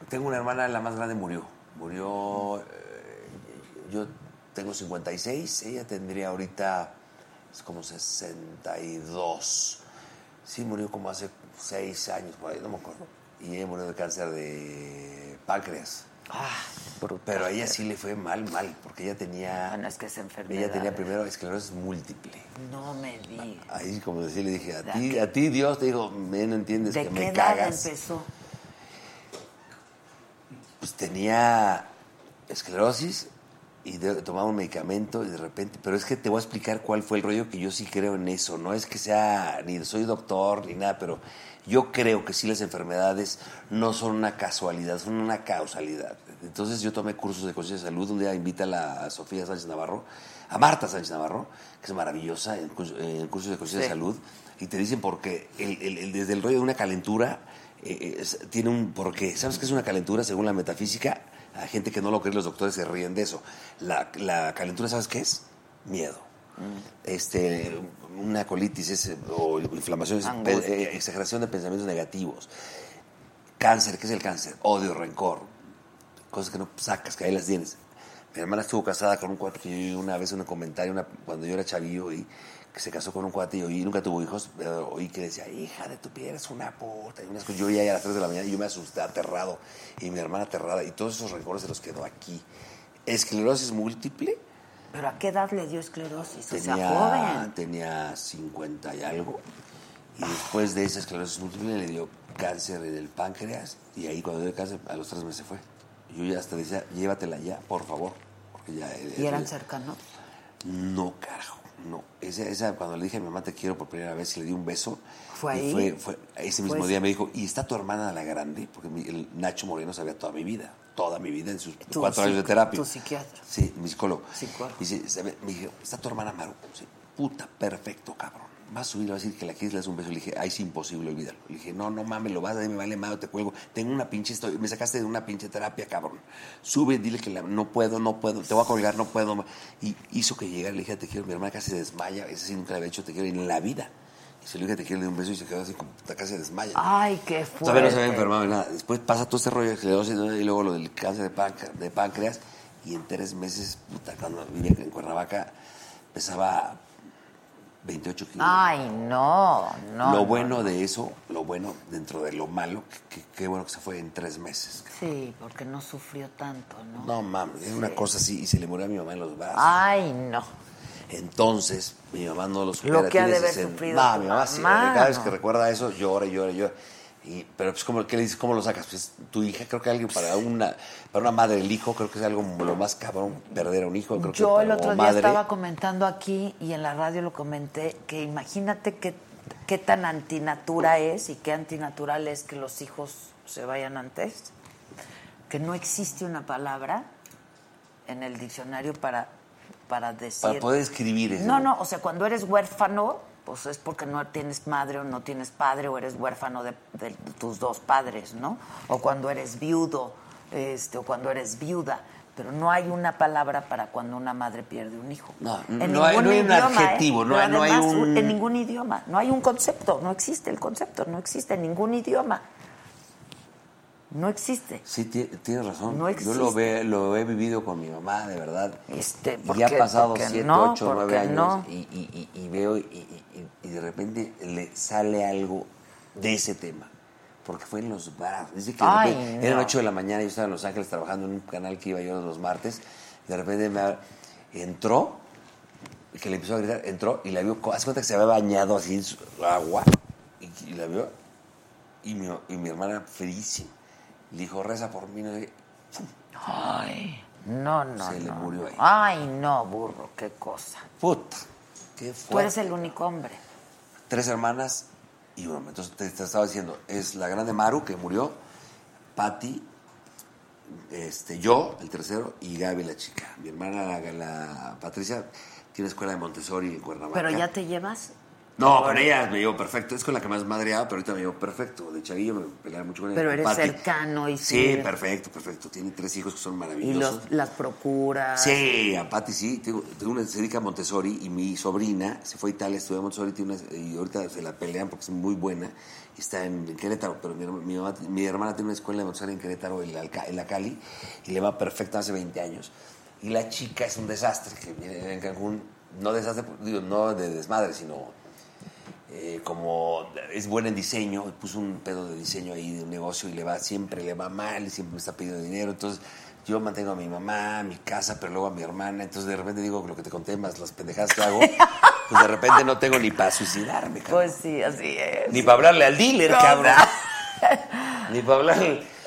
Speaker 5: Tengo una hermana, la más grande murió. Murió. eh, yo tengo 56, ella tendría ahorita es como 62. Sí, murió como hace 6 años, por ahí, no me acuerdo. Y ella murió de cáncer de páncreas.
Speaker 1: Ah,
Speaker 5: Pero a ella sí le fue mal, mal, porque ella tenía.
Speaker 1: Bueno, Ah, es que esa enfermedad,
Speaker 5: Ella tenía
Speaker 1: ¿eh?
Speaker 5: primero esclerosis múltiple.
Speaker 1: no me digas.
Speaker 5: Ahí, como decía, le dije, a
Speaker 1: ¿De
Speaker 5: ti,
Speaker 1: qué?
Speaker 5: a ti Dios te dijo, "Me no entiendes
Speaker 1: ¿De
Speaker 5: que
Speaker 1: qué
Speaker 5: me
Speaker 1: edad
Speaker 5: cagas.
Speaker 1: empezó?
Speaker 5: pues tenía esclerosis y de- tomaba un medicamento y de repente, pero es que te voy a explicar cuál fue el rollo que yo sí creo en eso, no es que sea ni soy doctor ni nada, pero yo creo que sí las enfermedades no son una casualidad, son una causalidad. Entonces yo tomé cursos de conciencia de salud, un día invita a, la- a Sofía Sánchez Navarro, a Marta Sánchez Navarro, que es maravillosa en, curso- en cursos de conciencia de
Speaker 1: Sí.
Speaker 5: salud, y te dicen porque el- el- el- desde el rollo de una calentura eh, eh, es- tiene un porqué. ¿Sabes qué es una calentura según la metafísica? A gente que no lo cree, los doctores se ríen de eso. La, la calentura, ¿sabes qué es? Miedo. Este, una colitis es, eh, o inflamación, es
Speaker 1: Angustia.
Speaker 5: pe- eh, exageración de pensamientos negativos. Cáncer, ¿qué es el cáncer? Odio, rencor, cosas que no sacas, que ahí las tienes. Mi hermana estuvo casada con un cuate que yo oí una vez en un comentario una- cuando yo era chavillo oí que se casó con un cuate y oí, nunca tuvo hijos, pero oí que decía, hija de tu piel eres una puta. Y unas cosas, yo ya a las 3 de la mañana y yo me asusté aterrado y mi hermana aterrada y todos esos rencores se los quedó aquí. Esclerosis múltiple,
Speaker 1: ¿Pero a qué edad le dio esclerosis? O
Speaker 5: tenía,
Speaker 1: sea, joven.
Speaker 5: tenía 50 y algo. Y después de esa esclerosis múltiple le dio cáncer en el páncreas. Y ahí cuando dio cáncer, a los tres meses se fue. Yo ya hasta decía, llévatela ya, por favor. Porque ya,
Speaker 1: ¿Y eran
Speaker 5: ya-
Speaker 1: cercanos?
Speaker 5: no, carajo, no. Esa, esa, cuando le dije a mi mamá te quiero por primera vez y le di un beso.
Speaker 1: ¿Fue
Speaker 5: y
Speaker 1: ahí?
Speaker 5: Fue, fue- ese mismo
Speaker 1: Pues-
Speaker 5: día me dijo, ¿y está tu hermana la grande? Porque mi- el Nacho Moreno sabía toda mi vida, toda mi vida en sus
Speaker 1: Tu
Speaker 5: cuatro años de
Speaker 1: psic-
Speaker 5: terapia.
Speaker 1: tu psiquiatra.
Speaker 5: Sí, mi psicólogo.
Speaker 1: Psicólogo.
Speaker 5: Dice, "Sabe", me dijo, ¿está tu hermana Maru? Sí, puta, perfecto, cabrón. Va a subir, va a decir que la quieres, le das un beso. Le dije, ay, es imposible, olvídalo. Le dije, no, no mames, lo vas a dar, me vale madre, te cuelgo. Tengo una pinche historia, me sacaste de una pinche terapia, cabrón. Sube, dile que la- no puedo, no puedo, te voy a colgar, no puedo. Y hizo que llegara, le dije, te quiero, mi hermana casi se desmaya, ese sí nunca le había hecho, te quiero en la vida. Y se le dije, te quiero, le di un beso y se quedó así como, puta, casi se desmaya.
Speaker 1: Ay, qué fuerte.
Speaker 5: Todavía no se había enfermado ni nada. Después pasa todo este rollo de esclerosis ¿no? y luego lo del cáncer de, pánca- de páncreas. Y en tres meses, puta, cuando vivía en Cuernavaca, pesaba 28 kilos.
Speaker 1: Ay, no, no.
Speaker 5: lo
Speaker 1: no,
Speaker 5: bueno de eso, lo bueno dentro de lo malo, que, que- qué bueno que se fue en tres meses.
Speaker 1: Sí, porque no sufrió tanto, ¿no?
Speaker 5: No mames, es una cosa así. Y se le murió a mi mamá en los brazos.
Speaker 1: Ay, no.
Speaker 5: Entonces, mi mamá no lo supera.
Speaker 1: Lo que ha
Speaker 5: tiene
Speaker 1: de haber
Speaker 5: 60.
Speaker 1: sufrido
Speaker 5: No,
Speaker 1: tu
Speaker 5: mi mamá sí.
Speaker 1: mamá,
Speaker 5: Cada vez
Speaker 1: ¿no?
Speaker 5: que recuerda eso, llora, llora, llora. Y, pero, pues, ¿cómo, ¿qué le dices? ¿Cómo lo sacas? Pues, tu hija, creo que alguien para una, para una madre, el hijo, creo que es algo lo más cabrón, perder a un hijo. Creo
Speaker 1: Yo
Speaker 5: que
Speaker 1: el
Speaker 5: como
Speaker 1: otro día
Speaker 5: madre,
Speaker 1: estaba comentando aquí y en la radio lo comenté que imagínate qué, qué tan antinatura es y qué antinatural es que los hijos se vayan antes. Que no existe una palabra en el diccionario para, para decir.
Speaker 5: Para poder escribir eso.
Speaker 1: No, no, o sea, cuando eres huérfano, pues es porque no tienes madre o no tienes padre o eres huérfano de, de tus dos padres, ¿no? O cuando eres viudo, este, o cuando eres viuda. Pero no hay una palabra para cuando una madre pierde un hijo.
Speaker 5: No, no hay- no hay un adjetivo, no
Speaker 1: ¿eh? Pero
Speaker 5: hay- no hay
Speaker 1: además,
Speaker 5: un-
Speaker 1: En ningún idioma, no hay un concepto, no existe el concepto, no existe en ningún idioma. No existe.
Speaker 5: Sí, ti- tienes razón.
Speaker 1: No
Speaker 5: Yo lo,
Speaker 1: existe.
Speaker 5: ve- lo he vivido con mi mamá, de verdad.
Speaker 1: Este,
Speaker 5: Y
Speaker 1: ¿por
Speaker 5: ya
Speaker 1: qué?
Speaker 5: ha pasado
Speaker 1: Porque
Speaker 5: 7,
Speaker 1: no,
Speaker 5: 8, 9
Speaker 1: porque
Speaker 5: años
Speaker 1: no.
Speaker 5: y, y- y- y veo y, y- y- y de repente le sale algo de ese tema. Porque fue en los brazos. Dice que de
Speaker 1: Ay,
Speaker 5: repente- eran
Speaker 1: no.
Speaker 5: 8 de la mañana, yo estaba en Los Ángeles trabajando en un canal que iba yo los martes. De repente me ab- entró, que le empezó a gritar, entró y la vio, co- hace cuenta que se había bañado así en su agua y, y la vio y mi, y mi hermana ferísima. Le dijo, reza por mí. no sé qué.
Speaker 1: Ay, no, no.
Speaker 5: Se le
Speaker 1: no,
Speaker 5: murió
Speaker 1: no.
Speaker 5: ahí.
Speaker 1: Ay, no, burro, qué cosa.
Speaker 5: Puta. Qué
Speaker 1: Tú eres
Speaker 5: fuerte.
Speaker 1: el único hombre.
Speaker 5: Tres hermanas y uno. Entonces te, te estaba diciendo, es la grande Maru que murió, Patty, este, yo, el tercero, y Gaby, la chica. Mi hermana, la, la Patricia, tiene escuela de Montessori en Cuernavaca.
Speaker 1: Pero ya te llevas.
Speaker 5: No, con ella me llevo perfecto. Es con la que más madreaba, pero ahorita me llevo perfecto. De chavillo me peleaba mucho con ella.
Speaker 1: Pero
Speaker 5: Con
Speaker 1: eres
Speaker 5: Pati.
Speaker 1: cercano y
Speaker 5: Sí,
Speaker 1: sí.
Speaker 5: perfecto, perfecto. Tiene tres hijos que son
Speaker 1: Y
Speaker 5: maravillosos.
Speaker 1: los, las procuras.
Speaker 5: Sí, a Pati sí. Tengo, tengo una se dedica a Montessori y mi sobrina se fue a Italia, estudió a Montessori tiene una- y ahorita se la pelean porque es muy buena. Está en, en Querétaro, pero mi, herma- mi mamá- mi hermana tiene una escuela de Montessori en Querétaro, en la, Alca- en la Cali, y le va perfecta hace 20 años. Y la chica es un desastre, que viene en Cancún, no desastre, digo, no de desmadre, sino eh, como es buena en diseño, puso un pedo de diseño ahí de un negocio y le va siempre le va mal, y siempre me está pidiendo dinero, entonces yo mantengo a mi mamá, a mi casa, pero luego a mi hermana, entonces de repente digo lo que te conté más las pendejadas que hago, pues de repente no tengo ni para suicidarme, cabrón.
Speaker 1: Pues sí, así es.
Speaker 5: ni para hablarle al dealer,
Speaker 1: No,
Speaker 5: cabrón. ni para hablarle.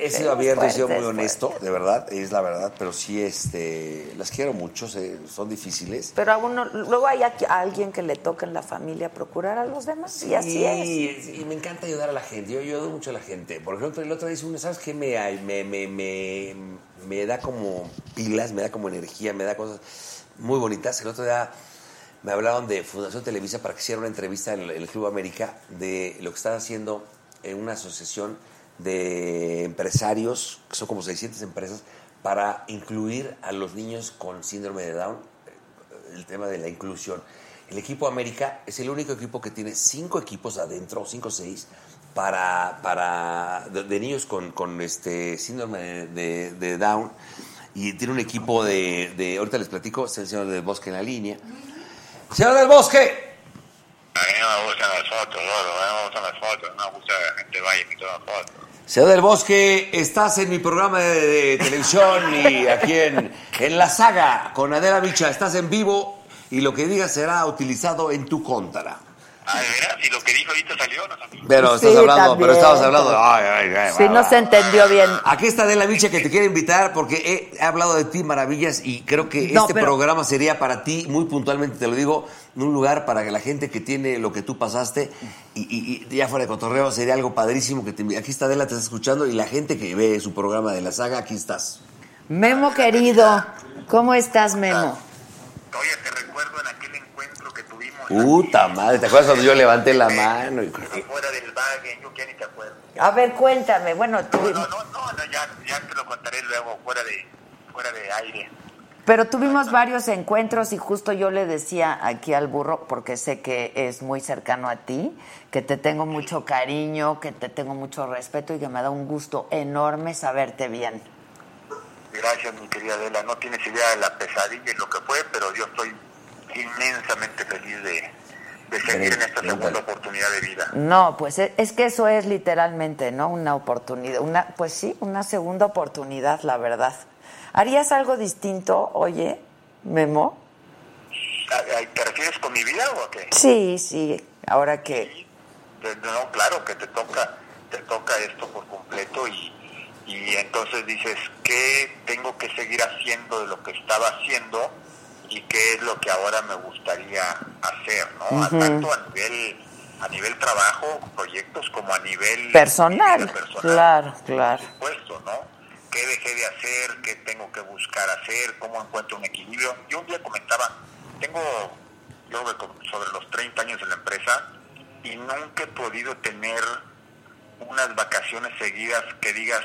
Speaker 5: He sido
Speaker 1: Es
Speaker 5: abierto, he sido
Speaker 1: fuerte,
Speaker 5: muy
Speaker 1: es
Speaker 5: honesto, de verdad, es la verdad, pero sí este las quiero mucho, se- son difíciles.
Speaker 1: Pero a uno, luego hay aquí- a alguien que le toca en la familia procurar a los demás. y así es.
Speaker 5: Y, y me encanta ayudar a la gente. Yo ayudo mucho a la gente. Por ejemplo, el otro día hice una, ¿sabes qué? Me, me, me, me, me da como pilas, me da como energía, me da cosas muy bonitas. El otro día me hablaron de Fundación Televisa para que hiciera una entrevista en el, en el Club América de lo que están haciendo en una asociación de empresarios, que son como 600 empresas, para incluir a los niños con síndrome de Down el tema de la inclusión. El equipo América es el único equipo que tiene cinco equipos adentro, cinco o seis, para, para de, de niños con, con este síndrome de, de- de Down. Y tiene un equipo de, de- ahorita les platico, es el señor del Bosque en la línea. ¡Señor del Bosque!
Speaker 6: A mí no me gustan las fotos, gordo, a mí no me gustan las fotos, no me gusta que la gente vaya y me toma fotos.
Speaker 5: Señor del Bosque, estás en mi programa de, de televisión y aquí en, en La Saga con Adela Micha. Estás en vivo y lo que digas será utilizado en tu contra.
Speaker 6: Ay, mira, si lo que dijo ahorita salió, no salió.
Speaker 5: Pero estás
Speaker 1: Sí,
Speaker 5: hablando,
Speaker 1: también.
Speaker 5: pero estamos hablando. Ay, ay, ay,
Speaker 1: Si
Speaker 5: va,
Speaker 1: no
Speaker 5: va.
Speaker 1: se entendió bien.
Speaker 5: Aquí está Adela Micha que te quiere invitar porque he, he hablado de ti maravillas y creo que
Speaker 1: No,
Speaker 5: este
Speaker 1: pero-
Speaker 5: programa sería para ti, muy puntualmente te lo digo, un lugar para que la gente que tiene lo que tú pasaste y, y- y ya fuera de cotorreo sería algo padrísimo que te invi- Aquí está Adela, te está escuchando y la gente que ve su programa de la saga, aquí estás.
Speaker 1: Memo querido, ¿cómo estás, Memo?
Speaker 6: Oye, te recuerdo en aquel encuentro que tuvimos Eh,
Speaker 5: Puta madre, ¿te acuerdas cuando yo levanté la mano? y-
Speaker 6: afuera del Wagen, yo que ni te acuerdo.
Speaker 1: A ver, cuéntame. Bueno, tú-
Speaker 6: No, no, no, no, ya, ya te lo contaré luego, fuera de, fuera de aire.
Speaker 1: pero tuvimos varios encuentros y justo yo le decía aquí al burro, porque sé que es muy cercano a ti, que te tengo mucho cariño, que te tengo mucho respeto y que me da un gusto enorme saberte bien.
Speaker 6: Gracias, mi querida Adela. No tienes idea de la pesadilla y lo que fue, pero yo estoy inmensamente feliz de, de seguir en esta segunda oportunidad de vida.
Speaker 1: No, pues e- es que eso es literalmente, ¿no? Una oportunidad, una, pues sí, una segunda oportunidad, la verdad. ¿Harías algo distinto, oye, Memo?
Speaker 6: ¿A- a- Ah, ¿Te refieres con mi vida o a qué?
Speaker 1: Sí, sí, ahora que...
Speaker 6: Pues, No, claro, que te toca, te toca esto por completo y, y entonces dices, ¿qué tengo que seguir haciendo de lo que estaba haciendo y qué es lo que ahora me gustaría hacer, ¿no? A- Tanto a nivel, a nivel trabajo, proyectos, como a nivel
Speaker 1: Personal,
Speaker 6: vida personal,
Speaker 1: claro, claro.
Speaker 6: por supuesto, ¿no? ¿Qué dejé de hacer? ¿Qué tengo que buscar hacer? ¿Cómo encuentro un equilibrio? Yo un día comentaba, tengo yo de como sobre los 30 años en la empresa y nunca he podido tener unas vacaciones seguidas que digas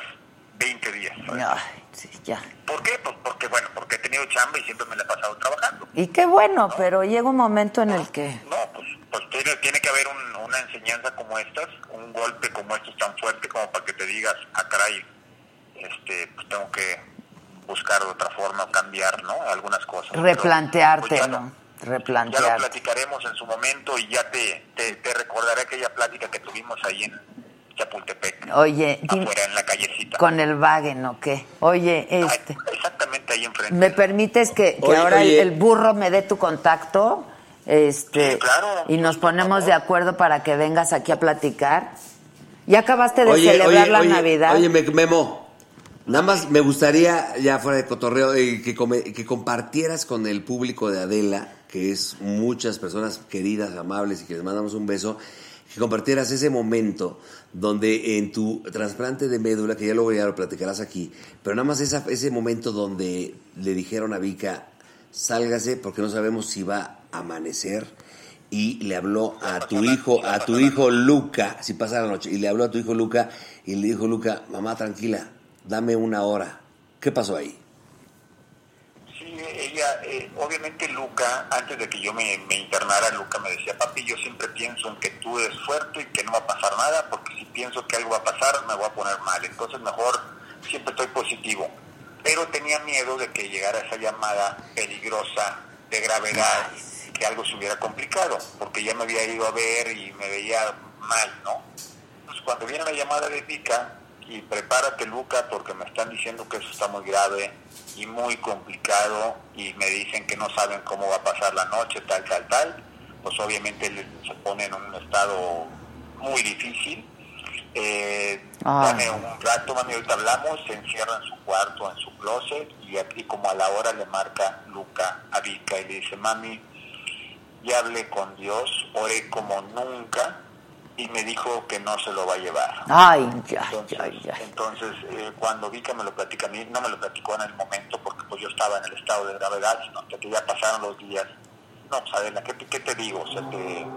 Speaker 6: 20 días. ¿sabes?
Speaker 1: Ay, sí, ya.
Speaker 6: ¿Por qué? Pues porque, bueno, porque he tenido chamba y siempre me la he pasado trabajando.
Speaker 1: Y qué bueno, pero llega un momento en el que...
Speaker 6: No, pues, pues tiene, tiene que haber un- una enseñanza como estas, un golpe como estos tan fuerte como para que te digas, ah, caray, este, pues tengo que buscar otra forma, cambiar, ¿no? Algunas cosas. Pero, pues, ya
Speaker 1: Replantearte,
Speaker 6: lo-
Speaker 1: ¿no?
Speaker 6: Ya lo
Speaker 1: Replantearte.
Speaker 6: platicaremos en su momento y ya te, te, te recordaré aquella plática que tuvimos ahí en Chapultepec.
Speaker 1: Oye, dime,
Speaker 6: afuera en la callecita.
Speaker 1: con el Wagen, ¿o qué? Oye,
Speaker 6: Ay,
Speaker 1: este...
Speaker 6: Exactamente ahí enfrente.
Speaker 1: ¿Me permites que, que
Speaker 5: Oye,
Speaker 1: ahora el-
Speaker 5: oye.
Speaker 1: el burro me dé tu contacto? Este,
Speaker 6: Sí, claro.
Speaker 1: Y nos ponemos de acuerdo para que vengas aquí a platicar. ¿Ya acabaste de celebrar la Navidad?
Speaker 5: Oye, me- Memo, Nada más me gustaría, ya fuera de cotorreo, eh, que, come- que compartieras con el público de Adela, que es muchas personas queridas, amables y que les mandamos un beso, que compartieras ese momento donde en tu trasplante de médula, que ya luego ya lo platicarás aquí, pero nada más esa- ese momento donde le dijeron a Vika, sálgase porque no sabemos si va a amanecer. Y le habló a tu hijo, a tu hijo Luca, si pasa la noche, y le habló a tu hijo Luca, y le dijo Luca, mamá, tranquila, dame una hora. ¿Qué pasó ahí?
Speaker 6: Sí, ella, eh, obviamente Luca, antes de que yo me, me internara, Luca me decía, papi, yo siempre pienso en que tú eres fuerte y que no va a pasar nada, porque si pienso que algo va a pasar, me voy a poner mal. Entonces mejor siempre estoy positivo. Pero tenía miedo de que llegara esa llamada peligrosa de gravedad, que algo se hubiera complicado, porque ya me había ido a ver y me veía mal, ¿no? Pues cuando viene la llamada de Vika y prepárate Luca porque me están diciendo que eso está muy grave y muy complicado y me dicen que no saben cómo va a pasar la noche, tal, tal, tal, pues obviamente él se pone en un estado muy difícil. Eh,
Speaker 1: Ah.
Speaker 6: dame un rato, mami, ahorita hablamos, se encierra en su cuarto, en su closet y aquí como a la hora le marca Luca a Vika y le dice, mami, y hablé con Dios, oré como nunca y me dijo que no se lo va a llevar.
Speaker 1: Ay, ya,
Speaker 6: Entonces,
Speaker 1: ya, ya.
Speaker 6: entonces, eh, cuando vi que me lo platica a mí, no me lo platicó en el momento porque pues yo estaba en el estado de gravedad, sino hasta que ya pasaron los días. No, pues Adela, ¿qué, te- qué te digo? Se, te-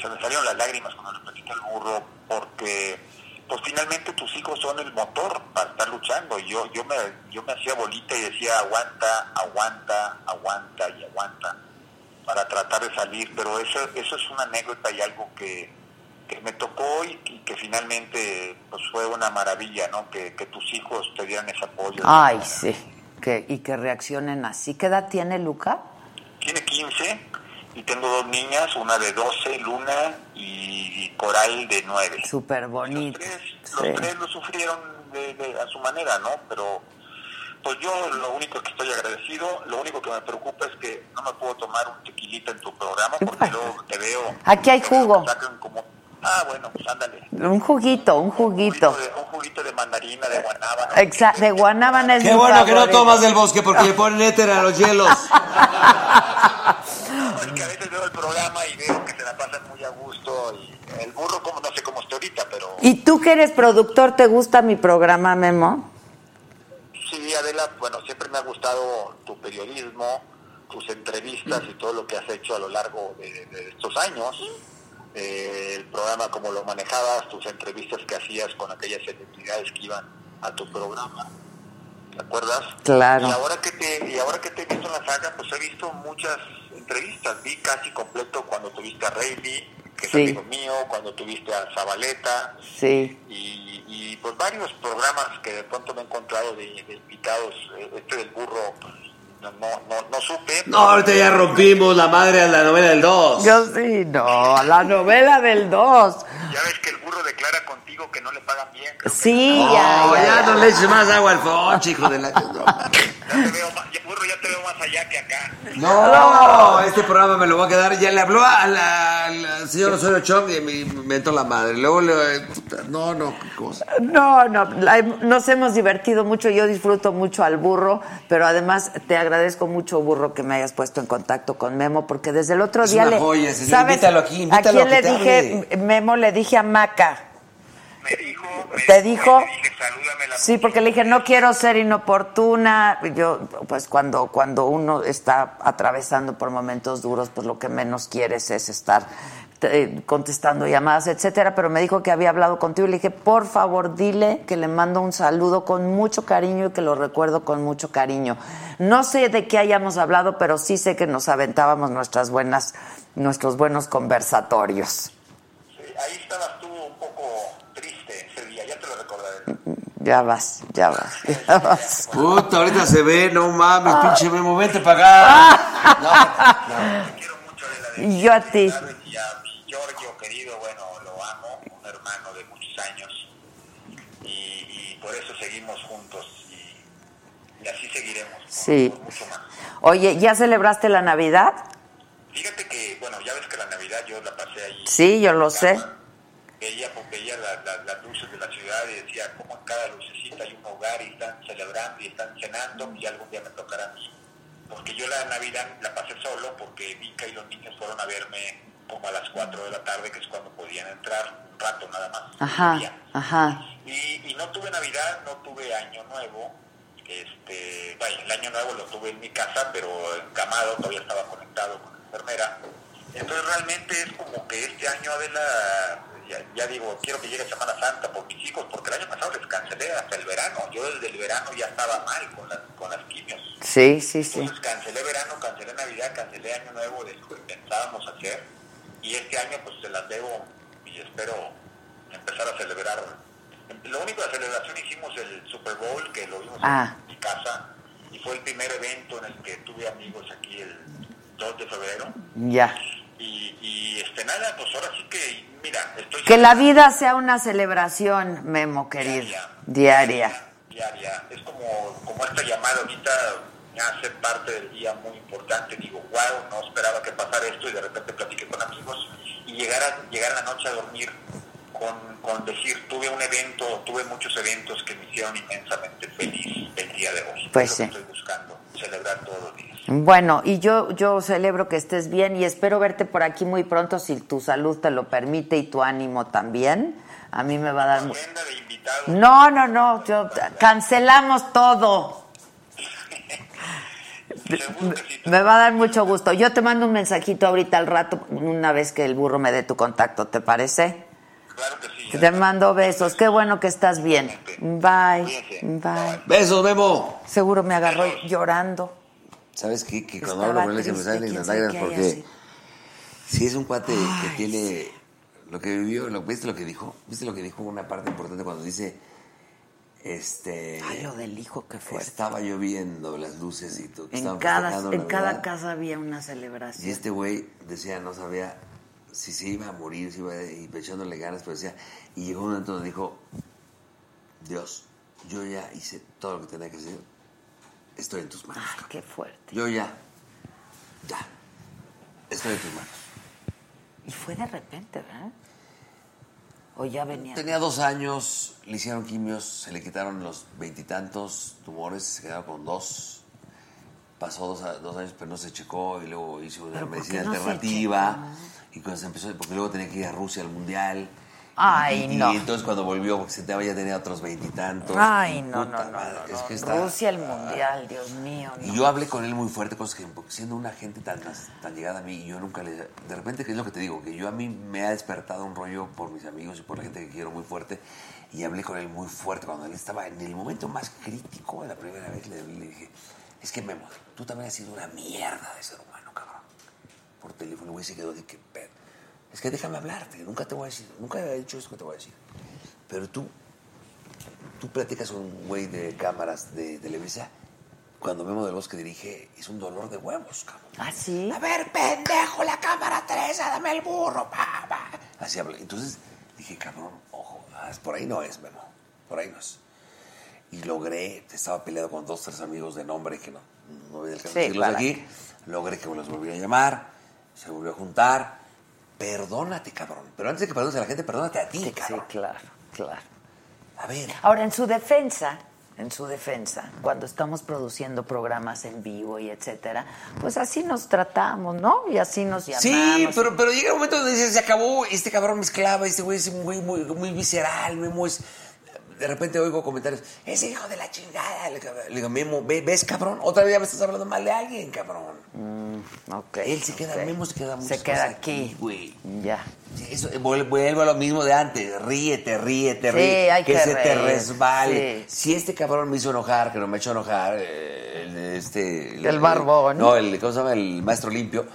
Speaker 6: se me salieron las lágrimas cuando le platicé al burro porque pues finalmente tus hijos son el motor para estar luchando. Y Yo, yo, me, yo me hacía bolita y decía aguanta, aguanta, aguanta y aguanta para tratar de salir, pero eso, eso es una anécdota y algo que, que me tocó y, y que finalmente pues, fue una maravilla, ¿no? Que, que tus hijos te dieran ese apoyo.
Speaker 1: Ay, sí. Que, y que reaccionen así. ¿Qué edad tiene Luca?
Speaker 6: Tiene 15 y tengo dos niñas, una de 12, Luna, y Coral de 9.
Speaker 1: Súper
Speaker 6: Los
Speaker 1: bonito.
Speaker 6: tres,
Speaker 1: Sí.
Speaker 6: los tres lo sufrieron de- de- a su manera, ¿no? Pero pues yo lo único que estoy agradecido, lo único que me preocupa es que no me puedo tomar un tequilita en tu programa porque luego te veo...
Speaker 1: Aquí hay
Speaker 6: te veo que
Speaker 1: jugo.
Speaker 6: sacan como- ah, bueno, pues ándale.
Speaker 1: Un juguito, un juguito.
Speaker 6: Un juguito de- un juguito de mandarina, de guanábana.
Speaker 1: Exa- de guanábana es
Speaker 5: Qué
Speaker 1: mi
Speaker 5: bueno que no
Speaker 1: favorito.
Speaker 5: tomas del bosque porque le ponen éter a los hielos.
Speaker 6: Y que a veces veo el programa y veo que se la pasan muy a gusto. Y el burro, como no sé cómo esté ahorita, pero
Speaker 1: ¿Y tú que eres productor, te gusta mi programa, Memo?
Speaker 6: sí, Adela, bueno, siempre me ha gustado tu periodismo, tus entrevistas y todo lo que has hecho a lo largo de, de estos años. Eh, el programa, como lo manejabas, tus entrevistas que hacías con aquellas celebridades que iban a tu programa. ¿Te acuerdas?
Speaker 1: Claro.
Speaker 6: Y ahora que te, y ahora que te he visto en la saga, pues he visto muchas entrevistas. Vi casi completo cuando tuviste a Rayleigh, que es
Speaker 1: Sí.
Speaker 6: amigo mío, cuando tuviste a Zabaleta,
Speaker 1: Sí.
Speaker 6: y, y pues varios programas que de pronto me he encontrado de, de invitados. Eh, Este del burro, pues, no, no, no, no supe.
Speaker 5: No, ahorita ya rompimos la madre a la novela del 2.
Speaker 1: Yo sí, no, la novela del 2.
Speaker 6: Ya ves que el burro declara contigo que no le pagan bien. creo que-
Speaker 1: Sí,
Speaker 5: No,
Speaker 1: ya, ya,
Speaker 5: Oh, ya
Speaker 1: ya.
Speaker 5: no le eches más agua al ponche, hijo de la...
Speaker 6: Ya te veo más, ya, burro, ya te veo más allá que acá.
Speaker 5: No, este programa me lo voy a quedar. Ya le habló a la- al señor Osorio Chong y me me mentó la madre. Luego le... puta, No, no, qué cosa.
Speaker 1: No, no, la- nos hemos divertido mucho, yo disfruto mucho al burro, pero además te agradezco mucho, burro, que me hayas puesto en contacto con Memo, porque desde el otro
Speaker 5: Es
Speaker 1: día
Speaker 5: una
Speaker 1: le...
Speaker 5: joya, señor, invítalo aquí, invítalo
Speaker 1: ¿A quién
Speaker 5: a
Speaker 1: le
Speaker 5: que te
Speaker 1: dije, Memo, le dije a Maca?
Speaker 6: Me dijo. me
Speaker 1: ¿Te dijo?
Speaker 6: Le dije, salúdame la
Speaker 1: Sí, porque le dije, no quiero ser inoportuna. Yo, pues cuando, cuando uno está atravesando por momentos duros, pues lo que menos quieres es estar eh, contestando llamadas, etcétera. Pero me dijo que había hablado contigo y le dije, por favor, dile que le mando un saludo con mucho cariño y que lo recuerdo con mucho cariño. No sé de qué hayamos hablado, pero sí sé que nos aventábamos nuestras buenas, nuestros buenos conversatorios.
Speaker 6: Sí, ahí estabas tú un poco triste ese día, ya te lo recordaré.
Speaker 1: Ya vas, ya vas, ya vas.
Speaker 5: Puta, ahorita se ve, no mames, pinche Memo, vente para acá. No,
Speaker 6: Te quiero mucho, Adela. de-
Speaker 1: Y yo a ti.
Speaker 6: sabes, Y a mi Giorgio, querido, bueno, lo amo, un hermano de muchos años. Y, y por eso seguimos juntos y, y así seguiremos. por-
Speaker 1: Sí.
Speaker 6: por mucho más.
Speaker 1: Oye, ¿ya celebraste la Navidad?
Speaker 6: Fíjate que, bueno, ya ves que la Navidad yo la pasé ahí.
Speaker 1: Sí, yo lo sé.
Speaker 6: veía, pues, veía la- la- las luces de la ciudad y decía, como en cada lucecita hay un hogar y están celebrando y están cenando y algún día me tocará a mí. Porque yo la Navidad la pasé solo porque Vika y los niños fueron a verme como a las 4 de la tarde, que es cuando podían entrar, un rato nada más.
Speaker 1: Ajá,
Speaker 6: Día.
Speaker 1: ajá.
Speaker 6: Y, y no tuve Navidad, no tuve Año Nuevo. Este, vaya, el Año Nuevo lo tuve en mi casa, pero encamado, todavía estaba conectado con la enfermera. Entonces realmente es como que este año, Adela, ya, ya digo, quiero que llegue Semana Santa por mis hijos, porque el año pasado les cancelé hasta el verano. Yo desde el verano ya estaba mal con las, con las quimios.
Speaker 1: Sí, sí, sí.
Speaker 6: Entonces Pues cancelé verano, cancelé Navidad, cancelé Año Nuevo de lo que pensábamos hacer. Y este año pues se las debo y espero empezar a celebrar. Lo único de celebración hicimos el Super Bowl, que lo vimos
Speaker 1: Ah.
Speaker 6: en mi casa. Y fue el primer evento en el que tuve amigos aquí el 2 de febrero.
Speaker 1: Ya.
Speaker 6: Y, y este nada, pues ahora sí que, mira, estoy...
Speaker 1: Que la vida sea una celebración, Memo, querido. Diaria.
Speaker 6: Diaria. Es como, como esta llamada ahorita me hace parte del día muy importante. Digo, wow, no esperaba que pasara esto y de repente platiqué con amigos y llegar a, llegar a la noche a dormir con, con decir, tuve un evento, tuve muchos eventos que me hicieron inmensamente feliz el día de hoy.
Speaker 1: Pues
Speaker 6: Es lo que
Speaker 1: sí.
Speaker 6: estoy buscando, celebrar todos los días.
Speaker 1: Bueno, y yo, yo celebro que estés bien y espero verte por aquí muy pronto si tu salud te lo permite y tu ánimo también. A mí me va a dar... mu-
Speaker 6: Agenda de invitados.
Speaker 1: Mm. No, no, no, yo- cancelamos todo.
Speaker 6: Seguro que sí. ¿eh?
Speaker 1: Me va a dar mucho gusto. Yo te mando un mensajito ahorita al rato, una vez que el burro me dé tu contacto, ¿te parece?
Speaker 6: Claro que sí.
Speaker 1: Te mando besos. Qué bueno que estás bien. Bye.
Speaker 6: Cuídense.
Speaker 1: Bye.
Speaker 5: Besos, Memo.
Speaker 1: Seguro me agarró llorando.
Speaker 5: ¿Sabes qué? Que cuando
Speaker 1: Estaba
Speaker 5: hablo con él se me
Speaker 1: triste,
Speaker 5: salen
Speaker 1: quién
Speaker 5: las
Speaker 1: sabe
Speaker 5: lágrimas
Speaker 1: qué haya
Speaker 5: porque
Speaker 1: sido.
Speaker 5: si es un cuate que tiene lo que vivió, lo, ¿viste lo que dijo? ¿Viste lo que dijo una parte importante cuando dice este
Speaker 1: Ay, lo del hijo que fue.
Speaker 5: estaba lloviendo las luces y todo.
Speaker 1: En
Speaker 5: estaban
Speaker 1: cada,
Speaker 5: festejando
Speaker 1: en cada
Speaker 5: Navidad?
Speaker 1: casa había una
Speaker 5: Y
Speaker 1: celebración.
Speaker 5: este güey decía, no sabía si se iba a morir, si iba a, y echándole ganas, pero decía, y llegó un momento donde dijo, Dios, yo ya hice todo lo que tenía que hacer, estoy en tus manos.
Speaker 1: Ay,
Speaker 5: cabrón.
Speaker 1: qué fuerte.
Speaker 5: Yo ya, ya, estoy en tus manos.
Speaker 1: Y fue de repente, ¿verdad? O ya venía.
Speaker 5: Tenía dos años, le hicieron quimios, se le quitaron los veintitantos tumores, se quedaron con dos. Pasó dos, a- dos años, pero no se checó y luego hizo una
Speaker 1: ¿Pero por qué
Speaker 5: medicina
Speaker 1: no se
Speaker 5: alternativa. Y cuando se empezó, porque luego tenía que ir a Rusia al mundial.
Speaker 1: Ay,
Speaker 5: Y- y-
Speaker 1: no.
Speaker 5: Y entonces cuando volvió, porque se te había tenido otros veintitantos.
Speaker 1: Ay, no, no,
Speaker 5: Puta
Speaker 1: no.
Speaker 5: madre,
Speaker 1: no,
Speaker 5: es
Speaker 1: no.
Speaker 5: que está-
Speaker 1: Rusia, el mundial, Dios mío.
Speaker 5: y
Speaker 1: no.
Speaker 5: yo hablé con él muy fuerte, cosas que porque siendo una gente tan, tan llegada a mí, yo nunca le... De repente, ¿qué es lo que te digo? Que yo a mí me ha despertado un rollo por mis amigos y por la gente que quiero muy fuerte. Y hablé con él muy fuerte cuando él estaba en el momento más crítico, la primera vez le, le dije, es que Memo, tú también has sido una mierda de ser humano, cabrón. Por teléfono, el güey se quedó de que pedo. Es que déjame hablarte, nunca te voy a decir, nunca he dicho eso que te voy a decir. Pero tú Tú platicas con un güey de cámaras de Televisa. Cuando Memo del Bosque dirige, es un dolor de huevos, cabrón.
Speaker 1: ¿Ah, sí?
Speaker 5: A ver, pendejo, la cámara 3, dame el burro, pa, pa. Así habla. Entonces dije, cabrón, ojo, ah, por ahí no es, Memo. Por ahí no es. Y logré, estaba peleado con dos, tres amigos de nombre que no, no voy a alcanzar
Speaker 1: Sí,
Speaker 5: a decirlos
Speaker 1: para
Speaker 5: aquí. Logré que me los volviera a llamar, se volvió a juntar. Perdónate, cabrón. Pero antes de que perdones a la gente, perdónate a ti,
Speaker 1: Sí,
Speaker 5: cabrón.
Speaker 1: claro, claro.
Speaker 5: A ver.
Speaker 1: Ahora, en su defensa, en su defensa, cuando estamos produciendo programas en vivo y etcétera, pues así nos tratamos, ¿no? Y así nos llamamos.
Speaker 5: Sí, pero, pero llega un momento donde dices, se acabó, este cabrón me esclava, este güey es un güey muy, muy visceral, Memo es... De repente oigo comentarios, ese hijo de la chingada. Le le digo, Memo, ve- ¿ves, cabrón? Otra vez ya me estás hablando mal de alguien, cabrón.
Speaker 1: Ok,
Speaker 5: Él se queda,
Speaker 1: ok.
Speaker 5: Memo se queda muchas
Speaker 1: Se queda
Speaker 5: cosas
Speaker 1: aquí.
Speaker 5: güey.
Speaker 1: Ya.
Speaker 5: Sí, Eso, eh, vuel- vuelvo a lo mismo de antes, ríete, ríete,
Speaker 1: Sí,
Speaker 5: ríete,
Speaker 1: hay que
Speaker 5: se te
Speaker 1: reír,
Speaker 5: resbale.
Speaker 1: sí.
Speaker 5: Si este cabrón me hizo enojar, que no me echó enojar, eh, el, este...
Speaker 1: El barbón.
Speaker 5: no, el, ¿cómo se llama? El maestro limpio.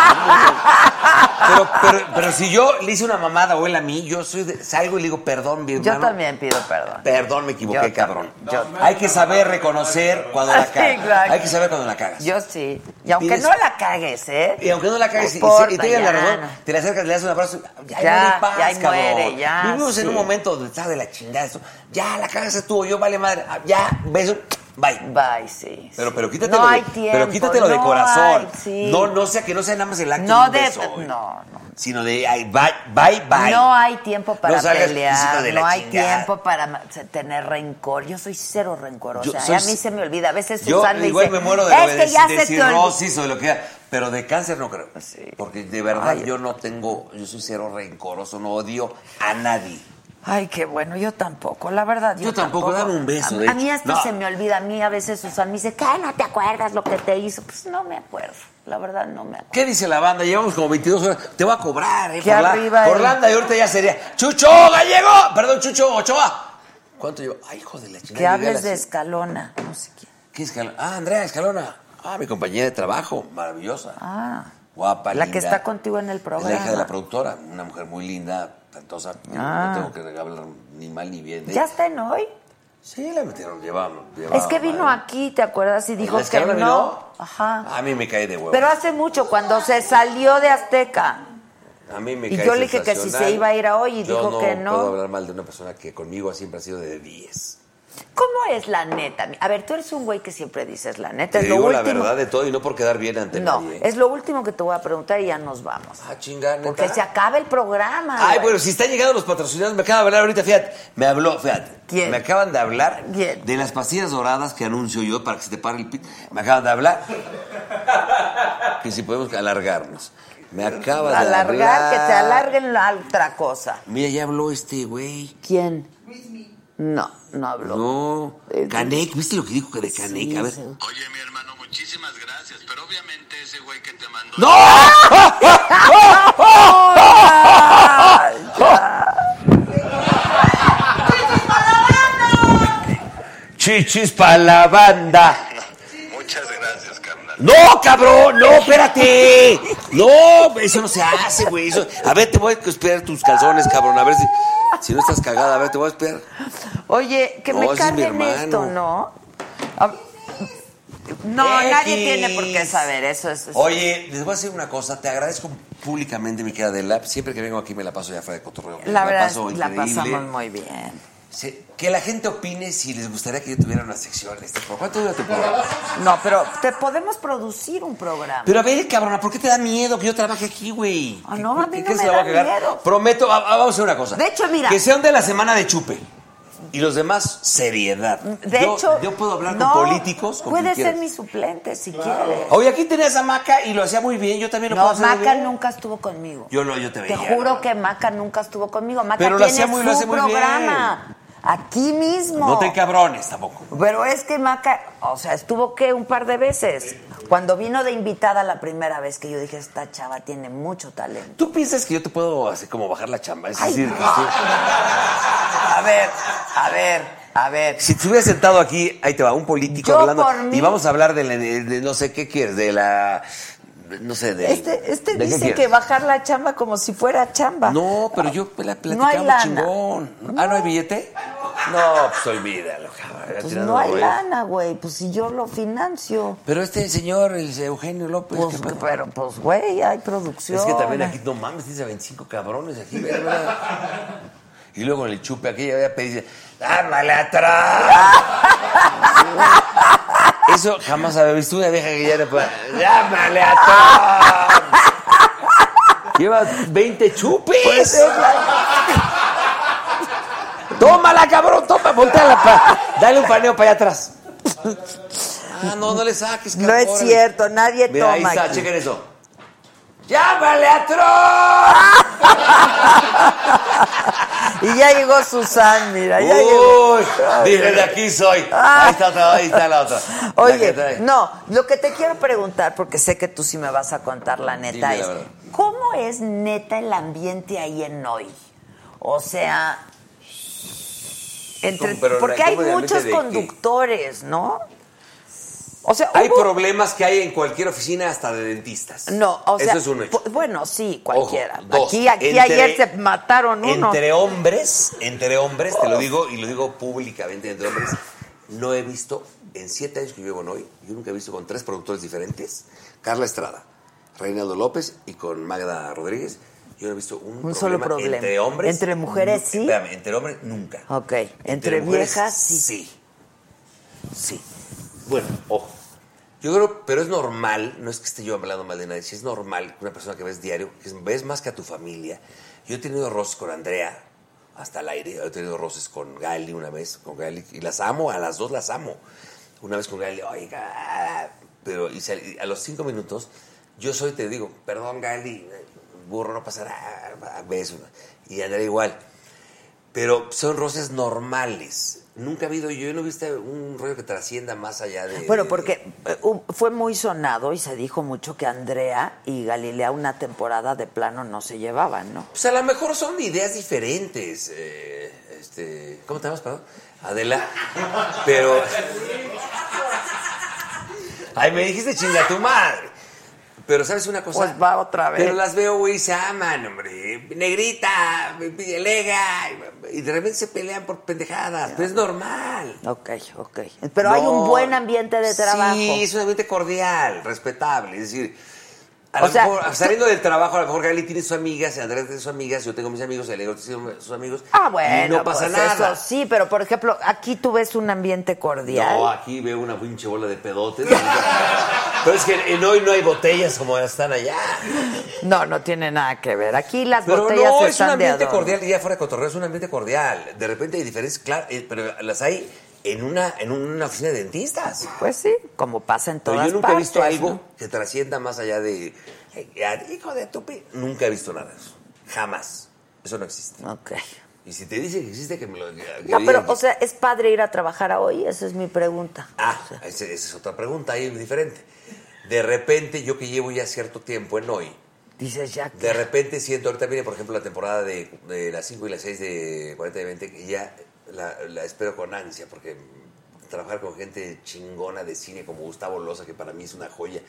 Speaker 1: Ah.
Speaker 5: Pero, pero, pero si yo le hice una mamada o él a mí, yo soy de- salgo y le digo, perdón, mi hermano.
Speaker 1: Yo también pido perdón.
Speaker 5: Perdón, me equivoqué,
Speaker 1: Yo
Speaker 5: cabrón.
Speaker 1: también,
Speaker 5: Hay que saber reconocer cuando la
Speaker 1: Sí,
Speaker 5: cagas.
Speaker 1: claro.
Speaker 5: Hay que saber cuando la cagas.
Speaker 1: Yo sí. Y aunque
Speaker 5: Pides-
Speaker 1: no la cagues, ¿eh?
Speaker 5: Y aunque no la cagues y-
Speaker 1: importa,
Speaker 5: y, te digan la
Speaker 1: ya.
Speaker 5: razón, te le acercas, le das un abrazo. Ya,
Speaker 1: Ya,
Speaker 5: ya, paz,
Speaker 1: ya ahí
Speaker 5: cabrón.
Speaker 1: muere, ya,
Speaker 5: Vivimos en
Speaker 1: sí.
Speaker 5: un momento donde está de la chingada. esto, Ya, la cagaste tú o yo, vale madre. ah, Ya, beso. Bye.
Speaker 1: Bye, sí.
Speaker 5: Pero,
Speaker 1: sí.
Speaker 5: pero quítatelo,
Speaker 1: No
Speaker 5: de,
Speaker 1: hay tiempo,
Speaker 5: pero quítatelo de
Speaker 1: no
Speaker 5: corazón.
Speaker 1: hay, sí.
Speaker 5: No, no sea que no sea nada más el acto
Speaker 1: No
Speaker 5: de un
Speaker 1: de-
Speaker 5: beso, güey.
Speaker 1: no, no.
Speaker 5: Sino de ay, bye, bye, bye.
Speaker 1: No hay tiempo para
Speaker 5: No salgas, hijito
Speaker 1: pelear,
Speaker 5: de la
Speaker 1: no hay
Speaker 5: chingada.
Speaker 1: tiempo para ma- se- tener rencor. Yo soy cero rencorosa.
Speaker 5: Yo
Speaker 1: Ay,
Speaker 5: soy
Speaker 1: a mí
Speaker 5: c-
Speaker 1: se me olvida. A veces
Speaker 5: Yo
Speaker 1: Susana
Speaker 5: igual
Speaker 1: dice,
Speaker 5: me muero de,
Speaker 1: es que
Speaker 5: de-
Speaker 1: ya
Speaker 5: de
Speaker 1: se te olvidó.
Speaker 5: cirrosis o de lo que sea, pero de cáncer no creo.
Speaker 1: Sí.
Speaker 5: Porque de verdad
Speaker 1: Ay.
Speaker 5: yo no tengo, yo soy cero rencoroso, no odio a nadie.
Speaker 1: Ay, qué bueno, yo tampoco, la verdad. Yo,
Speaker 5: Yo tampoco, dame un beso,
Speaker 1: A-
Speaker 5: de
Speaker 1: A mí
Speaker 5: hecho.
Speaker 1: hasta
Speaker 5: No.
Speaker 1: se me olvida. A mí a veces Susana me dice, ¿qué? ¿No te acuerdas lo que te hizo? Pues no me acuerdo. La verdad, no me acuerdo.
Speaker 5: ¿Qué dice la banda? Llevamos como 22 horas. Te voy a cobrar, ¿eh?
Speaker 1: ¿Qué
Speaker 5: por la-
Speaker 1: arriba,
Speaker 5: por
Speaker 1: eh?
Speaker 5: Landa, y ahorita ya sería. ¡Chucho Gallego! Perdón, Chucho Ochoa. ¿Cuánto yo? ¡Ay, hijo de la
Speaker 1: Que
Speaker 5: chingada! llegué a
Speaker 1: hables
Speaker 5: las-
Speaker 1: de Escalona, no sé quién.
Speaker 5: ¿Qué Escalona? Ah, Andrea Escalona. Ah, mi compañera de trabajo, maravillosa.
Speaker 1: Ah.
Speaker 5: Guapa,
Speaker 1: La
Speaker 5: linda.
Speaker 1: que está contigo en el programa.
Speaker 5: Es la hija de la productora, una mujer muy linda, tantosa. Yo
Speaker 1: Ah.
Speaker 5: No tengo que hablar ni mal ni bien de
Speaker 1: ¿Ya
Speaker 5: ella.
Speaker 1: está en hoy?
Speaker 5: Sí, la metieron, llevamos.
Speaker 1: es que vino aquí, ¿te acuerdas? Y dijo que no.
Speaker 5: Escalona vino? Ah,
Speaker 1: Ajá.
Speaker 5: A mí me cae de huevo.
Speaker 1: Pero hace mucho, cuando se salió de Azteca.
Speaker 5: A mí me
Speaker 1: Y
Speaker 5: cae
Speaker 1: yo le dije que si
Speaker 5: sensacional.
Speaker 1: se iba a ir a hoy y
Speaker 5: Yo
Speaker 1: dijo que no.
Speaker 5: puedo hablar mal de una persona que conmigo siempre ha sido de 10.
Speaker 1: ¿Cómo es la neta? A ver, tú eres un güey que siempre dices la neta.
Speaker 5: Te
Speaker 1: es lo
Speaker 5: digo la
Speaker 1: último-
Speaker 5: verdad de todo y no por quedar bien ante
Speaker 1: No,
Speaker 5: nadie.
Speaker 1: es lo último que te voy a preguntar y ya nos vamos.
Speaker 5: Ah, chingada.
Speaker 1: Porque se acaba el programa.
Speaker 5: Ay,
Speaker 1: güey.
Speaker 5: bueno, si están llegando los patrocinadores, me acaba de hablar ahorita, fíjate. Me habló, fíjate.
Speaker 1: ¿Quién?
Speaker 5: Me acaban de hablar
Speaker 1: ¿Quién?
Speaker 5: de las pastillas doradas que anuncio yo para que se te pare el pit. Me acaban de hablar. que si podemos alargarnos. Me acaban de
Speaker 1: Alargar,
Speaker 5: hablar.
Speaker 1: que te alarguen la otra cosa.
Speaker 5: Mira, ya habló este güey.
Speaker 1: ¿Quién? No, no habló.
Speaker 5: No. Canek, ¿viste lo que dijo que de Canek? A ver.
Speaker 6: Oye, mi hermano, muchísimas gracias, pero obviamente ese güey que te mandó...
Speaker 5: ¡No! Chichis para la banda.
Speaker 6: Muchas gracias, carnal.
Speaker 5: No, cabrón, no, espérate. No, eso no se hace, güey. eso- A ver, te voy a esperar tus calzones, cabrón. A ver si, si no estás cagada. A ver, te voy a esperar.
Speaker 1: Oye, que
Speaker 5: No, ese
Speaker 1: me
Speaker 5: es mi
Speaker 1: cambien
Speaker 5: hermano.
Speaker 1: esto, ¿no? A- No,
Speaker 5: X.
Speaker 1: nadie tiene por qué saber eso. es- es-
Speaker 5: Oye, les voy a decir una cosa. Te agradezco públicamente, mi querida Lab. Siempre que vengo aquí me la paso ya fuera de cotorreo.
Speaker 1: la verdad,
Speaker 5: paso
Speaker 1: la
Speaker 5: increíble.
Speaker 1: pasamos muy bien.
Speaker 5: Se- que la gente opine si les gustaría que yo tuviera una sección. Este, ¿Por cuánto dura tu programa?
Speaker 1: No, pero te podemos producir un programa.
Speaker 5: Pero a ver, cabrona, ¿por qué te da miedo que yo trabaje aquí, güey?
Speaker 1: Ah, no, a mí no
Speaker 5: crees
Speaker 1: me
Speaker 5: que la voy a
Speaker 1: da
Speaker 5: cagar?
Speaker 1: miedo.
Speaker 5: Prometo, ah, ah, vamos a hacer una cosa.
Speaker 1: De hecho, mira.
Speaker 5: Que sea un de la semana de chupe. Y los demás, seriedad.
Speaker 1: de
Speaker 5: Yo-
Speaker 1: hecho,
Speaker 5: Yo puedo hablar
Speaker 1: no,
Speaker 5: con políticos, con
Speaker 1: Puede
Speaker 5: quien
Speaker 1: ser
Speaker 5: quieras.
Speaker 1: mi suplente si quieres.
Speaker 5: Oye, aquí tenías a Maca y lo hacía muy bien. Yo también lo puedo
Speaker 1: No,
Speaker 5: hacer muy
Speaker 1: Maca
Speaker 5: bien.
Speaker 1: nunca estuvo conmigo.
Speaker 5: Yo no, yo te
Speaker 1: Te
Speaker 5: veía.
Speaker 1: juro que Maca nunca estuvo conmigo. Maca
Speaker 5: Pero lo
Speaker 1: tiene
Speaker 5: hacía muy-
Speaker 1: su
Speaker 5: lo hace muy bien.
Speaker 1: programa. Aquí mismo.
Speaker 5: No te cabrones tampoco.
Speaker 1: Pero es que Maca, o sea, estuvo que un par de veces. Cuando vino de invitada la primera vez que yo dije, esta chava tiene mucho talento.
Speaker 5: ¿Tú piensas que yo te puedo así como bajar la chamba? Es
Speaker 1: Ay,
Speaker 5: decir,
Speaker 1: no.
Speaker 5: que sí.
Speaker 1: A ver, a ver, a ver.
Speaker 5: Si te hubieras sentado aquí, ahí te va, un político
Speaker 1: Yo
Speaker 5: hablando.
Speaker 1: por mí.
Speaker 5: Y vamos a hablar de, la- de- de no sé qué quieres, de la. No sé, de.
Speaker 1: Este, este
Speaker 5: ¿de qué
Speaker 1: dice
Speaker 5: quieres?
Speaker 1: que bajar la chamba como si fuera chamba.
Speaker 5: No, pero yo la
Speaker 1: No
Speaker 5: platicamos
Speaker 1: hay lana.
Speaker 5: chingón. Ah, ¿no hay billete? No, pues olvídalo, cabrón.
Speaker 1: Pues
Speaker 5: tirando
Speaker 1: no hay
Speaker 5: rollo.
Speaker 1: lana, güey. Pues si yo lo financio.
Speaker 5: Pero este señor, el Eugenio López,
Speaker 1: Pues,
Speaker 5: ¿qué pedo?
Speaker 1: pero, pues, güey, hay producción.
Speaker 5: Es que también aquí, no mames, dice 25 cabrones aquí, ¿verdad? ¿verdad? Y luego en el chupe aquí ya voy a pedir, ¡ámale atrás! Eso jamás había visto una vieja que ya le pueda, ¡ámale atrás! Lleva 20 chupes. tómala, cabrón, toma, volteala pa. Dale un paneo para allá atrás. Ah, no, no le saques,
Speaker 1: No
Speaker 5: cabrón,
Speaker 1: es
Speaker 5: órale.
Speaker 1: cierto, nadie
Speaker 5: Mira,
Speaker 1: toma
Speaker 5: ahí está,
Speaker 1: aquí.
Speaker 5: chequen eso. ¡Llámale a Tron!
Speaker 1: Y ya llegó Susan, mira,
Speaker 5: Uh,
Speaker 1: ya llegó.
Speaker 5: ¡Uy! Dije, de aquí soy. Ahí está otra, ahí está la otra. La que
Speaker 1: Oye,
Speaker 5: trae.
Speaker 1: no, lo que te quiero preguntar, porque sé que tú sí me vas a contar la neta,
Speaker 5: Dime la
Speaker 1: es
Speaker 5: verdad.
Speaker 1: ¿cómo es neta el ambiente ahí en hoy? O sea, entre,
Speaker 5: ¿Cómo? Pero,
Speaker 1: porque
Speaker 5: ¿cómo
Speaker 1: hay
Speaker 5: de ambiente
Speaker 1: muchos
Speaker 5: de qué?
Speaker 1: conductores, ¿no? O sea,
Speaker 5: Hay
Speaker 1: hubo-
Speaker 5: problemas que hay en cualquier oficina, hasta de dentistas.
Speaker 1: no, o sea,
Speaker 5: Eso es un hecho.
Speaker 1: pu- bueno, sí, cualquiera.
Speaker 5: Ojo, dos.
Speaker 1: aquí aquí
Speaker 5: Entre-
Speaker 1: ayer se mataron uno. Oh.
Speaker 5: Entre hombres, entre hombres, te lo digo y lo digo públicamente, entre hombres, no he visto en siete años que llevo en hoy, yo nunca he visto con tres productores diferentes, Carla Estrada, Reinaldo López y con Magda Rodríguez, yo no he visto un,
Speaker 1: Un solo problema.
Speaker 5: entre hombres.
Speaker 1: Entre mujeres,
Speaker 5: nu-
Speaker 1: sí.
Speaker 5: espérame, entre hombres nunca.
Speaker 1: Ok, entre
Speaker 5: mujeres,
Speaker 1: viejas, sí.
Speaker 5: sí. Sí.
Speaker 8: Bueno, ojo.
Speaker 5: Yo creo, pero es normal, no es que esté yo hablando mal de nadie, si es normal que una persona que ves diario, que ves más que a tu familia. Yo he tenido roces con Andrea hasta el aire, he tenido roces con Gali una vez, con Gali, y las amo, a las dos las amo. Una vez con Gali, oiga, pero y sal- y a los cinco minutos yo soy, te digo, perdón Gali, burro no pasará, beso. Y Andrea igual. Pero son roces normales. Nunca ha habido, yo no he visto un rollo que trascienda más allá de...
Speaker 1: Bueno,
Speaker 5: de-
Speaker 1: porque eh, hu- fue muy sonado y se dijo mucho que Andrea y Galilea una temporada de plano no se llevaban, ¿no?
Speaker 5: Pues a lo mejor son ideas diferentes. eh, este, ¿Cómo te llamas, perdón? Adela. Pero. Ay, me dijiste chinga tu madre. Pero sabes una cosa.
Speaker 1: Pues va otra vez.
Speaker 5: Pero las veo, güey, y se aman, hombre. Negrita, lega. Y de repente se pelean por pendejadas. Pero es normal.
Speaker 1: Ok, ok. Pero hay un
Speaker 5: No.
Speaker 1: buen ambiente de trabajo.
Speaker 5: Sí, es un ambiente cordial, respetable. Es decir, a
Speaker 1: O
Speaker 5: lo
Speaker 1: sea,
Speaker 5: mejor, saliendo del trabajo, a lo mejor Gali tiene sus amigas, Andrés tiene sus amigas, yo tengo mis amigos, Alejandro tiene sus amigos.
Speaker 1: Ah,
Speaker 5: y
Speaker 1: bueno,
Speaker 5: no pasa
Speaker 1: pues
Speaker 5: nada.
Speaker 1: eso sí, pero por ejemplo, aquí tú ves un ambiente cordial.
Speaker 5: No, aquí veo una pinche bola de pedotes. Pero es que en hoy no hay botellas como están allá.
Speaker 1: No, no tiene nada que ver. Aquí las
Speaker 5: Pero
Speaker 1: botellas
Speaker 5: no, es un
Speaker 1: están de
Speaker 5: ambiente
Speaker 1: adorno.
Speaker 5: cordial. Y ya fuera de cotorreo, es un ambiente cordial. De repente hay diferencias, claro, eh, pero las hay en una, en una oficina de dentistas.
Speaker 1: Pues sí, como pasa en
Speaker 5: Pero
Speaker 1: todas
Speaker 5: yo nunca he visto
Speaker 1: partes,
Speaker 5: algo
Speaker 1: ¿no?
Speaker 5: que trascienda más allá de. "Ay, ya, Hijo de tu pi-". Nunca he visto nada de eso. Jamás. Eso no existe.
Speaker 1: Ok.
Speaker 5: Y si te dice que existe, que me lo. que- que
Speaker 1: No, pero,
Speaker 5: digan que-
Speaker 1: o sea, ¿es padre ir a trabajar a hoy? Esa es mi pregunta.
Speaker 5: Ah, ese- esa es otra pregunta ahí diferente. De repente, yo que llevo ya cierto tiempo en hoy,
Speaker 1: Dices ya que...
Speaker 5: de repente siento. Ahorita viene, por ejemplo, la temporada de, de las 5 y las 6 de 40 y 20, que ya la, la espero con ansia, porque trabajar con gente chingona de cine como Gustavo Loza, que para mí es una joya.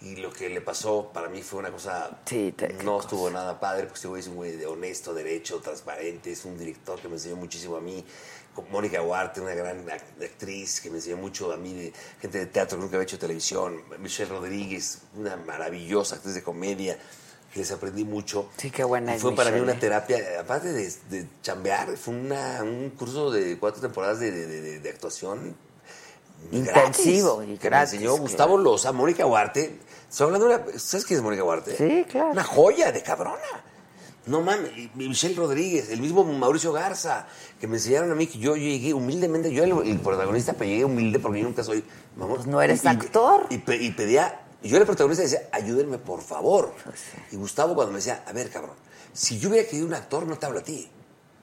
Speaker 5: Y lo que le pasó para mí fue una cosa
Speaker 1: Sí, te- qué
Speaker 5: no estuvo nada padre, porque este güey es un güey de honesto, derecho, transparente, es un director que me enseñó muchísimo a mí. Con Mónica Huarte, una gran ac- actriz que me enseñó mucho a mí, de gente de teatro que nunca había hecho televisión. Michelle Rodríguez, una maravillosa actriz de comedia, que les aprendí mucho.
Speaker 1: Sí, qué buena
Speaker 5: Y
Speaker 1: es
Speaker 5: Fue para mí
Speaker 1: Michelle,
Speaker 5: una
Speaker 1: ¿eh?
Speaker 5: terapia, aparte de, de chambear, fue una- un curso de cuatro temporadas de, de- de- de actuación.
Speaker 1: Intensivo
Speaker 5: gratis,
Speaker 1: y
Speaker 5: que
Speaker 1: gratis,
Speaker 5: Me enseñó
Speaker 1: claro.
Speaker 5: Gustavo Loza, Mónica Huarte. Estoy hablando de una- ¿Sabes quién es Mónica Huarte?
Speaker 1: Sí, claro.
Speaker 5: Una joya de cabrona. No mames, y Michelle Rodríguez, el mismo Mauricio Garza, que me enseñaron a mí que yo llegué humildemente, yo el, el protagonista, pero llegué humilde porque yo nunca soy... mamón.
Speaker 1: Pues no eres
Speaker 5: Y- y-
Speaker 1: actor.
Speaker 5: Y, pe- y pedía, y yo era el protagonista decía, ayúdenme por favor. Y Gustavo cuando me decía, a ver cabrón, si yo hubiera querido un actor no te hablo a ti,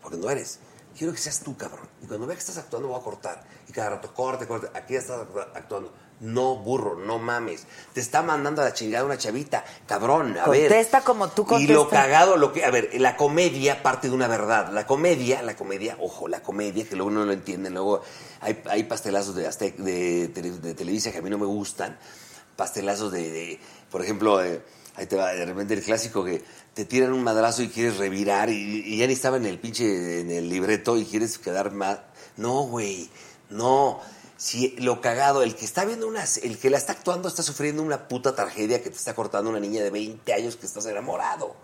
Speaker 5: porque no eres. Quiero que seas tú, cabrón. Y cuando vea que estás actuando, voy a cortar. Y cada rato, corte, corte. Aquí ya estás actuando. No, burro, no mames. Te está mandando a la chingada una chavita. Cabrón, a ver.
Speaker 1: Contesta como tú
Speaker 5: Y lo
Speaker 1: contestas.
Speaker 5: cagado, lo que. A ver, la comedia parte de una verdad. La comedia, la comedia, ojo, la comedia, que luego no lo entienden. Luego hay, hay pastelazos de, Aztec- de, tele- de Televisa que a mí no me gustan. Pastelazos de. de- por ejemplo, eh, ahí te va, de repente el clásico que te tiran un madrazo y quieres revirar y, y ya ni estaba en el pinche. en el libreto y quieres quedar más. No, güey, no. Si lo cagado, el que está viendo unas, el que la está actuando está sufriendo una puta tragedia que te está cortando una niña de 20 años que estás enamorado.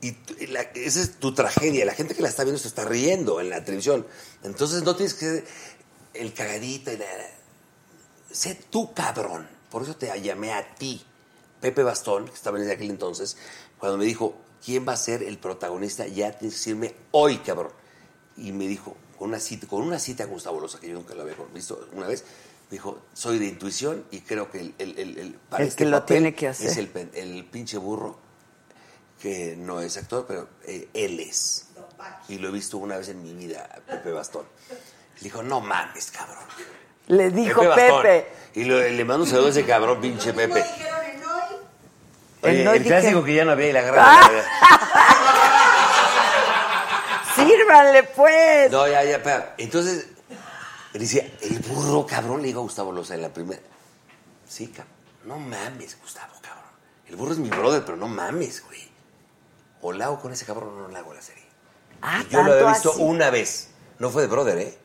Speaker 5: Y tú- y la- esa es tu tragedia. La gente que la está viendo se está riendo en la televisión. Entonces no tienes que. El cagadito. y la- sé tú, cabrón. Por eso te llamé a ti. Pepe Bastón, que estaba en aquel entonces, cuando me dijo, ¿quién va a ser el protagonista? Ya tienes que decirme hoy, cabrón. Y me dijo, con una cita, con una cita con Gustavo Loza, que yo nunca lo había visto una vez, me dijo, soy de intuición y creo que el, el- el- el- para
Speaker 1: El
Speaker 5: este
Speaker 1: que lo
Speaker 5: papel
Speaker 1: tiene que hacer.
Speaker 5: es el, pen- el pinche burro que no es actor, pero eh, él es. Y lo he visto una vez en mi vida, a Pepe Bastón. Le dijo, no mames, cabrón.
Speaker 1: Le dijo
Speaker 5: Bastón.
Speaker 1: Pepe.
Speaker 5: Y lo- le mando un saludo a ese cabrón, pinche
Speaker 4: Lo
Speaker 5: Pepe.
Speaker 4: dijeron en hoy.
Speaker 5: Oye,
Speaker 1: El no
Speaker 5: el
Speaker 1: dije-
Speaker 5: clásico que ya no había y la agarra.
Speaker 1: Ah. Sírvanle, pues.
Speaker 5: No, ya, ya, espera. Entonces, le decía, el burro, cabrón, le digo a Gustavo Loza en la primera. Sí, cabrón. No mames, Gustavo, cabrón. El burro es mi brother, pero no mames, güey. O la hago con ese cabrón o no la hago la serie.
Speaker 1: Ah,
Speaker 5: Y yo lo
Speaker 1: tanto
Speaker 5: había visto
Speaker 1: así.
Speaker 5: una vez. No fue de brother, ¿eh?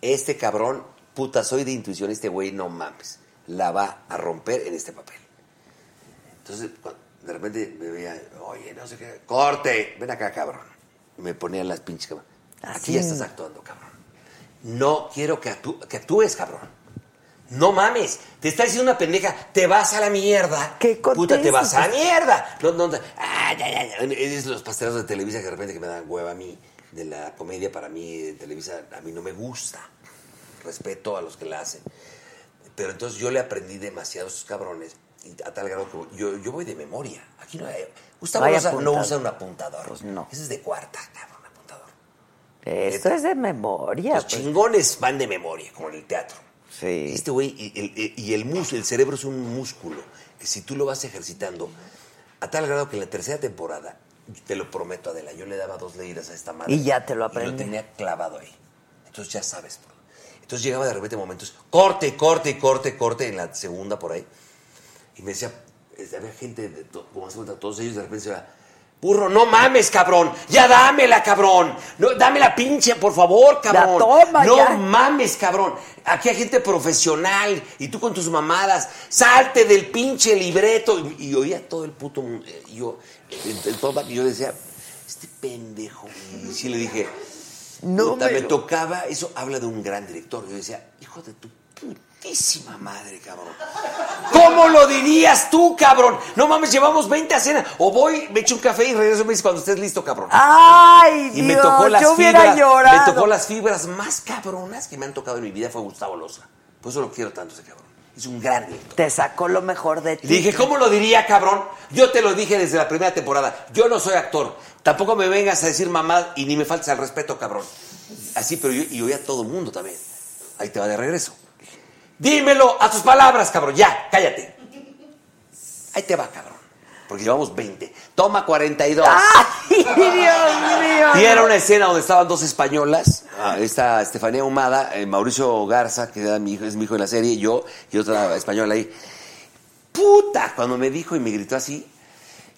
Speaker 5: Este cabrón, puta, soy de intuición, este güey, no mames. La va a romper en este papel. Entonces, cuando- de repente me veía, oye, no sé qué, corte, ven acá, cabrón. Y me ponían las pinches cámaras. Aquí ya estás actuando, cabrón. No quiero que, actú- que actúes, cabrón. No mames, te está diciendo una pendeja, te vas a la mierda.
Speaker 1: ¿Qué
Speaker 5: Puta, te vas
Speaker 1: contestas?
Speaker 5: a la mierda. No, no, no. Ah, ya, ya, ya. Es los pasteleros de Televisa que de repente que me dan hueva a mí. De la comedia para mí, de Televisa, a mí no me gusta. Respeto a los que la hacen. Pero entonces yo le aprendí demasiado a esos cabrones. y a tal grado que yo, yo voy de memoria. Aquí no hay. Gustavo
Speaker 1: No hay
Speaker 5: Rosa no
Speaker 1: apuntador.
Speaker 5: usa un apuntador.
Speaker 1: Pues no.
Speaker 5: Ese es de cuarta, cabrón, apuntador.
Speaker 1: Esto es de memoria.
Speaker 5: Los
Speaker 1: pues.
Speaker 5: chingones van de memoria, como en el teatro.
Speaker 1: Sí.
Speaker 5: Este güey, y el, y el mus- el cerebro es un músculo que si tú lo vas ejercitando, a tal grado que en la tercera temporada, te lo prometo, Adela, yo le daba dos leídas a esta madre.
Speaker 1: Y ya te lo aprendí.
Speaker 5: tenía clavado ahí. Entonces ya sabes, bro. Entonces llegaba de repente momentos, corte, corte, corte, corte, en la segunda por ahí. Y me decía, eh, había gente, de to- como hace cuenta, todos ellos de repente se iba, burro, no mames, cabrón, ya dámela, cabrón, no, dame la pinche, por favor, cabrón.
Speaker 1: toma,
Speaker 5: no
Speaker 1: ya.
Speaker 5: mames, cabrón, aquí hay gente profesional y tú con tus mamadas, salte del pinche libreto. Y, y oía todo el puto mundo, eh, y yo, el, el total, y yo decía, este pendejo. Y sí le dije,
Speaker 1: No
Speaker 5: puta,
Speaker 1: me
Speaker 5: me
Speaker 1: lo-
Speaker 5: tocaba, eso habla de un gran director. Yo decía, hijo de tu putísima madre, cabrón. ¿Cómo lo dirías tú, cabrón? No mames, llevamos 20 a cena. O voy, me echo un café y regreso me dice cuando estés listo, cabrón.
Speaker 1: Ay,
Speaker 5: y
Speaker 1: Dios,
Speaker 5: me tocó las
Speaker 1: yo hubiera
Speaker 5: fibras.
Speaker 1: llorado.
Speaker 5: Me tocó las fibras más cabronas que me han tocado en mi vida fue Gustavo Loza. Por eso lo quiero tanto ese cabrón. Es un gran director.
Speaker 1: Te sacó lo mejor de ti.
Speaker 5: Le dije, ¿cómo lo diría, cabrón? Yo te lo dije desde la primera temporada. Yo no soy actor. Tampoco me vengas a decir mamá y ni me faltes al respeto, cabrón. Así, pero yo, y oía a todo el mundo también. Ahí te va de regreso. Dímelo a tus palabras, cabrón. Ya, cállate. Ahí te va, cabrón. Porque llevamos 20. Toma 42.
Speaker 1: Ay, Dios mío.
Speaker 5: Y era una escena donde estaban dos españolas. Ah, Esta Estefanía Humada, eh, Mauricio Garza, que era mi hijo, es mi hijo en la serie, y yo, y otra española ahí. ¡Puta! Cuando me dijo y me gritó así.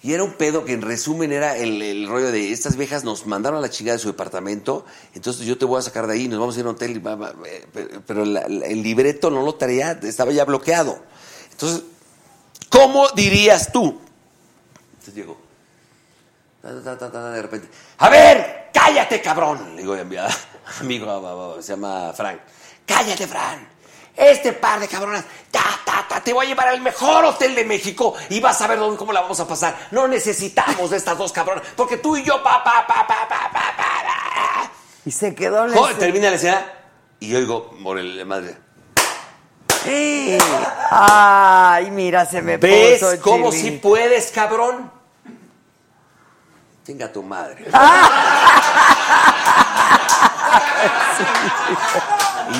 Speaker 5: Y era un pedo que en resumen era el, el rollo de estas viejas nos mandaron a la chingada de su departamento, entonces yo te voy a sacar de ahí, nos vamos a ir a un hotel, y va- va- eh, pero- pero la- la- el libreto no lo traía, estaba ya bloqueado. Entonces, ¿cómo dirías tú? Entonces llegó. Ta, ta, ta, ta, ta, de repente. A ver, cállate, cabrón. Le digo a mi a- amigo, a- a- a- se llama Frank. Cállate, Frank. Este par de cabronas, ta, ta, ta, te voy a llevar al mejor hotel de México y vas a ver dónde- cómo la vamos a pasar. No necesitamos de estas dos cabronas, porque tú y yo, pa, pa, pa, pa, pa, pa, pa, pa.
Speaker 1: Y se quedó la
Speaker 5: Joder, termina la escena y oigo, Morel, madre.
Speaker 1: Sí. Ay, mira, se me
Speaker 5: ¿Ves
Speaker 1: puso
Speaker 5: cómo si
Speaker 1: chilín.
Speaker 5: puedes, cabrón? Tenga tu madre.
Speaker 1: Ah.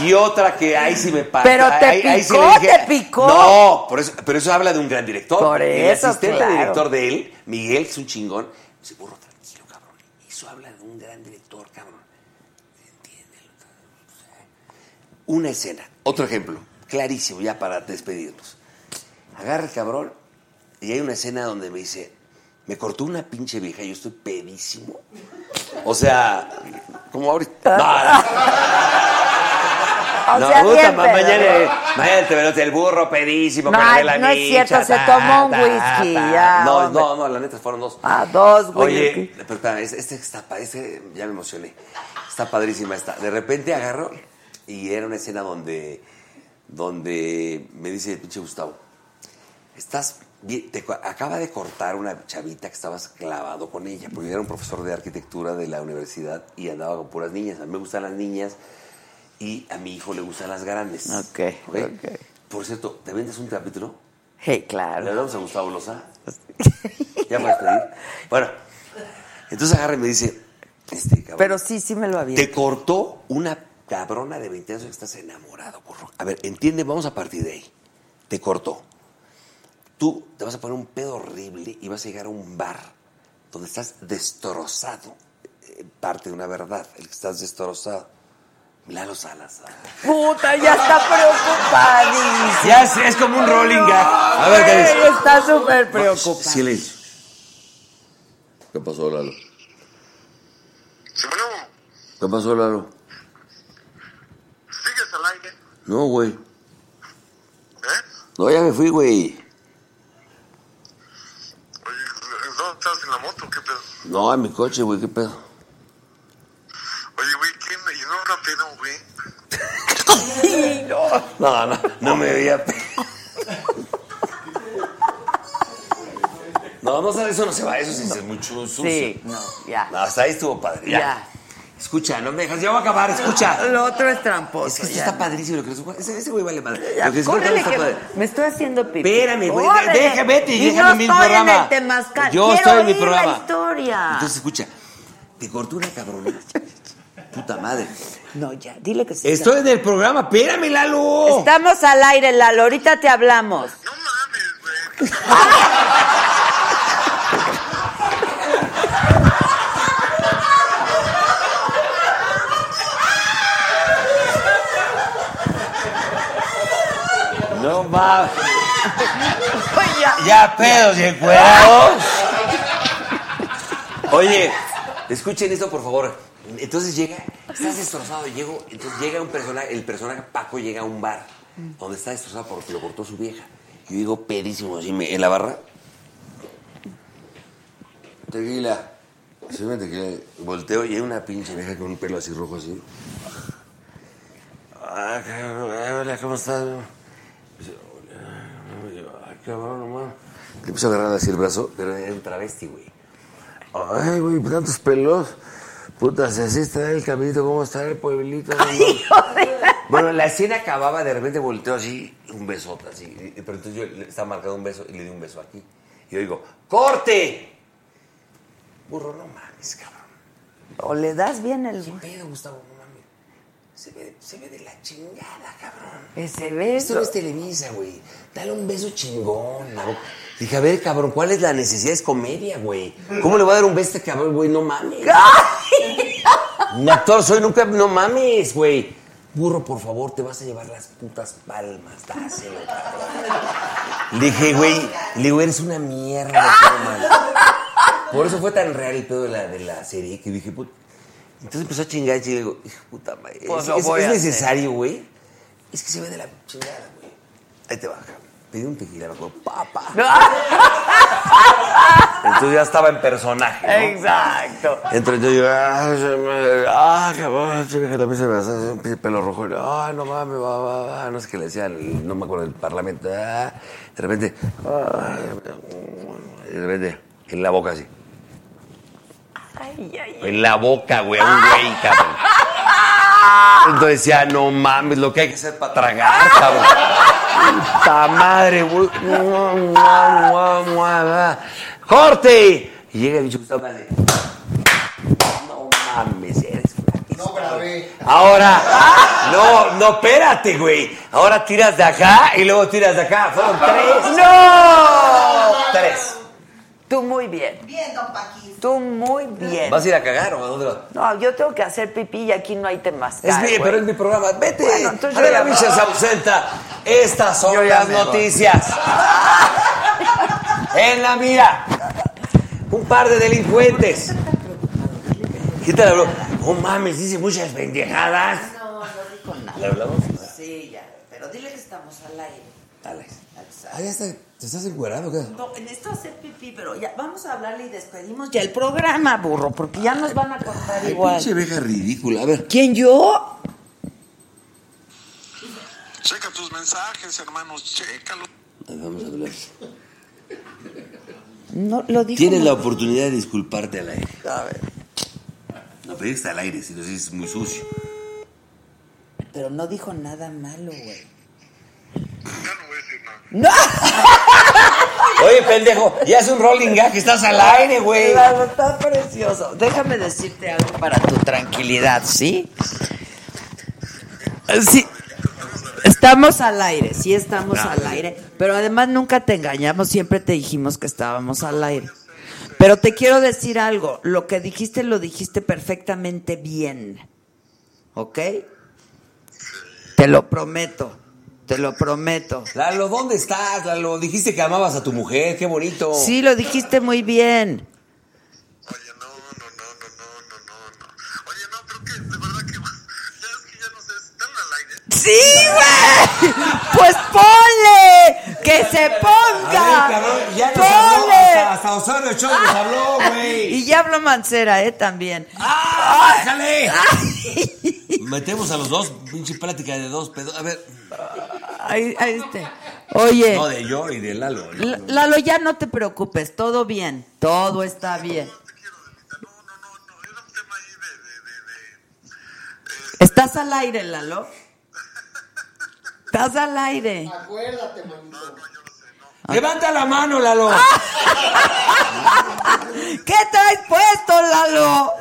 Speaker 5: Y otra que ahí sí me pasa.
Speaker 1: Pero te
Speaker 5: ahí, ahí sí le
Speaker 1: picó,
Speaker 5: dije-
Speaker 1: te picó.
Speaker 5: No, por eso, pero eso habla de un gran director.
Speaker 1: Por
Speaker 5: El
Speaker 1: eso,
Speaker 5: asistente
Speaker 1: claro.
Speaker 5: director de él, Miguel, que es un chingón. Me dice, burro, tranquilo, cabrón. Eso habla de un gran director, cabrón. Entiéndelo. Una escena. Otro ejemplo. Clarísimo, ya para despedirnos. Agarra el cabrón y hay una escena donde me dice, me cortó una pinche vieja, yo estoy pedísimo. O sea, como ahorita. No, no.
Speaker 1: O
Speaker 5: No,
Speaker 1: sea,
Speaker 5: puta,
Speaker 1: bien,
Speaker 5: ma-
Speaker 1: pero-
Speaker 5: mañana, mañana te verás el burro pedísimo.
Speaker 1: No,
Speaker 5: con la
Speaker 1: no es
Speaker 5: micha,
Speaker 1: cierto, se tomó un whisky, ya,
Speaker 5: no,
Speaker 1: hombre.
Speaker 5: no, no, la neta fueron dos.
Speaker 1: Ah, dos, güey.
Speaker 5: Oye, pero espérame, este, este está pa- este ya me emocioné. Está padrísima esta. De repente agarro y era una escena donde, donde me dice el pinche Gustavo, estás bien- te co- acaba de cortar una chavita que estabas clavado con ella, porque yo era un profesor de arquitectura de la universidad y andaba con puras niñas. A mí me gustan las niñas y a mi hijo le gustan las grandes. ¿Eh?
Speaker 1: Ok, ok.
Speaker 5: Por cierto, ¿te vendes un capítulo?
Speaker 1: Hey,
Speaker 5: Le
Speaker 1: claro.
Speaker 5: damos a Gustavo Loza. Ya puedes pedir. Bueno, entonces agarra y me dice, este cabrón,
Speaker 1: Pero sí, sí me lo había.
Speaker 5: te cortó una cabrona de 20 años que estás enamorado, curro. A ver, entiende, vamos a partir de ahí. Te cortó. Tú te vas a poner un pedo horrible y vas a llegar a un bar donde estás destrozado. Eh, Parte de una verdad, el que estás destrozado. Lalo Salazar.
Speaker 1: Puta, ya está preocupadísimo.
Speaker 5: Ya es, es como un rolling gag. A ver, ¿qué dice?
Speaker 1: Güey, Está súper preocupado.
Speaker 5: Silencio. ¿Qué pasó, Lalo?
Speaker 6: Bueno,
Speaker 5: ¿Qué pasó, Lalo?
Speaker 6: sigues al aire,
Speaker 5: No, güey.
Speaker 6: ¿eh?
Speaker 5: No, ya me fui, güey.
Speaker 6: Oye, ¿dónde estás en la moto? ¿Qué pedo?
Speaker 5: No, a mi coche, güey, qué pedo.
Speaker 6: Oye, güey, ¿quién? ¿Y no rápido, güey?
Speaker 5: No, no, no me veía. pe- No, no, eso no se va, eso sí es muy chulo, sucio.
Speaker 1: Sí, no, ya.
Speaker 5: No, hasta ahí estuvo padre. Ya.
Speaker 1: Ya.
Speaker 5: Escucha, no me dejas, ya voy a acabar, escucha.
Speaker 1: Lo otro es tramposo.
Speaker 5: Es que esto
Speaker 1: ya
Speaker 5: está
Speaker 1: no.
Speaker 5: padrísimo lo que les Ese, ese güey vale madre.
Speaker 1: Ya,
Speaker 5: Lo que les
Speaker 1: córrele,
Speaker 5: contamos está
Speaker 1: que
Speaker 5: padre.
Speaker 1: Me estoy haciendo pipí.
Speaker 5: Espérame, güey,
Speaker 1: Órale.
Speaker 5: deja, vete y déjame
Speaker 1: no
Speaker 5: a mí mi
Speaker 1: estoy En
Speaker 5: programa.
Speaker 1: el Temazcal.
Speaker 5: Yo
Speaker 1: Quiero
Speaker 5: estoy en mi
Speaker 1: oír
Speaker 5: programa.
Speaker 1: La historia.
Speaker 5: Entonces, escucha, te cortó una cabrona. Puta madre.
Speaker 1: no, ya, dile que sí.
Speaker 5: Estoy en el programa, espérame, Lalo.
Speaker 1: Estamos al aire, Lalo. Ahorita te hablamos.
Speaker 6: No mames, güey.
Speaker 5: No mames.
Speaker 1: Oye, ya.
Speaker 5: Ya pedos y encuerados. Oye, escuchen esto por favor. Entonces llega, estás destrozado, llego, entonces llega un personaje, el personaje Paco llega a un bar donde está destrozado porque lo cortó su vieja. Yo digo pedísimo así me- en la barra. Tequila. Sí, me tequila. Volteo y hay una pinche vieja con un pelo así rojo así. Ah, cabrón, ah, hola, ¿cómo estás? Ay, cabrón, no mames. Le puse a agarrar así el brazo, pero era un travesti, güey. Ay, güey, tantos pelos. Puta, si así está el caminito, ¿cómo está el pueblito? No mames. Bueno, la escena acababa, de repente volteó así, un besote así. y- Pero entonces yo le- estaba marcado un beso y le di un beso aquí. Y yo digo, ¡corte! Burro, no mames, cabrón.
Speaker 1: O le das bien el.
Speaker 5: ¿Qué pedo, Gustavo? No mames. Se ve, se ve de la chingada, cabrón.
Speaker 1: Ese
Speaker 5: Esto
Speaker 1: beso.
Speaker 5: no es Televisa, güey. Dale un beso chingón, ¿no? Dije, a ver, cabrón, ¿cuál es la necesidad? Es comedia, güey. ¿Cómo le voy a dar un beso a este cabrón, güey? No mames. Un actor soy, nunca... No mames, güey. Burro, por favor, te vas a llevar las putas palmas. Dáselo, cabrón. Le dije, güey, le digo, eres una mierda, cabrón. Por eso fue tan real el pedo de la, de la serie que dije, puta. Entonces empezó a chingar y digo, hijo de puta madre.
Speaker 1: Pues
Speaker 5: es-
Speaker 1: lo
Speaker 5: es-
Speaker 1: voy
Speaker 5: es
Speaker 1: a hacer.
Speaker 5: necesario, güey. Es que se ve de la chingada, güey. Ahí te baja. Pedí un tequila, me acuerdo, papá. Entonces ya estaba en personaje, ¿no?
Speaker 1: Exacto.
Speaker 5: Entonces yo digo, ah, se me- ah, cabrón, chica, que también se me hace un pinche pelo rojo. Y, Ah, no mames, va, va, va. No sé qué le decían, el- no me acuerdo del parlamento. Ah, de repente, ah, y de repente, en la boca así. En la boca, güey, a un güey, cabrón. Entonces decía, no mames, lo que hay que hacer para tragar, cabrón. Puta madre, güey. Mua, mua, mua, mua, mua. ¡Corte! Y llega el bicho Gustavo así. No mames, eres una
Speaker 3: No grabé.
Speaker 5: Ahora, no, no, espérate, güey. Ahora tiras de acá y luego tiras de acá. Fueron tres. ¡No! Tres.
Speaker 1: Tú muy bien.
Speaker 4: Bien, don Paquín.
Speaker 1: Tú muy bien.
Speaker 5: ¿Vas a ir a cagar o a dónde vas?
Speaker 1: No, yo tengo que hacer pipí y aquí no hay temas.
Speaker 5: Es mi, pero es mi programa. Vete.
Speaker 1: Bueno, entonces yo
Speaker 5: Adela
Speaker 1: ya-
Speaker 5: Micha se ausenta. Estas
Speaker 1: Yo
Speaker 5: son
Speaker 1: ya
Speaker 5: las
Speaker 1: me voy.
Speaker 5: noticias. en la mira. Un par de delincuentes. ¿Qué tal habló? Oh mames, dice muchas pendejadas.
Speaker 4: No, no dijo nada.
Speaker 5: ¿Le hablamos?
Speaker 4: Sí, ya. Pero dile que estamos al aire.
Speaker 5: Alex. Ah, ya está. ¿Te estás encuerando? ¿Qué?
Speaker 4: No, en esto hacer pipí, pero ya vamos a hablarle y despedimos ya el programa, burro, porque ya nos van a cortar
Speaker 5: Ay,
Speaker 4: igual.
Speaker 5: pinche vieja ridícula. A ver.
Speaker 4: ¿Quién yo?
Speaker 6: Checa tus mensajes, hermanos, chécalo.
Speaker 5: Vamos a hablar.
Speaker 4: No, lo dijo.
Speaker 5: Tienes la oportunidad de disculparte al aire. A ver. No, pero está al aire, si no es muy sucio.
Speaker 4: Pero no dijo nada malo, güey.
Speaker 6: Ya no voy a decir nada.
Speaker 5: Oye, pendejo, ya es un rolling gag, estás al aire, güey.
Speaker 4: Claro, está precioso. Déjame decirte algo para tu tranquilidad, ¿sí? Sí. Estamos al aire, sí estamos al aire. Pero además nunca te engañamos, siempre te dijimos que estábamos al aire. Pero te quiero decir algo, lo que dijiste lo dijiste perfectamente bien. ¿Ok? Te lo prometo, te lo prometo.
Speaker 5: Lalo, ¿dónde estás, Lalo? Dijiste que amabas a tu mujer, qué bonito.
Speaker 4: Sí, lo dijiste muy bien.
Speaker 6: Oye, no, no, no, no, no, no, no, no. Oye, no, creo que de verdad que ya es que ya no sé, están al aire.
Speaker 4: ¡Sí, güey! ¡Pues ponle! ¡Que se
Speaker 5: A
Speaker 4: ponga!
Speaker 5: ver, cabrón, ya nos habló, hasta,
Speaker 4: ¡Ponle!
Speaker 5: hasta Osorio Ochoa nos
Speaker 4: Ah.
Speaker 5: habló, güey.
Speaker 4: Y ya habló Mancera, ¿eh? También.
Speaker 5: ¡Ah, déjale! Metemos a los dos, pinche plática de dos pedos. A ver.
Speaker 4: Ahí, ahí está. Oye.
Speaker 5: No, de yo y de Lalo.
Speaker 4: L- Lalo, ya no te preocupes, todo bien, todo está bien. Estás al aire, Lalo. Estás al aire.
Speaker 3: Acuérdate, manito.
Speaker 5: ¡Levanta la mano, Lalo!
Speaker 4: Ah. ¿Qué traes puesto, Lalo?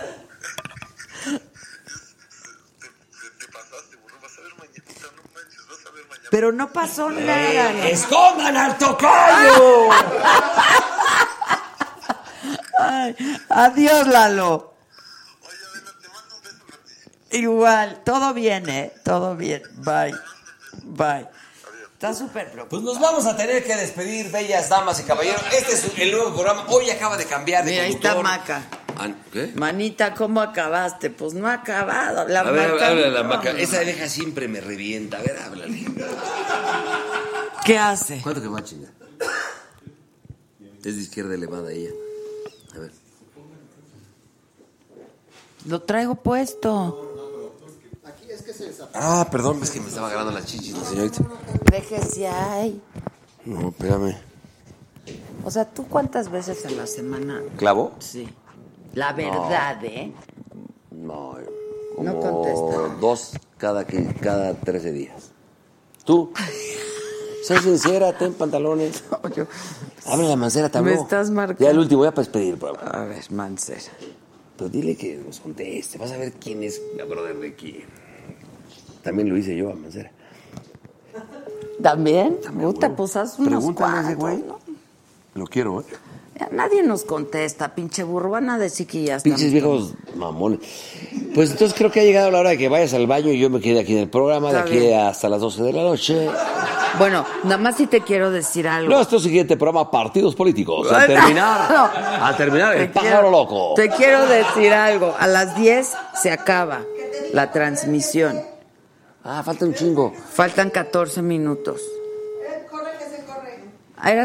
Speaker 4: Pero no pasó nada.
Speaker 5: Eh,
Speaker 4: Lalo.
Speaker 5: ¡Escondan al tocayo!
Speaker 4: Ah. Ay, adiós, Lalo. Igual, todo bien, ¿eh? Todo bien. Bye. Bye. Está súper
Speaker 5: Pues
Speaker 4: preocupado.
Speaker 5: nos vamos a tener que despedir, bellas damas y caballeros. Este es el nuevo programa. Hoy acaba de cambiar de
Speaker 4: Mira, ahí está
Speaker 5: conductor.
Speaker 4: Maca.
Speaker 5: Ah, ¿Qué?
Speaker 4: Manita, ¿cómo acabaste? Pues no ha acabado. La
Speaker 5: a ver,
Speaker 4: Maca-
Speaker 5: háblale a la Maca.
Speaker 4: No,
Speaker 5: Esa vieja siempre me revienta. A ver, háblale.
Speaker 4: ¿Qué hace?
Speaker 5: ¿Cuánto que va, chinga? Es de izquierda elevada ella. A ver.
Speaker 4: Lo traigo puesto.
Speaker 5: Ah, perdón, es que me estaba agarrando las chichis la señorita.
Speaker 1: Deje si hay.
Speaker 5: No, espérame.
Speaker 1: O sea, ¿tú cuántas veces a la semana?
Speaker 5: ¿Clavo?
Speaker 1: Sí. La verdad, ¿eh?
Speaker 5: No,
Speaker 1: No contesta.
Speaker 5: dos cada, que- cada 13 días. ¿Tú? Sé sincera, ten pantalones. Habla la mancera también.
Speaker 4: Me estás marcando.
Speaker 5: Ya el último, ya para despedir, el programa.
Speaker 4: A ver, Mancera.
Speaker 5: Pero dile que nos conteste. Vas a ver quién es la brother de quién. También lo hice yo a mancera.
Speaker 1: ¿También?
Speaker 5: También,
Speaker 1: Puta,
Speaker 5: güey.
Speaker 1: pues haz unos
Speaker 5: Pregúntale a ese
Speaker 1: cuantos,
Speaker 5: güey.
Speaker 1: ¿no?
Speaker 5: Lo quiero, ¿eh?
Speaker 1: Ya Nadie nos contesta, pinche burbana de chiquillas.
Speaker 5: Pinches viejos mamones. Pues entonces creo que ha llegado la hora de que vayas al baño y yo me quede aquí en el programa de
Speaker 1: Está
Speaker 5: aquí
Speaker 1: bien.
Speaker 5: hasta las 12 de la noche.
Speaker 1: Bueno, nada más si te quiero decir algo.
Speaker 5: Nuestro siguiente programa, Partidos Políticos. Al
Speaker 1: Ay, no.
Speaker 5: terminar,
Speaker 1: No.
Speaker 5: al terminar el
Speaker 1: Te
Speaker 5: pájaro
Speaker 1: quiero-
Speaker 5: loco.
Speaker 1: Te quiero decir algo. A las 10 se acaba la transmisión.
Speaker 5: Ah, falta un chingo.
Speaker 1: Faltan 14 minutos.
Speaker 4: Eh,
Speaker 1: Corre,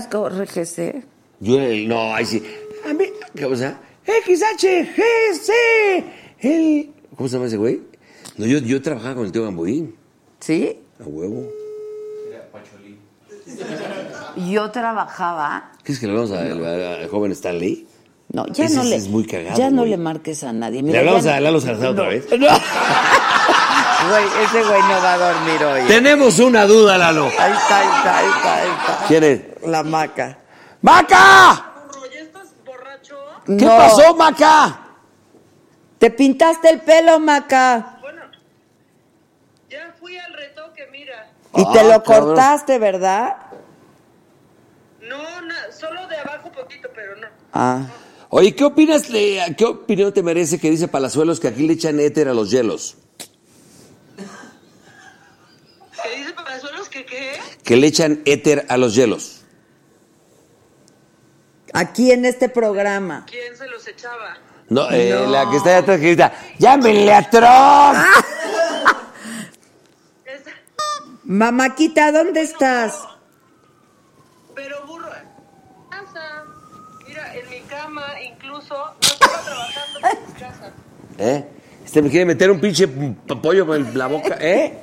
Speaker 1: corre. corre,
Speaker 5: Yo, el- no, ahí sí. A mí, ¿cómo se llama? XHGC. El, ¿Cómo se llama ese güey? No, yo, yo trabajaba con el tío Gamboín.
Speaker 1: ¿Sí?
Speaker 5: A huevo.
Speaker 1: Yo trabajaba.
Speaker 5: ¿Qué es que le hablamos al al joven Stanley?
Speaker 1: No, ya
Speaker 5: Ese
Speaker 1: no
Speaker 5: sí
Speaker 1: le.
Speaker 5: es muy cagado,
Speaker 1: ya no
Speaker 5: güey.
Speaker 1: le marques a nadie.
Speaker 5: ¿Le
Speaker 1: Mira,
Speaker 5: hablamos
Speaker 1: ya-
Speaker 5: a Lalo Salazar otra
Speaker 1: No.
Speaker 5: vez?
Speaker 4: Güey, ese güey no va a dormir hoy.
Speaker 5: Tenemos una duda, Lalo.
Speaker 4: Ahí está, ahí está, ahí está, ahí está.
Speaker 5: ¿Quién es?
Speaker 4: La Maca.
Speaker 5: ¡Maca! ¿Qué
Speaker 1: No.
Speaker 5: pasó, Maca?
Speaker 1: Te pintaste el pelo, Maca.
Speaker 8: Ya fui al retoque, mira.
Speaker 1: Y te
Speaker 5: Ah,
Speaker 1: lo
Speaker 5: cabrón.
Speaker 1: cortaste, ¿verdad?
Speaker 8: No, na- solo de abajo poquito, pero no.
Speaker 4: Ah.
Speaker 5: Oye, ¿qué opinas, de- qué opinión te merece que dice Palazuelos que aquí le echan éter a los hielos?
Speaker 8: ¿Qué dice Palazuelos que qué?
Speaker 5: Que le echan éter a los hielos.
Speaker 1: Aquí en este programa.
Speaker 8: ¿Quién se los echaba?
Speaker 5: No, eh, la que está allá atrás que grita, ¡llámenle a Trump!
Speaker 8: Esa-
Speaker 1: Mamaquita, ¿dónde estás?
Speaker 8: Pero burro. Casa. Ah, Mira, en mi cama, incluso. No estaba trabajando en mi casa.
Speaker 5: ¿Eh? Este me quiere meter un pinche p- pollo con la boca, ¿eh?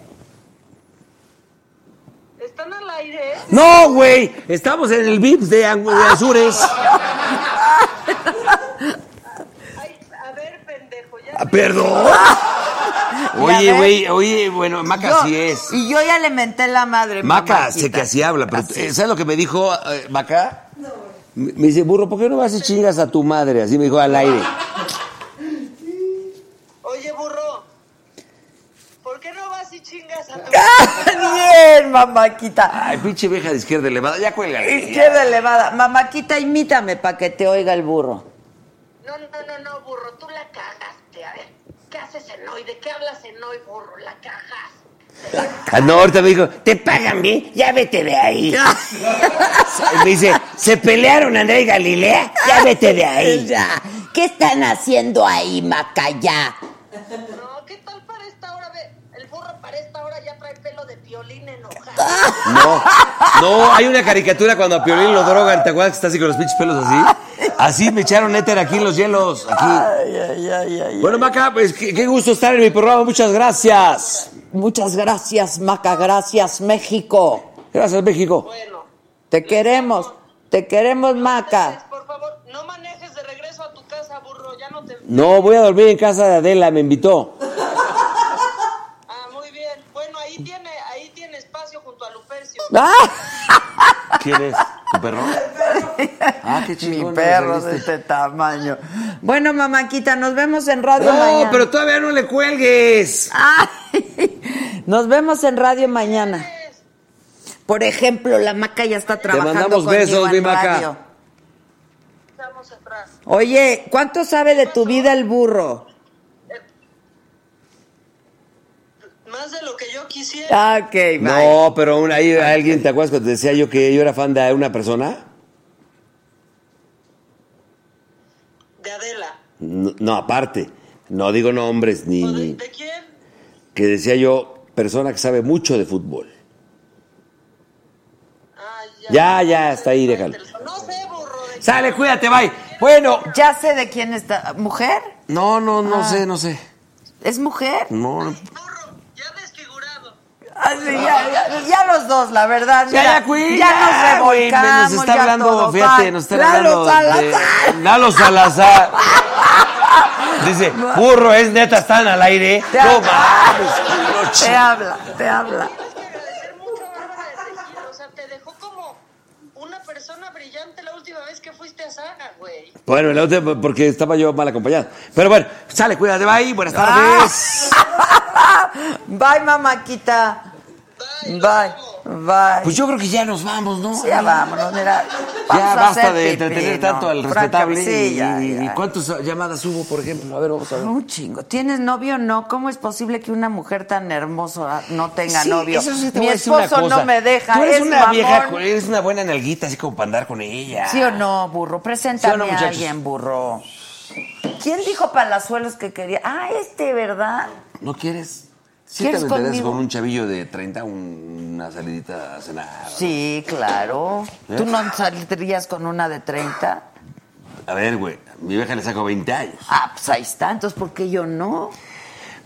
Speaker 8: ¿Están al aire?
Speaker 5: ¡No, güey! Estamos en el VIP de, Ang- de Azures.
Speaker 8: Ay, a ver, pendejo, ya.
Speaker 5: Ah, ¡Perdón! Oye, güey, oye, bueno, Maca
Speaker 4: Yo-
Speaker 5: sí es.
Speaker 4: Y yo ya le menté la madre.
Speaker 5: Maca,
Speaker 4: mamacita.
Speaker 5: sé que así habla, pero eh, ¿sabes lo que me dijo eh, Maca? Me me dice, burro, ¿por qué no vas y chingas a tu madre? Así me dijo al aire.
Speaker 8: Oye, burro. ¿Por qué no vas y chingas a tu...
Speaker 4: Bien, mamaquita.
Speaker 5: Ay, pinche vieja de izquierda elevada, ya cuélgale.
Speaker 4: Izquierda elevada. Mamaquita, imítame para que te oiga el burro.
Speaker 8: No, no, no, no, burro, tú la cagaste. A ver, ¿qué haces en hoy? ¿De qué hablas en hoy, burro? La cagas.
Speaker 5: Ah, no, ahorita me dijo, ¿te pagan bien? Ya vete de ahí. Y me dice, ¿se pelearon Andrés y Galilea? Ya vete de ahí.
Speaker 1: Ya. ¿Qué están haciendo ahí, Maca? Ya.
Speaker 8: No, ¿qué tal para esta hora? Ve, el burro para esta hora ya trae pelo de violín enojado.
Speaker 5: No, no, hay una caricatura cuando a Piolín lo drogan, ¿te acuerdas que está así con los pinches pelos así? Así me echaron éter aquí en los hielos. Aquí. bueno, Maca, pues qué, qué gusto estar en mi programa. Muchas gracias.
Speaker 4: Muchas gracias, Maca. Gracias, México.
Speaker 5: Gracias, México.
Speaker 4: Te queremos. Te queremos, Maca.
Speaker 5: No, voy a dormir en casa de Adela, me invitó.
Speaker 1: ¡Ah!
Speaker 5: ¿Quién es? ¿Tu perro? Ah, qué
Speaker 1: Mi
Speaker 5: chingón.
Speaker 1: perro de este tamaño. Bueno, mamanquita, nos vemos en Radio
Speaker 5: No,
Speaker 1: Mañana.
Speaker 5: pero todavía no le cuelgues.
Speaker 1: Ay, nos vemos en Radio Mañana. Por ejemplo, la Maca ya está trabajando
Speaker 5: mandamos
Speaker 1: conmigo
Speaker 5: besos,
Speaker 1: en
Speaker 5: mi Maca.
Speaker 1: radio. Oye, ¿cuánto sabe de tu vida el burro?
Speaker 8: Más de lo que yo quisiera.
Speaker 1: Ah, ok, bye.
Speaker 5: No, pero aún ahí alguien, ¿te acuerdas cuando te decía yo que yo era fan de una persona?
Speaker 8: De Adela.
Speaker 5: No, no, aparte. No digo nombres ni, ni-
Speaker 8: ¿De quién?
Speaker 5: Que decía yo, persona que sabe mucho de fútbol. ya. ya, está ahí, déjalo. Sale, cuídate, bye. Bueno.
Speaker 1: Ya sé de quién está. ¿Mujer?
Speaker 5: No, no,
Speaker 1: Ah.
Speaker 5: no sé, no sé.
Speaker 1: ¿Es mujer?
Speaker 5: No, no.
Speaker 1: Ah, sí, ya, ya, ya los dos, la verdad.
Speaker 5: Ya,
Speaker 1: mira,
Speaker 5: ya, Queen,
Speaker 1: ya
Speaker 5: ya,
Speaker 1: nos
Speaker 5: güey,
Speaker 1: revolcamos.
Speaker 5: Nos está
Speaker 1: ya
Speaker 5: hablando,
Speaker 1: todo,
Speaker 5: fíjate,
Speaker 1: bye.
Speaker 5: nos está
Speaker 1: Lalo
Speaker 5: hablando. de-
Speaker 1: Salazar.
Speaker 5: Lalo Salazar. Dice, burro, es neta, están al aire. No mames, qué noche.
Speaker 1: Te habla, te habla.
Speaker 5: Bueno, la última, porque estaba yo mal acompañado. Pero bueno, sale, cuídate, bye,
Speaker 1: Ah.
Speaker 5: buenas tardes.
Speaker 1: Bye, mamáquita. Bye, bye.
Speaker 5: Pues yo creo que ya nos vamos, ¿no?
Speaker 1: Sí, ya vámonos, mira. vamos
Speaker 5: Ya
Speaker 1: a
Speaker 5: basta
Speaker 1: hacer
Speaker 5: de
Speaker 1: pipí,
Speaker 5: entretener
Speaker 1: ¿no?
Speaker 5: tanto al
Speaker 1: Franca-
Speaker 5: respetable.
Speaker 1: sí,
Speaker 5: y-
Speaker 1: ya,
Speaker 5: y,
Speaker 1: ya.
Speaker 5: cuántas llamadas hubo, por ejemplo? A ver, vamos a ver.
Speaker 1: Un chingo. ¿Tienes novio o no? ¿Cómo es posible que una mujer tan hermosa no tenga
Speaker 5: Sí,
Speaker 1: novio?
Speaker 5: eso sí te
Speaker 1: Mi
Speaker 5: voy a decir una
Speaker 1: esposo no
Speaker 5: cosa.
Speaker 1: me deja.
Speaker 5: Tú eres
Speaker 1: es
Speaker 5: una
Speaker 1: mamón.
Speaker 5: vieja, eres una buena nalguita, así como para andar con ella.
Speaker 1: ¿Sí o no, burro? Preséntame a
Speaker 5: muchachos?
Speaker 1: alguien, burro. ¿Quién dijo Palazuelos que quería? Ah, este, ¿verdad?
Speaker 5: ¿No quieres? Sí te
Speaker 1: ¿Quieres
Speaker 5: meterías
Speaker 1: conmigo?
Speaker 5: con un chavillo de 30 un- una salidita a cenar.
Speaker 1: Sí, claro.
Speaker 5: ¿Eh?
Speaker 1: ¿Tú no saldrías con una de 30?
Speaker 5: A ver, güey, mi vieja le saco 20 años.
Speaker 1: Ah, pues ahí está. Entonces, ¿por qué yo no?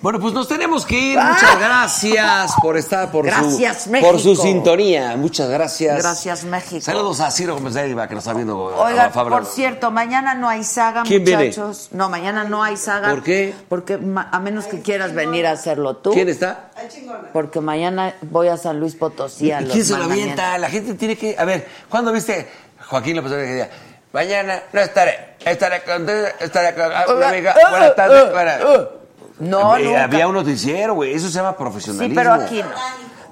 Speaker 5: Bueno, pues nos tenemos que ir. Muchas gracias por estar, por
Speaker 1: Ah. Gracias,
Speaker 5: su
Speaker 1: México.
Speaker 5: por su sintonía. Muchas gracias.
Speaker 1: Gracias, México.
Speaker 5: Saludos a Ciro Gómez de Iba, que nos está viendo.
Speaker 1: Oigan,
Speaker 5: a Fabra.
Speaker 1: por cierto, mañana no hay saga,
Speaker 5: ¿Quién viene?
Speaker 1: muchachos. No, mañana no hay saga.
Speaker 5: ¿Por qué?
Speaker 1: Porque ma- a menos que quieras venir a hacerlo tú.
Speaker 5: ¿Quién está?
Speaker 1: Porque mañana voy a San Luis Potosí a
Speaker 5: ¿Y
Speaker 1: los
Speaker 5: quién se lo
Speaker 1: mandamientos.
Speaker 5: avienta? La gente tiene que. A ver, ¿cuándo viste Joaquín López Obrador que decía, Mañana no estaré, estaré con. Estaré con. ah, una amiga,
Speaker 1: eh,
Speaker 5: buenas tardes. buenas-".
Speaker 1: No,
Speaker 5: Eh,
Speaker 1: nunca.
Speaker 5: Había un noticiero, güey. Eso se llama profesionalismo.
Speaker 1: Sí, pero aquí no.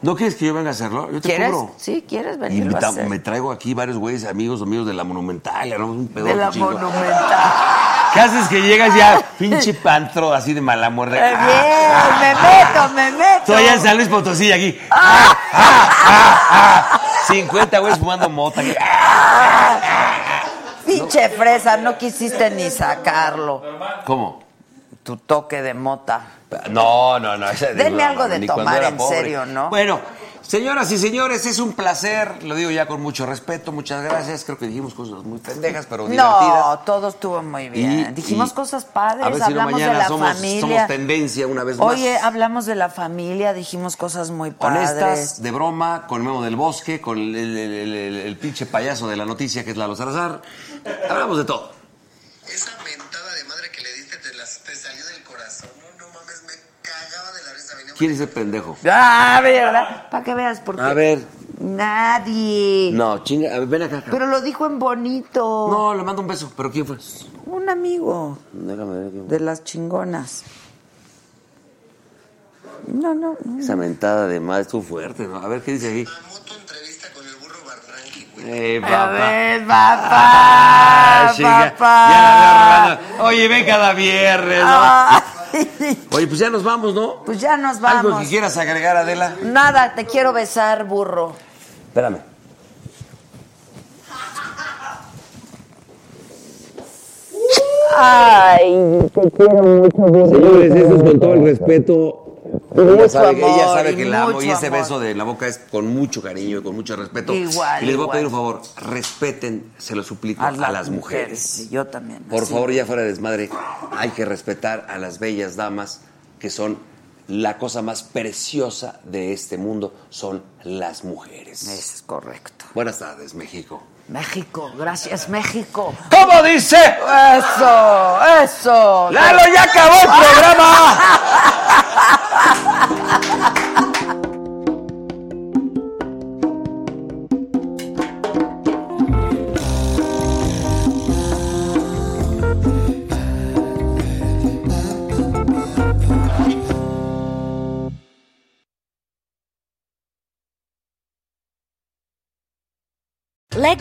Speaker 5: ¿No quieres que yo venga a hacerlo? Yo te
Speaker 1: ¿Quieres?
Speaker 5: cubro.
Speaker 1: Sí, ¿quieres
Speaker 5: Y
Speaker 1: venir
Speaker 5: me,
Speaker 1: a
Speaker 5: ta-
Speaker 1: hacer?
Speaker 5: me traigo aquí varios güeyes, amigos, amigos de la Monumental, le armamos un pedo.
Speaker 1: De la
Speaker 5: chingo.
Speaker 1: monumental.
Speaker 5: ¿Qué haces que llegas ya, pinche pantro, así de mala muerte? Ah,
Speaker 1: Eh, Bien, me meto, me meto.
Speaker 5: Estoy allá en San Luis Potosí, aquí. Ah, ah, ah, ah. 50 güeyes fumando mota. Ah, aquí.
Speaker 1: Pinche fresa, no quisiste ni sacarlo.
Speaker 5: ¿Cómo?
Speaker 1: Tu toque de mota.
Speaker 5: No, no, no. esa-
Speaker 1: Denme
Speaker 5: no,
Speaker 1: algo
Speaker 5: no,
Speaker 1: de
Speaker 5: ni cuando
Speaker 1: tomar,
Speaker 5: era
Speaker 1: en
Speaker 5: pobre.
Speaker 1: serio, ¿no?
Speaker 5: Bueno, señoras y señores, es un placer. Lo digo ya con mucho respeto. Muchas gracias. Creo que dijimos cosas muy pendejas, pero divertidas.
Speaker 1: No, todo estuvo muy bien.
Speaker 5: Y-
Speaker 1: Dijimos
Speaker 5: y-
Speaker 1: cosas padres,
Speaker 5: a ver si no,
Speaker 1: hablamos de
Speaker 5: mañana
Speaker 1: la
Speaker 5: somos,
Speaker 1: familia.
Speaker 5: somos tendencia una vez más.
Speaker 1: Oye, hablamos de la familia, dijimos cosas muy padres.
Speaker 5: Honestas, de broma, con Memo del Bosque, con el, el- el- el- el pinche payaso de la noticia que es Lalo Salazar. Hablamos de todo.
Speaker 6: Esa mentada de madre que le diste te, las- te salió del corazón. No, no mames, me cagaba de la risa. Venía
Speaker 5: ¿Quién es el pendejo?
Speaker 1: Ah, ¿verdad? Para que veas, porque
Speaker 5: A ver,
Speaker 1: nadie.
Speaker 5: no, chinga, a ver, ven acá.
Speaker 1: Pero lo dijo en bonito.
Speaker 5: No, le mando un beso, pero ¿quién fue?
Speaker 1: Un amigo
Speaker 5: Déjame ver quién fue.
Speaker 1: de las chingonas. No, no. no.
Speaker 5: Esa mentada de madre estuvo fuerte, ¿no? A ver qué dice aquí. Eh,
Speaker 1: A
Speaker 5: papá.
Speaker 1: ver, papá.
Speaker 5: Ah, chinga,
Speaker 1: papá. Ah.
Speaker 5: ya la veo rogando. Oye, ven cada viernes, ¿no?
Speaker 1: Ay,
Speaker 5: Oye, pues ya nos vamos, ¿no?
Speaker 1: pues ya nos
Speaker 5: Algo que
Speaker 1: vamos.
Speaker 5: quieras agregar, Adela.
Speaker 1: Nada, te quiero besar, burro.
Speaker 5: Espérame.
Speaker 1: Ay, te quiero mucho, burro.
Speaker 5: Señores, eso es con todo el respeto. Ella
Speaker 1: Mucho
Speaker 5: sabe, que- ella
Speaker 1: amor
Speaker 5: sabe
Speaker 1: y
Speaker 5: que la amo
Speaker 1: mucho
Speaker 5: y ese
Speaker 1: amor.
Speaker 5: beso de la boca es con mucho cariño y con mucho respeto.
Speaker 1: Igual,
Speaker 5: y les voy
Speaker 1: igual.
Speaker 5: a pedir un favor, respeten, se lo suplico, a, las mujeres.
Speaker 1: Sí, Yo también.
Speaker 5: Por
Speaker 1: así.
Speaker 5: favor, ya fuera de desmadre, hay que respetar a las bellas damas que son la cosa más preciosa de este mundo, son las mujeres. Es
Speaker 1: correcto.
Speaker 5: Buenas tardes, México.
Speaker 1: México, gracias México.
Speaker 5: ¿Cómo dice?
Speaker 1: Eso, eso.
Speaker 5: ¡Lalo, ya acabó el
Speaker 1: ¡Ah!
Speaker 5: programa!
Speaker 9: Let